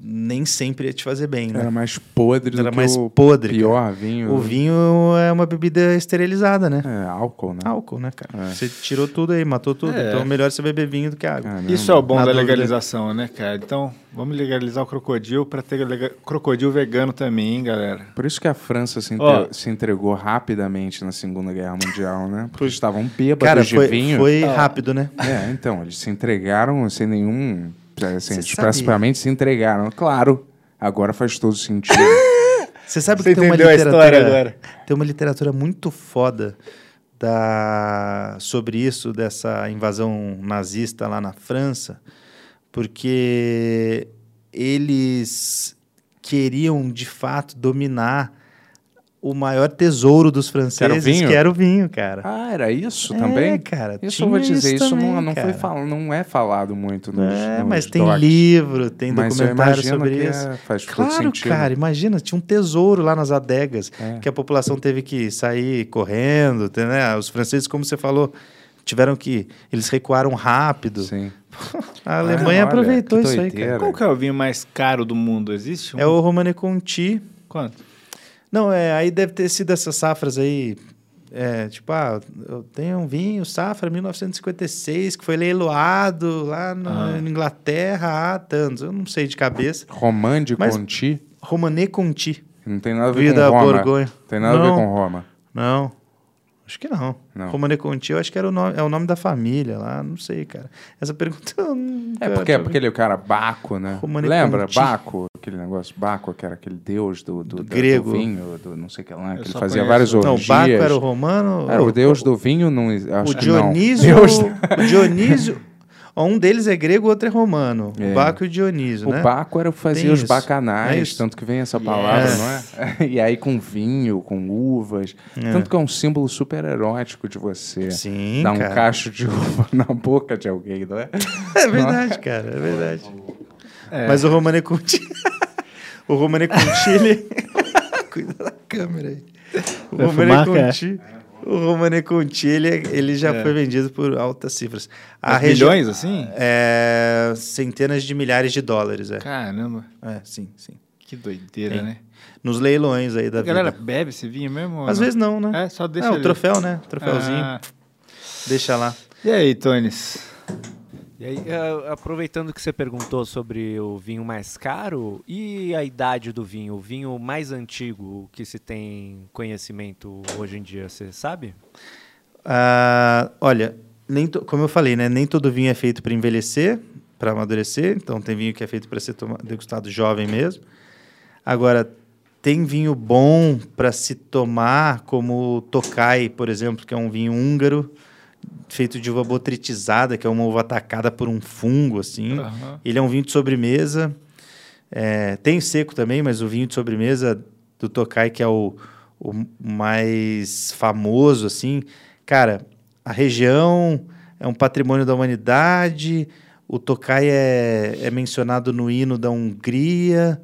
Speaker 6: nem sempre ia te fazer bem, né?
Speaker 3: Era mais podre
Speaker 6: Era
Speaker 3: do
Speaker 6: mais
Speaker 3: que o
Speaker 6: podre,
Speaker 3: pior né? vinho.
Speaker 6: O vinho é uma bebida esterilizada, né?
Speaker 3: É, álcool, né?
Speaker 6: Álcool, né, cara? Você tirou tudo aí, matou tudo.
Speaker 4: É.
Speaker 6: Então é melhor você beber vinho do que água.
Speaker 3: Caramba.
Speaker 4: Isso é o bom
Speaker 6: Na
Speaker 4: da
Speaker 6: dúvida.
Speaker 4: legalização, né, cara? Então, vamos legalizar o crocodilo pra ter lega- crocodilo vegano também, hein, galera?
Speaker 3: Por isso que a França se, entre-
Speaker 4: Ó.
Speaker 3: se entregou rapidamente na Segunda Guerra Mundial, né? Porque eles estavam bêbados
Speaker 6: Cara,
Speaker 3: de
Speaker 6: foi,
Speaker 3: vinho.
Speaker 6: foi rápido, né?
Speaker 3: É, então, eles se entregaram sem nenhum. Assim,
Speaker 6: Você
Speaker 3: eles
Speaker 6: sabia.
Speaker 3: praticamente se entregaram. Claro, agora faz todo sentido.
Speaker 6: Você sabe
Speaker 4: Você
Speaker 6: que tem uma
Speaker 4: entendeu a
Speaker 6: literatura.
Speaker 4: história agora.
Speaker 6: Tem uma literatura muito foda da, sobre isso, dessa invasão nazista lá na França, porque eles queriam de fato dominar o maior tesouro dos franceses,
Speaker 3: vinho?
Speaker 6: que era o vinho, cara.
Speaker 3: ah, era isso
Speaker 6: É,
Speaker 3: também?
Speaker 6: cara.
Speaker 3: Isso
Speaker 6: tinha
Speaker 3: eu vou dizer, isso,
Speaker 6: também,
Speaker 3: não, não, foi
Speaker 6: cara.
Speaker 3: fal- não é falado muito nos.
Speaker 6: É,
Speaker 3: nos
Speaker 6: mas tem
Speaker 3: docs.
Speaker 6: livro, tem
Speaker 3: Mas eu
Speaker 6: documentário
Speaker 3: imagino
Speaker 6: sobre
Speaker 3: que
Speaker 6: isso.
Speaker 3: é- faz todo
Speaker 6: Claro,
Speaker 3: sentido.
Speaker 6: cara, imagina, tinha um tesouro lá nas adegas
Speaker 3: É.
Speaker 6: que a população teve que sair correndo, tem, né? Os franceses, como você falou, tiveram que eles recuaram rápido.
Speaker 3: Sim. Ah,
Speaker 6: A Alemanha
Speaker 3: olha,
Speaker 6: aproveitou
Speaker 3: que
Speaker 6: isso aí,
Speaker 3: doideira.
Speaker 6: cara.
Speaker 4: Qual que é o vinho mais caro do mundo? Existe? Um?
Speaker 6: É o Romane Conti.
Speaker 4: Quanto?
Speaker 6: Não, é, aí deve ter sido essas safras aí. é, tipo, ah, eu tenho um vinho, safra 1956, que foi leiloado lá na
Speaker 4: Ah.
Speaker 6: Inglaterra há tantos. Eu não sei de cabeça.
Speaker 3: Romã de
Speaker 6: Mas-
Speaker 3: Conti
Speaker 6: Romane Conti.
Speaker 3: não tem nada a ver
Speaker 6: Vida
Speaker 3: com Roma.
Speaker 6: Borgonha.
Speaker 3: Tem nada a ver
Speaker 6: Não.
Speaker 3: com Roma.
Speaker 6: Não. Acho que não.
Speaker 3: Não.
Speaker 6: Romane Conti, eu acho que era o nome, é o nome da família lá, não sei, cara. Essa pergunta eu nunca
Speaker 3: É porque,
Speaker 6: tinha
Speaker 3: porque ele é o cara Baco, né?
Speaker 6: Romani
Speaker 3: Lembra?
Speaker 6: Conti.
Speaker 3: Baco, aquele negócio. Baco, que era aquele deus do, do, do- do
Speaker 6: grego.
Speaker 3: vinho, do não sei o que lá, que ele
Speaker 4: só
Speaker 3: fazia
Speaker 4: conheço-
Speaker 3: várias
Speaker 6: ouvido. Não,
Speaker 3: orgias.
Speaker 6: o Baco era o romano.
Speaker 3: Era É, o deus do vinho, não acho
Speaker 6: O
Speaker 3: que não.
Speaker 6: Dionísio.
Speaker 3: Deus-
Speaker 6: O Dionísio. ó, um deles é grego, o outro é romano.
Speaker 3: É.
Speaker 6: O Baco e o Dionísio,
Speaker 3: O
Speaker 6: né?
Speaker 3: Baco era o que fazia
Speaker 6: Tem
Speaker 3: os
Speaker 6: isso.
Speaker 3: bacanais,
Speaker 6: É isso.
Speaker 3: tanto que vem essa palavra, não é? E aí com vinho, com uvas. Tanto que é um símbolo super erótico de você.
Speaker 6: Sim,
Speaker 3: Dar um
Speaker 6: cara.
Speaker 3: cacho de uva na boca de alguém, não é?
Speaker 6: É verdade, cara, é verdade.
Speaker 4: É.
Speaker 6: Mas o Romane Conti. o Romane Conti, ele. Cuida da câmera aí. O
Speaker 4: Vai
Speaker 6: Romane
Speaker 4: fumar, cara? É.
Speaker 6: Conti. O Romane Conti, ele, é- ele já foi vendido por altas cifras. A
Speaker 4: Mas
Speaker 6: região-
Speaker 4: Milhões, assim?
Speaker 6: É, centenas de milhares de dólares, é.
Speaker 4: Caramba,
Speaker 6: É, sim, sim.
Speaker 4: que doideira,
Speaker 6: Tem.
Speaker 4: né?
Speaker 6: Nos leilões aí da
Speaker 4: A galera
Speaker 6: vida.
Speaker 4: bebe esse vinho mesmo? ou
Speaker 6: Às
Speaker 4: não?
Speaker 6: vezes não, né?
Speaker 4: É, só deixa Ah.
Speaker 6: é, o
Speaker 4: ele.
Speaker 6: troféu, né? Troféuzinho.
Speaker 4: Ah.
Speaker 6: Deixa lá.
Speaker 4: E aí, Tones?
Speaker 8: E aí, a- aproveitando que você perguntou sobre o vinho mais caro, e a idade do vinho? O vinho mais antigo que se tem conhecimento hoje em dia, você sabe?
Speaker 6: Ah, olha, nem to- como eu falei, né? Nem todo vinho é feito para envelhecer, para amadurecer. Então tem vinho que é feito para ser toma- degustado jovem mesmo. Agora tem vinho bom para se tomar, como o Tokai, por exemplo, que é um vinho húngaro feito de uva botritizada, que é uma uva atacada por um fungo assim.
Speaker 4: Aham.
Speaker 6: Ele é um vinho de sobremesa. É, tem seco também, mas o vinho de sobremesa do Tokai, que é o, o mais famoso, assim. Cara, a região é um patrimônio da humanidade. O Tokai é, é mencionado no hino da Hungria.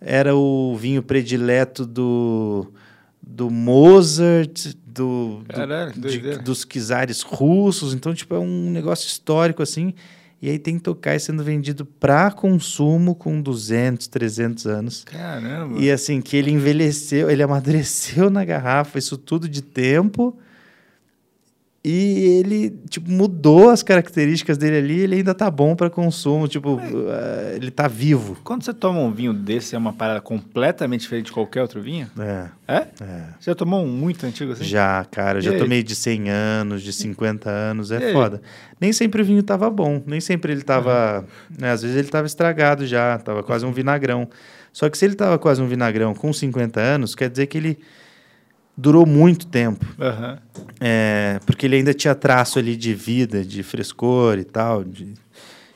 Speaker 6: Era o vinho predileto do, do Mozart, do, do
Speaker 4: Caralho, que
Speaker 6: de-
Speaker 4: doideira.
Speaker 6: dos czares russos. Então, tipo, é um negócio histórico, assim. E aí tem Tokai sendo vendido para consumo com 200, 300 anos.
Speaker 4: Caramba.
Speaker 6: E assim, que ele envelheceu, ele amadureceu na garrafa, isso tudo de tempo. E ele, tipo, mudou as características dele ali, ele ainda tá bom para consumo, tipo, ah, ele tá vivo.
Speaker 4: Quando você toma um vinho desse, é uma parada completamente diferente de qualquer outro vinho?
Speaker 6: É,
Speaker 4: É?
Speaker 6: é.
Speaker 4: Você já tomou um muito antigo assim?
Speaker 6: Já, cara, eu
Speaker 4: E
Speaker 6: já
Speaker 4: aí?
Speaker 6: tomei de 100 anos, de 50 anos,
Speaker 4: E
Speaker 6: é
Speaker 4: aí?
Speaker 6: foda. Nem sempre o vinho tava bom, nem sempre ele tava,
Speaker 4: É.
Speaker 6: né, às vezes ele tava estragado já, tava quase um vinagrão. Só que se ele tava quase um vinagrão com 50 anos, quer dizer que ele durou muito tempo,
Speaker 4: Aham.
Speaker 6: é, porque ele ainda tinha traço ali de vida, de frescor e tal, de-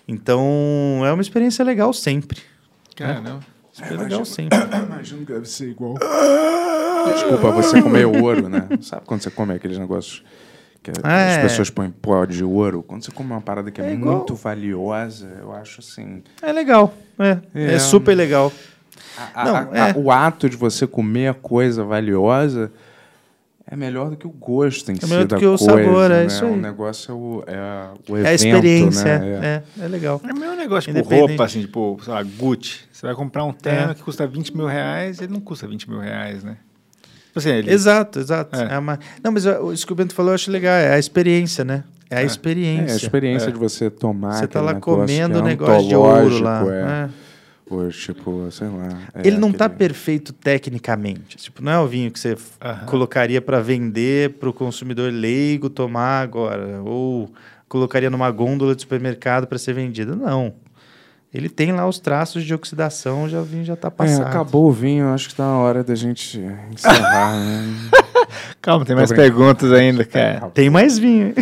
Speaker 6: Então, é uma experiência legal sempre.
Speaker 4: Caramba.
Speaker 6: É legal sempre.
Speaker 3: Imagino que deve ser igual. Desculpa, você comer ouro, né? Sabe quando você come aqueles negócios que
Speaker 6: Ah,
Speaker 3: as
Speaker 6: é.
Speaker 3: pessoas põem pó de ouro? Quando você come uma parada que é,
Speaker 6: É igual.
Speaker 3: muito valiosa, eu acho assim.
Speaker 6: É legal, é,
Speaker 4: um
Speaker 6: é
Speaker 3: É.
Speaker 6: super legal.
Speaker 3: a- a-
Speaker 6: Não,
Speaker 3: a-
Speaker 6: é.
Speaker 3: o ato de você comer a coisa valiosa é melhor do que o gosto em si
Speaker 6: É melhor do
Speaker 3: da
Speaker 6: que o
Speaker 3: coisa,
Speaker 6: sabor, é
Speaker 3: né?
Speaker 6: isso aí.
Speaker 3: O negócio é o, é o evento,
Speaker 6: É a experiência,
Speaker 3: né?
Speaker 6: é, é legal.
Speaker 4: É meio um negócio, tipo,
Speaker 6: Independente.
Speaker 4: roupa, assim, tipo, sei lá, Gucci. Você vai comprar um terno que custa 20 mil reais, ele não custa 20 mil reais, né? Tipo assim, ele...
Speaker 6: Exato, exato.
Speaker 4: É.
Speaker 6: É uma- Não, mas ó, isso que o Bento falou eu acho legal, é a experiência, né? É a
Speaker 3: É,
Speaker 6: experiência.
Speaker 3: a experiência de você tomar
Speaker 6: Você tá
Speaker 3: aquele
Speaker 6: lá
Speaker 3: negócio que
Speaker 6: comendo
Speaker 3: é
Speaker 6: o negócio de ouro lá.
Speaker 3: antológico, é.
Speaker 6: né?
Speaker 3: Ou, tipo, sei lá. é
Speaker 6: Ele não tá
Speaker 3: aquele-
Speaker 6: perfeito tecnicamente. Tipo, não é o vinho que você f-
Speaker 4: Aham.
Speaker 6: colocaria para vender para o consumidor leigo tomar agora. Ou colocaria numa gôndola de supermercado para ser vendido. Não. Ele tem lá os traços de oxidação, já o vinho já tá
Speaker 3: É,
Speaker 6: passado.
Speaker 3: acabou o vinho, acho que tá na hora da gente encerrar, né?
Speaker 4: Calma, tem mais
Speaker 3: brincando.
Speaker 4: perguntas ainda, cara.
Speaker 6: Tem mais vinho.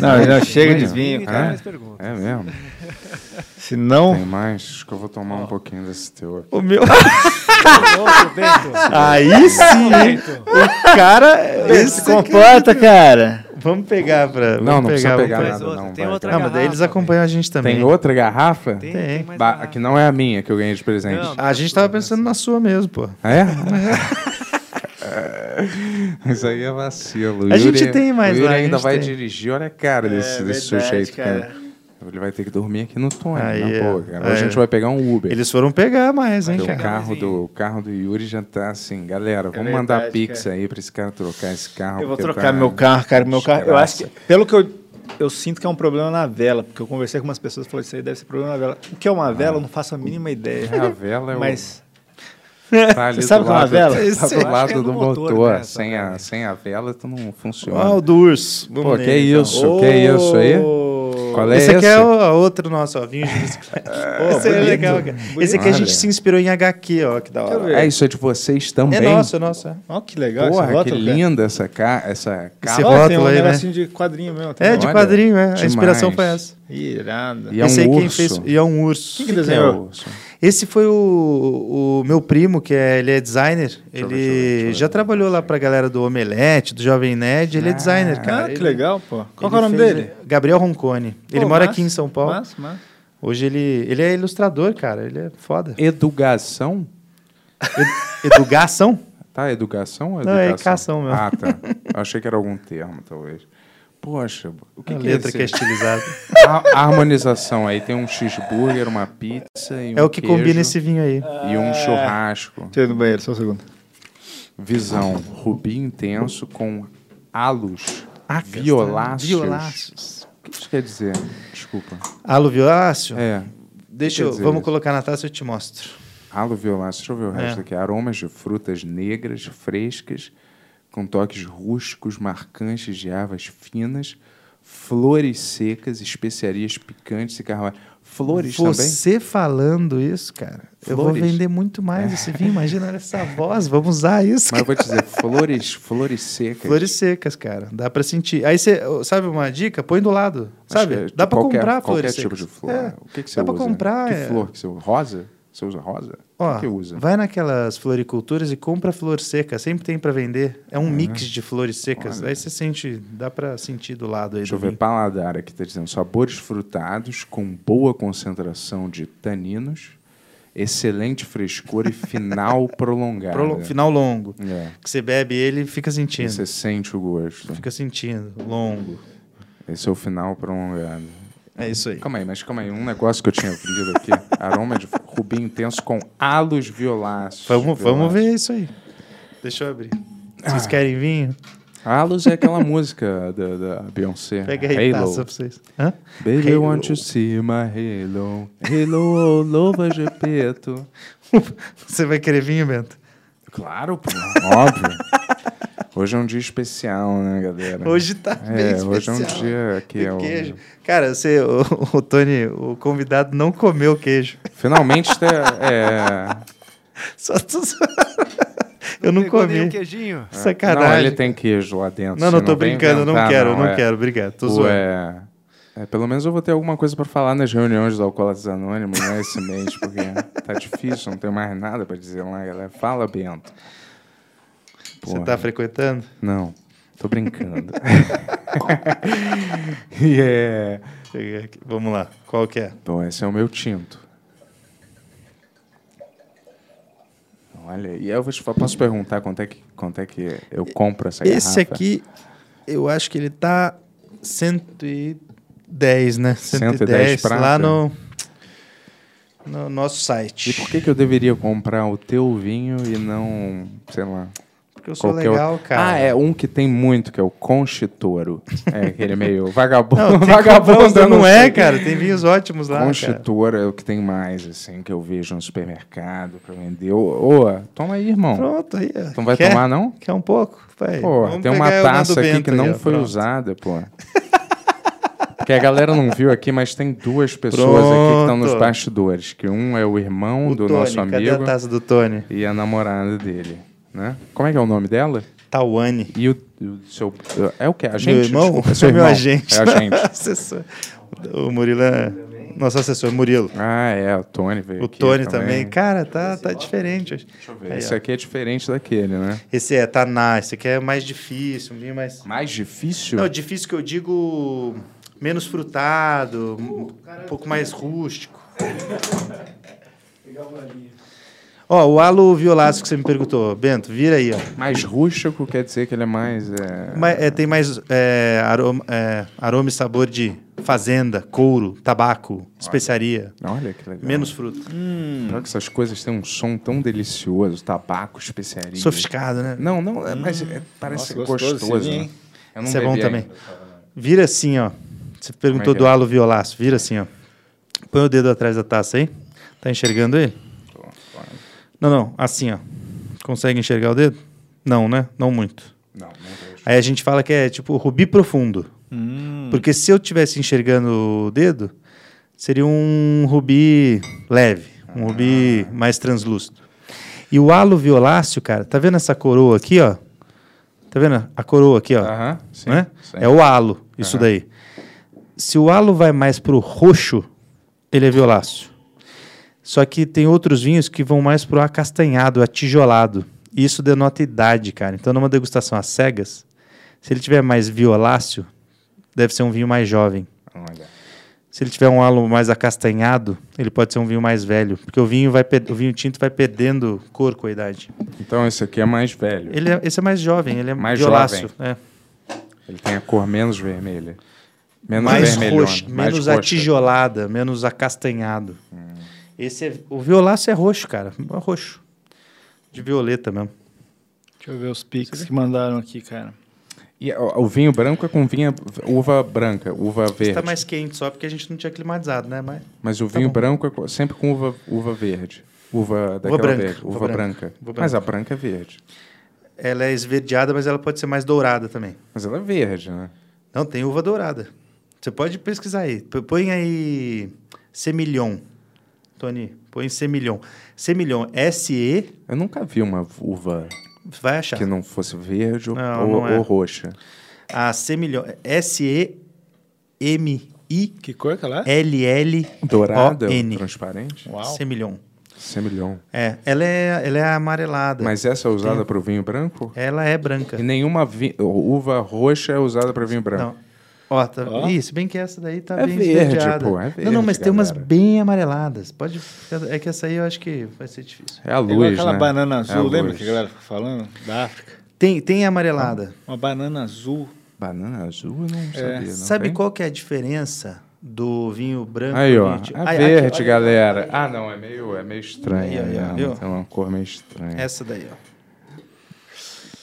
Speaker 4: Não, não, chega de
Speaker 8: Mas
Speaker 4: vinho,
Speaker 8: tem
Speaker 4: cara.
Speaker 8: mais perguntas.
Speaker 3: É mesmo?
Speaker 4: Se não...
Speaker 3: Tem mais? Acho que eu vou tomar um pouquinho desse teu.
Speaker 6: O meu... É.
Speaker 8: Outro, Bento.
Speaker 6: Aí sim, hein? o cara...
Speaker 4: Se
Speaker 6: Esse
Speaker 4: comporta, cara!
Speaker 6: Vamos pegar pra.
Speaker 3: Não,
Speaker 6: vamos
Speaker 3: não precisa
Speaker 6: vamos
Speaker 3: pegar
Speaker 8: Mas
Speaker 3: nada,
Speaker 8: outra-
Speaker 3: não.
Speaker 8: tem
Speaker 3: vai, tá.
Speaker 6: Não,
Speaker 8: outra
Speaker 6: mas daí eles
Speaker 8: garrafa,
Speaker 6: acompanham a gente também.
Speaker 3: Tem outra garrafa?
Speaker 8: Tem,
Speaker 6: Tem.
Speaker 8: tem mais
Speaker 3: Bah,
Speaker 8: garrafa.
Speaker 3: que não é a minha que eu ganhei de presente.
Speaker 8: Não.
Speaker 6: A gente tava pensando na sua mesmo, pô.
Speaker 3: Ah, É? Isso aí é vacilo.
Speaker 6: A gente tem mais
Speaker 3: o Yuri
Speaker 6: lá, a
Speaker 3: ainda
Speaker 6: gente
Speaker 3: vai
Speaker 6: tem.
Speaker 3: dirigir, olha a cara desse, desse
Speaker 4: verdade,
Speaker 3: sujeito. Cara.
Speaker 4: cara.
Speaker 3: Ele vai ter que dormir aqui no Tony,
Speaker 6: Aí,
Speaker 3: na
Speaker 6: é.
Speaker 3: boa, cara. Hoje
Speaker 6: Aí,
Speaker 3: a gente vai pegar um Uber.
Speaker 6: Eles foram pegar mais, hein,
Speaker 3: Porque o,
Speaker 6: cara?
Speaker 3: carro do, o carro do Yuri já tá assim, galera, vamos
Speaker 4: verdade,
Speaker 3: mandar pix
Speaker 4: cara.
Speaker 3: aí pra esse cara trocar esse carro.
Speaker 4: Eu vou
Speaker 3: porque
Speaker 4: trocar
Speaker 3: tá-
Speaker 4: meu carro, cara. Meu carro. Eu acho
Speaker 3: Desgraça.
Speaker 4: que, pelo que eu, eu sinto que é um problema na vela, porque eu conversei com umas pessoas e falei, isso aí deve ser problema na vela. O que é uma vela, eu não faço a mínima ideia.
Speaker 3: É, a vela é o-
Speaker 4: Mas.
Speaker 3: Tá ali
Speaker 4: Você sabe
Speaker 3: do
Speaker 4: que é uma
Speaker 3: lado-
Speaker 4: vela?
Speaker 3: Tá
Speaker 8: Eu acho
Speaker 3: do
Speaker 8: que é
Speaker 3: lado
Speaker 8: no
Speaker 3: do
Speaker 8: motor
Speaker 3: motor.
Speaker 8: dessa,
Speaker 3: sem, a, sem a vela, tu não funciona.
Speaker 6: Ó, o do urso.
Speaker 3: Pô,
Speaker 6: Vamos
Speaker 3: que
Speaker 6: nele, então.
Speaker 3: isso? Que isso aí? Qual é
Speaker 6: esse
Speaker 3: esse?
Speaker 6: aqui é o a outro nosso, ó, vinho de bicicleta. esse aí é
Speaker 4: bonito.
Speaker 6: legal, cara. Esse aqui a
Speaker 3: Olha.
Speaker 6: gente se inspirou em HQ, ó, que da
Speaker 4: Deixa eu
Speaker 6: hora.
Speaker 4: ver.
Speaker 3: É, isso é de vocês também.
Speaker 6: É nosso, é nosso. é.
Speaker 4: Olha que legal esse
Speaker 3: Porra, que
Speaker 4: rótulo, cara.
Speaker 3: linda essa, ca... essa
Speaker 6: Esse
Speaker 3: capa.
Speaker 4: Ó, tem um
Speaker 6: rótulo aí, né?
Speaker 4: negocinho de quadrinho mesmo.
Speaker 6: É,
Speaker 4: também.
Speaker 6: de
Speaker 3: Olha,
Speaker 6: quadrinho, é. A inspiração
Speaker 3: demais.
Speaker 6: foi essa.
Speaker 4: Irada.
Speaker 3: E é
Speaker 6: esse
Speaker 3: um
Speaker 6: aí quem
Speaker 3: urso.
Speaker 6: fez. E é um urso.
Speaker 4: Quem que desenhou?
Speaker 6: Esse foi o, o meu primo, que é, ele é designer.
Speaker 3: eu ver, deixa eu
Speaker 6: ele
Speaker 3: ver, deixa eu ver.
Speaker 6: já trabalhou lá pra galera do Omelete, do Jovem Nerd.
Speaker 3: Ah,
Speaker 6: Ele é designer, cara.
Speaker 4: Cara, que
Speaker 6: Ele-
Speaker 4: legal, pô. Qual que
Speaker 6: ele
Speaker 4: é o nome
Speaker 6: fez-
Speaker 4: dele?
Speaker 6: Gabriel Roncone. ele
Speaker 4: Pô,
Speaker 6: mora
Speaker 4: massa,
Speaker 6: aqui em São Paulo.
Speaker 4: Massa, massa.
Speaker 6: Hoje ele, ele é ilustrador, cara. Ele é foda.
Speaker 3: Educação?
Speaker 6: Educação?
Speaker 3: Tá, educação ou
Speaker 6: Não,
Speaker 3: educação?
Speaker 6: é educação mesmo.
Speaker 3: Ah, tá. Eu achei que era algum termo, talvez. Poxa, o que,
Speaker 6: a
Speaker 3: que é
Speaker 6: letra
Speaker 3: esse?
Speaker 6: que é estilizada.
Speaker 3: A- a harmonização aí tem um cheeseburger, uma pizza e um
Speaker 6: é o que
Speaker 3: queijo
Speaker 6: combina esse É. vinho aí.
Speaker 3: e um churrasco.
Speaker 4: Deixa eu ir no banheiro, só um segundo.
Speaker 3: Visão rubi intenso com halos violáceos,
Speaker 6: Ah, Violáceos.
Speaker 3: que isso quer dizer? Desculpa.
Speaker 6: Aluvioláceo?
Speaker 3: É.
Speaker 6: Deixa
Speaker 3: quer
Speaker 6: eu,
Speaker 3: dizer
Speaker 6: vamos
Speaker 3: isso?
Speaker 6: colocar na taça e eu te mostro.
Speaker 3: Halo violáceo, deixa eu ver o resto
Speaker 6: É.
Speaker 3: aqui. Aromas de frutas negras, frescas, com toques rústicos, marcantes de ervas finas, flores secas, especiarias picantes e carvalho. Flores também?
Speaker 6: Você falando isso, cara, eu vou
Speaker 3: Flores. É.
Speaker 6: vender muito mais esse vinho. Imagina olha essa voz, vamos usar isso.
Speaker 3: Mas eu
Speaker 6: cara.
Speaker 3: vou te dizer, flores, flores secas.
Speaker 6: Flores secas, cara. Dá pra sentir. Aí você, ô, sabe uma dica? Põe do lado.
Speaker 3: Acho
Speaker 6: Sabe?
Speaker 3: que é
Speaker 6: Dá pra
Speaker 3: qualquer-
Speaker 6: comprar flores
Speaker 3: Qualquer tipo de
Speaker 6: secas.
Speaker 3: flor.
Speaker 6: É.
Speaker 3: O que, que você
Speaker 6: Dá
Speaker 3: usa?
Speaker 6: pra comprar,
Speaker 3: Que
Speaker 6: é.
Speaker 3: flor que você usa? Rosa? Você usa rosa?
Speaker 6: Ó,
Speaker 3: o que usa?
Speaker 6: vai naquelas floriculturas e compra flor seca. Sempre tem pra vender. É um mix de flores secas.
Speaker 3: Uhum. Olha.
Speaker 6: Aí você sente, dá pra sentir do lado aí
Speaker 3: Deixa
Speaker 6: do
Speaker 3: eu ver,
Speaker 6: vinho.
Speaker 3: paladar aqui está dizendo sabores frutados com boa concentração de taninos, excelente frescor e final prolongado.
Speaker 6: Prolo- Final longo.
Speaker 3: É.
Speaker 6: Que você bebe ele e fica
Speaker 3: E
Speaker 6: sentindo.
Speaker 3: Você sente o gosto.
Speaker 6: Fica sentindo. Longo.
Speaker 3: Esse é o final prolongado.
Speaker 6: É isso aí.
Speaker 3: Calma aí, mas calma aí. Um negócio que eu tinha lido aqui. Aroma de rubi intenso com halos violáceos.
Speaker 6: Vamos,
Speaker 3: Violáceos.
Speaker 6: vamos ver isso aí. Deixa eu abrir.
Speaker 3: Ah.
Speaker 6: Vocês querem vinho?
Speaker 3: Halos é aquela música da, da Beyoncé.
Speaker 6: Pega aí,
Speaker 3: Halo.
Speaker 6: passa pra vocês. Hã?
Speaker 3: Baby,
Speaker 6: Halo.
Speaker 3: want to see my halo. Halo, louva Gepeto.
Speaker 6: Você vai querer vinho, Bento?
Speaker 3: Claro, pô. Óbvio. Hoje é um dia especial, né, galera?
Speaker 6: Hoje tá
Speaker 3: é,
Speaker 6: bem especial.
Speaker 3: hoje é um dia que
Speaker 6: Tem
Speaker 3: é o...
Speaker 6: queijo. Cara, você, o, o Tony, o convidado não comeu queijo.
Speaker 3: Finalmente tá, é...
Speaker 6: Só tu... Eu não
Speaker 8: Pegou nem
Speaker 6: comi.
Speaker 8: o queijinho.
Speaker 3: É. Não, ele
Speaker 6: Sacanagem.
Speaker 3: tem queijo lá dentro.
Speaker 6: Não,
Speaker 3: você
Speaker 6: não, tô
Speaker 3: vem
Speaker 6: brincando, não
Speaker 3: inventar,
Speaker 6: quero, não
Speaker 3: é.
Speaker 6: quero. Obrigado, tô
Speaker 3: Pô,
Speaker 6: zoando.
Speaker 3: é... é, pelo menos eu vou ter alguma coisa pra falar nas reuniões do Alcoólatas Anônimos, né, esse mês, porque tá difícil, não tem mais nada pra dizer lá, galera. Fala, Bento.
Speaker 6: Você
Speaker 3: Porra.
Speaker 6: tá frequentando?
Speaker 3: Não, tô brincando. e é...
Speaker 6: Cheguei aqui. Vamos lá, qual que é?
Speaker 3: Bom, esse é o meu tinto. Então, Olha, e eu vou te falar, posso perguntar quanto é que, quanto é que eu compro essa
Speaker 6: Esse
Speaker 3: garrafa?
Speaker 6: aqui, eu acho que ele tá 110, né?
Speaker 3: 110 prata.
Speaker 6: lá no, no nosso site.
Speaker 3: E por que, que eu deveria comprar o teu vinho e não, sei lá,
Speaker 6: Porque eu sou
Speaker 3: qualquer
Speaker 6: legal,
Speaker 3: outro?
Speaker 6: cara.
Speaker 3: Ah, é um que tem muito, que é o Conchitoro. É aquele meio vagabundo.
Speaker 6: Não, tem
Speaker 3: vagabundo,
Speaker 6: vagabundo,
Speaker 3: eu
Speaker 6: não é,
Speaker 3: sei.
Speaker 6: cara. Tem vinhos ótimos lá, cara.
Speaker 3: Conchitora é o que tem mais, assim, que eu vejo no supermercado pra vender. Ô, ô, toma aí, irmão.
Speaker 6: Pronto, aí. ó.
Speaker 3: Não Então vai
Speaker 6: Quer?
Speaker 3: tomar, não?
Speaker 6: Quer um pouco? Vai.
Speaker 3: Pô,
Speaker 6: Vamos
Speaker 3: tem uma
Speaker 6: pegar uma do
Speaker 3: taça aqui
Speaker 6: Bento
Speaker 3: que não
Speaker 6: ó.
Speaker 3: foi
Speaker 6: Pronto.
Speaker 3: usada, pô. Porque a galera não viu aqui, mas tem duas pessoas aqui que estão nos
Speaker 6: Pronto.
Speaker 3: bastidores. Que um é o irmão
Speaker 6: O
Speaker 3: do
Speaker 6: Tony,
Speaker 3: nosso
Speaker 6: cadê
Speaker 3: amigo
Speaker 6: a taça do Tony?
Speaker 3: e a namorada dele, né? Como é que é o nome dela?
Speaker 6: Tawane.
Speaker 3: E o, o seu... É o quê? A gente?
Speaker 6: Meu irmão?
Speaker 3: Desculpa, seu
Speaker 6: É meu
Speaker 3: irmão.
Speaker 6: agente.
Speaker 3: É agente.
Speaker 6: Assessor. o Murilo é... Nosso assessor, Murilo.
Speaker 3: Ah, é. O Tony veio
Speaker 6: O
Speaker 3: aqui
Speaker 6: Tony também. Cara, tá, tá diferente hoje. Deixa eu ver.
Speaker 3: Esse aqui é diferente daquele, né?
Speaker 6: Esse é Taná, esse aqui é mais difícil, um vinho mais...
Speaker 3: Mais difícil?
Speaker 6: Não, difícil que eu digo menos frutado, um pouco mais rústico. Ó, o halo violáceo que você me perguntou. Bento, vira aí, ó.
Speaker 3: Mais rústico quer dizer que ele é mais... é,
Speaker 6: Ma- é, tem mais é, aroma, é, aroma e sabor de fazenda, couro, tabaco, especiaria.
Speaker 3: Olha que legal.
Speaker 6: Menos fruta. Hum.
Speaker 3: Pior que essas coisas têm um som tão delicioso, tabaco, especiaria.
Speaker 6: Sofisticado, né?
Speaker 3: Não, não, é, mas é, parece
Speaker 4: Nossa, gostoso
Speaker 3: gostoso.
Speaker 4: esse vinho,
Speaker 3: né?
Speaker 4: hein?
Speaker 3: Eu não
Speaker 6: Isso é
Speaker 3: bebi
Speaker 6: bom
Speaker 3: ainda.
Speaker 6: também. Vira assim, ó. Você perguntou
Speaker 3: que
Speaker 6: do
Speaker 3: é?
Speaker 6: halo violáceo. Vira assim, ó. Põe o dedo atrás da taça aí. Tá enxergando ele? Não, não. Assim, ó. Consegue enxergar o dedo? Não, né? Não muito.
Speaker 3: Não, não vejo.
Speaker 6: Aí a gente fala que é tipo rubi profundo. Porque se eu tivesse enxergando o dedo, seria um rubi leve, um rubi mais translúcido. E o halo violáceo, cara, tá vendo essa coroa aqui, ó? Tá vendo a coroa aqui, ó?
Speaker 3: Aham, sim,
Speaker 6: né?
Speaker 3: sim.
Speaker 6: É o halo, isso daí. Se o halo vai mais pro roxo, ele é violáceo. Só que tem outros vinhos que vão mais pro acastanhado, atijolado. E Isso denota idade, cara. Então, numa degustação às cegas, se ele tiver mais violáceo, deve ser um vinho mais jovem.
Speaker 3: Olha.
Speaker 6: Se ele tiver um halo mais acastanhado, ele pode ser um vinho mais velho, porque o vinho vai per- o vinho tinto vai perdendo cor com a idade.
Speaker 3: Então esse aqui é mais velho. Ele,
Speaker 6: Ele é, esse é mais jovem, ele é
Speaker 3: Mais
Speaker 6: violáceo,
Speaker 3: jovem.
Speaker 6: é.
Speaker 3: tem a cor menos vermelha. Menos
Speaker 6: mais
Speaker 3: vermelhona,
Speaker 6: roxo,
Speaker 3: mais
Speaker 6: menos
Speaker 3: roxa. Hum.
Speaker 6: atijolada, menos acastanhado. Esse é, o violáceo é roxo, cara, é roxo. De violeta mesmo.
Speaker 4: Deixa eu ver os pics que mandaram aqui, cara.
Speaker 3: E ó, o vinho branco é com vinha, uva branca, uva verde.
Speaker 6: Está tá mais quente só porque a gente não tinha climatizado, né? Mas
Speaker 3: Mas o vinho
Speaker 6: bom.
Speaker 3: branco é co- sempre com uva, uva verde. Uva daquela
Speaker 6: branca,
Speaker 3: verde.
Speaker 6: uva
Speaker 3: Uva,
Speaker 6: branca,
Speaker 3: branca.
Speaker 6: uva
Speaker 3: Mas a branca é verde.
Speaker 6: ela é esverdeada, mas ela pode ser mais dourada também.
Speaker 3: Mas ela é verde, né?
Speaker 6: Não, tem uva dourada. Você pode pesquisar aí. P- Põe aí semilhon. Tony, põe semilhon. Semilhon, S-E,
Speaker 3: Eu nunca vi uma uva
Speaker 6: vai achar.
Speaker 3: que não fosse verde ou,
Speaker 6: Não,
Speaker 3: ou-
Speaker 6: não é.
Speaker 3: ou roxa.
Speaker 6: A semilhon, S-E-M-I-L-L,
Speaker 5: Que cor que ela é?
Speaker 3: Dourada, ou
Speaker 6: O-N.
Speaker 3: transparente.
Speaker 5: Uau.
Speaker 6: semilhon.
Speaker 3: Semilhão.
Speaker 6: É, ela é, ela é amarelada.
Speaker 3: Mas essa é usada para o vinho branco?
Speaker 6: Ela é branca.
Speaker 3: E nenhuma vi- uva roxa é usada para vinho branco.
Speaker 6: Não. Ó, tá...
Speaker 5: Ó.
Speaker 6: Isso, bem que essa daí tá
Speaker 3: É
Speaker 6: bem
Speaker 3: verde,
Speaker 6: esverdeada.
Speaker 3: pô, é
Speaker 6: não, não,
Speaker 3: verde,
Speaker 6: mas tem umas
Speaker 3: galera.
Speaker 6: bem amareladas. Pode. ficar- É que essa aí eu acho que vai ser difícil.
Speaker 3: É a
Speaker 4: Igual
Speaker 3: luz,
Speaker 4: aquela
Speaker 3: né?
Speaker 4: banana
Speaker 3: É
Speaker 4: azul, lembra
Speaker 3: luz.
Speaker 4: que a galera fica falando da África?
Speaker 6: Tem, tem amarelada.
Speaker 4: Uma banana azul.
Speaker 3: Banana azul? Eu não sabia. Não
Speaker 6: Sabe
Speaker 3: tem?
Speaker 6: qual que é a diferença do vinho branco?
Speaker 3: Aí,
Speaker 6: e
Speaker 3: ó.
Speaker 6: vinho ti-
Speaker 3: É
Speaker 6: Ai, aqui,
Speaker 3: verde,
Speaker 6: olha,
Speaker 3: galera. Ah, não. É meio, é meio estranho.
Speaker 6: Aí, ó,
Speaker 3: né?
Speaker 6: viu?
Speaker 3: Tem uma cor meio estranha.
Speaker 6: Essa daí, ó.
Speaker 3: tá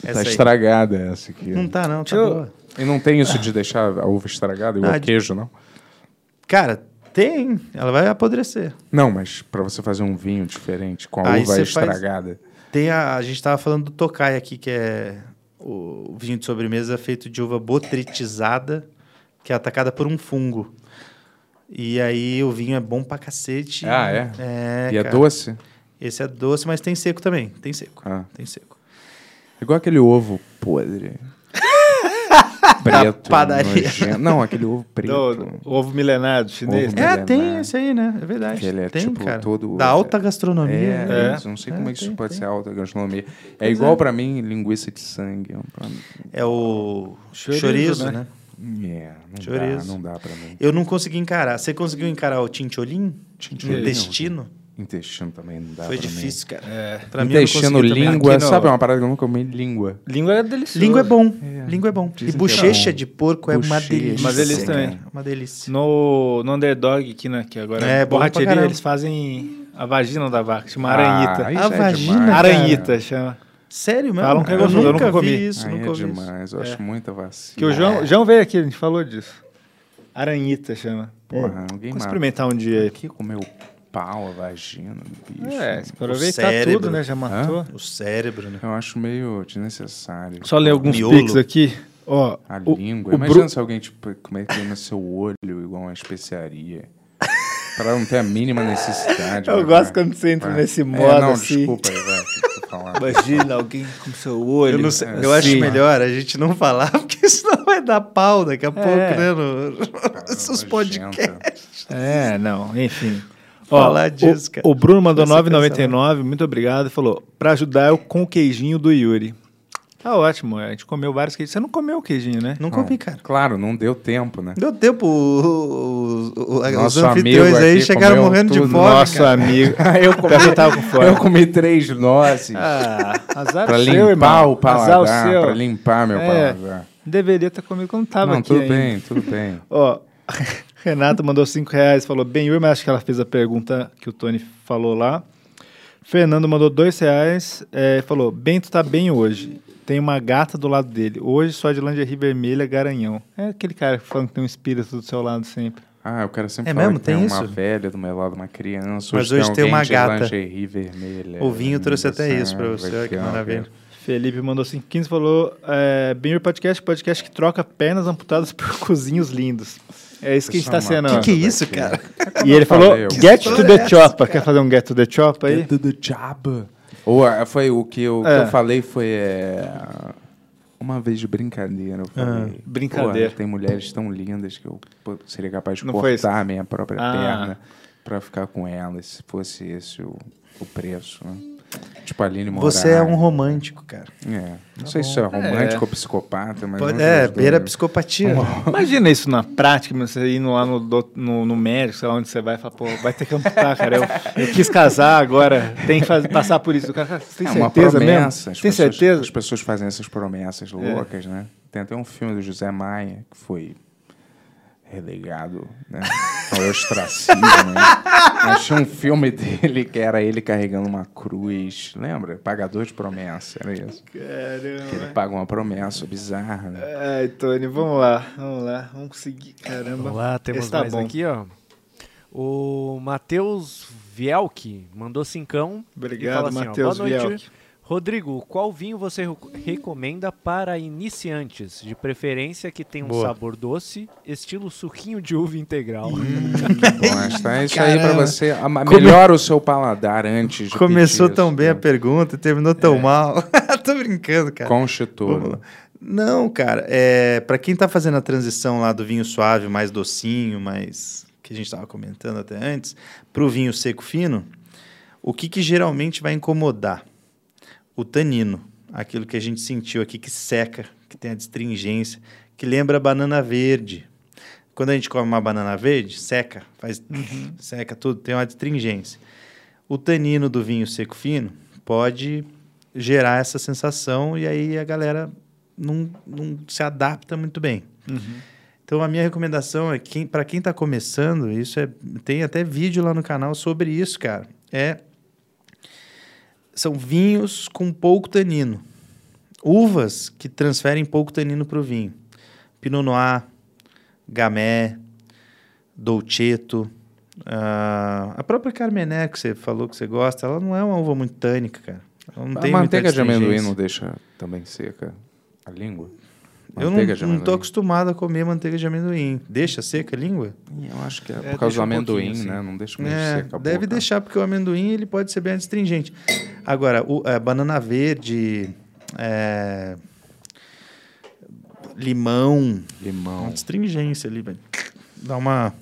Speaker 6: Essa aí.
Speaker 3: estragada essa aqui.
Speaker 6: Não tá, não. Tá
Speaker 4: eu-
Speaker 6: boa.
Speaker 3: E não tem isso de deixar a uva estragada igual
Speaker 6: Ah, de-
Speaker 3: queijo, não?
Speaker 6: Cara, tem. Ela vai apodrecer.
Speaker 3: Não, mas pra você fazer um vinho diferente com a
Speaker 6: Aí
Speaker 3: uva
Speaker 6: você faz-
Speaker 3: estragada.
Speaker 6: Tem a, a gente tava falando do Tokai aqui, que é o vinho de sobremesa feito de uva botritizada, que é atacada por um fungo. E aí o vinho é bom pra cacete.
Speaker 3: Ah, é?
Speaker 6: É,
Speaker 3: e é
Speaker 6: cara.
Speaker 3: doce?
Speaker 6: Esse é doce, mas tem seco também. Tem seco.
Speaker 3: Ah.
Speaker 6: Tem seco.
Speaker 3: Igual aquele ovo podre. preto.
Speaker 6: padaria.
Speaker 3: nojento. Não, aquele ovo preto.
Speaker 4: Do, ovo milenar do chinês.
Speaker 3: Ovo
Speaker 4: né?
Speaker 6: É,
Speaker 3: Milenar.
Speaker 6: tem esse aí, né? É verdade.
Speaker 3: Que ele é,
Speaker 6: tem,
Speaker 3: tipo,
Speaker 6: cara.
Speaker 3: todo-
Speaker 6: Da alta
Speaker 3: É,
Speaker 6: gastronomia. né?
Speaker 3: isso, Não sei
Speaker 6: É,
Speaker 3: como é que isso
Speaker 6: tem,
Speaker 3: pode
Speaker 6: tem.
Speaker 3: ser alta gastronomia. É igual pra mim linguiça de sangue. É, um pra mim-
Speaker 6: É o chorizo,
Speaker 4: Chorizo,
Speaker 6: né?
Speaker 4: né?
Speaker 3: É, não dá,
Speaker 6: Chorizo.
Speaker 3: não dá pra mim.
Speaker 6: Eu não consegui encarar. Você conseguiu encarar o tincholim?
Speaker 3: Chincholim.
Speaker 6: Intestino?
Speaker 3: Intestino também não dá
Speaker 6: Foi
Speaker 3: Tá, pra mim.
Speaker 6: difícil, cara.
Speaker 4: É.
Speaker 6: Pra mim, eu não
Speaker 3: Intestino,
Speaker 6: consegui também.
Speaker 3: língua.
Speaker 4: Aqui no-
Speaker 3: Sabe uma parada que eu nunca comi? Língua.
Speaker 4: Língua é delicioso.
Speaker 6: Língua é bom. Língua é bom.
Speaker 3: Dizem que
Speaker 6: e
Speaker 3: é
Speaker 6: bochecha
Speaker 3: bom.
Speaker 6: de porco é uma
Speaker 3: Bochecha.
Speaker 6: delícia.
Speaker 4: Uma delícia
Speaker 6: cara.
Speaker 4: também.
Speaker 6: Uma delícia.
Speaker 4: No, no Underdog, que, né, que agora
Speaker 6: É,
Speaker 4: é
Speaker 6: bom pra
Speaker 4: borracheria,
Speaker 6: caramba.
Speaker 4: eles fazem a vagina da vaca, chama
Speaker 3: Ah, aí
Speaker 4: aranhita.
Speaker 3: já
Speaker 6: A
Speaker 3: é demais.
Speaker 6: vagina, cara.
Speaker 4: aranhita, chama.
Speaker 6: Sério mesmo?
Speaker 4: Falam que é
Speaker 6: um eu
Speaker 4: gostoso, eu
Speaker 6: nunca
Speaker 4: nunca
Speaker 6: vi
Speaker 4: comi.
Speaker 6: isso.
Speaker 3: Aí
Speaker 6: nunca
Speaker 3: é
Speaker 6: ouvi isso.
Speaker 3: demais, eu acho muita vacina.
Speaker 4: Que o João, João veio aqui, a gente falou disso. Aranhita, chama.
Speaker 3: Porra, alguém
Speaker 4: Vamos
Speaker 3: mata.
Speaker 4: experimentar um dia aí.
Speaker 3: que comeu pau, a vagina, do bicho?
Speaker 4: É, se aproveitar
Speaker 6: cérebro.
Speaker 4: tudo, né? Já matou.
Speaker 6: O cérebro, né?
Speaker 3: Eu acho meio desnecessário.
Speaker 4: Só ler alguns
Speaker 6: Miolo.
Speaker 4: pics aqui. Ó,
Speaker 3: A
Speaker 4: o-
Speaker 3: língua.
Speaker 4: o
Speaker 3: Imagina
Speaker 4: Bru-
Speaker 3: se alguém, tipo, comer aquilo no seu olho, igual uma especiaria. pra não ter a mínima necessidade.
Speaker 4: Eu
Speaker 3: vai, vai.
Speaker 4: gosto quando você
Speaker 6: Ah.
Speaker 4: entra
Speaker 3: Vai.
Speaker 4: nesse
Speaker 3: É,
Speaker 4: modo
Speaker 3: não,
Speaker 4: assim.
Speaker 3: desculpa, aí, vai. deixa eu falar.
Speaker 4: Imagina alguém com seu olho.
Speaker 6: Eu, não sei- eu acho melhor a gente não falar, porque senão vai dar pau daqui a pouco, né? No... Esses
Speaker 3: Nojenta.
Speaker 6: podcasts.
Speaker 4: É, não, enfim.
Speaker 6: Falar disso,
Speaker 4: o,
Speaker 6: cara.
Speaker 4: O Bruno mandou
Speaker 6: Vai ser
Speaker 4: 9,99, muito obrigado. Falou, pra ajudar eu com o queijinho do Yuri. Tá ótimo, a gente comeu vários queijinhos. Você não comeu o queijinho, né?
Speaker 6: Não
Speaker 3: Não,
Speaker 6: comi, cara.
Speaker 3: Claro, não deu tempo, né?
Speaker 6: Deu tempo, o- o- o- os
Speaker 3: Nosso
Speaker 6: anfitriões
Speaker 3: amigo
Speaker 6: aí
Speaker 3: aqui
Speaker 6: chegaram
Speaker 3: comeu
Speaker 6: morrendo de
Speaker 3: tudo.
Speaker 6: fome.
Speaker 4: Nosso
Speaker 6: cara.
Speaker 4: amigo. eu comi. Eu tava com fome.
Speaker 3: Ah, Eu comi três nozes
Speaker 4: Ah, azar
Speaker 3: pra
Speaker 4: o seu,
Speaker 3: limpar
Speaker 4: irmão.
Speaker 3: o
Speaker 4: Azar é o
Speaker 3: paladar,
Speaker 4: seu.
Speaker 3: pra limpar meu
Speaker 4: É.
Speaker 3: paladar.
Speaker 4: Deveria ter comido quando tava
Speaker 3: Não,
Speaker 4: aqui
Speaker 3: tudo
Speaker 4: ainda.
Speaker 3: bem, tudo bem.
Speaker 4: Ó, Renata mandou 5 reais, falou bem, mas acho que ela fez a pergunta que o Tony falou lá. Fernando mandou 2 reais, é, falou, Bento tá bem hoje. Tem uma gata do lado dele. Hoje só é de lingerie vermelha, garanhão. É aquele cara que fala que tem um espírito do seu lado sempre.
Speaker 3: Ah, eu quero sempre
Speaker 6: É
Speaker 3: falar
Speaker 6: mesmo?
Speaker 3: que
Speaker 6: tem
Speaker 3: tem
Speaker 6: isso?
Speaker 3: uma velha do meu lado, uma criança.
Speaker 6: Mas hoje tem
Speaker 3: alguém
Speaker 6: uma
Speaker 3: de
Speaker 6: gata.
Speaker 3: lingerie vermelha.
Speaker 6: O vinho trouxe até
Speaker 3: Essa
Speaker 6: isso pra você, olha que
Speaker 3: legal,
Speaker 6: maravilha.
Speaker 3: cara.
Speaker 4: Felipe mandou 5,15 e falou, é, Benhur Podcast, podcast que troca pernas amputadas por cozinhos lindos. É isso que a gente tá
Speaker 3: Isso é uma-
Speaker 4: sendo.
Speaker 6: Que
Speaker 4: ó.
Speaker 6: que é isso, cara?
Speaker 4: E ele
Speaker 3: Como eu
Speaker 4: falou,
Speaker 3: falei, eu-
Speaker 4: get to the chopper. Quer fazer um get to the chopper aí?
Speaker 3: Dentro do diabo. Ou ah, foi o que eu, que
Speaker 4: É.
Speaker 3: eu falei foi. é, Uma vez de brincadeira, eu
Speaker 6: Ah,
Speaker 3: falei. "Pô,
Speaker 4: brincadeira."
Speaker 3: tem mulheres tão lindas que eu pô, seria capaz de
Speaker 4: Não foi
Speaker 3: cortar a minha própria
Speaker 4: Ah.
Speaker 3: perna pra ficar com elas, se fosse esse o, o preço. Né? Tipo, Aline Moraes.
Speaker 6: Você é um romântico, cara.
Speaker 3: É. Não sei se é romântico ou psicopata, mas.
Speaker 6: Pode-
Speaker 3: não
Speaker 6: é,
Speaker 3: sei se-
Speaker 6: beira a psicopatia. né?
Speaker 4: Imagina isso na prática, mano, você indo lá no, do- no, no médico, sei lá onde você vai, e fala, pô, vai ter que amputar, cara. Eu, eu quis casar agora, tem que faz- passar por isso. O cara, cara, você tem
Speaker 3: É uma
Speaker 4: certeza
Speaker 3: promessa. As
Speaker 4: mesmo? Tem
Speaker 3: pessoas-
Speaker 4: certeza?
Speaker 3: As pessoas fazem essas
Speaker 6: É.
Speaker 3: promessas loucas, né? Tem até um filme do José Maia que foi relegado né, ao ostracismo. né? Achei um filme dele que era ele carregando uma cruz. Lembra? Pagador de promessa, era isso. Ele
Speaker 4: Caramba.
Speaker 3: paga uma promessa bizarra. Né?
Speaker 4: Ai, Tony, vamos lá, vamos lá, vamos conseguir, caramba.
Speaker 8: Vamos lá, temos
Speaker 4: Esse tá
Speaker 8: mais
Speaker 4: bom.
Speaker 8: aqui, ó. O Matheus Vielke mandou cincão. e
Speaker 4: Obrigado,
Speaker 8: fala assim, ó,
Speaker 4: Matheus
Speaker 8: Boa noite.
Speaker 4: Vielke.
Speaker 8: Rodrigo, qual vinho você reco- recomenda para iniciantes? De preferência que tenha um
Speaker 4: Boa.
Speaker 8: sabor doce, estilo suquinho de uva integral.
Speaker 3: Bom, está É isso aí pra
Speaker 6: É. Caramba.
Speaker 3: você. Ama-
Speaker 6: Come-
Speaker 3: Melhora o seu paladar antes de
Speaker 6: Começou
Speaker 3: pedir
Speaker 6: tão
Speaker 3: isso,
Speaker 6: bem
Speaker 3: né?
Speaker 6: a pergunta e terminou tão mal. Tô brincando, cara. Vamos lá.
Speaker 3: Conchetor.
Speaker 6: Não, cara, é, para quem tá fazendo a transição lá do vinho suave, mais docinho, mais que a gente tava comentando até antes, pro vinho seco fino, o que que geralmente vai incomodar? O tanino, aquilo que a gente sentiu aqui que seca, que tem a destringência, que lembra a banana verde. Quando a gente come uma banana verde, seca, faz seca tudo, tem uma destringência. O tanino do vinho seco fino pode gerar essa sensação e aí a galera não, não se adapta muito bem. Então a minha recomendação é quem, para quem está começando, isso é tem até vídeo lá no canal sobre isso, cara. É são vinhos com pouco tanino, uvas que transferem pouco tanino para o vinho, Pinot Noir, Gamay, Dolcetto, ah, a própria Carmené que você falou que você gosta, ela não é uma uva muito tânica, cara. Ela não
Speaker 3: a
Speaker 6: tem muita
Speaker 3: manteiga de amendoim
Speaker 6: astringência.
Speaker 3: não deixa também seca a língua?
Speaker 6: Eu não,
Speaker 3: Manteiga de
Speaker 6: não tô
Speaker 3: amendoim?
Speaker 6: acostumado a comer manteiga de amendoim. Deixa seca a língua?
Speaker 3: Eu acho que é por
Speaker 8: É,
Speaker 3: causa
Speaker 8: deixa
Speaker 3: do
Speaker 8: um
Speaker 3: amendoim,
Speaker 8: pouquinho,
Speaker 3: né?
Speaker 8: assim.
Speaker 3: Não deixa muito
Speaker 6: É,
Speaker 3: seca a
Speaker 6: deve
Speaker 3: boca.
Speaker 6: deixar, porque o amendoim ele pode ser bem astringente. Agora, o, a banana verde, é, limão, É uma
Speaker 3: Limão.
Speaker 6: astringência ali, velho. Dá uma...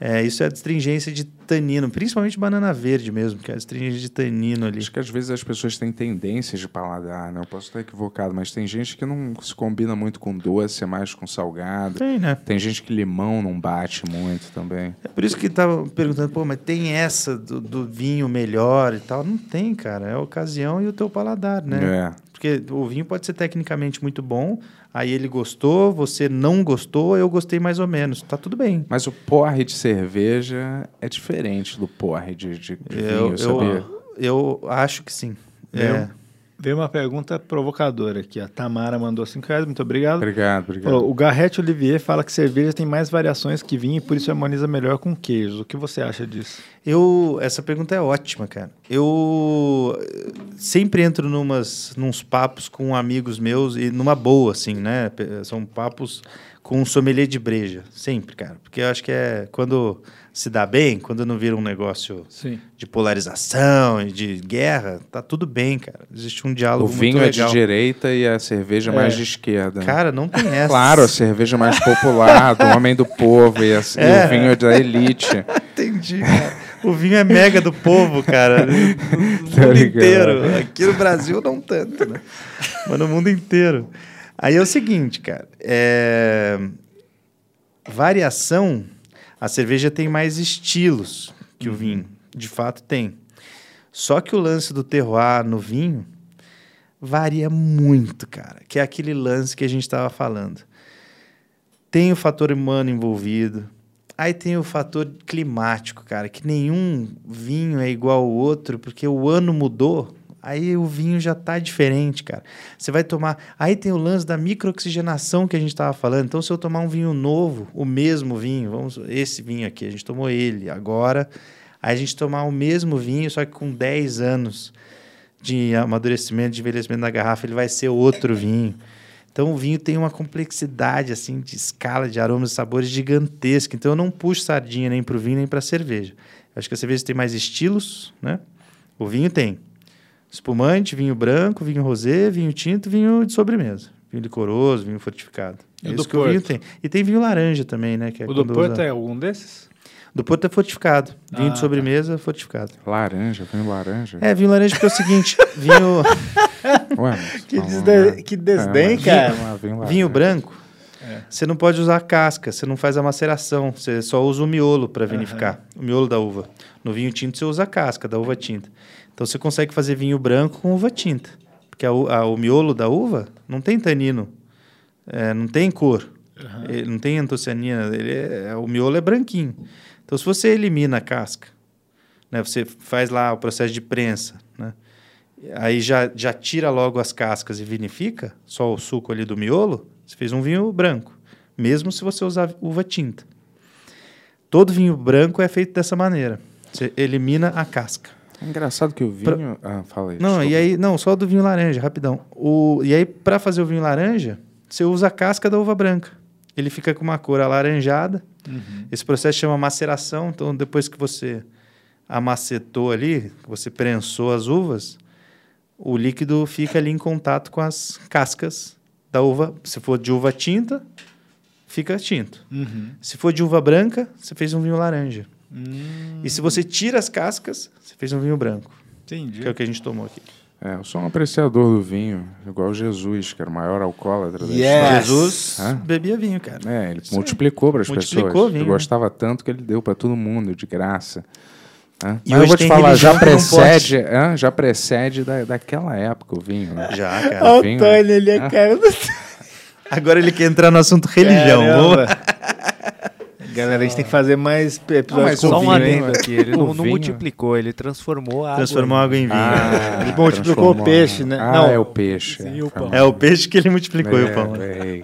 Speaker 6: É, isso é astringência de tanino, principalmente banana verde mesmo, que é astringência de tanino ali.
Speaker 3: Acho que às vezes as pessoas têm tendências de paladar, né? Eu posso estar equivocado, mas tem gente que não se combina muito com doce, é mais com salgado.
Speaker 6: Tem, né?
Speaker 3: Tem gente que limão não bate muito também.
Speaker 6: É por isso que tava perguntando, pô, mas tem essa do, do vinho melhor e tal? Não tem, cara. É a ocasião e o teu paladar, né?
Speaker 3: É.
Speaker 6: Porque o vinho pode ser tecnicamente muito bom, aí ele gostou, você não gostou, eu gostei mais ou menos. Tá tudo bem.
Speaker 3: Mas o porre de cerveja é diferente do porre de, de, de
Speaker 6: É, Eu,
Speaker 3: vinho, sabia?
Speaker 6: eu, eu acho que sim.
Speaker 4: Eu?
Speaker 6: É.
Speaker 4: Veio uma pergunta provocadora aqui. A Tamara mandou 5 reais, muito obrigado.
Speaker 3: Obrigado, obrigado.
Speaker 4: Falou, o Garrete Olivier fala que cerveja tem mais variações que vinho e por isso harmoniza melhor com queijos. O que você acha disso?
Speaker 6: Eu, essa pergunta é ótima, cara. Eu eh, sempre entro numas, nos papos com amigos meus e numa boa, assim, né? Pe- São papos com um sommelier de breja, sempre, cara. Porque eu acho que é quando se dá bem, quando não vira um negócio
Speaker 4: Sim.
Speaker 6: de polarização e de guerra, tá tudo bem, cara. Existe um diálogo
Speaker 3: o vinho
Speaker 6: muito
Speaker 3: é de
Speaker 6: legal.
Speaker 3: direita e a cerveja é mais de esquerda. né?
Speaker 6: Cara, não tem essa.
Speaker 3: Claro, a cerveja mais popular, do homem do povo, e, a, e o vinho é da elite.
Speaker 6: entendi, cara. O vinho é mega do povo, cara.
Speaker 3: Tá
Speaker 6: No mundo
Speaker 3: ligado.
Speaker 6: inteiro. Aqui no Brasil não tanto, né? Mas no mundo inteiro. Aí é o seguinte, cara. É... Variação, a cerveja tem mais estilos que o vinho. De fato, tem. Só que o lance do terroir no vinho varia muito, cara. Que é aquele lance que a gente estava falando. Tem o fator humano envolvido. Aí tem o fator climático, cara, que nenhum vinho é igual ao outro, porque o ano mudou, aí o vinho já tá diferente, cara. Você vai tomar. Aí tem o lance da microoxigenação que a gente tava falando. Então, se eu tomar um vinho novo, o mesmo vinho, vamos, esse vinho aqui, a gente tomou ele agora. Aí a gente tomar o mesmo vinho, só que com 10 anos de amadurecimento, de envelhecimento da garrafa, ele vai ser outro vinho. Então o vinho tem uma complexidade assim de escala de aromas e sabores gigantesca. Então eu não puxo sardinha nem para o vinho nem para a cerveja. Eu acho que a cerveja tem mais estilos, né? O vinho tem espumante, vinho branco, vinho rosé, vinho tinto, vinho de sobremesa, vinho licoroso, vinho fortificado.
Speaker 4: E
Speaker 6: É
Speaker 4: o
Speaker 6: isso
Speaker 4: do
Speaker 6: que o vinho
Speaker 4: Porto?
Speaker 6: tem. E tem vinho laranja também, né? Que é
Speaker 4: O do
Speaker 6: quando
Speaker 4: Porto
Speaker 6: usa-
Speaker 4: é algum desses?
Speaker 6: Do Porto é fortificado. Vinho
Speaker 4: Ah, tá.
Speaker 6: de sobremesa fortificado.
Speaker 3: Laranja, vinho laranja.
Speaker 6: É, vinho laranja porque é o seguinte, vinho
Speaker 3: Ué, mas
Speaker 4: Que
Speaker 3: tá bom,
Speaker 4: desde-
Speaker 3: né?
Speaker 4: que desdém,
Speaker 3: mas
Speaker 4: cara.
Speaker 3: vinho- vinho laranja.
Speaker 6: Vinho branco, você não pode usar a casca, você não faz a maceração, você só usa o miolo para vinificar, o miolo da uva. No vinho tinto você usa a casca da uva tinta. Então você consegue fazer vinho branco com uva tinta, porque a u- a- o miolo da uva não tem tanino, é, não tem cor, ele não tem antocianina, ele é- é- o miolo é branquinho. Então se você elimina a casca, né? Você faz lá o processo de prensa, né? Aí já, já tira logo as cascas e vinifica, só o suco ali do miolo, você fez um vinho branco, mesmo se você usar uva tinta. Todo vinho branco é feito dessa maneira. Você elimina a casca.
Speaker 3: É engraçado que o vinho. Ah, fala aí.
Speaker 6: Não,
Speaker 3: desculpa.
Speaker 6: e aí, não, só do vinho laranja, rapidão. O, e aí, para fazer o vinho laranja, você usa a casca da uva branca. Ele fica com uma cor alaranjada. Esse processo chama maceração. Então, depois que você amacetou ali, que você prensou as uvas, o líquido fica ali em contato com as cascas da uva. Se for de uva tinta, fica tinto. Se for de uva branca, você fez um vinho laranja. E se você tira as cascas, você fez um vinho branco,
Speaker 4: Entendi.
Speaker 6: que é o que a gente tomou aqui.
Speaker 3: É, eu sou um apreciador do vinho, igual Jesus, que era o maior alcoólatra da história.
Speaker 6: Jesus
Speaker 3: Hã?
Speaker 6: É. bebia vinho, cara.
Speaker 3: É, ele
Speaker 6: Isso aí.
Speaker 3: multiplicou para as
Speaker 6: Multiplicou
Speaker 3: pessoas.
Speaker 6: vinho,
Speaker 3: Ele
Speaker 6: né?
Speaker 3: gostava tanto que ele deu para todo mundo, de graça. Hã? Mas
Speaker 6: E
Speaker 3: eu
Speaker 6: hoje
Speaker 3: vou te
Speaker 6: tem
Speaker 3: falar,
Speaker 6: religião
Speaker 3: já
Speaker 6: que não pode.
Speaker 3: precede, hã? já precede da, daquela época o vinho. Né?
Speaker 6: Já,
Speaker 4: Olha
Speaker 6: cara.
Speaker 4: o
Speaker 3: vinho.
Speaker 4: Tony ali, a cara do
Speaker 6: Agora ele quer entrar no assunto religião. Vamos-
Speaker 4: Caramba. Galera, a gente tem que fazer mais episódios
Speaker 3: Não,
Speaker 4: com
Speaker 8: Só um
Speaker 4: vinho, hein?
Speaker 8: adendo aqui, ele
Speaker 3: O
Speaker 8: não, não
Speaker 3: vinho.
Speaker 8: multiplicou, ele transformou a
Speaker 6: Transformou
Speaker 8: água.
Speaker 6: água em vinho.
Speaker 3: Ah,
Speaker 4: Ele multiplicou o
Speaker 3: transformou,
Speaker 4: peixe, né?
Speaker 3: Ah,
Speaker 4: Não.
Speaker 3: é o peixe.
Speaker 4: Sim, o pão.
Speaker 6: É o peixe que ele multiplicou,
Speaker 3: É,
Speaker 6: eu falo.
Speaker 3: é.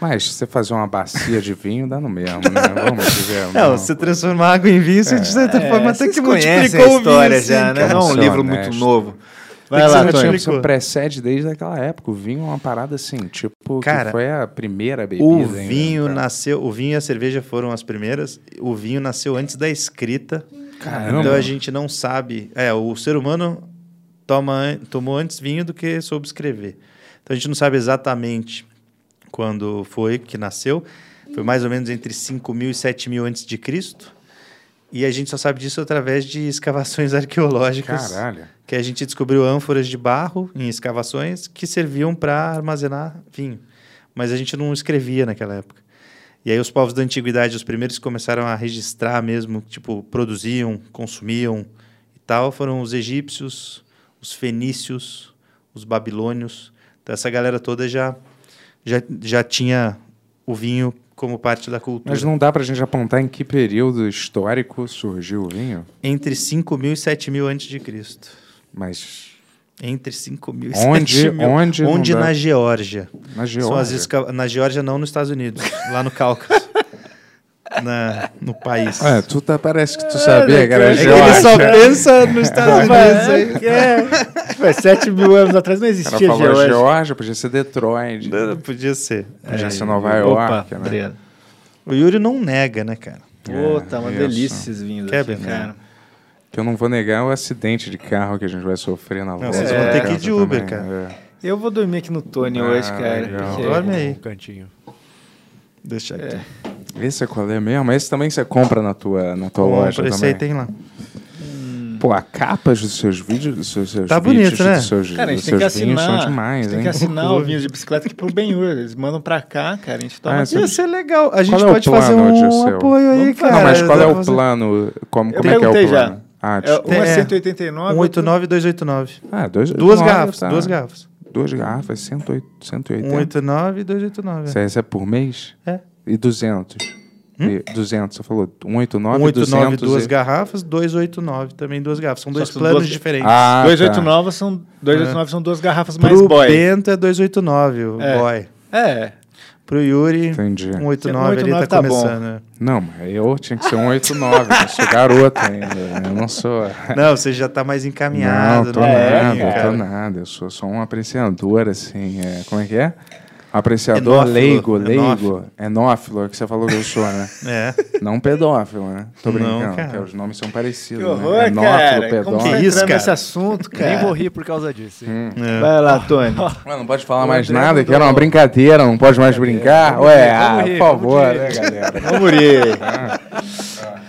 Speaker 3: Mas se você fazer uma bacia de vinho, dá no mesmo, né? Vamos dizer.
Speaker 6: Não, É, você transformar água em vinho, você de certa forma até
Speaker 4: vocês
Speaker 6: que
Speaker 4: conhecem
Speaker 6: multiplicou
Speaker 4: a
Speaker 6: o
Speaker 4: história
Speaker 6: vinho. sim,
Speaker 4: já, né?
Speaker 6: cara.
Speaker 4: Não é
Speaker 3: É.
Speaker 4: um
Speaker 3: Sou
Speaker 4: livro
Speaker 3: honesto.
Speaker 4: muito novo.
Speaker 6: que
Speaker 4: Vai
Speaker 6: ser
Speaker 4: lá,
Speaker 3: Não,
Speaker 6: Tony.
Speaker 3: tipo,
Speaker 6: explicou.
Speaker 3: isso precede desde aquela época. O vinho é uma parada assim, tipo,
Speaker 6: Cara,
Speaker 3: que foi a primeira bebida. né?
Speaker 6: O vinho
Speaker 3: inventada.
Speaker 6: nasceu, o vinho e a cerveja foram as primeiras. O vinho nasceu antes da escrita.
Speaker 3: Caramba.
Speaker 6: Então a gente não sabe. É, o ser humano toma, an- tomou antes vinho do que soube escrever. Então a gente não sabe exatamente quando foi que nasceu. Foi mais ou menos entre 5 mil e 7 mil antes de Cristo. E a gente só sabe disso através de escavações arqueológicas.
Speaker 3: Caralho.
Speaker 6: Que a gente descobriu ânforas de barro em escavações que serviam para armazenar vinho. Mas a gente não escrevia naquela época. E aí os povos da antiguidade, os primeiros que começaram a registrar mesmo, tipo, produziam, consumiam e tal, foram os egípcios, os fenícios, os babilônios. Então essa galera toda já, já, já tinha o vinho como parte da cultura.
Speaker 3: Mas não dá pra gente apontar em que período histórico surgiu o vinho,
Speaker 6: Entre 5 mil e 7 mil antes de Cristo.
Speaker 3: mas
Speaker 6: Entre 5 mil e
Speaker 3: Onde-
Speaker 6: 7 mil.
Speaker 3: onde não
Speaker 6: onde
Speaker 3: dá.
Speaker 6: na Geórgia.
Speaker 3: na
Speaker 6: São as
Speaker 3: Geórgia.
Speaker 6: esca- Na Geórgia, não nos Estados Unidos, lá no Cáucaso. Na- no país.
Speaker 3: Ah, tu tá, parece que tu sabia que era
Speaker 6: É que ele só
Speaker 3: Geórgia.
Speaker 6: pensa nos Estados Unidos. hein?
Speaker 4: É, é. Vai, 7 mil anos atrás não
Speaker 3: O cara
Speaker 4: existia
Speaker 3: falou
Speaker 4: Geórgia.
Speaker 3: Geórgia, podia ser Detroit,
Speaker 6: Não, Podia ser.
Speaker 3: podia
Speaker 6: É.
Speaker 3: ser Nova
Speaker 4: Opa,
Speaker 3: York, né?
Speaker 4: Breno.
Speaker 6: O Yuri não nega, né, cara?
Speaker 4: Pô, tá uma
Speaker 3: isso.
Speaker 4: delícia esses vinhos
Speaker 6: Quer
Speaker 4: aqui,
Speaker 6: beber?
Speaker 4: cara.
Speaker 3: Que eu não vou negar é o acidente de carro que a gente vai sofrer na volta.
Speaker 6: vocês
Speaker 4: vão
Speaker 3: pra
Speaker 4: ter
Speaker 6: que ir
Speaker 3: casa
Speaker 6: de Uber,
Speaker 3: também,
Speaker 6: cara.
Speaker 3: é.
Speaker 4: Eu vou dormir aqui no Tony
Speaker 3: Ah,
Speaker 4: hoje, cara.
Speaker 3: legal.
Speaker 4: porque-
Speaker 6: Dorme aí.
Speaker 8: Um cantinho.
Speaker 6: Deixa aqui.
Speaker 3: Esse é qual é mesmo? Esse também você compra na tua, na tua
Speaker 6: Bom,
Speaker 3: loja
Speaker 6: pra esse
Speaker 3: também.
Speaker 6: aí tem lá.
Speaker 3: Pô, a capa dos seus vídeos, dos seus, seus
Speaker 6: Tá
Speaker 3: vídeos,
Speaker 6: bonito, né?
Speaker 3: dos seus,
Speaker 4: Cara, a
Speaker 3: dos
Speaker 4: gente tem que
Speaker 3: seus vinhos
Speaker 4: assinar.
Speaker 3: são demais,
Speaker 4: a gente tem
Speaker 3: hein?
Speaker 4: que assinar
Speaker 6: Clube.
Speaker 4: o vinho de bicicleta aqui pro Benhur. Eles mandam pra cá, cara. A gente toma.
Speaker 3: Ah,
Speaker 4: aqui.
Speaker 3: essa-
Speaker 6: Ia ser legal. A gente
Speaker 3: Qual é o
Speaker 6: pode fazer
Speaker 3: plano,
Speaker 6: um
Speaker 3: Dirceu?
Speaker 6: apoio aí,
Speaker 4: Vamos
Speaker 6: cara.
Speaker 4: falar.
Speaker 3: Não, mas qual
Speaker 6: Dá
Speaker 3: é
Speaker 6: pra
Speaker 3: o
Speaker 6: fazer-
Speaker 3: plano? Como, como
Speaker 4: Eu
Speaker 3: é que é o
Speaker 4: perguntei
Speaker 3: plano?
Speaker 4: já.
Speaker 3: Ah,
Speaker 4: É,
Speaker 3: tipo,
Speaker 4: um é
Speaker 6: É.
Speaker 4: 189.
Speaker 6: 189 e 289.
Speaker 3: ah, dois,
Speaker 6: Duas
Speaker 3: nove,
Speaker 6: garrafas,
Speaker 3: tá.
Speaker 6: duas garrafas.
Speaker 3: Duas garrafas, 108, 180.
Speaker 6: 189 e 289.
Speaker 3: Você recebe por mês?
Speaker 6: É. Hum?
Speaker 3: E 200? E 200, você falou 189,
Speaker 6: 189,
Speaker 3: 200
Speaker 6: duas
Speaker 3: e...
Speaker 6: garrafas, 289 também duas garrafas. São dois
Speaker 4: que são
Speaker 6: planos
Speaker 4: duas-
Speaker 6: diferentes.
Speaker 3: Ah, tá.
Speaker 4: 289 são, 289 são duas garrafas mais
Speaker 6: Pro
Speaker 4: boy.
Speaker 6: Bento é 289, o
Speaker 4: É.
Speaker 6: boy.
Speaker 4: É.
Speaker 6: Pro Yuri,
Speaker 3: Entendi.
Speaker 6: 189 ele
Speaker 4: 189
Speaker 6: tá,
Speaker 4: tá bom.
Speaker 6: começando.
Speaker 3: Não, mas eu tinha que ser 189, eu sou garoto ainda, eu não sou...
Speaker 6: né? Não, você já tá mais encaminhado.
Speaker 3: não, tô
Speaker 6: né?
Speaker 3: nada,
Speaker 6: É,
Speaker 3: tô
Speaker 6: cara.
Speaker 3: nada. Eu sou só um apreciador, assim. é, como é que é? Apreciador
Speaker 6: Enófilo,
Speaker 3: leigo,
Speaker 6: enófilo.
Speaker 3: leigo. Enófilo, é que você falou que eu sou, né?
Speaker 6: É.
Speaker 3: Não pedófilo, né? Tô
Speaker 6: Não,
Speaker 3: brincando,
Speaker 6: cara.
Speaker 3: porque os nomes são parecidos.
Speaker 4: Que
Speaker 3: né?
Speaker 4: horror,
Speaker 3: Enófilo,
Speaker 4: cara. Como
Speaker 3: pedófilo.
Speaker 4: que tá
Speaker 6: Que isso,
Speaker 4: entrando
Speaker 6: cara? É.
Speaker 4: nesse assunto,
Speaker 8: Nem vou
Speaker 4: cara?
Speaker 8: rir por causa disso. hein?
Speaker 4: Vai lá, Tony.
Speaker 3: Ué, não pode falar mais
Speaker 4: André
Speaker 3: nada, que
Speaker 4: mandou-
Speaker 3: era uma brincadeira, não pode mais brincar. Ué,
Speaker 8: rir,
Speaker 3: ah,
Speaker 8: vamos rir,
Speaker 3: por favor,
Speaker 8: vamos
Speaker 3: né,
Speaker 8: rir.
Speaker 3: galera?
Speaker 4: Vamos morrer.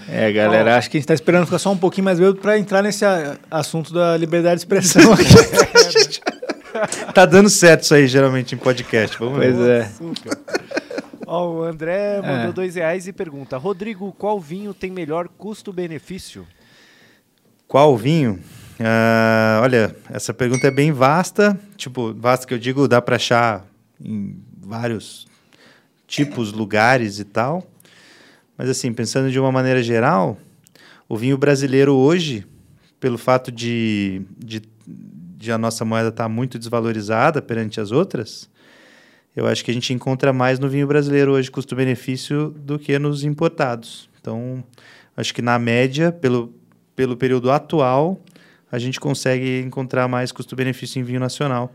Speaker 4: É, galera, acho que a gente tá esperando ficar só um pouquinho mais bêbado pra entrar nesse a- assunto da liberdade de expressão aqui.
Speaker 6: Tá dando certo isso aí, geralmente, em podcast. Vamos
Speaker 4: pois
Speaker 6: ver.
Speaker 4: é.
Speaker 8: Ó, o André mandou dois reais e pergunta: Rodrigo, qual vinho tem melhor custo-benefício?
Speaker 6: Qual vinho? Ah, olha, essa pergunta é bem vasta. Tipo, vasta que eu digo, dá pra achar em vários tipos, lugares e tal. Mas assim, pensando de uma maneira geral, O vinho brasileiro hoje, pelo fato de, de, de a nossa moeda estar muito desvalorizada perante as outras, eu acho que a gente encontra mais no vinho brasileiro hoje custo-benefício do que nos importados. Então, acho que na média, pelo, pelo período atual, a gente consegue encontrar mais custo-benefício em vinho nacional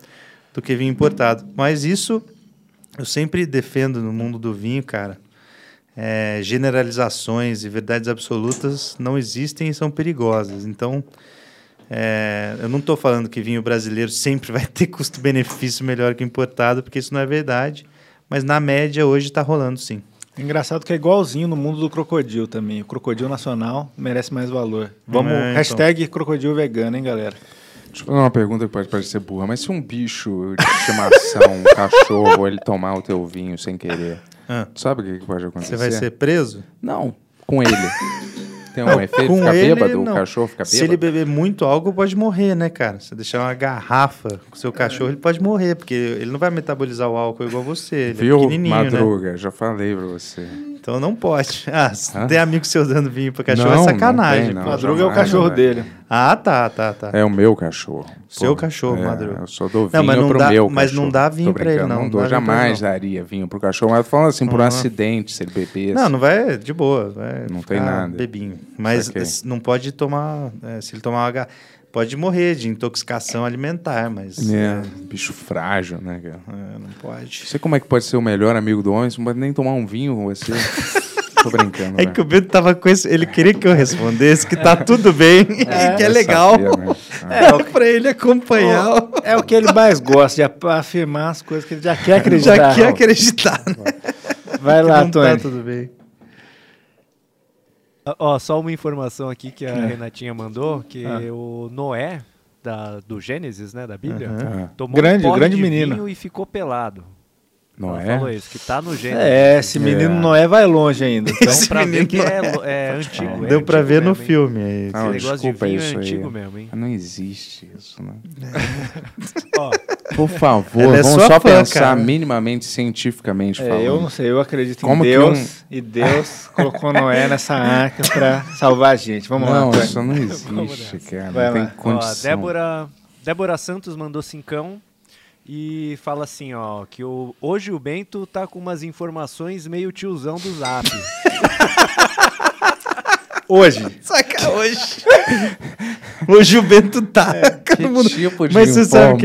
Speaker 6: do que vinho importado. Mas isso eu sempre defendo no mundo do vinho, cara. É, generalizações e verdades absolutas não existem e são perigosas. Então, é, eu não estou falando que vinho brasileiro sempre vai ter custo-benefício melhor que importado, porque isso não é verdade. Mas na média hoje está rolando sim.
Speaker 4: Engraçado que é igualzinho no mundo do crocodilo também. O crocodilo nacional merece mais valor. Vamos,
Speaker 6: É, então.
Speaker 4: hashtag crocodilo vegano, hein, galera?
Speaker 3: Deixa eu fazer uma pergunta que pode parecer burra, mas se um bicho de estimação, um cachorro, ele tomar o teu vinho sem querer,
Speaker 6: Ah.
Speaker 3: tu sabe o que, que pode acontecer?
Speaker 6: Você vai ser preso?
Speaker 3: Não, com ele. Tem um efeito,
Speaker 6: com
Speaker 3: fica
Speaker 6: ele,
Speaker 3: bêbado,
Speaker 6: não.
Speaker 3: o cachorro fica bêbado.
Speaker 6: Se ele beber muito álcool, pode morrer, né, cara? Se deixar uma garrafa com seu cachorro, ele pode morrer, porque ele não vai metabolizar o álcool igual você. Ele é
Speaker 3: Viu,
Speaker 6: pequenininho, né?
Speaker 3: Madruga? Já falei pra você.
Speaker 6: Então não pode. Ah, se
Speaker 3: Hã?
Speaker 6: tem amigo seu dando vinho pra cachorro,
Speaker 3: Não,
Speaker 6: é
Speaker 3: não
Speaker 6: sacanagem.
Speaker 3: tem, não.
Speaker 6: pô.
Speaker 4: Madruga é o
Speaker 3: jamais,
Speaker 4: cachorro
Speaker 3: né,
Speaker 4: dele.
Speaker 6: Ah, tá, tá, tá.
Speaker 3: É o meu cachorro.
Speaker 6: Seu cachorro,
Speaker 3: é,
Speaker 6: Madruga.
Speaker 3: Eu só dou vinho
Speaker 6: Não, mas não
Speaker 3: pro
Speaker 6: dá-
Speaker 3: meu cachorro.
Speaker 6: mas não dá
Speaker 3: Tô
Speaker 6: vinho pra ele,
Speaker 3: brincando,
Speaker 6: não.
Speaker 3: Não
Speaker 6: Não
Speaker 3: dou,
Speaker 6: dá vinho pra ele,
Speaker 3: jamais
Speaker 6: não.
Speaker 3: daria vinho pro cachorro. Mas falando assim, por um
Speaker 6: Aham.
Speaker 3: acidente, se ele bebesse.
Speaker 6: Não, não vai de boa. Vai
Speaker 3: Não
Speaker 6: ficar
Speaker 3: tem nada.
Speaker 6: Bebinho. Mas
Speaker 3: Saquei.
Speaker 6: eh, não pode tomar. eh, se ele tomar uma. ga- Pode morrer de intoxicação alimentar, mas.
Speaker 3: É, bicho frágil, né, cara?
Speaker 6: eh, não pode.
Speaker 3: Não sei como é que pode ser o melhor amigo do homem, você não pode nem tomar um vinho com você. Tô brincando.
Speaker 6: É
Speaker 3: né?
Speaker 6: que o Bento tava com esse. Ele queria que eu respondesse que tá tudo bem, que é
Speaker 3: Eu
Speaker 6: legal.
Speaker 3: sabia, né?
Speaker 6: É, pra ele acompanhar. o-
Speaker 4: É o que ele mais gosta, de af- afirmar as coisas que ele já quer acreditar.
Speaker 6: Já quer acreditar, né?
Speaker 4: Vai
Speaker 6: Que
Speaker 4: lá,
Speaker 6: não tá
Speaker 4: Tony.
Speaker 6: tudo bem.
Speaker 8: Ah, Ó, só uma informação aqui que a Renatinha mandou, que o Noé, da, do Gênesis, né, da Bíblia,
Speaker 3: Aham.
Speaker 8: tomou
Speaker 4: Grande,
Speaker 8: um pote
Speaker 4: grande
Speaker 8: de
Speaker 4: menino.
Speaker 8: vinho e ficou pelado.
Speaker 3: Não
Speaker 8: Ela
Speaker 3: é?
Speaker 8: falou isso, que tá no Gênesis.
Speaker 4: É, esse menino Noé vai longe ainda. Então,
Speaker 8: Então, pra ver
Speaker 6: menino
Speaker 8: que
Speaker 6: não
Speaker 8: é, lo- é antigo. é
Speaker 6: Deu pra
Speaker 8: antigo
Speaker 6: ver no
Speaker 8: mesmo, hein?
Speaker 6: filme é aí.
Speaker 3: Ah,
Speaker 8: Esse negócio de
Speaker 3: desculpa
Speaker 8: vinho é
Speaker 3: isso aí.
Speaker 8: antigo mesmo, hein?
Speaker 3: Ah, Não existe isso, né?
Speaker 8: Ó,
Speaker 3: Por favor,
Speaker 6: Ela é
Speaker 3: vamos
Speaker 6: sua
Speaker 3: só
Speaker 6: fã,
Speaker 3: pensar
Speaker 6: cara.
Speaker 3: minimamente cientificamente
Speaker 4: é,
Speaker 3: falando.
Speaker 4: eu não sei, eu acredito
Speaker 3: Como
Speaker 4: em
Speaker 3: que
Speaker 6: um-
Speaker 4: Deus e Deus colocou Noé nessa arca pra salvar a gente. Vamos
Speaker 3: Não,
Speaker 4: lá, Tony.
Speaker 3: isso não existe, cara.
Speaker 4: Vai
Speaker 3: não tem
Speaker 4: lá.
Speaker 8: Ó, a
Speaker 3: condição.
Speaker 8: Débora, Débora Santos mandou cincão e fala assim, ó, que o- hoje o Bento tá com umas informações meio tiozão do Zap.
Speaker 4: Hoje,
Speaker 6: Saca hoje. Hoje o Bento tá.
Speaker 3: que tipo de
Speaker 6: Mas você sabe
Speaker 3: informação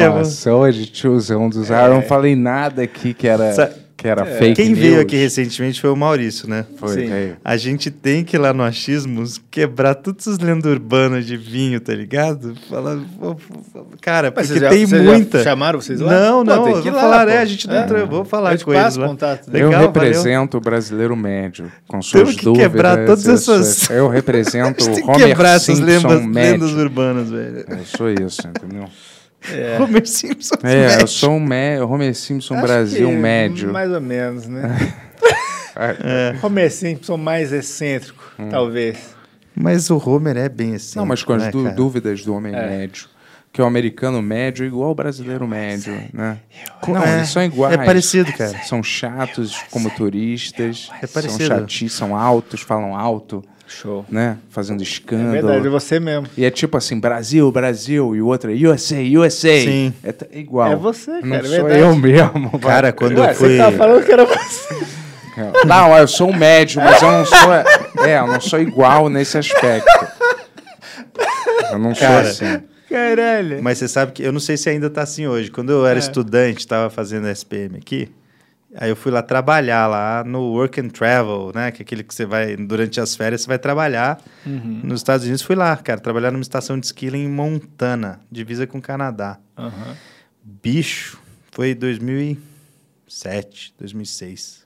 Speaker 6: que é bom.
Speaker 3: de tiozão é um dos ar? Eu não falei nada aqui que era,
Speaker 6: É. Sa-
Speaker 3: que
Speaker 6: É.
Speaker 3: era fake
Speaker 6: Quem
Speaker 3: news.
Speaker 6: veio aqui recentemente foi o Maurício, né?
Speaker 3: é. Foi,
Speaker 4: Sim.
Speaker 3: veio.
Speaker 6: A gente tem que ir lá no Achismos quebrar todas as lendas urbanas de vinho, tá ligado? Falar. pô, pô, pô, Cara,
Speaker 4: Mas
Speaker 6: porque
Speaker 4: vocês já-
Speaker 6: tem
Speaker 4: vocês já
Speaker 6: muita.
Speaker 4: chamaram vocês lá?
Speaker 6: Não,
Speaker 4: Pô,
Speaker 6: não,
Speaker 4: tem
Speaker 6: eu
Speaker 4: que ir
Speaker 6: vou
Speaker 4: lá,
Speaker 6: falar,
Speaker 4: pô.
Speaker 6: é, a gente não
Speaker 4: É.
Speaker 6: entrou, eu vou falar
Speaker 4: Eu te
Speaker 6: com eles
Speaker 4: passo
Speaker 6: lá.
Speaker 4: contato.
Speaker 3: eu
Speaker 6: Legal, valeu.
Speaker 3: represento o brasileiro médio, com
Speaker 6: Temos
Speaker 3: suas
Speaker 6: que
Speaker 3: dúvidas.
Speaker 6: quebrar todas
Speaker 3: eu
Speaker 6: essas-
Speaker 3: sou- Eu represento
Speaker 6: A gente
Speaker 3: o
Speaker 6: tem que
Speaker 3: Homer
Speaker 6: quebrar essas
Speaker 3: Simpson
Speaker 6: lendas, lendas
Speaker 3: médio.
Speaker 6: urbanas, velho.
Speaker 3: Eu sou isso, entendeu?
Speaker 6: Homer Simpson.
Speaker 3: É, eu
Speaker 6: médio.
Speaker 3: sou um mé- Homer
Speaker 6: um
Speaker 3: Simpson
Speaker 4: Acho
Speaker 3: Brasil
Speaker 4: que é
Speaker 3: médio. Ah,
Speaker 4: Mais ou menos, né?
Speaker 6: É,
Speaker 4: Homer Simpson mais excêntrico,
Speaker 6: Hum.
Speaker 4: talvez.
Speaker 6: Mas o Homer é bem assim.
Speaker 3: Não, mas com as
Speaker 6: né,
Speaker 3: du-
Speaker 6: cara?
Speaker 3: dúvidas do homem médio. Que é o americano médio é igual ao brasileiro médio, né? Não,
Speaker 6: É,
Speaker 3: eles são iguais.
Speaker 6: é parecido, cara.
Speaker 3: São chatos como turistas.
Speaker 6: É parecido.
Speaker 3: São chatis, são altos, falam alto,
Speaker 4: Show.
Speaker 3: né? Fazendo
Speaker 4: É verdade, é
Speaker 3: escândalo.
Speaker 4: você mesmo.
Speaker 3: e é tipo assim, Brasil, Brasil, e o outro é USA, USA.
Speaker 6: Sim.
Speaker 3: É t- é igual.
Speaker 4: É você, cara,
Speaker 3: Não
Speaker 4: é
Speaker 3: sou
Speaker 4: verdade.
Speaker 3: eu mesmo.
Speaker 6: Cara, quando
Speaker 4: Ué,
Speaker 6: eu fui.
Speaker 4: você tá tava falando que era você.
Speaker 3: Não, eu sou um médio, mas eu não sou. É, eu não sou igual nesse aspecto. Eu não sou
Speaker 6: Cara,
Speaker 3: assim.
Speaker 4: Caralho.
Speaker 6: Mas você sabe que eu não sei se ainda tá assim hoje. Quando eu era estudante, estava fazendo SPM aqui. Aí eu fui lá trabalhar lá no Work and Travel, né? Que é aquele que você vai durante as férias, você vai trabalhar nos Estados Unidos. Fui lá, cara, trabalhar numa estação de esqui lá em Montana, divisa com o Canadá. Bicho, foi 2007, 2006.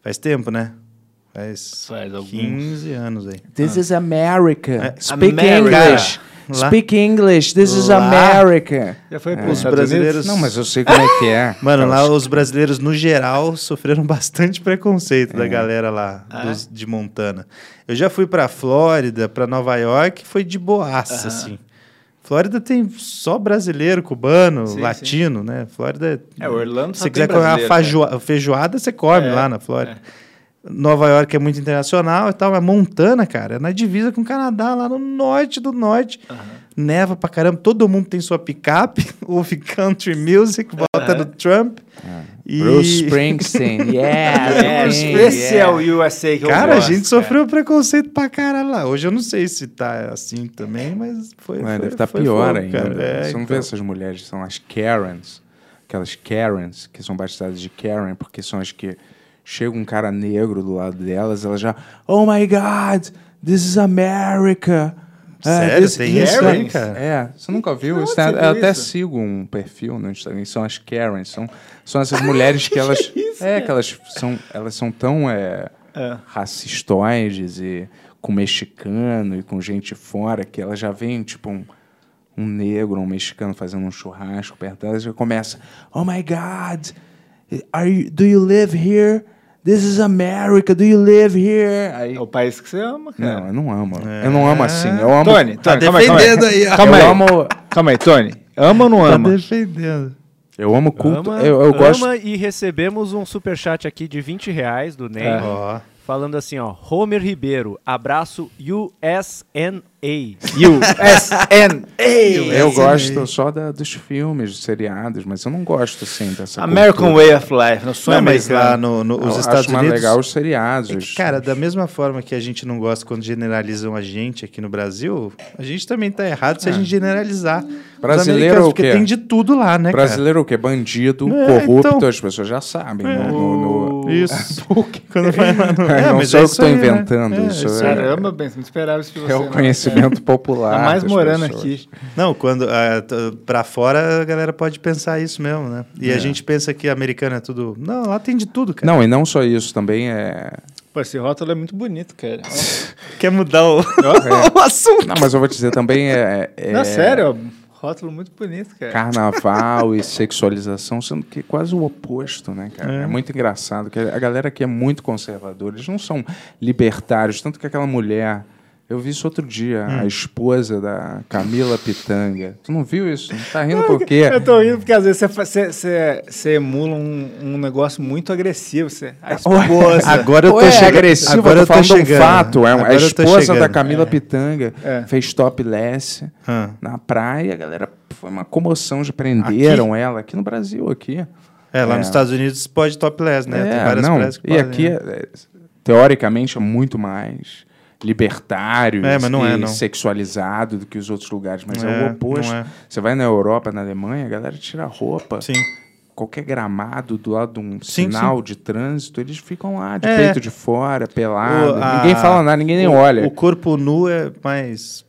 Speaker 6: Faz tempo, né? Faz,
Speaker 4: Faz alguns.
Speaker 6: 15 anos aí.
Speaker 3: This is America.
Speaker 6: É,
Speaker 3: Speak
Speaker 4: America.
Speaker 3: English.
Speaker 6: Lá-
Speaker 3: Speak English. This is
Speaker 6: Lá-
Speaker 3: America.
Speaker 4: Já foi para
Speaker 6: É. Os brasileiros.
Speaker 3: Não, mas eu sei como é que é.
Speaker 6: Mano, lá
Speaker 3: Aquelas-
Speaker 6: os brasileiros, no geral, sofreram bastante preconceito da galera lá
Speaker 4: Ah, é?
Speaker 6: dos- de Montana. Eu já fui pra Flórida, pra Nova York, foi de boaça, assim. Flórida tem só brasileiro, cubano,
Speaker 4: Sim,
Speaker 6: latino, né? Flórida.
Speaker 4: É, Orlando
Speaker 6: Se
Speaker 4: só
Speaker 6: você
Speaker 4: tem
Speaker 6: quiser comer uma
Speaker 4: brasileiro, né?
Speaker 6: fajua- feijoada, você come
Speaker 4: É,
Speaker 6: lá na Flórida. Nova York é muito internacional e tal, mas Montana, cara, é na divisa com o Canadá, lá no norte do norte. Neva pra caramba, todo mundo tem sua picape, ouve country music, volta do Trump.
Speaker 3: É.
Speaker 6: E...
Speaker 9: Bruce Springsteen. Yeah, Bruce
Speaker 4: Esse é o USA que eu
Speaker 6: Cara, a
Speaker 4: gosto,
Speaker 3: é.
Speaker 6: gente sofreu preconceito pra caralho lá. Hoje eu não sei se tá assim também, mas foi.
Speaker 3: Ué,
Speaker 6: foi-
Speaker 3: É, deve estar
Speaker 6: foi
Speaker 3: pior
Speaker 6: fogo,
Speaker 3: ainda.
Speaker 6: cara. É,
Speaker 3: Você não vê
Speaker 6: então.
Speaker 3: essas mulheres, que são as Karens, aquelas Karens que são batizadas de Karen, porque são as que chega um cara negro do lado delas, elas já, oh my God, this is America. Ah,
Speaker 6: Sério?
Speaker 3: this
Speaker 6: Tem
Speaker 3: is
Speaker 6: isso aí,
Speaker 3: the-"
Speaker 6: cara?
Speaker 3: É, você nunca viu?
Speaker 4: Onde
Speaker 3: isso?
Speaker 4: você
Speaker 3: Eu
Speaker 4: viu
Speaker 3: até
Speaker 4: isso?
Speaker 3: sigo um perfil no Instagram, são as Karens, são, são essas mulheres que elas. é, que elas são, elas são tão. é,
Speaker 4: É.
Speaker 3: racistoides e com mexicano e com gente fora, que ela já vem, tipo, um, um negro, um mexicano fazendo um churrasco perto dela, já começa, oh my God, are you- do you live here? This is America, do you live here? Aí,
Speaker 4: É o país que você ama, cara.
Speaker 3: não, eu não amo. Eu não amo assim. Eu amo.
Speaker 4: Tony, Tony, calma aí, calma Tá aí.
Speaker 6: defendendo aí, ó.
Speaker 4: Calma
Speaker 3: Eu
Speaker 4: aí.
Speaker 3: amo-
Speaker 4: Calma aí, Tony. Ama ou não
Speaker 6: Tá
Speaker 4: ama?
Speaker 6: defendendo.
Speaker 3: Eu amo culto.
Speaker 8: Ama,
Speaker 3: eu eu
Speaker 8: ama
Speaker 3: gosto.
Speaker 8: e recebemos um superchat aqui de 20 reais do
Speaker 3: É.
Speaker 8: Ney,
Speaker 6: Ó.
Speaker 8: falando assim, ó, Homer Ribeiro, abraço USNA.
Speaker 4: U-S-N.
Speaker 3: Eu gosto só da- dos filmes, dos seriados, mas eu não gosto assim dessa
Speaker 4: American
Speaker 3: cultura.
Speaker 4: Way of Life. Não sonho
Speaker 6: Não, mas lá
Speaker 4: americano.
Speaker 6: no, no-
Speaker 3: Eu
Speaker 6: os Estados
Speaker 3: acho mais
Speaker 6: Unidos.
Speaker 3: legal os seriados.
Speaker 6: É que,
Speaker 3: os-
Speaker 6: cara, da mesma forma que a gente não gosta quando generalizam a gente aqui no Brasil, a gente também tá errado se a gente generalizar. os
Speaker 3: É. Brasileiro
Speaker 6: americanos,
Speaker 3: é o
Speaker 6: Porque
Speaker 3: quê?
Speaker 6: tem de tudo lá, né,
Speaker 3: Brasileiro é o quê? Bandido,
Speaker 6: É,
Speaker 3: corrupto,
Speaker 6: então.
Speaker 3: as pessoas já sabem. né? no- no- no-
Speaker 6: cara? É. Isso. quando vai lá no... É,
Speaker 3: não
Speaker 6: mas
Speaker 3: sou
Speaker 6: é
Speaker 3: eu que
Speaker 6: isso
Speaker 3: estou
Speaker 6: aí, né?
Speaker 3: inventando
Speaker 6: É,
Speaker 3: isso.
Speaker 6: isso aí.
Speaker 3: É,
Speaker 4: Caramba, Ben, não esperava isso de você.
Speaker 3: é
Speaker 4: não.
Speaker 3: o conhecimento popular.
Speaker 4: Tá mais
Speaker 3: das
Speaker 4: morando
Speaker 3: pessoas.
Speaker 4: aqui.
Speaker 6: Não, quando ah, t- pra fora a galera pode pensar isso mesmo, né? E a gente pensa que americano é tudo. Não, lá tem de tudo, cara.
Speaker 3: Não, e não só isso, também é.
Speaker 4: Pô, esse rótulo é muito bonito, cara.
Speaker 6: Quer mudar o, o assunto?
Speaker 3: Não, mas eu vou te dizer, também é. é-
Speaker 4: Não, sério, ó, rótulo muito bonito, cara.
Speaker 3: Carnaval e sexualização, sendo que é quase o oposto, né, cara? É, muito engraçado. que A galera que é muito conservadora, eles não são libertários, tanto que aquela mulher. Eu vi isso outro dia,
Speaker 6: Hum.
Speaker 3: a esposa da Camila Pitanga. Tu não viu isso? Não tá rindo por quê?
Speaker 4: Eu tô rindo porque às vezes você fa- você, você, você emula um, um negócio muito agressivo. Você, a esposa.
Speaker 6: Agora eu tô
Speaker 3: Ué,
Speaker 6: chegando.
Speaker 3: agressivo,
Speaker 6: Agora
Speaker 3: eu tô falando de um
Speaker 6: chegando.
Speaker 3: fato. É, um-
Speaker 6: Agora
Speaker 3: a
Speaker 6: eu tô
Speaker 3: esposa da
Speaker 6: chegando.
Speaker 3: Camila Pitanga
Speaker 4: É.
Speaker 3: fez topless
Speaker 6: Ah.
Speaker 3: na praia. A galera, foi uma comoção, já prenderam ela aqui no Brasil, aqui.
Speaker 6: É, lá
Speaker 3: É.
Speaker 6: nos Estados Unidos pode topless, né? tem várias
Speaker 3: não,
Speaker 6: praias que
Speaker 3: E
Speaker 6: podem,
Speaker 3: aqui,
Speaker 6: né?
Speaker 3: é, teoricamente, é muito mais libertário
Speaker 6: É, mas não
Speaker 3: e
Speaker 6: é, não.
Speaker 3: sexualizado do que os outros lugares. Mas é,
Speaker 6: É,
Speaker 3: o oposto.
Speaker 6: não é.
Speaker 3: Você vai na Europa, na Alemanha, a galera tira a roupa.
Speaker 6: Sim.
Speaker 3: Qualquer gramado do lado de um
Speaker 6: Sim,
Speaker 3: sinal de trânsito, eles ficam lá, de
Speaker 6: É.
Speaker 3: peito de fora, pelado.
Speaker 6: O- a-
Speaker 3: ninguém fala nada, ninguém nem
Speaker 6: o,
Speaker 3: olha.
Speaker 6: O corpo nu é mais.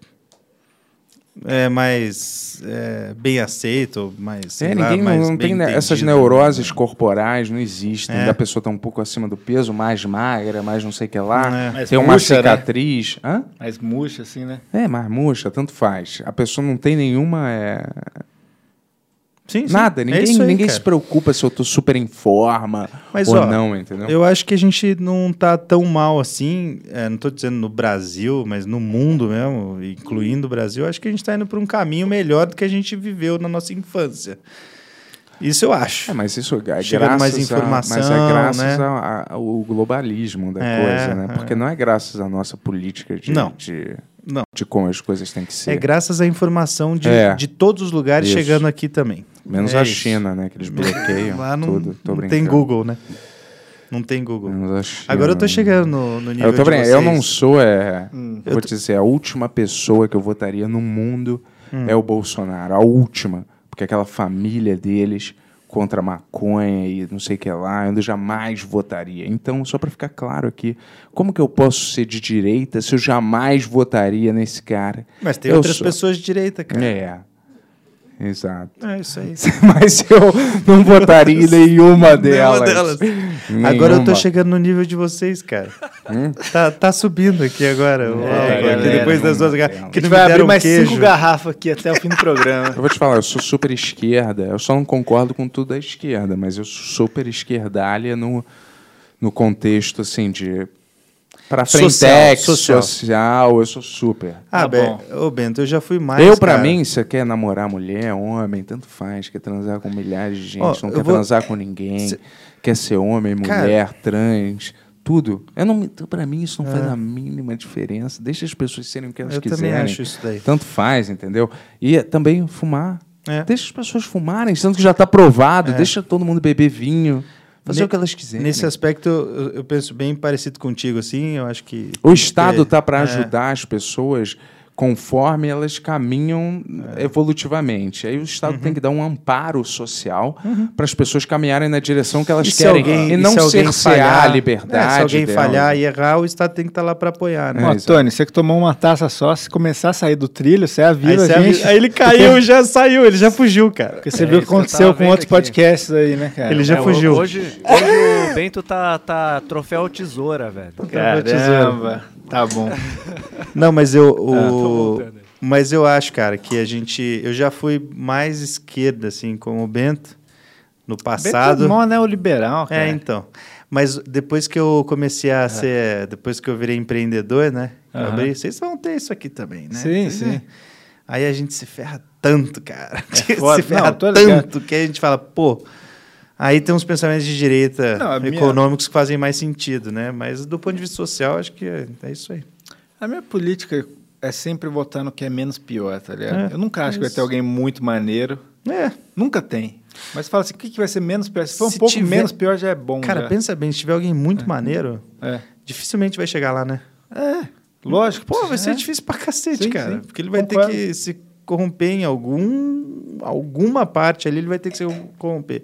Speaker 6: É mais. é, bem aceito, mais. sei
Speaker 3: É,
Speaker 6: lá,
Speaker 3: ninguém
Speaker 6: mais
Speaker 3: não, não
Speaker 6: bem
Speaker 3: tem né, essas
Speaker 6: entendido.
Speaker 3: neuroses corporais, não existem.
Speaker 6: É.
Speaker 3: Da pessoa tá um pouco acima do peso, mais magra, mais não sei o que
Speaker 6: É.
Speaker 3: lá.
Speaker 4: Mas
Speaker 3: Tem uma
Speaker 4: murcha, né?
Speaker 3: cicatriz. Hã?
Speaker 4: Mas murcha, assim, né?
Speaker 3: É, mas murcha, tanto faz. A pessoa não tem nenhuma. é,
Speaker 6: Sim, sim.
Speaker 3: Nada,
Speaker 6: É
Speaker 3: ninguém,
Speaker 6: isso aí,
Speaker 3: ninguém
Speaker 6: cara.
Speaker 3: se preocupa se eu tô super em forma
Speaker 6: Mas,
Speaker 3: ou
Speaker 6: ó,
Speaker 3: não, entendeu?
Speaker 6: Eu acho que a gente não tá tão mal assim, é, não tô dizendo no Brasil, mas no mundo mesmo, incluindo o Brasil, acho que a gente tá indo por um caminho melhor do que a gente viveu na nossa infância. Isso eu acho.
Speaker 3: É, mas isso é
Speaker 6: Chegando
Speaker 3: graças
Speaker 6: mais
Speaker 3: a- mas
Speaker 6: informação,
Speaker 3: é graças
Speaker 6: né?
Speaker 3: a- ao globalismo da
Speaker 6: É,
Speaker 3: coisa, né?
Speaker 6: é.
Speaker 3: Porque não é graças à nossa política de,
Speaker 6: Não.
Speaker 3: de,
Speaker 6: Não.
Speaker 3: de como as coisas têm que
Speaker 6: É
Speaker 3: ser.
Speaker 6: graças à informação de,
Speaker 3: É.
Speaker 6: de todos os lugares
Speaker 3: Isso.
Speaker 6: chegando aqui também.
Speaker 3: Menos
Speaker 6: É
Speaker 3: a
Speaker 6: isso.
Speaker 3: China, né? Que eles bloqueiam
Speaker 6: Lá não,
Speaker 3: tudo. Tô
Speaker 6: não
Speaker 3: brincando.
Speaker 6: tem Google, né? Não tem Google.
Speaker 3: Menos a China.
Speaker 6: Agora eu tô chegando no, no nível
Speaker 3: Eu, tô
Speaker 6: de
Speaker 3: brincando. eu
Speaker 6: vocês. Hum.
Speaker 3: não sou, é,
Speaker 6: Eu
Speaker 3: vou te dizer, a última pessoa que eu votaria no mundo
Speaker 6: Hum.
Speaker 3: é o Bolsonaro. A última. Porque aquela família deles contra a maconha e não sei o que lá, eu jamais votaria. Então, só para ficar claro aqui, como que eu posso ser de direita se eu jamais votaria nesse cara?
Speaker 6: Mas tem
Speaker 3: Eu
Speaker 6: outras
Speaker 3: sou.
Speaker 6: pessoas de direita, cara.
Speaker 3: É. Exato.
Speaker 6: É, isso aí.
Speaker 3: Mas eu não votaria em nenhuma delas.
Speaker 6: delas. Agora eu tô
Speaker 3: Nenhuma. Hum?
Speaker 6: chegando no nível de vocês, cara. Tá, tá subindo aqui agora. o álcool aqui,
Speaker 4: É, galera,
Speaker 6: depois das duas
Speaker 3: É, não
Speaker 6: garrafas.
Speaker 4: A
Speaker 6: Que
Speaker 4: gente
Speaker 6: não
Speaker 4: vai
Speaker 6: me
Speaker 4: abrir
Speaker 6: deram
Speaker 4: mais
Speaker 6: queijo.
Speaker 4: cinco garrafas aqui até o fim do programa.
Speaker 3: Eu vou te falar, eu sou super esquerda. Eu só não concordo com tudo da esquerda, mas eu sou super esquerdalha no, no contexto, assim, de... Pra frente,
Speaker 6: Social,
Speaker 3: social,
Speaker 6: social.
Speaker 3: eu sou super.
Speaker 6: Ah,
Speaker 4: Tá
Speaker 6: Ben,
Speaker 4: bom.
Speaker 6: ô Bento, eu já fui mais.
Speaker 3: eu, pra
Speaker 6: cara.
Speaker 3: mim, você quer namorar mulher, homem, tanto faz. Quer transar com milhares de gente,
Speaker 6: Ó,
Speaker 3: não
Speaker 6: eu
Speaker 3: quer
Speaker 6: vou-
Speaker 3: transar com ninguém.
Speaker 6: Cê-
Speaker 3: Quer ser homem,
Speaker 6: Cara-
Speaker 3: mulher, trans, tudo. Eu não, me- então, pra mim, isso não faz a mínima diferença. Deixa as pessoas serem o que elas
Speaker 6: É. Eu também
Speaker 3: quiserem.
Speaker 6: acho isso daí.
Speaker 3: Tanto faz, entendeu? E eh, também fumar.
Speaker 6: É.
Speaker 3: Deixa as pessoas fumarem, tanto que já tá provado. Deixa todo mundo beber vinho. Fazer
Speaker 6: Ne-
Speaker 3: o que elas quiserem.
Speaker 6: Nesse aspecto, eu, eu penso bem parecido contigo, assim. Eu acho que.
Speaker 3: O Estado
Speaker 6: porque-
Speaker 3: está para
Speaker 6: é.
Speaker 3: ajudar as pessoas conforme elas caminham
Speaker 6: É.
Speaker 3: eh, evolutivamente. Aí o Estado
Speaker 6: Uhum.
Speaker 3: tem que dar um amparo social para as pessoas caminharem na direção que elas
Speaker 6: E se
Speaker 3: querem
Speaker 6: alguém-
Speaker 3: e não
Speaker 6: se alguém
Speaker 3: cercear a
Speaker 6: falhar-
Speaker 3: liberdade.
Speaker 6: É, se alguém
Speaker 3: delas.
Speaker 6: falhar e errar, o Estado tem que estar lá para apoiar, né?
Speaker 3: É,
Speaker 4: Ó,
Speaker 3: exato.
Speaker 4: Tony, você que tomou uma taça só, se começar a sair do trilho, você avisa
Speaker 6: Aí,
Speaker 4: a
Speaker 6: você
Speaker 4: gente.
Speaker 6: avisa- aí ele caiu, já saiu, ele já fugiu, cara.
Speaker 4: Porque você
Speaker 8: É
Speaker 4: viu o que
Speaker 8: isso que eu
Speaker 4: aconteceu
Speaker 8: tava
Speaker 4: com
Speaker 8: vendo
Speaker 4: outros
Speaker 8: aqui.
Speaker 4: podcasts aí, né, cara?
Speaker 6: Ele já
Speaker 8: É, ho-
Speaker 6: fugiu.
Speaker 8: Hoje, hoje o Bento tá, tá troféu tesoura, velho.
Speaker 4: Caramba, tá bom.
Speaker 6: Não, mas eu. o-
Speaker 8: voltando aí.
Speaker 6: mas eu acho, cara, que a gente. Eu já fui mais esquerda, assim, como o Bento, no passado.
Speaker 4: Beto mó neoliberal, cara.
Speaker 6: É, então. Mas depois que eu comecei a ser. Depois que eu virei empreendedor, né? Eu
Speaker 4: É. Aham.
Speaker 6: abri, vocês vão ter isso aqui também, né?
Speaker 4: Sim,
Speaker 6: Vocês-
Speaker 4: sim. É
Speaker 6: Aí a gente se ferra tanto, cara.
Speaker 4: foda.
Speaker 6: se ferra
Speaker 4: Não, tô ligado.
Speaker 6: tanto que a gente fala, pô. Aí tem uns pensamentos de direita
Speaker 4: Não, a minha-
Speaker 6: econômicos que fazem mais sentido, né? Mas do ponto de vista social, acho que é é isso aí.
Speaker 4: A minha política é sempre votar no que é menos pior, tá ligado? eu nunca acho que vai ter alguém muito maneiro.
Speaker 6: É.
Speaker 4: Nunca tem. Mas fala assim, o que, que vai ser menos pior? Se for
Speaker 6: Se
Speaker 4: um pouco
Speaker 6: tiver-
Speaker 4: menos pior, já é bom.
Speaker 6: Cara,
Speaker 4: já.
Speaker 6: pensa bem, se tiver alguém muito maneiro,
Speaker 4: É.
Speaker 6: dificilmente vai chegar lá, né?
Speaker 4: Lógico.
Speaker 6: Pô, vai ser
Speaker 4: é.
Speaker 6: difícil pra cacete,
Speaker 4: Sim,
Speaker 6: cara.
Speaker 4: sim.
Speaker 6: Porque ele vai
Speaker 4: Concordo.
Speaker 6: ter que se corromper em algum, alguma parte ali, ele vai ter que se corromper.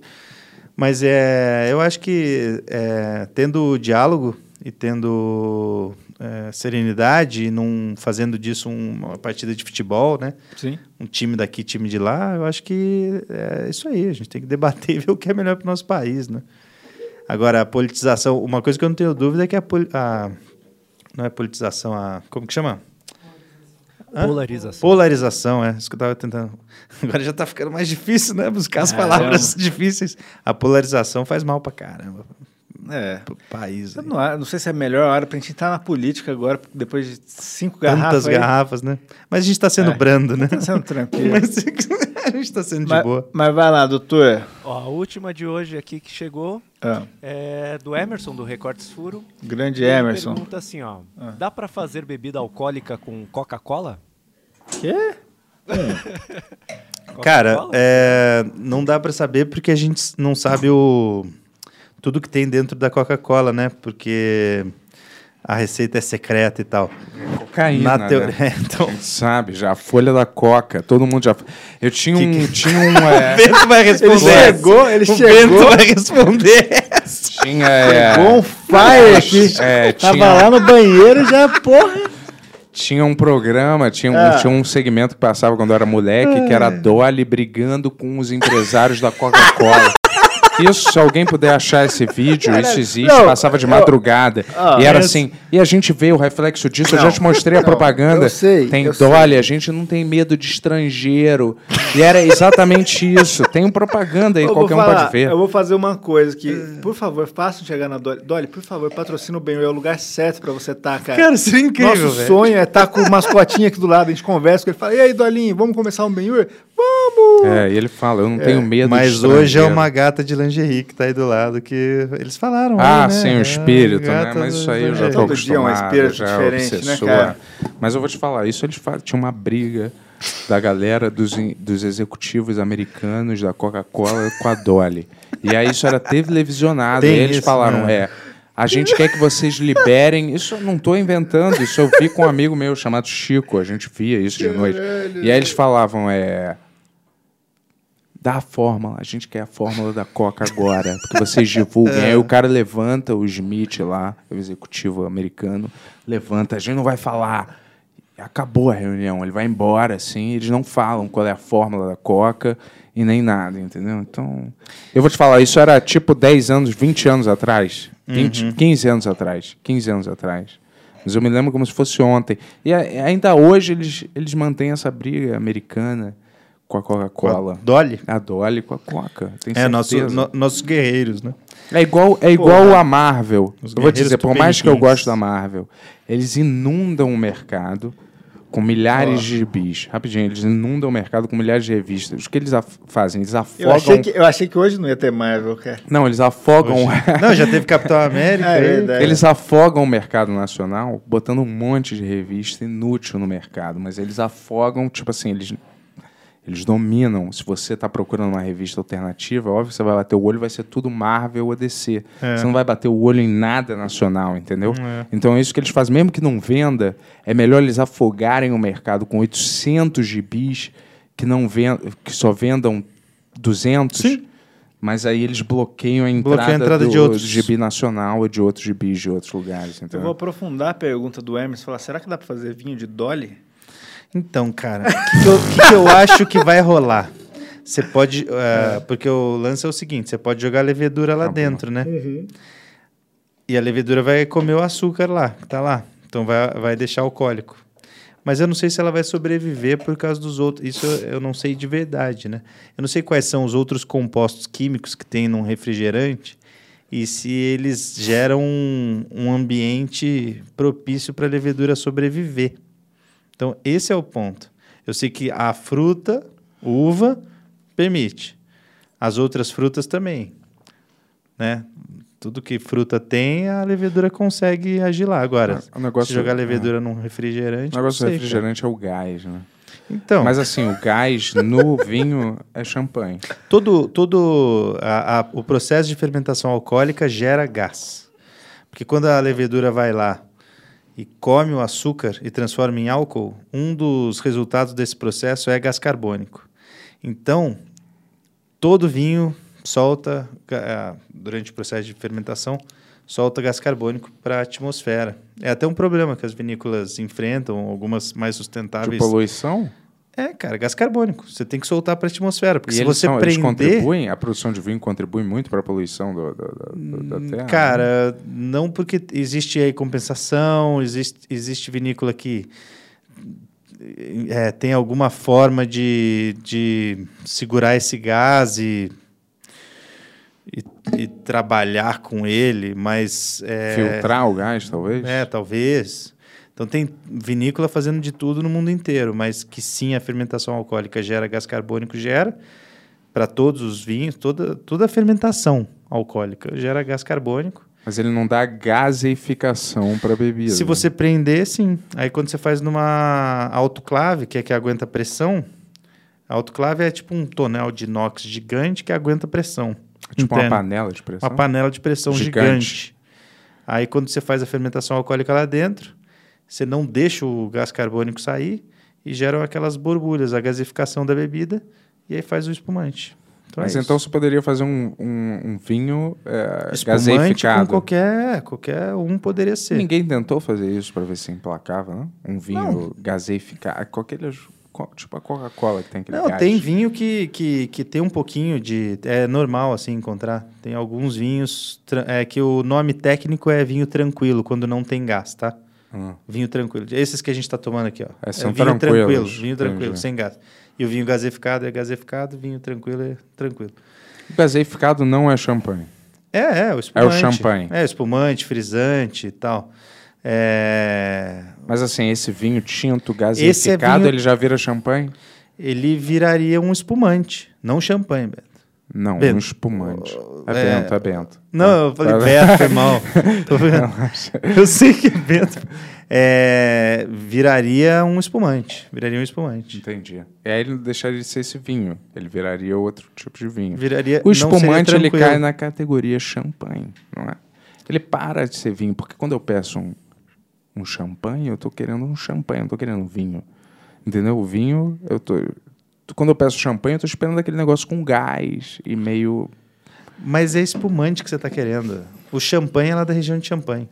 Speaker 6: Mas é, eu acho que é, tendo diálogo e tendo é, serenidade, e não fazendo disso uma partida de futebol, né?
Speaker 4: Sim.
Speaker 6: Um time daqui, time de lá, eu acho que é isso aí. A gente tem que debater e ver o que é melhor para o nosso país, né? Agora, a politização, uma coisa que eu não tenho dúvida é que a, poli- a- não é politização, a como que chama? Hã?
Speaker 8: Polarização.
Speaker 6: Polarização, é, isso que eu tava tentando. Agora já tá ficando mais difícil, né? Buscar
Speaker 4: É,
Speaker 6: as palavras difíceis. A polarização faz mal pra caramba
Speaker 4: É.
Speaker 6: pro país.
Speaker 4: Eu
Speaker 6: aí.
Speaker 4: não, a- não sei se é a melhor hora pra gente estar na política agora, depois de cinco garrafas.
Speaker 6: Tantas
Speaker 4: aí.
Speaker 6: garrafas, né? Mas a gente tá sendo
Speaker 4: É.
Speaker 6: brando, né?
Speaker 4: Tá sendo tranquilo.
Speaker 6: Mas é a gente tá sendo de
Speaker 4: mas,
Speaker 6: boa.
Speaker 4: mas vai lá, doutor.
Speaker 8: Ó, a última de hoje aqui que chegou
Speaker 4: Ah,
Speaker 8: é do Emerson, do Recortes Furo.
Speaker 4: grande
Speaker 8: Ele
Speaker 4: Emerson.
Speaker 8: pergunta assim, ó. Dá pra fazer bebida alcoólica com Coca-Cola?
Speaker 4: Quê?
Speaker 6: Cara,
Speaker 8: Coca-Cola?
Speaker 6: é, não dá pra saber porque a gente s- não sabe o tudo que tem dentro da Coca-Cola, né? Porque a receita é secreta e tal.
Speaker 3: Cocaína,
Speaker 6: Na teoria,
Speaker 3: né?
Speaker 6: então.
Speaker 3: A gente Sabe, já a folha da coca, todo mundo já. Eu tinha um. Tinha um.
Speaker 6: O
Speaker 3: é,
Speaker 6: Bento vai responder.
Speaker 4: Ele chegou, ele
Speaker 6: o
Speaker 4: chegou.
Speaker 6: Bento vai responder.
Speaker 3: tinha. é,
Speaker 4: Pegou um fire aqui.
Speaker 3: é,
Speaker 4: Tava
Speaker 3: tinha-
Speaker 4: lá no banheiro já, porra.
Speaker 3: Tinha um programa, tinha um,
Speaker 4: Ah.
Speaker 3: tinha um segmento que passava quando eu era moleque, que era a Dolly brigando com os empresários da Coca-Cola. Isso, se alguém puder achar esse vídeo, isso existe,
Speaker 4: não,
Speaker 3: passava de madrugada.
Speaker 4: Ah,
Speaker 3: e era
Speaker 4: mas-
Speaker 3: assim, e a gente vê o reflexo disso, eu já te mostrei a propaganda.
Speaker 4: eu sei,
Speaker 3: tem
Speaker 4: eu
Speaker 3: Dolly, a gente não tem medo de estrangeiro. E era exatamente isso. Tem propaganda aí,
Speaker 4: Eu vou
Speaker 3: qualquer um
Speaker 4: falar,
Speaker 3: pode ver.
Speaker 4: Eu vou fazer uma coisa que,
Speaker 6: É.
Speaker 4: por favor, façam chegar na Dolly. Dolly, por favor, patrocina o bem. É o lugar certo pra você estar, cara.
Speaker 6: Cara, isso é incrível,
Speaker 4: Nosso
Speaker 6: velho.
Speaker 4: sonho é estar com o mascotinho aqui do lado, a gente conversa com ele, fala, e aí, Dolinho, vamos começar um Benhur? Vamos!
Speaker 3: É, e ele fala, eu não tenho medo de
Speaker 6: Mas
Speaker 3: estrangeiro.
Speaker 6: hoje é uma gata de lingerie que tá aí do lado que eles falaram.
Speaker 3: Ah,
Speaker 6: aí, né?
Speaker 3: sim,
Speaker 6: É
Speaker 3: o
Speaker 6: uma
Speaker 3: espírito, né?
Speaker 6: gata
Speaker 3: Mas
Speaker 6: do
Speaker 3: isso aí eu já
Speaker 6: lingerie.
Speaker 3: tô
Speaker 4: Todo dia é um
Speaker 3: acostumado,
Speaker 4: espírito
Speaker 3: já
Speaker 4: diferente, né,
Speaker 3: obsessor.
Speaker 4: cara?
Speaker 3: Mas eu vou te falar, isso eles fa- tinha uma briga da galera dos, in- dos executivos americanos da Coca-Cola com a Dolly. E aí isso era televisionado.
Speaker 6: Tem
Speaker 3: e aí eles
Speaker 6: isso,
Speaker 3: falaram,
Speaker 6: né?
Speaker 3: é... A gente quer que vocês liberem. Isso eu não tô inventando, isso eu vi com um amigo meu chamado Chico. A gente via isso de noite. E aí eles falavam, é dá a fórmula. A gente quer a fórmula da Coca agora, porque vocês divulguem. Aí o cara levanta o Smith lá, o executivo americano, levanta, a gente não vai falar. Acabou a reunião, ele vai embora, assim, eles não falam qual é a fórmula da Coca e nem nada, entendeu? Então, eu vou te falar, isso era tipo 10 anos, 20 anos atrás, 20, 15 anos atrás, 15 anos atrás. Mas eu me lembro como se fosse ontem. E a- ainda hoje eles, eles mantêm essa briga americana com a Coca-Cola.
Speaker 6: Dolly.
Speaker 3: A Dolly com a Coca. Tem
Speaker 6: É, nosso,
Speaker 3: certeza.
Speaker 6: no- nossos guerreiros, né?
Speaker 3: É igual, é igual a Marvel.
Speaker 6: Os
Speaker 3: Eu vou te
Speaker 6: guerreiros
Speaker 3: dizer, por mais que eu
Speaker 6: tupiniquins.
Speaker 3: goste da Marvel, eles inundam o mercado com milhares de gibis. Rapidinho, eles inundam o mercado com milhares de revistas. O que eles af- fazem? Eles
Speaker 4: Eu
Speaker 6: É,
Speaker 3: afogam.
Speaker 4: achei, que, eu achei que hoje não ia ter Marvel, cara.
Speaker 3: Não, eles afogam.
Speaker 6: Não, já teve Capitão América.
Speaker 4: É,
Speaker 6: aí.
Speaker 4: verdade.
Speaker 3: Eles afogam o mercado nacional botando um monte de revista inútil no mercado, mas eles afogam, tipo assim, eles, eles dominam. Se você está procurando uma revista alternativa, óbvio que você vai bater o olho, vai ser tudo Marvel ou DC.
Speaker 6: É.
Speaker 3: Você não vai bater o olho em nada nacional, entendeu?
Speaker 6: Hum,
Speaker 3: Então é isso que eles fazem. Mesmo que não venda, é melhor eles afogarem o mercado com 800 gibis que, não ven- que só vendam 200.
Speaker 6: Sim.
Speaker 3: Mas aí eles bloqueiam a entrada,
Speaker 6: Bloqueia a entrada
Speaker 3: do,
Speaker 6: de outros.
Speaker 3: gibi nacional ou de outros gibis de outros lugares,
Speaker 4: Eu
Speaker 3: entendeu?
Speaker 4: vou aprofundar a pergunta do Emerson e falar: será que dá pra fazer vinho de Dolly?
Speaker 6: Então, cara, o que, eu- o que eu acho que vai rolar? Você pode. eh, Porque o lance é o seguinte: você pode jogar a levedura lá
Speaker 3: Tá bom.
Speaker 6: dentro, né? E a levedura vai comer o açúcar lá, que tá lá. Então vai, vai deixar alcoólico. Mas eu não sei se ela vai sobreviver por causa dos outros. Isso eu- eu não sei de verdade, né? Eu não sei quais são os outros compostos químicos que tem num refrigerante e se eles geram um, um ambiente propício para a levedura sobreviver. Então, esse é o ponto. Eu sei que a fruta, uva, permite. As outras frutas também. Né? Tudo que fruta tem, a levedura consegue agir lá. Agora,
Speaker 3: O É, um negócio-
Speaker 6: se jogar levedura num refrigerante.
Speaker 3: O negócio
Speaker 6: não
Speaker 3: do
Speaker 6: sei, cara.
Speaker 3: refrigerante é o gás, né?
Speaker 6: Então,
Speaker 3: Mas assim, o gás no vinho é champanhe.
Speaker 6: todo, todo a- a- o processo de fermentação alcoólica gera gás. Porque quando a levedura vai lá e come o açúcar e transforma em álcool, um dos resultados desse processo é gás carbônico. Então, todo vinho solta, ga- ah, durante o processo de fermentação, solta gás carbônico para a atmosfera. É até um problema que as vinícolas enfrentam, algumas mais
Speaker 3: De
Speaker 6: sustentáveis.
Speaker 3: poluição.
Speaker 6: É, cara, gás carbônico. Você tem que soltar para a atmosfera, porque
Speaker 3: E
Speaker 6: se
Speaker 3: eles,
Speaker 6: você
Speaker 3: são, eles
Speaker 6: prender,
Speaker 3: contribuem, a produção de vinho contribui muito para a poluição do- do- do- do- da terra. né?
Speaker 6: Hum, cara, não porque existe aí compensação, existe, existe vinícola que é, tem alguma forma de, de segurar esse gás e, e, e trabalhar com ele, mas é,
Speaker 3: filtrar o gás, talvez.
Speaker 6: É, talvez. Então tem vinícola fazendo de tudo no mundo inteiro, mas que sim a fermentação alcoólica gera gás carbônico, gera para todos os vinhos, toda, toda a fermentação alcoólica gera gás carbônico.
Speaker 3: Mas ele não dá gaseificação para bebida. né?
Speaker 6: Se você prender, sim. Aí quando você faz numa autoclave, que é que aguenta pressão, a autoclave é tipo um tonel de inox gigante que aguenta pressão.
Speaker 3: tipo uma
Speaker 6: interna.
Speaker 3: panela de pressão.
Speaker 6: Uma panela de pressão
Speaker 3: Gigante.
Speaker 6: gigante. Aí quando você faz a fermentação alcoólica lá dentro, você não deixa o gás carbônico sair e geram aquelas borbulhas, a gasificação da bebida, e aí faz o espumante. Então
Speaker 3: Mas
Speaker 6: é
Speaker 3: então
Speaker 6: isso.
Speaker 3: você poderia fazer um, um- um vinho é,
Speaker 6: espumante com
Speaker 3: gaseificado.
Speaker 6: qualquer, qualquer um poderia ser.
Speaker 3: Ninguém tentou fazer isso para ver se emplacava, não? Um vinho gaseificado, com aqueles- co- tipo a Coca-Cola que tem aquele
Speaker 6: Não,
Speaker 3: gás.
Speaker 6: tem vinho que, que, que tem um pouquinho de. É normal assim encontrar. Tem alguns vinhos tra- é, que o nome técnico é vinho tranquilo, quando não tem gás, tá?
Speaker 3: Ah.
Speaker 6: Vinho tranquilo. Esses que a gente está tomando aqui, ó.
Speaker 3: É, são
Speaker 6: vinho tranquilo,
Speaker 3: tranquilos.
Speaker 6: vinho tranquilo,
Speaker 3: Entendi. né?
Speaker 6: sem gás. E o vinho gaseificado é gaseificado, vinho tranquilo é tranquilo.
Speaker 3: Gaseificado não é champanhe.
Speaker 6: É, é, o espumante.
Speaker 3: champanhe.
Speaker 6: É, espumante, frisante e tal. É,
Speaker 3: Mas assim, esse vinho tinto gaseificado,
Speaker 6: vinho-
Speaker 3: ele já vira champanhe?
Speaker 6: Ele viraria um espumante, não champanhe, Beto.
Speaker 3: Não,
Speaker 6: Bento.
Speaker 3: um espumante. É,
Speaker 6: É,
Speaker 3: Bento, é Bento.
Speaker 6: Não, eu falei
Speaker 3: Tá.
Speaker 6: Beto, foi mal. Tô vendo. eu sei que é Beto. É, viraria um espumante. Viraria um espumante.
Speaker 3: Entendi. E aí ele não deixaria de ser esse vinho. Ele viraria outro tipo de vinho.
Speaker 6: Viraria,
Speaker 3: O
Speaker 6: não seria
Speaker 3: espumante, ele
Speaker 6: tranquilo.
Speaker 3: cai na categoria champanhe, não é? Ele para de ser vinho, porque quando eu peço um, um champanhe, eu tô querendo um champanhe, eu não tô querendo um vinho. Entendeu? O vinho, eu tô... tu- Quando eu peço champanhe, eu tô esperando aquele negócio com gás e meio...
Speaker 6: Mas é espumante que você tá querendo. O champanhe é lá da região de champanhe.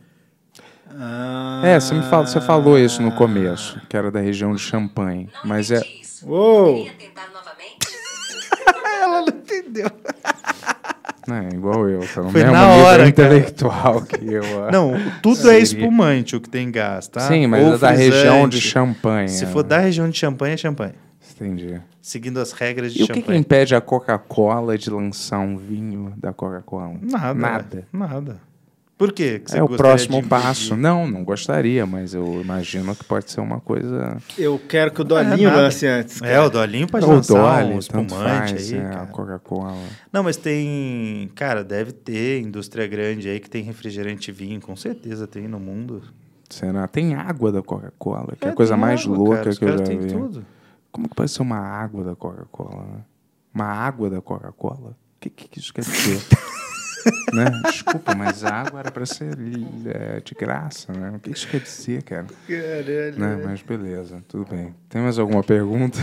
Speaker 4: Ah,
Speaker 3: É, você me fala, você falou isso no começo, que era da região de champanhe, mas é...
Speaker 4: Uou!
Speaker 6: Ela não entendeu.
Speaker 3: É, igual eu, tá no
Speaker 6: Foi
Speaker 3: mesmo
Speaker 6: na
Speaker 3: nível
Speaker 6: hora, cara.
Speaker 3: intelectual que eu. ah.
Speaker 6: Não, tudo é
Speaker 3: Seria.
Speaker 6: espumante o que tem gás, tá?
Speaker 3: Sim, mas
Speaker 6: Ou
Speaker 3: é da região de
Speaker 6: frisante.
Speaker 3: champanhe.
Speaker 6: Se
Speaker 3: é.
Speaker 6: for da região de champanhe, é champanhe.
Speaker 3: Entendi.
Speaker 6: Seguindo as regras de
Speaker 3: E o que, que
Speaker 6: champanhe.
Speaker 3: impede a Coca-Cola de lançar um vinho da Coca-Cola?
Speaker 6: Nada.
Speaker 3: Nada.
Speaker 6: Nada. Por quê? que você
Speaker 3: é o
Speaker 6: gostaria
Speaker 3: próximo
Speaker 6: de
Speaker 3: passo.
Speaker 6: impedir?
Speaker 3: Não, não gostaria, mas eu imagino que pode ser uma coisa.
Speaker 4: Eu quero que o Dolinho
Speaker 6: nada.
Speaker 4: lance antes.
Speaker 6: É, o Dolinho pode
Speaker 3: Ou
Speaker 6: lançar
Speaker 3: Dolly, tanto
Speaker 6: um espumante
Speaker 3: faz,
Speaker 6: aí,
Speaker 3: é, a
Speaker 6: cara.
Speaker 3: Coca-Cola.
Speaker 6: Não, mas tem. Cara, deve ter indústria grande aí que tem refrigerante e vinho, com certeza tem no mundo.
Speaker 3: Será? Tem água da Coca-Cola, que é,
Speaker 6: É,
Speaker 3: a coisa
Speaker 6: tem
Speaker 3: mais
Speaker 6: água,
Speaker 3: louca
Speaker 6: cara, os
Speaker 3: que eu já
Speaker 6: caras têm
Speaker 3: vi.
Speaker 6: tudo.
Speaker 3: Como que pode ser uma água da Coca-Cola? né? Uma água da Coca-Cola? O que, que que isso quer dizer? né? Desculpa, mas a água era pra ser é, de graça, né? O que isso quer dizer, cara?
Speaker 4: Caralho.
Speaker 3: Né? Mas beleza, tudo bem. Tem mais alguma pergunta?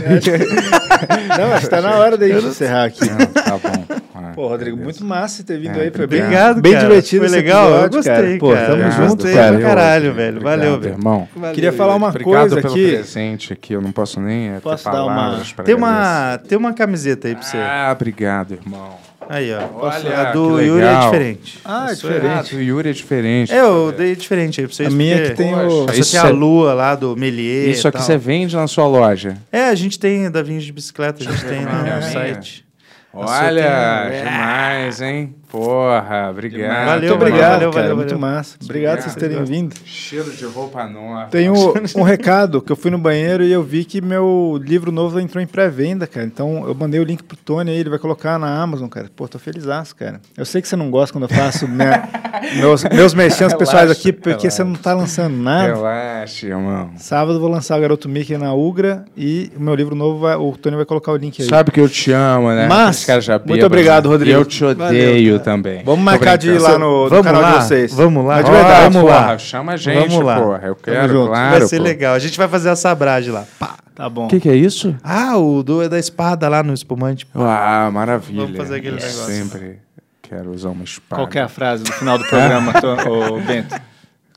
Speaker 4: Não, acho que tá na hora da gente encerrar aqui.
Speaker 3: Não, tá bom. Ah,
Speaker 4: Pô, Rodrigo,
Speaker 3: beleza.
Speaker 4: muito massa você ter vindo
Speaker 3: É,
Speaker 4: aí. Foi
Speaker 6: Obrigado,
Speaker 4: bem, bem
Speaker 6: cara.
Speaker 4: divertido
Speaker 6: Foi
Speaker 4: esse
Speaker 6: legal, eu
Speaker 4: episódio,
Speaker 6: gostei,
Speaker 4: Pô,
Speaker 6: cara.
Speaker 4: tamo
Speaker 6: Eu
Speaker 4: junto,
Speaker 6: gostei
Speaker 4: cara.
Speaker 6: pra caralho, velho.
Speaker 3: Obrigado,
Speaker 6: Valeu, velho.
Speaker 3: irmão.
Speaker 4: Queria falar uma
Speaker 3: Obrigado
Speaker 4: coisa
Speaker 3: pelo
Speaker 4: aqui.
Speaker 3: presente aqui. Eu não posso nem é,
Speaker 4: Posso
Speaker 3: ter
Speaker 4: dar uma-
Speaker 3: palavras pra
Speaker 6: Tem uma,
Speaker 3: agradecer.
Speaker 6: tem uma camiseta aí pra você.
Speaker 3: Ah, obrigado, irmão.
Speaker 6: Aí, ó.
Speaker 3: Olha,
Speaker 6: a do
Speaker 3: que
Speaker 6: Yuri é
Speaker 3: legal.
Speaker 6: diferente.
Speaker 4: Ah, é
Speaker 6: Isso
Speaker 3: Ah,
Speaker 4: diferente.
Speaker 3: do Yuri é diferente. é
Speaker 6: É, eu dei diferente aí pra vocês.
Speaker 4: A minha é
Speaker 6: porque
Speaker 4: que tem o-
Speaker 6: Essa
Speaker 3: Isso
Speaker 6: tem a
Speaker 3: é-
Speaker 6: lua lá do Melier.
Speaker 3: Isso
Speaker 6: e
Speaker 3: aqui
Speaker 6: tal.
Speaker 3: você vende na sua loja.
Speaker 6: É, a gente tem da Vinhos de Bicicleta, a gente tem lá
Speaker 3: É,
Speaker 6: no
Speaker 3: é.
Speaker 6: site.
Speaker 3: Olha, demais, hein? Porra, obrigado.
Speaker 6: Demais. é. Valeu,
Speaker 4: Muito obrigado,
Speaker 6: valeu,
Speaker 4: cara.
Speaker 6: valeu,
Speaker 4: muito
Speaker 6: valeu.
Speaker 4: massa. Obrigado por vocês terem vindo.
Speaker 3: Cheiro de roupa nova.
Speaker 4: Tem um, um recado que eu fui no banheiro e eu vi que meu livro novo entrou em pré-venda, cara. Então eu mandei o link pro Tony aí, ele vai colocar na Amazon, cara. Pô, tô felizaço, cara. Eu sei que você não gosta quando eu faço né, meus, meus merchans pessoais aqui, porque você não tá lançando nada.
Speaker 3: Relaxa, irmão.
Speaker 4: Sábado eu vou lançar o Garoto Mickey na Ugra e o meu livro novo, vai, o Tony vai colocar o link aí.
Speaker 3: Sabe que eu te amo, né?
Speaker 4: Mas,
Speaker 3: Os caras já
Speaker 4: muito
Speaker 3: bêbados,
Speaker 4: obrigado,
Speaker 3: né? E
Speaker 4: Rodrigo.
Speaker 3: eu te odeio também.
Speaker 4: Vamos marcar de ir lá no, no
Speaker 6: Vamos
Speaker 4: canal
Speaker 6: lá,
Speaker 4: de vocês.
Speaker 6: vamos lá.
Speaker 4: Mas de
Speaker 6: Ó,
Speaker 4: verdade.
Speaker 6: vamos
Speaker 3: Vamos
Speaker 6: lá.
Speaker 3: lá. Chama a gente,
Speaker 6: Vamos lá.
Speaker 3: porra. Eu quero,
Speaker 4: junto.
Speaker 3: claro.
Speaker 6: Vai ser
Speaker 3: pô.
Speaker 6: legal. A gente vai fazer essa brade lá. Pá.
Speaker 4: Tá bom.
Speaker 3: O que, que é isso?
Speaker 6: Ah, o do é da espada lá no espumante.
Speaker 3: Ah, maravilha.
Speaker 6: Vamos fazer aquele
Speaker 3: Eu
Speaker 6: negócio.
Speaker 3: Sempre quero usar uma espada.
Speaker 4: Qual que é a frase do final do programa, Tô- ô, Bento?